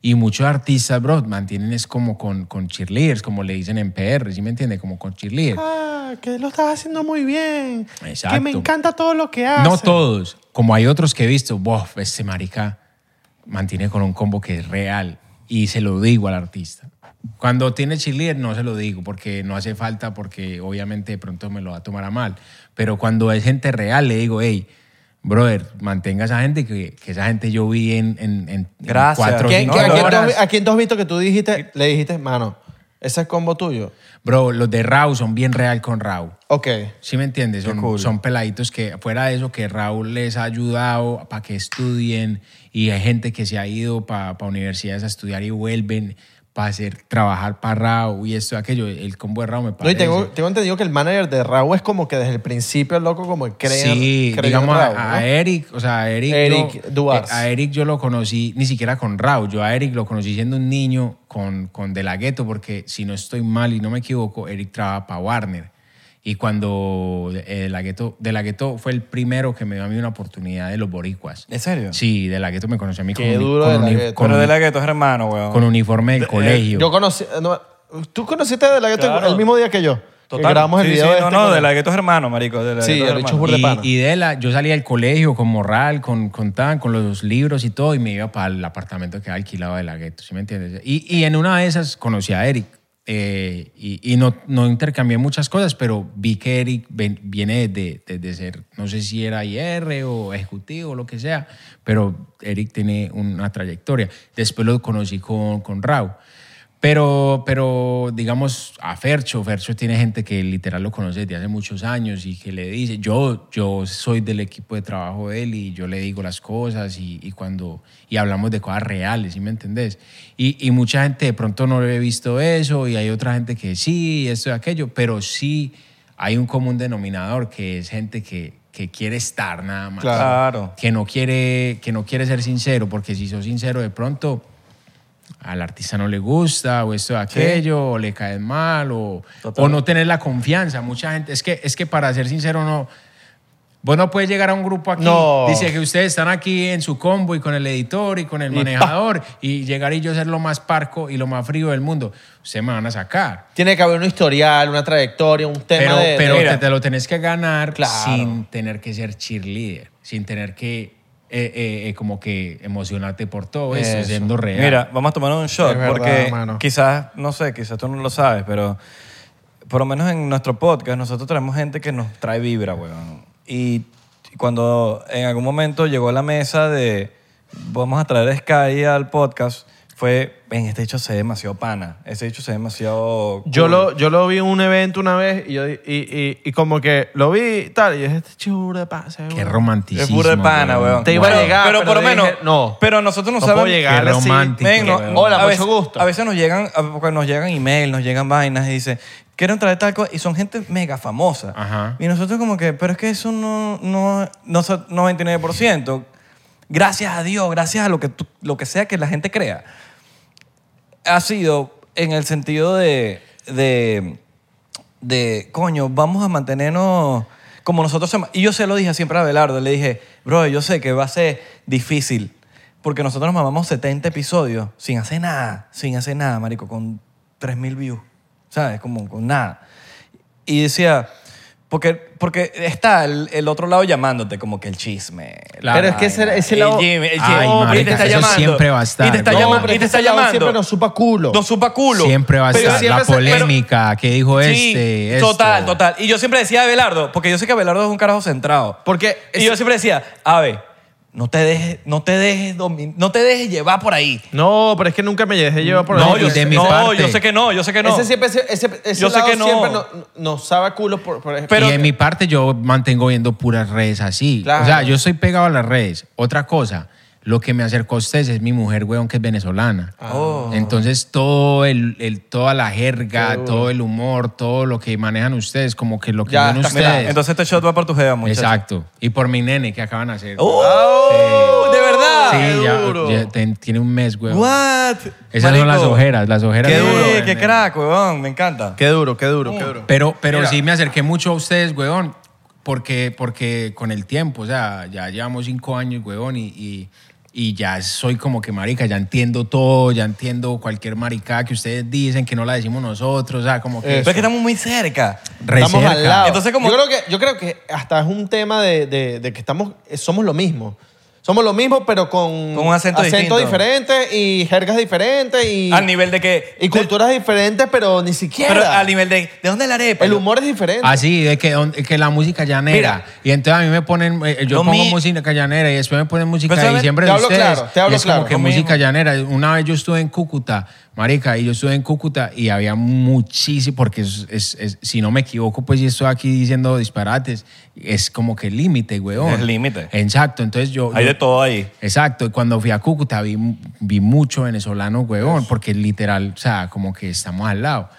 Speaker 2: Y muchos artistas, bro, mantienen es como con, con cheerleaders, como le dicen en PR, ¿sí me entiende? Como con cheerleaders.
Speaker 1: Ah, que lo estás haciendo muy bien.
Speaker 2: Exacto.
Speaker 1: Que me encanta todo lo que haces.
Speaker 2: No todos, como hay otros que he visto, bof, este marica mantiene con un combo que es real y se lo digo al artista. Cuando tiene cheerleader no se lo digo porque no hace falta porque obviamente de pronto me lo va a tomar a mal, pero cuando es gente real le digo, hey, brother, mantenga a esa gente que, que esa gente yo vi en, en, en
Speaker 3: Gracias.
Speaker 2: cuatro o
Speaker 3: ¿Quién-
Speaker 2: cinco
Speaker 1: ¿Qué- a,
Speaker 3: No,
Speaker 1: quién tú has,
Speaker 2: horas.
Speaker 1: vi- a quién tú has visto que tú dijiste, le dijiste, mano, ese es combo tuyo?
Speaker 2: Bro, los de Raúl son bien real con Raúl.
Speaker 1: Ok.
Speaker 2: ¿Sí me entiendes? Son, son peladitos que, fuera de eso, que Raúl les ha ayudado para que estudien y hay gente que se ha ido para universidades a estudiar y vuelven para hacer, trabajar para Raúl y esto, aquello. El combo de Raúl me
Speaker 1: No, y
Speaker 2: parece.
Speaker 1: tengo, tengo entendido que el manager de Raúl es como que desde el principio el loco como que cree,
Speaker 2: sí,
Speaker 1: cree
Speaker 2: digamos
Speaker 1: en
Speaker 2: a-
Speaker 1: Raúl,
Speaker 2: a,
Speaker 1: ¿no?
Speaker 2: Eric, o sea, a Eric,
Speaker 1: Eric
Speaker 2: yo,
Speaker 1: Duarte.
Speaker 2: eh, a Eric yo lo conocí ni siquiera con Raúl, yo a Eric lo conocí siendo un niño con, con De La Ghetto, porque si no estoy mal y no me equivoco, Eric trabaja para Warner. Y cuando eh, De La Ghetto, De La Ghetto fue el primero que me dio a mí una oportunidad de los boricuas.
Speaker 3: ¿En serio?
Speaker 2: Sí, De La Ghetto me conoció a mí con,
Speaker 1: Qué
Speaker 2: uni-
Speaker 1: duro
Speaker 2: con
Speaker 1: De La
Speaker 2: uni-
Speaker 1: Ghetto.
Speaker 2: con
Speaker 3: Pero
Speaker 2: uni-
Speaker 3: de la eh, gueto es hermano, weón.
Speaker 2: con uniforme del colegio.
Speaker 1: Yo conocí... no, ¿Tú conociste de la gueto
Speaker 3: Claro.
Speaker 1: el mismo día que yo? Que
Speaker 3: Total.
Speaker 1: grabamos el
Speaker 3: Sí,
Speaker 1: video
Speaker 3: sí,
Speaker 1: este
Speaker 3: no, no,
Speaker 1: con-
Speaker 3: de la gueto es hermano, marico. De la
Speaker 1: Sí,
Speaker 3: Gueto es
Speaker 1: el bicho
Speaker 3: hermano.
Speaker 1: burda de
Speaker 2: y,
Speaker 1: pana.
Speaker 2: y de la, yo salía del colegio con morral, con, con tan, con los libros y todo, y me iba para el apartamento que había alquilado de la gueto, ¿sí me entiendes? Y, y en una de esas conocí a Eric. eh, y y no, no intercambié muchas cosas, pero vi que Eric ven- viene desde, desde ser, no sé si era IR o ejecutivo o lo que sea, pero Eric tiene una trayectoria. Después lo conocí con, con Rau. Pero, pero digamos, a Fercho, Fercho tiene gente que literal lo conoce desde hace muchos años y que le dice, yo, yo soy del equipo de trabajo de él y yo le digo las cosas y, y cuando, y hablamos de cosas reales, ¿sí me entendés? Y, y mucha gente de pronto no le he visto eso y hay otra gente que sí, esto y aquello, pero sí hay un común denominador que es gente que, que quiere estar nada más.
Speaker 3: Claro.
Speaker 2: Que no quiere, que no quiere ser sincero, porque si sos sincero de pronto al artista no le gusta o esto o aquello o le caes mal o,
Speaker 3: Total.
Speaker 2: o no tener la confianza mucha gente es que es que para ser sincero no vos no puedes llegar a un grupo aquí
Speaker 1: No.
Speaker 2: dice que ustedes están aquí en su combo y con el editor y con el
Speaker 1: pa.
Speaker 2: manejador y llegar y yo ser lo más parco y lo más frío del mundo ustedes me van a sacar
Speaker 1: Tiene que haber un historial, una trayectoria, un tema
Speaker 2: pero,
Speaker 1: de...
Speaker 2: pero
Speaker 1: de-
Speaker 2: te, te lo tenés que ganar
Speaker 1: Claro.
Speaker 2: sin tener que ser cheerleader, sin tener que eh, eh, eh, como que emocionarte por todo eso,
Speaker 1: Eso.
Speaker 2: siendo real.
Speaker 3: Mira, vamos a tomar un shot
Speaker 1: Es verdad,
Speaker 3: porque
Speaker 1: mano.
Speaker 3: quizás, no sé, quizás tú no lo sabes, pero por lo menos en nuestro podcast nosotros tenemos gente que nos trae vibra, weón. Y cuando en algún momento llegó a la mesa de vamos a traer a Sky al podcast, fue, ven, este hecho se ve demasiado pana. Este hecho se ve demasiado...
Speaker 1: Yo
Speaker 3: cool".
Speaker 1: lo, yo lo vi en un evento una vez y, yo, di- y, y, y como que lo vi y tal. Y yo dije, este chico es burda de pana. se ve
Speaker 2: Qué
Speaker 1: burda".
Speaker 2: romanticismo.
Speaker 3: Es burro de pana, weón.
Speaker 1: Mm. Te iba a
Speaker 3: Pero-
Speaker 1: llegar,
Speaker 3: Pero,
Speaker 1: pero
Speaker 3: por lo
Speaker 1: dije,
Speaker 3: menos...
Speaker 1: no.
Speaker 3: Pero nosotros
Speaker 1: No
Speaker 3: no, sabemos...
Speaker 1: puedo llegar
Speaker 2: Qué
Speaker 1: así.
Speaker 2: romántico.
Speaker 3: Men, no-
Speaker 2: weón.
Speaker 1: Hola,
Speaker 3: a
Speaker 1: mucho
Speaker 3: veces-
Speaker 1: gusto.
Speaker 3: A veces nos llegan, a- cuando nos llegan email, nos llegan vainas y dicen, quiero entrar de tal cosa, y son gente mega famosa.
Speaker 2: Ajá.
Speaker 3: Y nosotros como que, pero es que eso no, no, no so- 99%. Gracias a Dios, gracias a lo que, tú- lo que sea que la gente crea. Ha sido en el sentido de, de, de, coño, vamos a mantenernos como nosotros. somos. Y yo se lo dije siempre a Belardo, le dije, bro, yo sé que va a ser difícil, porque nosotros nos mamamos 70 episodios sin hacer nada, sin hacer nada, marico, con 3.000 views, ¿sabes? Como con nada. Y decía, porque, porque está el, el otro lado llamándote, como que el chisme. la
Speaker 2: Pero es
Speaker 1: que ese-
Speaker 3: vaina,
Speaker 1: ese
Speaker 3: el
Speaker 1: lado-
Speaker 3: Jimmy,
Speaker 2: Ay,
Speaker 3: el Jimmy, y
Speaker 2: marica,
Speaker 3: te está
Speaker 2: eso
Speaker 3: llamando.
Speaker 2: siempre va a estar,
Speaker 3: Y te está,
Speaker 2: no,
Speaker 3: llama-
Speaker 2: pero
Speaker 3: y te
Speaker 1: este
Speaker 3: está
Speaker 9: Ese llamado Siempre
Speaker 3: llamando.
Speaker 9: nos supa culo.
Speaker 3: No supa culo.
Speaker 2: Siempre va a
Speaker 3: Pero
Speaker 2: estar
Speaker 3: siempre
Speaker 2: la
Speaker 3: se- pero-
Speaker 2: polémica que dijo
Speaker 3: Sí,
Speaker 2: este. esto.
Speaker 3: total, total. Y yo siempre decía a Abelardo, porque yo sé que Abelardo es un carajo centrado.
Speaker 1: Porque
Speaker 3: Y yo siempre decía, Ave, no te dejes, no te dejes, domin- no te dejes llevar por ahí.
Speaker 1: No, pero es que nunca me dejé llevar por
Speaker 2: No,
Speaker 1: ahí.
Speaker 3: yo,
Speaker 2: y de
Speaker 3: sé-
Speaker 2: mi
Speaker 3: no,
Speaker 2: parte.
Speaker 3: yo sé que no, yo sé que no.
Speaker 1: Ese siempre, ese, ese, ese
Speaker 3: Yo sé
Speaker 1: lado
Speaker 3: que no.
Speaker 1: siempre no- no- nos sabe a culo por, por ejemplo.
Speaker 3: Pero-
Speaker 2: y en mi parte yo mantengo viendo puras redes así.
Speaker 1: Claro.
Speaker 2: O sea, yo soy pegado a las redes. Otra cosa, lo que me acercó a ustedes es mi mujer, weón, que es venezolana.
Speaker 3: Ah.
Speaker 1: Oh.
Speaker 2: Entonces, todo el, el- toda la jerga, todo el humor, todo lo que manejan ustedes, como que lo que
Speaker 1: Ya,
Speaker 2: ven
Speaker 1: está,
Speaker 2: ustedes.
Speaker 3: Mira, entonces este shot va por tu jeva, muchacho.
Speaker 2: Exacto. Y por mi nene que acaban de hacer.
Speaker 3: ¡Oh!
Speaker 2: Sí.
Speaker 3: ¡De verdad!
Speaker 2: sí,
Speaker 1: qué
Speaker 2: ya,
Speaker 1: duro.
Speaker 2: ya ten- tiene un mes, weón.
Speaker 3: What?
Speaker 2: Esas son las
Speaker 3: Marico,
Speaker 2: ojeras, las ojeras.
Speaker 3: Qué
Speaker 2: de-
Speaker 3: duro,
Speaker 1: weón,
Speaker 3: qué
Speaker 1: nene.
Speaker 3: crack, weón. Me encanta.
Speaker 1: Qué duro, qué duro,
Speaker 3: Oh.
Speaker 1: qué duro.
Speaker 2: Pero, pero sí me acerqué mucho a ustedes, huevón, porque, porque con el tiempo, o sea, ya llevamos cinco años, huevón, y, y, y ya soy como que marica, ya entiendo todo, ya entiendo cualquier maricada que ustedes dicen, que no la decimos nosotros, o sea, como que...
Speaker 3: Pero es que estamos muy cerca.
Speaker 2: re
Speaker 1: estamos al
Speaker 2: cerca.
Speaker 1: lado.
Speaker 3: Entonces, como-
Speaker 1: yo, creo que, yo creo que hasta es un tema de, de- de que estamos, eh, somos lo mismo. Somos lo mismo, pero con,
Speaker 3: Con un acento distinto.
Speaker 1: diferente y jergas diferentes y,
Speaker 3: Al nivel de que...
Speaker 1: y culturas diferentes, pero ni siquiera.
Speaker 3: Pero al nivel de... ¿De dónde es la arepa?
Speaker 1: el humor es diferente.
Speaker 2: Así, de Ah, que, on- que la música llanera.
Speaker 3: Mira.
Speaker 2: y entonces a mí me ponen, eh, yo
Speaker 3: Lo
Speaker 2: pongo
Speaker 3: mi-
Speaker 2: música llanera y después me ponen música
Speaker 3: Pero,
Speaker 2: de
Speaker 3: ¿sabes?
Speaker 2: diciembre
Speaker 1: Te
Speaker 2: de
Speaker 1: hablo
Speaker 2: ustedes.
Speaker 1: claro, te hablo
Speaker 2: y es
Speaker 1: claro.
Speaker 2: como que
Speaker 3: Lo
Speaker 2: música
Speaker 3: mismo.
Speaker 2: llanera. Una vez yo estuve en Cúcuta, marica, y yo estuve en Cúcuta y había muchísimo, porque es- es- es- si no me equivoco, pues y estoy aquí diciendo disparates, es como que límite, weón.
Speaker 3: Es límite.
Speaker 2: Exacto, entonces yo...
Speaker 3: Hay
Speaker 2: yo-
Speaker 3: de todo ahí.
Speaker 2: Exacto, y cuando fui a Cúcuta vi, vi mucho venezolano, huevón, porque literal, o sea, como que estamos al lado.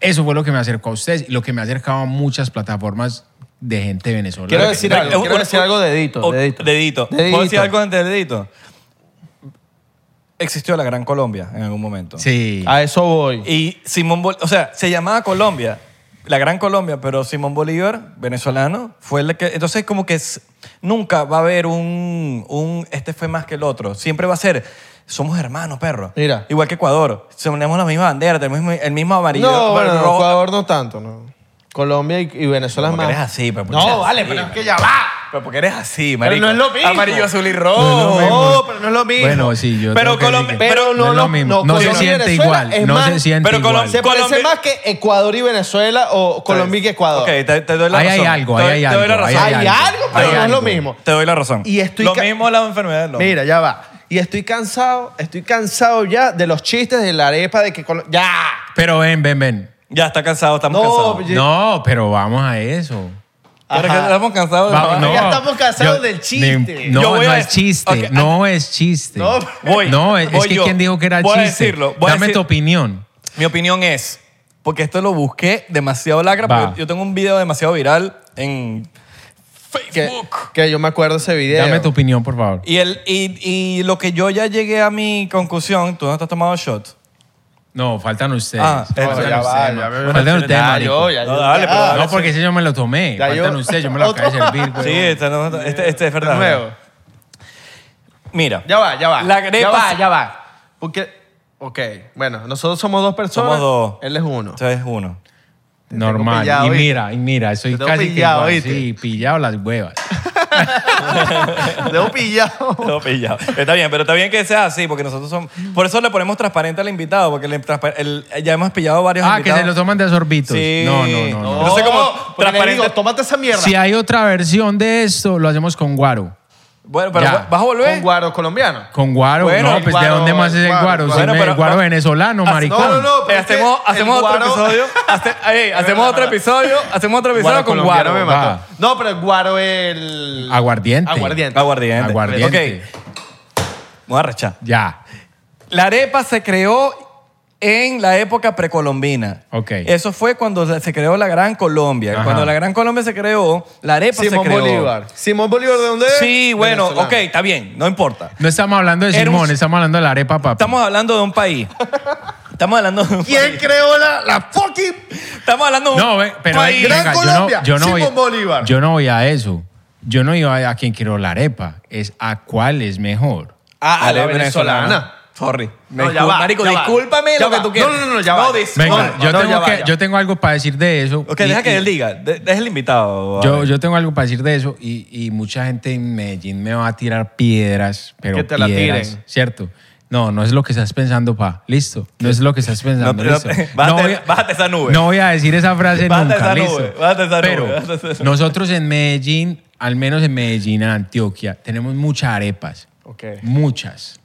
Speaker 2: Eso fue lo que me acercó a ustedes y lo que me ha acercado a muchas plataformas de gente venezolana.
Speaker 1: Quiero decir
Speaker 3: Pero-
Speaker 1: algo,
Speaker 3: un-
Speaker 1: quiero
Speaker 3: un-
Speaker 1: decir algo de Edito,
Speaker 3: o-
Speaker 1: de Edito.
Speaker 3: Dedito.
Speaker 1: De
Speaker 3: ¿Puedo decir
Speaker 1: Edito.
Speaker 3: algo antes del dedito? Existió la Gran Colombia en algún momento.
Speaker 2: Sí.
Speaker 1: A eso voy.
Speaker 3: Y Simón Bolívar, o sea, se llamaba Colombia, la Gran Colombia, pero Simón Bolívar, venezolano, fue el que... Entonces, como que s- nunca va a haber un, un... Este fue más que el otro. Siempre va a ser... Somos hermanos, perro.
Speaker 1: Mira.
Speaker 3: Igual que Ecuador. Tenemos la misma bandera, tenemos el mismo- el mismo amarillo.
Speaker 1: No, bueno, no,
Speaker 3: rojo.
Speaker 1: Ecuador no tanto, no. Colombia y, y Venezuela es
Speaker 3: Porque
Speaker 1: más.
Speaker 3: eres así, pues, pero porque
Speaker 1: No,
Speaker 3: eres
Speaker 1: vale,
Speaker 3: así,
Speaker 1: pero es
Speaker 3: marico.
Speaker 1: que ya va.
Speaker 3: Pero porque eres así, marico.
Speaker 1: no es lo mismo.
Speaker 3: Amarillo, azul y rojo.
Speaker 1: No, pero no es lo mismo.
Speaker 2: Bueno, sí, yo
Speaker 3: Pero
Speaker 2: tengo que
Speaker 3: Colom-
Speaker 2: decir que
Speaker 1: pero no
Speaker 2: es
Speaker 1: lo-
Speaker 2: lo mismo.
Speaker 1: no,
Speaker 2: No, se
Speaker 1: Colombia y
Speaker 2: siente
Speaker 1: Venezuela
Speaker 2: igual,
Speaker 1: es
Speaker 2: no
Speaker 1: más-
Speaker 2: se siente
Speaker 3: pero Colom-
Speaker 2: igual.
Speaker 1: Se parece
Speaker 3: Colombia- Pues,
Speaker 1: más que Ecuador y Venezuela o Colombia y Ecuador.
Speaker 3: Ok, te, te doy la
Speaker 2: Ahí hay
Speaker 3: razón.
Speaker 2: algo,
Speaker 3: Te doy-
Speaker 2: ahí hay
Speaker 3: te doy la
Speaker 2: algo, ahí
Speaker 3: razón.
Speaker 1: Hay
Speaker 2: hay
Speaker 1: algo,
Speaker 2: algo,
Speaker 1: pero
Speaker 2: hay
Speaker 1: no es lo
Speaker 2: algo.
Speaker 1: mismo.
Speaker 3: Te doy la razón.
Speaker 1: Y estoy
Speaker 3: lo
Speaker 1: ca-
Speaker 3: mismo la enfermedad del lomo.
Speaker 1: Mira, ya va. Y estoy cansado, estoy cansado ya de los chistes de la arepa de que Colo- ya.
Speaker 2: Pero ven, ven, ven.
Speaker 3: Ya está cansado, estamos
Speaker 1: No,
Speaker 3: cansados.
Speaker 1: Oye.
Speaker 2: No, pero vamos a eso.
Speaker 3: Pero es que
Speaker 1: Ajá.
Speaker 3: estamos cansados. de la
Speaker 2: Vamos,
Speaker 3: vaina.
Speaker 2: no.
Speaker 1: Ya estamos cansados del chiste.
Speaker 2: ni- No,
Speaker 3: Yo voy
Speaker 2: no
Speaker 3: a-
Speaker 2: es chiste.
Speaker 3: Ok,
Speaker 2: no es chiste.
Speaker 1: No,
Speaker 3: voy,
Speaker 2: No, es, es
Speaker 3: voy
Speaker 2: que
Speaker 3: yo.
Speaker 2: ¿quién dijo que era
Speaker 3: Voy a
Speaker 2: chiste?
Speaker 3: decirlo, voy a
Speaker 2: Dame
Speaker 3: decir-
Speaker 2: tu opinión.
Speaker 3: Mi opinión es, porque esto lo busqué demasiado lacra,
Speaker 2: Va.
Speaker 3: porque yo tengo un video demasiado viral en
Speaker 1: Que,
Speaker 3: Facebook.
Speaker 1: que yo me acuerdo ese video.
Speaker 2: Dame tu opinión, por favor.
Speaker 3: Y, el, y, y lo que yo ya llegué a mi conclusión, tú no te has tomado shot.
Speaker 2: No, faltan ustedes.
Speaker 3: Ah,
Speaker 1: No,
Speaker 2: faltan
Speaker 1: ya va,
Speaker 2: ustedes,
Speaker 1: ya
Speaker 2: ma-
Speaker 1: va.
Speaker 2: faltan ustedes,
Speaker 1: Ya,
Speaker 2: marico.
Speaker 1: yo, ya,
Speaker 3: No,
Speaker 1: yo,
Speaker 3: dale,
Speaker 1: ya.
Speaker 3: pero
Speaker 2: No, porque ese yo me lo tomé.
Speaker 1: Ya
Speaker 2: Faltan
Speaker 1: yo-
Speaker 2: ustedes, yo me lo acabé de
Speaker 1: Otro.
Speaker 2: servir.
Speaker 3: Sí,
Speaker 2: weón.
Speaker 3: este, no- este, este es
Speaker 1: Ah. De
Speaker 3: verdad.
Speaker 1: nuevo.
Speaker 3: Mira.
Speaker 1: Ya va, ya va.
Speaker 3: La arepa
Speaker 1: ya va,
Speaker 3: se-
Speaker 1: ya va. Porque ok, bueno, nosotros somos dos personas.
Speaker 3: Somos dos.
Speaker 1: Él es uno.
Speaker 3: Este es uno.
Speaker 2: Normal.
Speaker 1: pillado,
Speaker 2: y
Speaker 1: ¿oíste?
Speaker 2: mira, y mira, soy
Speaker 1: Te tengo
Speaker 2: casi
Speaker 1: pillado,
Speaker 2: que igual.
Speaker 1: ¿oíste?
Speaker 2: Sí, pillado las huevas.
Speaker 1: Debo pillado.
Speaker 3: Todo pillado. Está bien, pero está bien que sea así, porque nosotros somos... Por eso le ponemos transparente al invitado, porque le transpa- el- ya hemos pillado varios
Speaker 2: Ah, que
Speaker 3: invitados.
Speaker 2: se lo toman de sorbitos.
Speaker 3: Sí.
Speaker 2: No, no, no. no.
Speaker 3: Entonces, como
Speaker 1: porque le
Speaker 3: transparente-
Speaker 1: digo, tómate esa mierda.
Speaker 2: Si hay otra versión de esto, lo hacemos con guaro.
Speaker 3: Bueno, pero
Speaker 2: Ya.
Speaker 3: ¿vas a
Speaker 1: Con
Speaker 3: volver?
Speaker 1: guaros colombianos.
Speaker 2: Con guaro.
Speaker 3: Bueno,
Speaker 2: no, pues ¿de
Speaker 1: guaro,
Speaker 2: dónde más es el
Speaker 1: guaro,
Speaker 2: guaro?
Speaker 1: guaro.
Speaker 2: Si
Speaker 3: Bueno,
Speaker 2: me-
Speaker 3: pero- Ah,
Speaker 2: guaro
Speaker 3: va-
Speaker 2: venezolano, maricón.
Speaker 1: No, no, no. pero es que
Speaker 3: hacemos
Speaker 1: el
Speaker 3: hacemos otro
Speaker 1: guaro-
Speaker 3: episodio. Hace- ey, hacemos otro episodio. Hacemos otro episodio
Speaker 1: Guaro
Speaker 3: con
Speaker 1: colombiano
Speaker 3: guaro.
Speaker 1: me
Speaker 2: va.
Speaker 1: mató. No, pero el guaro es el...
Speaker 2: Aguardiente.
Speaker 1: Aguardiente.
Speaker 3: Aguardiente.
Speaker 2: Aguardiente.
Speaker 3: Ok, me voy a rechar.
Speaker 2: Ya.
Speaker 3: La arepa se creó en la época precolombina.
Speaker 2: Ok.
Speaker 3: Eso fue cuando se creó la Gran Colombia.
Speaker 2: Ajá.
Speaker 3: Cuando la Gran Colombia se creó, la arepa
Speaker 1: Simón
Speaker 3: se creó.
Speaker 1: Bolívar. Simón Bolívar, ¿de dónde es?
Speaker 3: Sí, bueno,
Speaker 1: Venezolano.
Speaker 3: ok, está bien, no importa.
Speaker 2: No estamos hablando de
Speaker 3: Era un-
Speaker 2: Simón, estamos hablando de la arepa, papi.
Speaker 3: Estamos hablando de un país. Estamos hablando de un
Speaker 1: ¿Quién
Speaker 3: país.
Speaker 1: creó la, la fucking
Speaker 3: Estamos hablando de un
Speaker 2: No, ve, pero
Speaker 3: país.
Speaker 2: venga,
Speaker 1: Gran
Speaker 2: yo no-
Speaker 1: Colombia,
Speaker 2: yo no,
Speaker 1: Simón
Speaker 2: voy-
Speaker 1: Bolívar.
Speaker 2: Yo no voy a eso. Yo no iba a, a quién quiero la arepa. Es a cuál es mejor.
Speaker 1: Ah,
Speaker 3: Ale,
Speaker 1: la venezolana.
Speaker 3: Sorry.
Speaker 1: No, ya
Speaker 3: Discul-
Speaker 1: va,
Speaker 3: Marico,
Speaker 1: ya va.
Speaker 3: discúlpame
Speaker 1: Ya
Speaker 3: lo que
Speaker 1: va.
Speaker 3: tú quieras.
Speaker 1: No, no, no, ya va.
Speaker 3: dis-
Speaker 2: Venga,
Speaker 1: No,
Speaker 2: yo,
Speaker 1: no,
Speaker 2: tengo
Speaker 1: ya va,
Speaker 2: que-
Speaker 1: ya.
Speaker 2: yo tengo algo para decir de eso.
Speaker 3: Ok,
Speaker 2: y-
Speaker 3: deja que
Speaker 2: y-
Speaker 3: él diga. De- Deja el invitado.
Speaker 2: Yo,
Speaker 3: Ale.
Speaker 2: yo tengo algo para decir de eso y, y mucha gente en Medellín me va a tirar piedras, pero
Speaker 1: Que te la
Speaker 2: piedras,
Speaker 1: tiren.
Speaker 2: ¿cierto? No, no es lo que estás pensando, pa. Listo. No es lo que estás pensando.
Speaker 3: No te- no
Speaker 2: listo.
Speaker 3: te- bájate-
Speaker 2: voy a-
Speaker 3: bájate esa nube.
Speaker 2: No voy a decir esa frase
Speaker 3: Bájate
Speaker 2: nunca,
Speaker 3: esa nube,
Speaker 2: listo.
Speaker 3: bájate esa nube,
Speaker 2: Pero
Speaker 3: bájate esa
Speaker 2: nosotros en Medellín, al menos en Medellín, en Antioquia, tenemos muchas arepas.
Speaker 1: Ok.
Speaker 2: Muchas.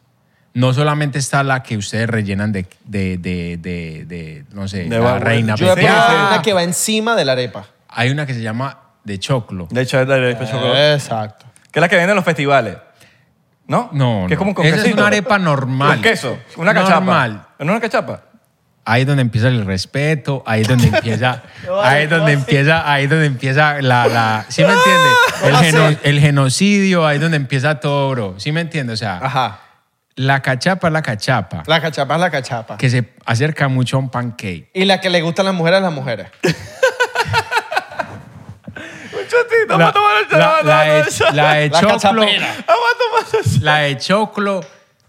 Speaker 2: No solamente está la que ustedes rellenan de, de, de, de- de, no sé, la
Speaker 3: De barro.
Speaker 2: reina.
Speaker 1: Yo he
Speaker 2: pepeada.
Speaker 1: probado
Speaker 3: sí.
Speaker 1: una que va encima de la arepa.
Speaker 2: Hay una que se llama de choclo.
Speaker 3: De hecho, es la
Speaker 1: Eh.
Speaker 3: arepa de chocolate.
Speaker 1: Exacto.
Speaker 3: Que es la que venden en los festivales. ¿No?
Speaker 2: No,
Speaker 3: Que es como
Speaker 2: no.
Speaker 3: con
Speaker 2: Esa es
Speaker 3: quesito.
Speaker 2: una arepa normal.
Speaker 3: Con queso. Una cachapa.
Speaker 2: Normal.
Speaker 3: ¿No una cachapa?
Speaker 2: Ahí es donde empieza el respeto, ahí es donde empieza, ahí es donde empieza, ahí es donde empieza la, la ¿sí me entiendes? El, geno- el genocidio, ahí es donde empieza todo, bro. ¿Sí me entiendes? O sea,
Speaker 1: Ajá.
Speaker 2: la cachapa es la cachapa,
Speaker 1: La cachapa es la cachapa.
Speaker 2: que se acerca mucho a un pancake.
Speaker 1: Y la que le gustan las mujeres a las mujeres.
Speaker 3: Un
Speaker 2: La,
Speaker 3: chotito.
Speaker 2: la- la de- la de
Speaker 1: La
Speaker 2: choclo,
Speaker 1: cachapera.
Speaker 2: la de choclo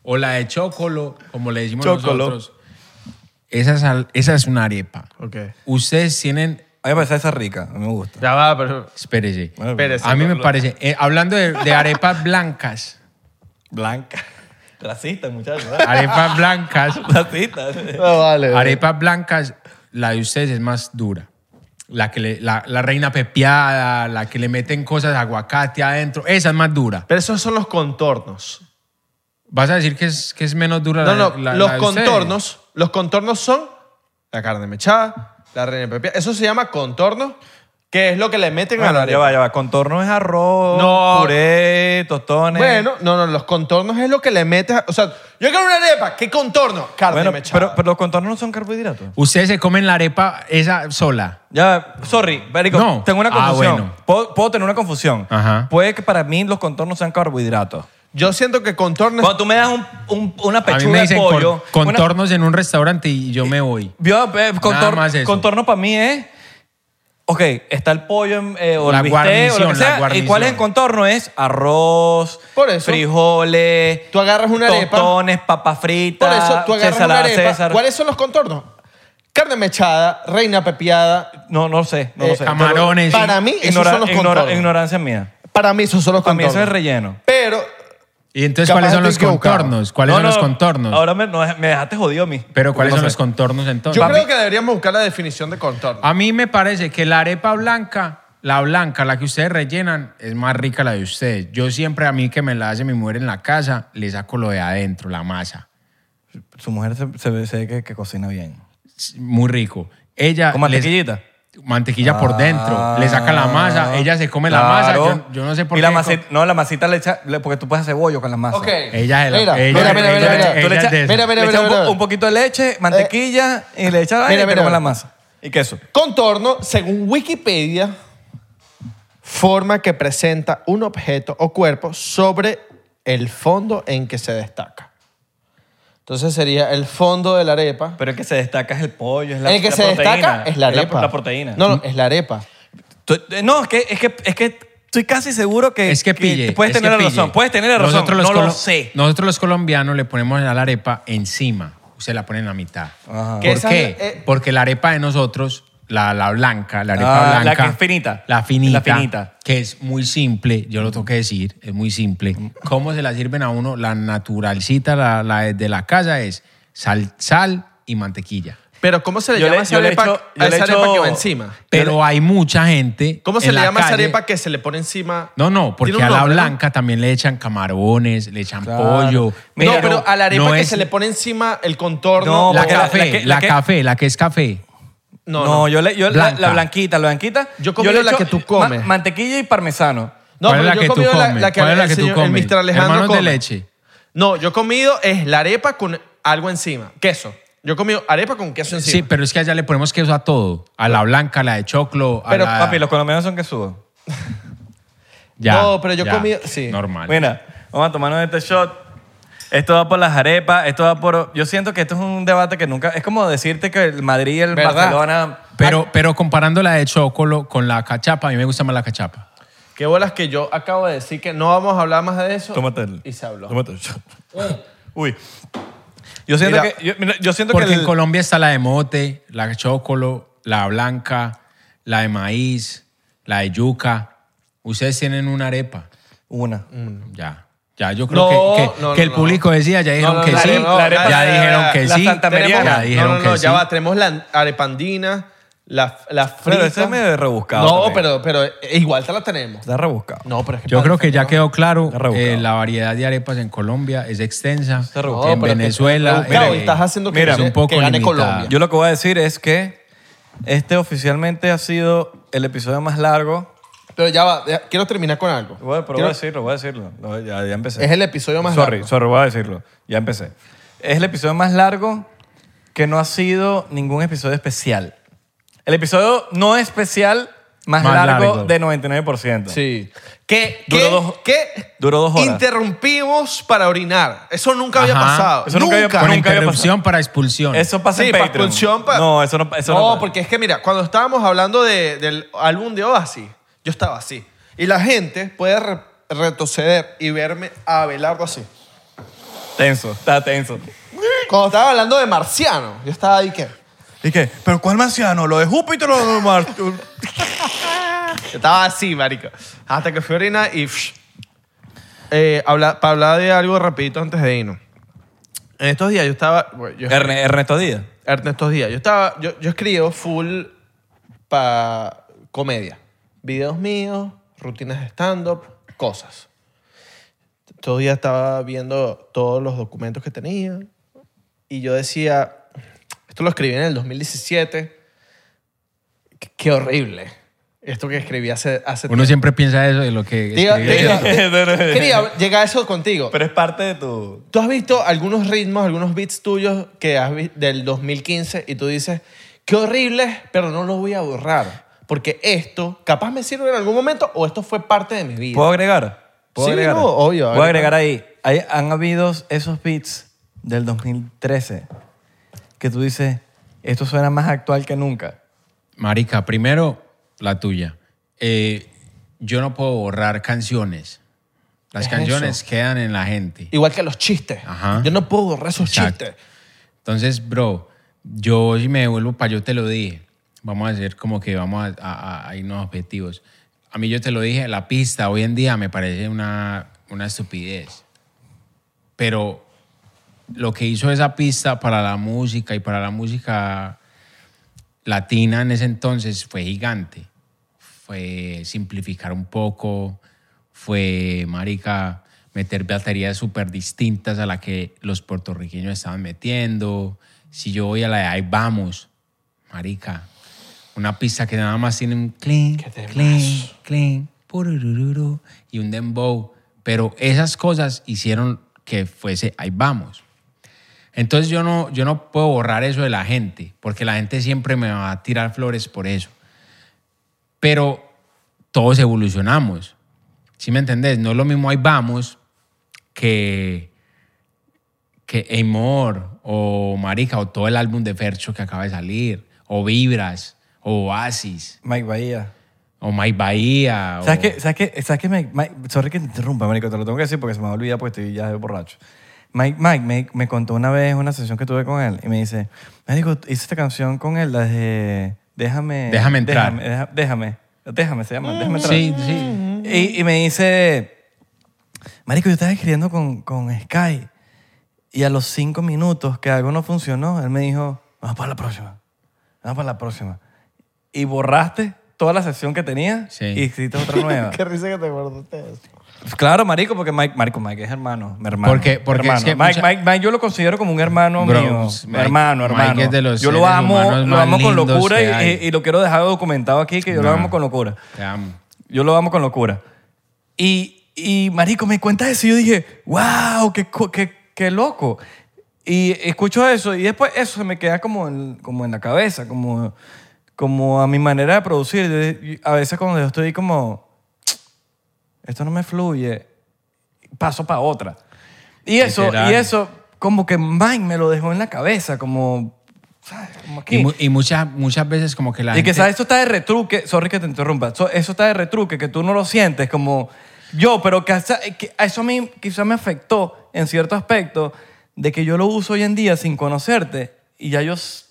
Speaker 2: o la de chocolo, como le decimos
Speaker 3: Chocolo.
Speaker 2: nosotros. Esa es, al- esa es una arepa.
Speaker 1: Ok.
Speaker 2: Ustedes tienen
Speaker 3: A mí me parece esa rica. A mí me gusta.
Speaker 1: Ya va, pero...
Speaker 2: Espérese.
Speaker 1: Espérese,
Speaker 2: a mí me parece. eh, hablando de, de arepas blancas.
Speaker 3: Blanca. Racista, muchachos.
Speaker 2: Arepas blancas.
Speaker 3: Racista.
Speaker 1: No, vale.
Speaker 2: Arepas blancas, la de ustedes es más dura. La, que le- la, la reina pepiada, la que le meten cosas de aguacate adentro, esa es más dura.
Speaker 1: Pero esos son los contornos.
Speaker 2: ¿Vas a decir que es, que es menos dura
Speaker 1: No,
Speaker 2: la-
Speaker 1: no,
Speaker 2: la- la
Speaker 1: los
Speaker 2: de ustedes?
Speaker 1: contornos, los contornos son la carne mechada, la reina pepia. Eso se llama contorno, que es lo que le meten a la
Speaker 3: Bueno, ya va,
Speaker 1: arepa.
Speaker 3: ya va. Contorno es arroz,
Speaker 1: No.
Speaker 3: puré, tostones.
Speaker 1: Bueno, no, no, los contornos es lo que le metes, a- o sea, yo quiero una arepa, ¿qué contorno? Carne
Speaker 3: Bueno,
Speaker 1: mechada.
Speaker 3: pero, pero los contornos no son carbohidratos.
Speaker 2: Ustedes se comen la arepa esa sola.
Speaker 3: Ya, sorry, marico,
Speaker 2: No.
Speaker 3: tengo una
Speaker 2: Ah,
Speaker 3: confusión.
Speaker 2: bueno.
Speaker 3: puedo, puedo tener una confusión.
Speaker 2: Ajá.
Speaker 3: Puede que para mí los contornos sean carbohidratos.
Speaker 1: yo siento que contorno es
Speaker 3: Cuando tú me das un- un- una
Speaker 2: A mí
Speaker 3: pechuga
Speaker 2: me
Speaker 3: de
Speaker 2: dicen
Speaker 3: pollo,
Speaker 2: cor- contornos en un restaurante y yo me voy.
Speaker 3: una- yo, eh, contor-
Speaker 2: más eso.
Speaker 3: contorno para mí es, ok, está el pollo en- eh, o
Speaker 2: La
Speaker 3: el bistec o lo
Speaker 2: guarnición,
Speaker 3: que
Speaker 2: la
Speaker 3: sea, y cuál es el
Speaker 2: guarnición.
Speaker 3: contorno es arroz,
Speaker 1: Por eso.
Speaker 3: frijoles,
Speaker 1: Tú agarras una arepa.
Speaker 3: tostones, papas fritas,
Speaker 1: Por eso tú agarras
Speaker 3: César,
Speaker 1: una arepa.
Speaker 3: César.
Speaker 1: ¿Cuáles son los contornos? Carne mechada, reina pepiada.
Speaker 3: No, no sé, no lo
Speaker 1: Eh,
Speaker 3: sé.
Speaker 2: Camarones.
Speaker 1: Para mí esos
Speaker 3: Ignora-
Speaker 1: son los
Speaker 3: ignora-
Speaker 1: contornos.
Speaker 3: ignorancia mía.
Speaker 1: Para mí esos son los
Speaker 3: Para mí
Speaker 1: contornos.
Speaker 3: eso es relleno.
Speaker 1: Pero
Speaker 2: ¿Y entonces
Speaker 1: Capaz
Speaker 2: cuáles son
Speaker 1: estoy
Speaker 2: los
Speaker 1: equivocado.
Speaker 2: contornos? ¿Cuáles
Speaker 3: No,
Speaker 2: son los
Speaker 3: no,
Speaker 2: contornos?
Speaker 3: Ahora me, no, me dejaste jodido a mí.
Speaker 2: Pero
Speaker 3: Porque
Speaker 2: ¿cuáles
Speaker 3: no
Speaker 2: son
Speaker 3: sé.
Speaker 2: los contornos entonces?
Speaker 1: yo creo que deberíamos buscar la definición de contorno.
Speaker 2: A mí me parece que la arepa blanca, la blanca, la que ustedes rellenan, es más rica la de ustedes. Yo siempre, a mí que me la hace mi mujer en la casa, le saco lo de adentro, la masa.
Speaker 3: Su mujer se, se ve, se ve que, que cocina bien.
Speaker 2: Es Muy rico. Ella.
Speaker 3: ¿Con
Speaker 2: Ah, les-
Speaker 3: mantequillita?
Speaker 2: mantequilla por dentro. Le saca la masa, ella se come la masa.
Speaker 3: Ah, Claro.
Speaker 2: Yo, yo no sé por
Speaker 3: y
Speaker 2: qué.
Speaker 3: La masita, no, la masita le echa... le- porque tú puedes hacer bollo con la masa.
Speaker 1: Ok.
Speaker 2: Ella es la-
Speaker 1: Mira,
Speaker 2: ella-
Speaker 1: mira, mira,
Speaker 2: ella-
Speaker 1: mira, mira.
Speaker 2: ella-
Speaker 3: Tú le
Speaker 2: es
Speaker 3: echas-
Speaker 2: de esas.
Speaker 1: Mira, mira,
Speaker 3: le
Speaker 1: mira,
Speaker 3: echas un, po-
Speaker 1: mira.
Speaker 3: un poquito de leche, mantequilla y le echas
Speaker 1: mira,
Speaker 3: y te
Speaker 1: mira,
Speaker 3: comes
Speaker 1: mira.
Speaker 3: la masa. Y queso.
Speaker 1: Contorno, según Wikipedia, forma que presenta un objeto o cuerpo sobre el fondo en que se destaca. Entonces sería el fondo de la arepa.
Speaker 3: Pero el que se destaca es el pollo, es la
Speaker 1: el que
Speaker 3: la
Speaker 1: se
Speaker 3: proteína.
Speaker 1: destaca es la arepa.
Speaker 3: La proteína.
Speaker 1: No, no, es la arepa.
Speaker 3: Tú- eh, No, es que, es que, es que estoy casi seguro que.
Speaker 2: Es que pille.
Speaker 3: puedes
Speaker 2: es que
Speaker 3: tener la
Speaker 2: pille.
Speaker 3: razón. Puedes tener la razón.
Speaker 2: Nosotros los
Speaker 3: no lo
Speaker 2: colo-
Speaker 3: sé.
Speaker 2: Nosotros los colombianos le ponemos a la arepa encima. Usted la pone en la mitad.
Speaker 3: Ajá.
Speaker 1: Que
Speaker 2: ¿Por
Speaker 1: esa
Speaker 2: qué?
Speaker 1: es la- eh.
Speaker 2: Porque la arepa de nosotros, la, la blanca, la arepa
Speaker 3: Ah, la
Speaker 2: blanca.
Speaker 3: que es finita.
Speaker 2: La finita.
Speaker 3: La finita.
Speaker 2: Que es muy simple, yo lo tengo que decir, es muy simple. ¿Cómo se la sirven a uno? La naturalcita, la, la de la casa es sal, sal y mantequilla.
Speaker 1: Pero ¿cómo se le
Speaker 3: Yo
Speaker 1: llama
Speaker 3: le-
Speaker 1: a esa
Speaker 3: yo le
Speaker 1: arepa,
Speaker 3: echo- yo
Speaker 1: a
Speaker 3: le
Speaker 1: esa arepa que
Speaker 3: echo-
Speaker 1: va encima?
Speaker 2: Pero hay mucha gente.
Speaker 1: ¿Cómo se
Speaker 2: en
Speaker 1: le
Speaker 2: la
Speaker 1: llama esa
Speaker 2: calle-
Speaker 1: arepa que se le pone encima?
Speaker 2: No, no, porque
Speaker 1: Tiene
Speaker 2: a
Speaker 1: un
Speaker 2: la
Speaker 1: nombre, ¿no?
Speaker 2: blanca también le echan camarones, le echan
Speaker 3: Claro.
Speaker 2: pollo.
Speaker 3: Mira,
Speaker 1: no, pero a la arepa
Speaker 2: no
Speaker 1: que
Speaker 2: es-
Speaker 1: se le pone encima el contorno.
Speaker 3: No,
Speaker 2: La
Speaker 3: porque la-
Speaker 2: café, la,
Speaker 3: la que- la que-
Speaker 2: café, la que es café.
Speaker 3: No, yo, le, yo la,
Speaker 2: Blanca.
Speaker 3: la blanquita, la blanquita.
Speaker 1: Yo comí
Speaker 3: le
Speaker 1: la
Speaker 3: echo
Speaker 1: que tú
Speaker 3: ma-
Speaker 1: comes.
Speaker 3: mantequilla y parmesano.
Speaker 1: No,
Speaker 2: ¿Cuál es
Speaker 1: pero
Speaker 2: la
Speaker 1: yo
Speaker 2: que
Speaker 1: he
Speaker 2: tú
Speaker 1: comido la,
Speaker 2: comes?
Speaker 1: la que,
Speaker 2: ¿Cuál es la
Speaker 1: el
Speaker 2: que tú
Speaker 1: señor- el
Speaker 2: comes?
Speaker 1: Mr. Alejandro
Speaker 2: Hermanos de
Speaker 1: come.
Speaker 2: leche.
Speaker 1: No, yo he comido es la arepa con algo encima, queso. Yo he comido arepa con queso
Speaker 2: Sí,
Speaker 1: encima.
Speaker 2: pero es que allá le ponemos queso a todo. A la blanca, a la de choclo, a
Speaker 3: Pero,
Speaker 2: la-
Speaker 3: papi, los colombianos son que subo.
Speaker 2: Ya,
Speaker 1: No, pero yo
Speaker 2: ya.
Speaker 1: comí- sí.
Speaker 2: Normal.
Speaker 3: Mira, vamos a tomarnos este shot. Esto va por las arepas, esto va por... Yo siento que esto es un debate que nunca... Es como decirte que el Madrid y el
Speaker 1: ¿Verdad?
Speaker 3: Barcelona...
Speaker 2: pero, pero comparando la de chocolo con la cachapa, a mí me gusta más la cachapa.
Speaker 1: Qué bolas que yo acabo de decir que no vamos a hablar más de eso.
Speaker 3: Ah, Tómate el-
Speaker 1: Y se habló. Mm.
Speaker 3: Tómate el shot. Uy. Yo siento
Speaker 1: Mira.
Speaker 3: que... Yo, mira, yo siento
Speaker 2: Porque
Speaker 3: que... el-
Speaker 2: en Colombia está la de mote, la de chocolo, la blanca, la de maíz, la de yuca. Ustedes tienen una arepa.
Speaker 3: Una.
Speaker 1: Mm.
Speaker 2: Ya. Ya, yo creo
Speaker 1: No,
Speaker 2: que, que-
Speaker 1: no,
Speaker 2: que el
Speaker 1: no,
Speaker 2: público decía, ya dijeron
Speaker 1: no,
Speaker 2: que
Speaker 1: la
Speaker 2: sí,
Speaker 1: arepa- la arepa-
Speaker 2: ya
Speaker 1: la-
Speaker 2: dijeron
Speaker 1: la-
Speaker 2: que
Speaker 3: la
Speaker 2: sí,
Speaker 3: Santa María.
Speaker 2: ya
Speaker 3: No,
Speaker 2: dijeron
Speaker 1: no, no,
Speaker 2: que
Speaker 1: no,
Speaker 2: sí.
Speaker 1: ya va. Tenemos la arepandina, la, la frita.
Speaker 3: Pero ese es medio rebuscado
Speaker 1: No,
Speaker 3: también.
Speaker 1: pero, pero eh, igual te la tenemos.
Speaker 3: Está rebuscado.
Speaker 1: No, pero es que
Speaker 2: Yo
Speaker 1: para
Speaker 2: creo que ya
Speaker 1: defendernos-
Speaker 2: quedó claro,
Speaker 3: Está rebuscado.
Speaker 2: eh, la variedad de arepas en Colombia es extensa,
Speaker 3: rebuscado.
Speaker 2: en
Speaker 1: No, pero que-
Speaker 2: Venezuela,
Speaker 1: rebuscado,
Speaker 2: eh,
Speaker 1: y estás haciendo que,
Speaker 3: mira,
Speaker 1: gane-
Speaker 2: es un poco
Speaker 1: que gane
Speaker 2: limitada.
Speaker 1: Colombia.
Speaker 3: Yo lo que voy a decir es que este oficialmente ha sido el episodio más largo.
Speaker 1: Pero ya va, ya- quiero terminar con algo.
Speaker 3: Bueno, pero voy
Speaker 1: Quiero-
Speaker 3: a decirlo, voy a decirlo. No, Ya, ya empecé.
Speaker 1: es el episodio más
Speaker 3: sorry,
Speaker 1: largo.
Speaker 3: sorry, voy a decirlo. Ya empecé. Es el episodio más largo que no ha sido ningún episodio especial. El episodio no especial más,
Speaker 2: Más
Speaker 3: largo,
Speaker 2: largo.
Speaker 3: de 99%.
Speaker 1: Sí. ¿Qué,
Speaker 3: Duró
Speaker 1: qué-
Speaker 3: dos-
Speaker 1: qué
Speaker 3: duró dos horas.
Speaker 1: Interrumpimos para orinar. Eso nunca había
Speaker 2: Ajá.
Speaker 1: pasado.
Speaker 3: Eso
Speaker 1: nunca.
Speaker 3: nunca había
Speaker 2: con
Speaker 3: nunca había
Speaker 2: interrupción para expulsión.
Speaker 3: Eso pasa
Speaker 1: Sí,
Speaker 3: en
Speaker 1: para
Speaker 3: Patreon.
Speaker 1: expulsión, pa-
Speaker 3: No, eso no eso
Speaker 1: No, porque es que mira, cuando estábamos hablando de- del álbum de Oasis, yo estaba así. Y la gente puede re- retroceder y verme a Abelardo así.
Speaker 3: Tenso, está tenso.
Speaker 1: Cuando estaba hablando de Marciano, yo estaba ahí que...
Speaker 3: ¿Y qué? ¿Pero cuál marciano? ¿Lo de Júpiter o lo de Marte?
Speaker 1: Yo estaba así, marico. Hasta que fui a orinar y... psh. Eh, habla- para hablar de algo rapidito antes de irnos. En estos días yo estaba... bueno, yo-
Speaker 3: Erne- Ernesto Díaz.
Speaker 1: Ernesto Díaz. Yo estaba, yo, yo escribo full para comedia. Videos míos, rutinas de stand-up, cosas. Todavía estaba viendo todos los documentos que tenía y yo decía, esto lo escribí en el 2017, qué, qué horrible. Esto que escribí hace, hace
Speaker 2: Uno
Speaker 1: tiempo.
Speaker 2: siempre piensa eso de lo que...
Speaker 1: Diga-
Speaker 2: escribe.
Speaker 1: diga- Quería llegar a eso contigo.
Speaker 3: Pero es parte de tu...
Speaker 1: ¿Tú has visto algunos ritmos, algunos beats tuyos que has vi- del 2015 y tú dices, qué horrible, pero no lo voy a borrar? Porque esto capaz me sirve en algún momento o esto fue parte de mi vida.
Speaker 3: ¿Puedo agregar? ¿Puedo
Speaker 1: Sí,
Speaker 3: agregar?
Speaker 1: no, obvio,
Speaker 3: Voy a
Speaker 1: agrega.
Speaker 3: agregar ahí. Ahí Han habido esos beats del 2013 que tú dices, esto suena más actual que nunca.
Speaker 2: Marica, primero la tuya. Eh, yo no puedo borrar canciones. Las
Speaker 1: Es
Speaker 2: canciones
Speaker 1: eso.
Speaker 2: quedan en la gente.
Speaker 1: Igual que los chistes.
Speaker 2: Ajá.
Speaker 1: Yo no puedo borrar esos
Speaker 2: Exacto.
Speaker 1: chistes.
Speaker 2: Entonces, bro, yo si me devuelvo para yo te lo dije. Vamos a hacer como que vamos a, a- a irnos a objetivos. A mí yo te lo dije, la pista hoy en día me parece una, una estupidez. Pero lo que hizo esa pista para la música y para la música latina en ese entonces fue gigante. Fue simplificar un poco, fue, marica, meter baterías súper distintas a las que los puertorriqueños estaban metiendo. Si yo voy a la de ahí vamos, marica, una pista que nada más tiene un clean, clean, clean, pururururu, y un dembow. Pero esas cosas hicieron que fuese ahí vamos. Entonces yo no, yo no puedo borrar eso de la gente, porque la gente siempre me va a tirar flores por eso. Pero todos evolucionamos. ¿Sí me entendés? No es lo mismo ahí vamos que que Amor o Marica o todo el álbum de Fercho que acaba de salir o Vibras o Oasis
Speaker 3: Mike Bahía.
Speaker 2: o My Bahía.
Speaker 3: ¿Sabes
Speaker 2: o-
Speaker 3: qué? ¿Sabes qué? ¿Sabes qué? Mike- Mike- sorry que te interrumpa, marico, te lo tengo que decir porque se me va a olvidar porque estoy ya de borracho. Mike, Mike me, me contó una vez una sesión que tuve con él y me dice, marico, hice esta canción con él, la de Déjame...
Speaker 2: Déjame entrar.
Speaker 3: Déjame, deja- déjame, déjame, se llama, déjame entrar.
Speaker 2: Sí, sí.
Speaker 3: Y, y me dice, Marico, yo estaba escribiendo con, con Sky y a los cinco minutos que algo no funcionó, él me dijo, Vamos para la próxima. Vamos para la próxima. Y borraste toda la sección que tenías
Speaker 2: Sí.
Speaker 3: y hiciste otra nueva.
Speaker 1: Qué risa que te acordaste de eso.
Speaker 3: claro, marico, porque Mike, Marico, Mike es hermano, mi hermano.
Speaker 2: Porque- porque
Speaker 3: hermano.
Speaker 2: es que
Speaker 3: Mike,
Speaker 2: mucha-
Speaker 3: Mike, Mike, yo lo considero como un hermano
Speaker 2: Bro,
Speaker 3: mío.
Speaker 2: Mike-
Speaker 3: hermano,
Speaker 2: Mike
Speaker 3: hermano.
Speaker 2: es de los
Speaker 3: yo lo
Speaker 2: seres
Speaker 3: amo,
Speaker 2: humanos
Speaker 3: lo
Speaker 2: más
Speaker 3: amo con
Speaker 2: lindos
Speaker 3: locura
Speaker 2: que
Speaker 3: y-
Speaker 2: hay.
Speaker 3: y- y lo quiero dejar documentado aquí que yo lo
Speaker 2: No.
Speaker 3: amo con locura.
Speaker 2: Te amo.
Speaker 3: Yo lo amo con locura. Y, y marico, me cuenta eso y yo dije, wow, qué, co- qué, qué loco. Y escucho eso y después eso se me queda como en, como en la cabeza, como, como a mi manera de producir. Yo- yo- a veces cuando yo estoy como, esto no me fluye, paso para otra. Y eso,
Speaker 2: Literal.
Speaker 3: y eso, como que Mike me lo dejó en la cabeza, como, ¿sabes? Como aquí.
Speaker 2: Y, mu- y muchas, muchas veces como que la
Speaker 3: Y que
Speaker 2: gente...
Speaker 3: sabes, eso está de retruque, sorry que te interrumpa, So- eso está de retruque, que tú no lo sientes como yo, pero que, hasta- que a eso a mí quizá me afectó en cierto aspecto de que yo lo uso hoy en día sin conocerte y ya yo... s-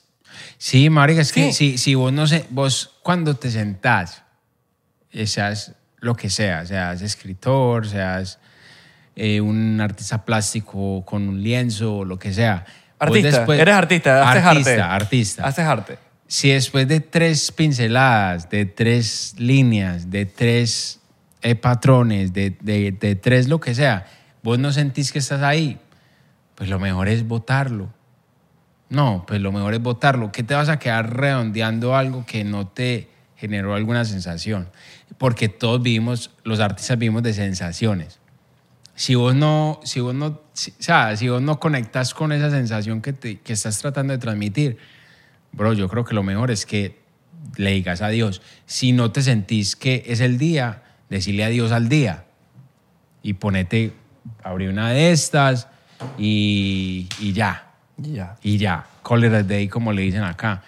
Speaker 2: Sí, marica, es que
Speaker 3: Sí.
Speaker 2: si, si vos no sé, vos cuando te sentás, eh, seas lo que sea, seas escritor, seas eh, un artista plástico con un lienzo, o lo que sea. vos
Speaker 3: Artista,
Speaker 2: después-
Speaker 3: eres artista, haces arte.
Speaker 2: artista, Artista,
Speaker 3: Haces arte.
Speaker 2: Si después de tres pinceladas, de tres líneas, de tres eh, patrones, de, de- de tres lo que sea, vos no sentís que estás ahí, pues lo mejor es votarlo. No, pues lo mejor es votarlo. ¿Qué te vas a quedar redondeando algo que no te generó alguna sensación? Porque todos vivimos, los artistas vivimos de sensaciones. Si vos no, si vos no, si, o sea, si vos no conectas con esa sensación que, te- que estás tratando de transmitir, bro, yo creo que lo mejor es que le digas a Dios. Si no te sentís que es el día, decirle adiós al día y ponete, abrí una de estas y, y ya
Speaker 3: Ya.
Speaker 2: y ya, call it a day, como le dicen acá.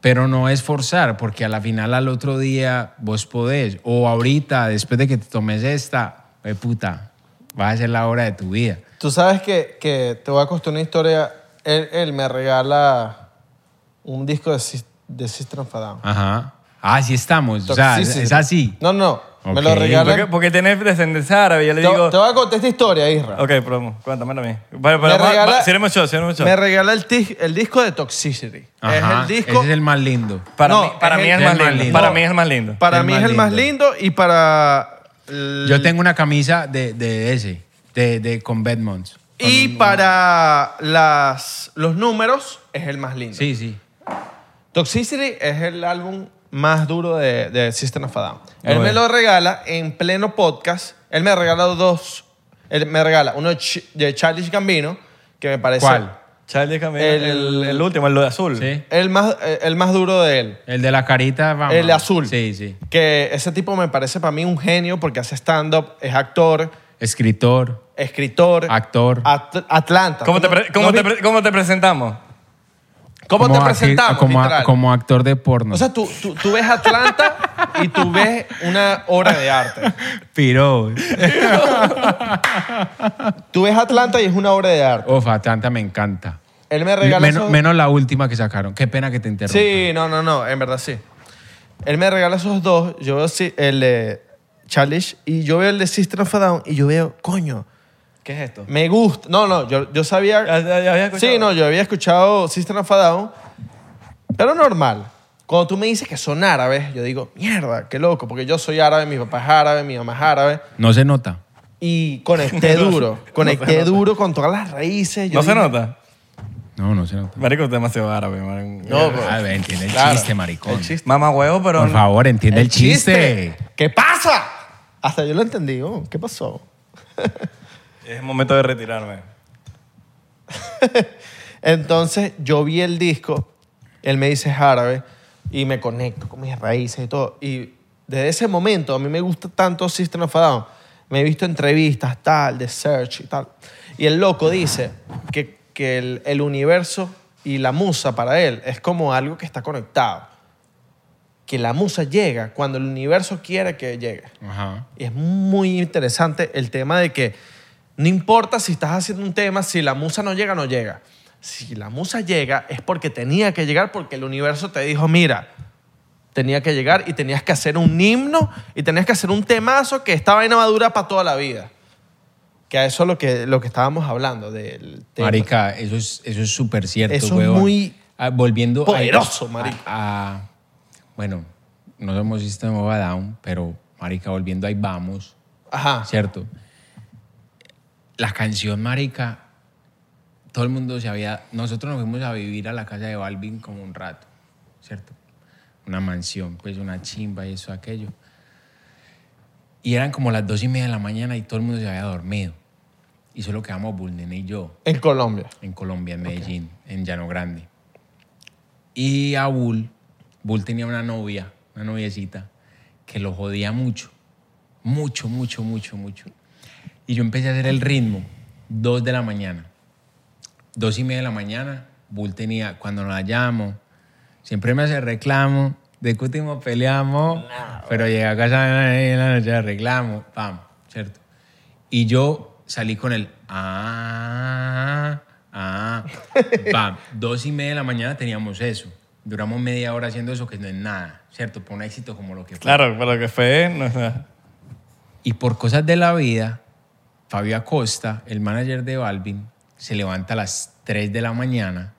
Speaker 2: Pero no es forzar, porque a la final al otro día vos podés, o ahorita, después de que te tomes esta, eh, puta, va a ser la hora de tu vida.
Speaker 1: Tú sabes que, que te voy a contar una historia. Él, él me regala un disco de, Sys- de System of a Down.
Speaker 2: Ajá. Ah, Así estamos, o sea, es,
Speaker 1: Toxicity.
Speaker 2: es así.
Speaker 1: No, no, no. Me lo
Speaker 2: Ok.
Speaker 1: regala.
Speaker 3: Porque, porque tienes descendencia árabe, yo le
Speaker 1: Te,
Speaker 3: digo...
Speaker 1: te voy a contar esta historia, Isra.
Speaker 3: Ok, promo, cuéntamela a mí. Bueno,
Speaker 1: Me
Speaker 3: pero va-
Speaker 1: regala-
Speaker 3: va- sírveme un shot, sírveme un shot.
Speaker 1: Me regala el, tis- el disco de Toxicity.
Speaker 2: Ajá,
Speaker 1: es el disco.
Speaker 2: Ese es el más lindo.
Speaker 3: Para,
Speaker 1: No,
Speaker 3: mí, para
Speaker 1: es
Speaker 3: mí
Speaker 1: el-
Speaker 3: es
Speaker 2: el
Speaker 3: más
Speaker 2: más
Speaker 3: lindo.
Speaker 2: lindo.
Speaker 3: Para mí es el más lindo.
Speaker 1: para
Speaker 2: el
Speaker 1: mí
Speaker 2: más
Speaker 1: es el más
Speaker 2: lindo.
Speaker 1: lindo y para. el-
Speaker 2: Yo tengo una camisa de, de ese, de, de con Bedmonds.
Speaker 1: Y para las, los números es el más lindo.
Speaker 2: Sí, sí.
Speaker 1: Toxicity es el álbum más duro de, de System of a Down. Él
Speaker 3: Bueno.
Speaker 1: me lo regala en pleno podcast. Él me ha regalado dos. Él me regala uno de Ch- de Childish Gambino, que me parece
Speaker 2: ¿Cuál?
Speaker 3: Charlie Camilo, el,
Speaker 1: El-
Speaker 3: el último, el de azul.
Speaker 2: Sí.
Speaker 1: el más, eh, el más duro de él.
Speaker 2: El de la carita, vamos.
Speaker 1: El azul.
Speaker 2: Sí, sí.
Speaker 1: Que ese tipo me parece para mí un genio porque hace stand-up, es actor,
Speaker 2: Escritor,
Speaker 1: escritor.
Speaker 2: actor.
Speaker 1: At- Atlanta.
Speaker 3: ¿Cómo, te,
Speaker 1: ¿Cómo-
Speaker 3: pre- cómo
Speaker 1: no
Speaker 3: te
Speaker 1: vi-
Speaker 3: pre- cómo te presentamos?
Speaker 1: cómo te
Speaker 2: como acti-
Speaker 1: presentamos?
Speaker 2: como,
Speaker 1: literal?
Speaker 2: como actor de porno.
Speaker 1: O sea, tú, tú, tú ves Atlanta y tú ves una obra de arte.
Speaker 2: Piró.
Speaker 1: Tú ves Atlanta y es una obra de arte.
Speaker 2: Uf, Atlanta me encanta.
Speaker 1: Él me regaló
Speaker 2: Menos,
Speaker 1: esos...
Speaker 2: menos la última que sacaron. Qué pena que te interrumpa.
Speaker 1: Sí, no, no, no, en verdad sí. Él me regala esos dos, yo veo sí, el de Childish y yo veo el de System of a Down y yo veo, coño,
Speaker 3: ¿Qué es esto?
Speaker 1: me gusta. No, no, yo, yo sabía...
Speaker 3: Ya- ya- ya había escuchado.
Speaker 1: Sí, no, yo había escuchado System of a Down, pero normal. Cuando tú me dices que son árabes, yo digo, mierda, qué loco, porque yo soy árabe, mi papá es árabe, mi mamá es árabe.
Speaker 2: No se nota.
Speaker 1: Y conecté
Speaker 3: No,
Speaker 1: duro,
Speaker 3: no se
Speaker 1: conecté
Speaker 3: nota.
Speaker 1: duro con todas las raíces. yo
Speaker 3: ¿No se
Speaker 1: dije,
Speaker 3: nota?
Speaker 2: No, no se nota.
Speaker 3: Marico, es demasiado árabe. marico.
Speaker 1: No, bro.
Speaker 2: A ver, entiende el
Speaker 1: Claro.
Speaker 2: chiste, maricón.
Speaker 1: El chiste.
Speaker 3: Mamá huevo, pero...
Speaker 2: Por favor, entiende el, chiste.
Speaker 1: ¿Qué pasa? Hasta yo lo entendí. oh, ¿Qué pasó?
Speaker 3: Es momento de retirarme.
Speaker 1: Entonces yo vi el disco, él me dice es árabe y me conecto con mis raíces y todo. Y desde ese momento a mí me gusta tanto System of a Down. Me he visto entrevistas, tal, de Search y tal. Y el loco dice que, que el, el universo y la musa para él es como algo que está conectado. Que la musa llega cuando el universo quiere que llegue.
Speaker 2: Ajá.
Speaker 1: Y es muy interesante el tema de que no importa si estás haciendo un tema, si la musa no llega, no llega. Si la musa llega es porque tenía que llegar, porque el universo te dijo, mira, tenía que llegar y tenías que hacer un himno y tenías que hacer un temazo que esta vaina va a durar para toda la vida. Que a eso es lo que, lo que estábamos hablando del tema.
Speaker 2: Marica, eso es eso es súper cierto,
Speaker 1: Eso es
Speaker 2: huevón.
Speaker 1: muy
Speaker 2: ah, volviendo a-
Speaker 1: Poderoso,
Speaker 2: a,
Speaker 1: marica.
Speaker 2: a- bueno, no somos sistema of a down, pero marica, volviendo ahí vamos,
Speaker 1: Ajá.
Speaker 2: ¿cierto? La canción, marica, todo el mundo se había... Nosotros nos fuimos a vivir a la casa de Balvin como un rato, ¿cierto? Una mansión, pues una chimba y eso, aquello. Y eran como las dos y media de la mañana y todo el mundo se había dormido. Y solo quedamos Bulnene y yo
Speaker 1: En Colombia.
Speaker 2: en Colombia, en Medellín, en Llano Grande. Y a Bull, Bull tenía una novia, una noviecita, que lo jodía mucho. Mucho, mucho, mucho, mucho. Y yo empecé a hacer el ritmo, dos de la mañana. Dos y media de la mañana, Bull tenía, cuando nos hallamos, siempre me hace reclamo, discutimos, peleamos, pero llega a casa en la noche de reclamo, pam, ¿cierto? Y yo salí con el ah, ah, pam. Dos y media de la mañana teníamos eso. Duramos media hora haciendo eso, que no es nada, ¿cierto? Por un éxito como lo que fue.
Speaker 3: Claro, pero lo que fue... No,
Speaker 2: Y por cosas de la vida, Fabio Acosta, el manager de Balvin, se levanta a las 3 de la mañana.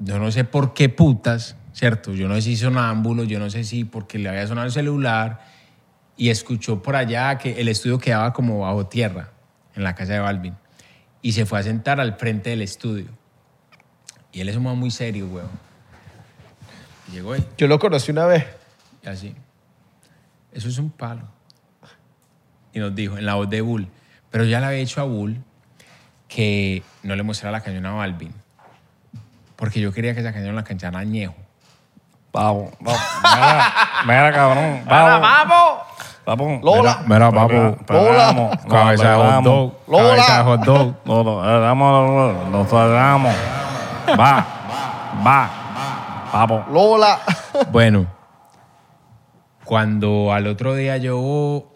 Speaker 2: Yo no sé por qué putas, ¿cierto? Yo no sé si sonámbulo, yo no sé si porque le había sonado el celular y escuchó por allá que el estudio quedaba como bajo tierra en la casa de Balvin. Y se fue a sentar al frente del estudio. Y él es un man muy serio, weón. Y Llegó ahí.
Speaker 1: Yo lo conocí una vez.
Speaker 2: Y así. Eso es un palo. Y nos dijo, en la voz de Bull. Pero ya le había dicho a Bull que no le mostrara la canción a Balvin. Porque yo quería que esa canción la cantara Añejo.
Speaker 3: Vamos, vamos. Mira, mira, cabrón. Vamos. Vamos.
Speaker 1: Lola.
Speaker 3: Mira, vamos.
Speaker 1: Lola.
Speaker 3: Cabeza de hot dog.
Speaker 1: Lola. cabeza de
Speaker 3: hot dog. eh, Vamos, nos salgamos. Va. Va. Vamos.
Speaker 1: Lola.
Speaker 2: Bueno, cuando al otro día yo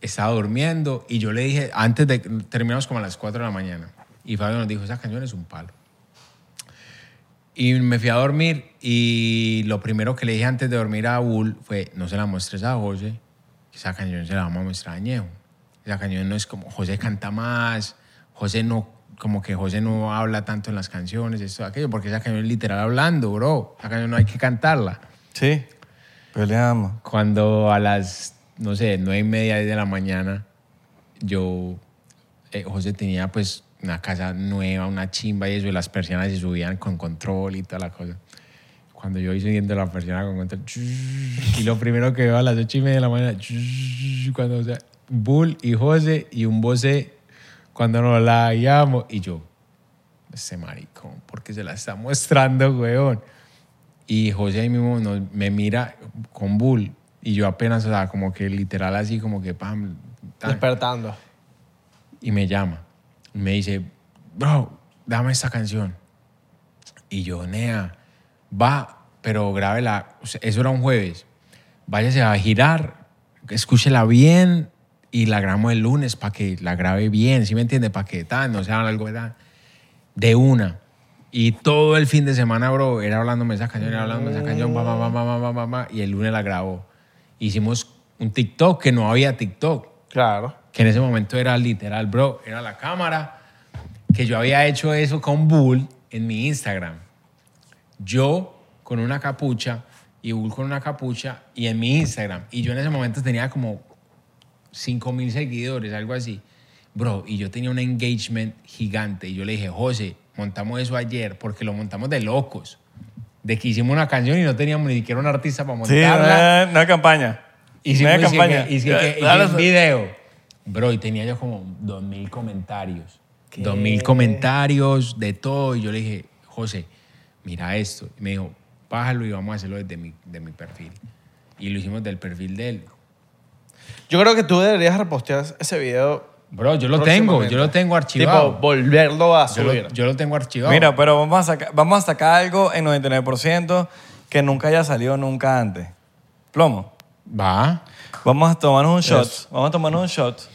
Speaker 2: estaba durmiendo y yo le dije, antes de, terminamos como a las 4 de la mañana, y Fabio nos dijo, esa canción es un palo. Y me fui a dormir y lo primero que le dije antes de dormir a Bull fue, no se la muestres a José, que esa canción se la vamos a mostrar a Ñejo. Esa canción no es como, José canta más, José no, como que José no habla tanto en las canciones, esto, aquello, porque esa canción es literal hablando, bro. Esa canción no hay que cantarla
Speaker 3: Sí. Peleamos.
Speaker 2: cuando a las, no sé, nueve y media, diez de la mañana, yo, eh, José tenía pues una casa nueva, una chimba y eso, y las persianas se subían con control y toda la cosa. Cuando yo iba subiendo la persiana con control, y lo primero que veo a las ocho y media de la mañana, cuando, o sea, Bull y José y un voce, cuando nos la guiamos, y yo, ese maricón, porque se la está mostrando, weón. Y José ahí mismo nos- me mira con Bull. Y yo apenas, o sea, como que literal así, como que pam. tan.
Speaker 1: Despertando.
Speaker 2: y me llama. Y me dice, bro, dame esta canción. Y yo, nea, va, pero grábela. O sea, eso era un jueves. Váyase a girar, escúchela bien y la grabamos el lunes para que la grabe bien, ¿sí me entiende? Para que tal, no sea algo tal de una. Y todo el fin de semana, bro, era hablándome de esa canción, era hablándome de esa canción, mamá, mamá, mamá, mamá, y el lunes la grabó. Hicimos un TikTok que no había TikTok,
Speaker 1: Claro.
Speaker 2: que en ese momento era literal, bro, era la cámara, que yo había hecho eso con Bull en mi Instagram. Yo con una capucha y Bull con una capucha y en mi Instagram. Y yo en ese momento tenía como 5 mil seguidores, algo así. Bro, y yo tenía un engagement gigante. Y yo le dije, José, montamos eso ayer porque lo montamos de locos. De que hicimos una canción y no teníamos ni siquiera un artista para
Speaker 3: Sí,
Speaker 2: montarla.
Speaker 3: una, una campaña.
Speaker 2: hicimos
Speaker 3: una campaña.
Speaker 2: hicimos- hicimos- hicimos
Speaker 3: Dale,
Speaker 2: un video. Bro, y tenía yo como 2.000 comentarios. 2.000 comentarios de todo. Y yo le dije, José, mira esto. Y me dijo, bájalo y vamos a hacerlo desde mi, de mi perfil. Y lo hicimos del perfil de él.
Speaker 1: Yo creo que tú deberías repostear ese video.
Speaker 2: Bro, yo lo tengo,
Speaker 1: próximamente.
Speaker 2: yo lo tengo archivado.
Speaker 1: Tipo, volverlo a
Speaker 2: yo,
Speaker 1: subir.
Speaker 2: lo, yo lo tengo archivado.
Speaker 3: Mira, pero vamos a, saca- vamos a sacar algo en 99% que nunca haya salido nunca antes. Plomo.
Speaker 2: Va.
Speaker 3: Vamos a tomarnos un shot. Vamos a tomarnos un shot.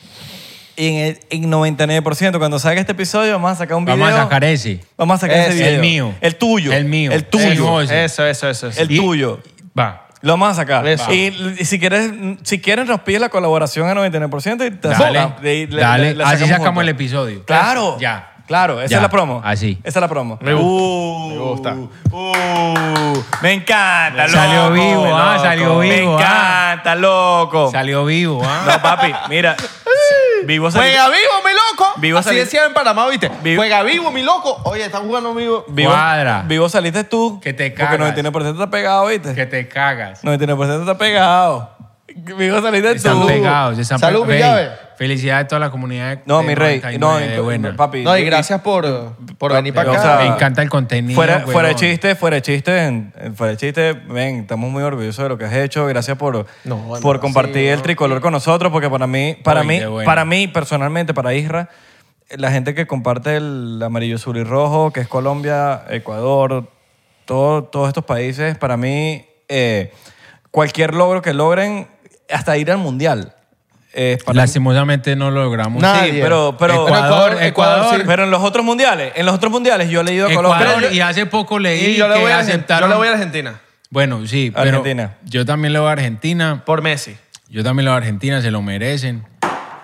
Speaker 3: Y en, el, en 99%, cuando salga este episodio, vamos a sacar un video.
Speaker 2: Vamos a sacar ese.
Speaker 3: Vamos a sacar ese
Speaker 2: Ese,
Speaker 3: video.
Speaker 2: el mío.
Speaker 3: El tuyo.
Speaker 2: El mío.
Speaker 3: El tuyo.
Speaker 2: El José.
Speaker 1: Eso, eso, eso. eso.
Speaker 3: El
Speaker 2: Y-
Speaker 3: tuyo.
Speaker 2: Va.
Speaker 3: Lo vamos a sacar.
Speaker 1: Eso.
Speaker 3: Y, l- y si quieres, si quieres nos pides la colaboración a 99% y te
Speaker 2: Dale.
Speaker 3: y le-
Speaker 2: dale.
Speaker 3: le- le
Speaker 2: Así sacamos
Speaker 3: juntos.
Speaker 2: el episodio.
Speaker 3: Claro.
Speaker 2: Ya.
Speaker 3: Claro, esa
Speaker 2: Ya, Ah,
Speaker 3: es la promo.
Speaker 2: así.
Speaker 3: Esa es la promo.
Speaker 1: Me gusta,
Speaker 3: Uh,
Speaker 1: me gusta.
Speaker 3: uh, me encanta, loco.
Speaker 2: Salió vivo, ah,
Speaker 3: loco.
Speaker 2: salió vivo,
Speaker 3: Me
Speaker 2: ah.
Speaker 3: encanta, loco.
Speaker 2: Salió vivo, ¿ah?
Speaker 3: No, papi, mira. Vivo salió-
Speaker 1: Juega vivo, mi loco.
Speaker 3: Vivo
Speaker 1: Así
Speaker 3: salir-
Speaker 1: decía en Panamá, ¿viste?
Speaker 3: Vivo-
Speaker 1: Juega vivo, mi loco. Oye, están jugando vivo.
Speaker 3: vivo,
Speaker 2: Cuadra.
Speaker 3: Vivo saliste tú.
Speaker 2: Que te
Speaker 3: Porque
Speaker 2: cagas.
Speaker 3: 99% está pegado, ¿viste?
Speaker 2: Que te cagas.
Speaker 3: 99% está pegado. Vivo saliste
Speaker 2: Están
Speaker 3: tú.
Speaker 2: pegados. Están pe-
Speaker 1: Salud, mi
Speaker 2: Rey,
Speaker 1: llave.
Speaker 2: Felicidades a toda la comunidad.
Speaker 3: No,
Speaker 2: de
Speaker 3: mi rey. No,
Speaker 2: 99 de buena.
Speaker 3: papi.
Speaker 1: No, y
Speaker 3: yo-
Speaker 1: gracias por, por venir para
Speaker 3: o
Speaker 1: acá.
Speaker 3: sea,
Speaker 2: Me encanta el contenido.
Speaker 3: Fuera,
Speaker 2: huevón.
Speaker 3: fuera de chiste, fuera de chiste, en- en- fuera de chiste, ven, estamos muy orgullosos de lo que has hecho. Gracias por, por compartir el tricolor con nosotros, porque para mí, para
Speaker 2: Oye,
Speaker 3: mí,
Speaker 2: bueno.
Speaker 3: para mí personalmente, para Isra, la gente que comparte el amarillo, azul y rojo, que es Colombia, Ecuador, todo- todos estos países, para mí, eh, cualquier logro que logren, hasta ir al mundial, eh, para
Speaker 2: Lastimosamente no lo logramos.
Speaker 1: Nada.
Speaker 3: Sí,
Speaker 1: Nadie.
Speaker 3: pero, pero,
Speaker 2: Ecuador, Ecuador, sí.
Speaker 3: pero en los otros mundiales, en los otros mundiales yo he leído a Colombia.
Speaker 2: Ecuador, y hace poco leí
Speaker 1: y yo le,
Speaker 2: que
Speaker 1: voy a, Argen- yo
Speaker 2: aceptaron.
Speaker 1: le voy a Argentina
Speaker 2: Bueno, sí, pero
Speaker 3: Argentina.
Speaker 2: yo también le voy a Argentina.
Speaker 1: por Messi.
Speaker 2: Yo también le voy a Argentina, se lo merecen.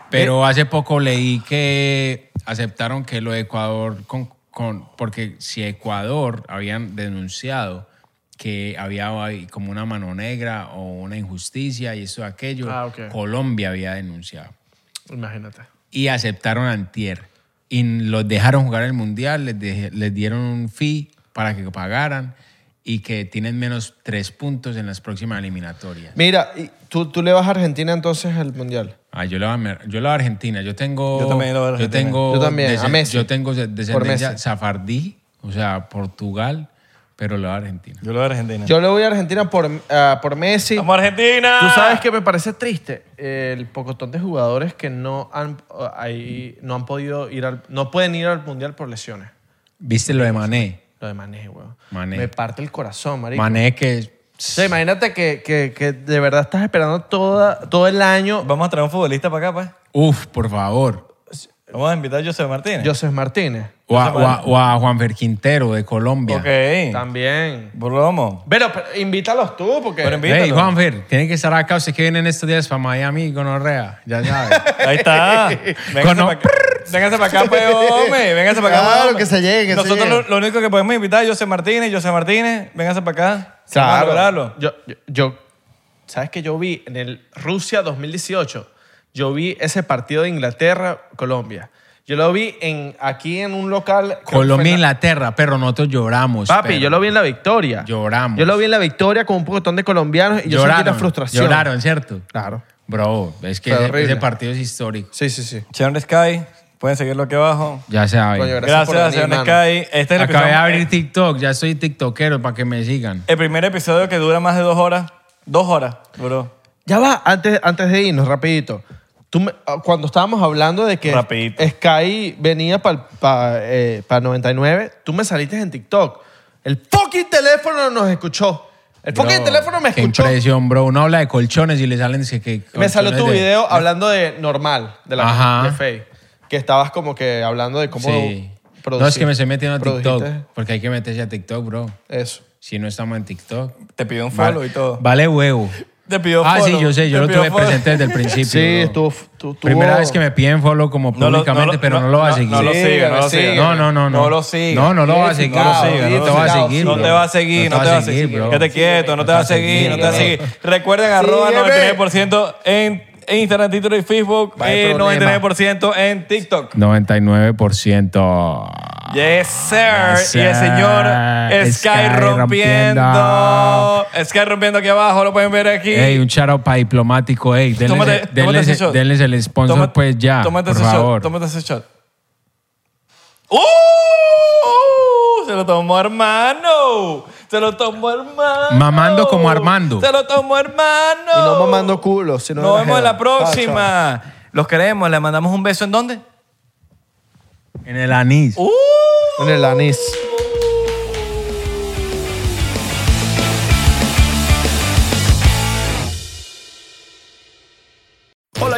Speaker 2: Pero hace poco leí que aceptaron que lo de Ecuador, con, con- porque si Ecuador habían denunciado que había ahí como una mano negra o una injusticia y eso aquello,
Speaker 1: Ah, ok.
Speaker 2: Colombia había denunciado
Speaker 1: Imagínate.
Speaker 2: y aceptaron antier. Y los dejaron jugar el Mundial, les, dej- les dieron un fee para que pagaran y que tienen menos tres puntos en las próximas eliminatorias.
Speaker 1: Mira, y tú, tú le vas a Argentina entonces al Mundial.
Speaker 2: Ah, yo le voy a, Mer- yo le voy a Argentina. Yo tengo.
Speaker 3: Yo también le voy a Argentina.
Speaker 2: Yo tengo.
Speaker 1: Yo también, a
Speaker 2: dese-
Speaker 1: Messi.
Speaker 2: Yo tengo de- descendencia
Speaker 1: Messi.
Speaker 2: safardí, o sea, Portugal, pero le voy a Argentina.
Speaker 3: Yo lo de Argentina.
Speaker 1: Yo le voy a Argentina por, ah, por Messi.
Speaker 3: ¡Vamos a Argentina!
Speaker 1: Tú sabes que me parece triste el pocotón de jugadores que no han, ah, ahí, no han podido ir al... No pueden ir al Mundial por lesiones.
Speaker 2: ¿Viste lo de Mané?
Speaker 1: Lo de Mané, weón.
Speaker 2: Mané.
Speaker 1: Me parte el corazón, marico.
Speaker 2: Mané que.
Speaker 1: O sea, imagínate que, que- que de verdad estás esperando toda, todo el año
Speaker 3: Vamos a traer un futbolista para acá, pues.
Speaker 2: Uf, por favor.
Speaker 3: Vamos a invitar a José Martínez.
Speaker 1: Joseph Martínez.
Speaker 2: O a, o a- o a Juanfer Quintero de Colombia.
Speaker 3: Ok.
Speaker 1: También.
Speaker 3: Bromo.
Speaker 1: Pero, pero invítalos tú, porque...
Speaker 3: Pero invítalo.
Speaker 2: Hey, Juanfer, tienen que estar acá. Usted que viene en estos días para Miami, gonorrea. Ya sabes.
Speaker 3: Ahí está. Vénganse
Speaker 2: Cono-
Speaker 3: para acá. Vénganse para acá, pues, hombre. Vénganse para acá.
Speaker 1: Claro,
Speaker 3: hombre.
Speaker 1: que se lleguen, que se
Speaker 3: Nosotros
Speaker 1: lleguen.
Speaker 3: lo, lo único que podemos invitar es José Martínez. José Martínez, vénganse para acá. Vamos a lograrlo.
Speaker 1: Yo, yo, yo- ¿sabes que Yo vi en el Rusia 2018, yo vi ese partido de Inglaterra-Colombia. Yo lo vi en, aquí en un local. creo que fue
Speaker 2: Colombia,
Speaker 1: en la-
Speaker 2: Inglaterra, pero nosotros lloramos.
Speaker 1: Papi,
Speaker 2: perro.
Speaker 1: yo lo vi en la victoria.
Speaker 2: Lloramos.
Speaker 1: Yo lo vi en la victoria con un pocotón de colombianos y yo sentí la
Speaker 2: Lloraron.
Speaker 1: frustración.
Speaker 2: Lloraron, ¿cierto?
Speaker 1: Claro.
Speaker 2: Bro, es que
Speaker 1: Fue
Speaker 2: ese,
Speaker 1: horrible.
Speaker 2: ese partido es histórico.
Speaker 1: Sí, sí, sí.
Speaker 3: Sharon Sky, pueden seguirlo aquí abajo.
Speaker 2: Ya sabes.
Speaker 1: Coño, Gracias por
Speaker 3: Gracias, a
Speaker 1: venir,
Speaker 3: Sharon
Speaker 1: mano.
Speaker 3: Sky. Este es el
Speaker 2: Acabé de
Speaker 3: episodio-
Speaker 2: abrir TikTok, ya soy TikTokero para que me sigan.
Speaker 3: El primer episodio que dura más de dos horas. Dos horas, bro.
Speaker 1: Ya va, antes, antes de irnos, rapidito. Tú me- ah, cuando estábamos hablando de que
Speaker 3: Rapidito.
Speaker 1: Sky venía eh, para 99, tú me saliste en TikTok. El fucking teléfono nos escuchó. El fucking teléfono me
Speaker 2: Qué
Speaker 1: escuchó.
Speaker 2: impresión, bro. Uno habla de colchones y le salen... que- que
Speaker 1: Me salió tu
Speaker 2: colchones de-
Speaker 1: video hablando de normal, de la
Speaker 2: Ajá.
Speaker 1: de Faye. Que estabas como que hablando de cómo
Speaker 2: Sí.
Speaker 1: producir.
Speaker 2: No, es que me estoy metiendo a TikTok.
Speaker 1: Produjiste
Speaker 2: Porque hay que meterse a TikTok, bro.
Speaker 1: Eso.
Speaker 2: Si no estamos en TikTok.
Speaker 3: Te pidió un follow
Speaker 2: vale-
Speaker 3: y todo.
Speaker 2: Vale huevo.
Speaker 3: Te pidió
Speaker 2: Ah, sí,
Speaker 3: follow.
Speaker 2: yo sé, yo
Speaker 3: Te
Speaker 2: lo
Speaker 3: pidió
Speaker 2: tuve
Speaker 3: follow.
Speaker 2: presente desde el principio.
Speaker 1: Sí,
Speaker 2: bro.
Speaker 1: estuvo- tu- tuvo-
Speaker 2: Primera vez que me piden follow como
Speaker 3: No lo-
Speaker 2: públicamente,
Speaker 3: no lo-
Speaker 2: pero no, lo vas a seguir.
Speaker 3: No lo
Speaker 1: Sí,
Speaker 3: siga, no lo
Speaker 1: siga.
Speaker 3: siga.
Speaker 2: No, no, no, no.
Speaker 3: No lo siga.
Speaker 2: No, no lo vas a
Speaker 1: Sí,
Speaker 2: seguir.
Speaker 1: claro, sí,
Speaker 2: No te va a
Speaker 1: claro,
Speaker 2: seguir,
Speaker 1: sí.
Speaker 3: No
Speaker 2: bro.
Speaker 3: te va a seguir, no te va a seguir.
Speaker 2: bro.
Speaker 3: Quédate quieto, no te va a seguir, no te va a seguir. Recuerden arroba
Speaker 1: Sígueme.
Speaker 3: 99% en en Instagram, Twitter y Facebook.
Speaker 1: No hay
Speaker 3: eh,
Speaker 1: problema.
Speaker 3: 99% en TikTok.
Speaker 2: 99%.
Speaker 3: Yes, sir.
Speaker 2: Yes,
Speaker 3: Y el señor
Speaker 2: sir.
Speaker 3: Sky
Speaker 2: Sky
Speaker 3: rompiendo. Sky rompiendo aquí abajo, lo pueden ver aquí.
Speaker 2: Ey, un shout out para diplomático, ey. Denles,
Speaker 3: Tómate-
Speaker 2: denles-
Speaker 3: tómate ese shot.
Speaker 2: denles el sponsor,
Speaker 3: Toma-
Speaker 2: pues ya.
Speaker 3: Tómate
Speaker 2: por
Speaker 3: ese
Speaker 2: favor.
Speaker 3: shot. Tómate ese shot. ¡Uh! Se lo tomó hermano. Se lo tomó hermano.
Speaker 2: Mamando como Armando.
Speaker 3: Se lo tomó hermano.
Speaker 1: Y no mamando culo, sino de
Speaker 3: Nos
Speaker 1: la
Speaker 3: vemos en
Speaker 1: jeva.
Speaker 3: la próxima. Los queremos. Le mandamos un beso. ¿En dónde?
Speaker 2: En el anís.
Speaker 3: ¡Uh!
Speaker 1: En el anís.
Speaker 10: Hola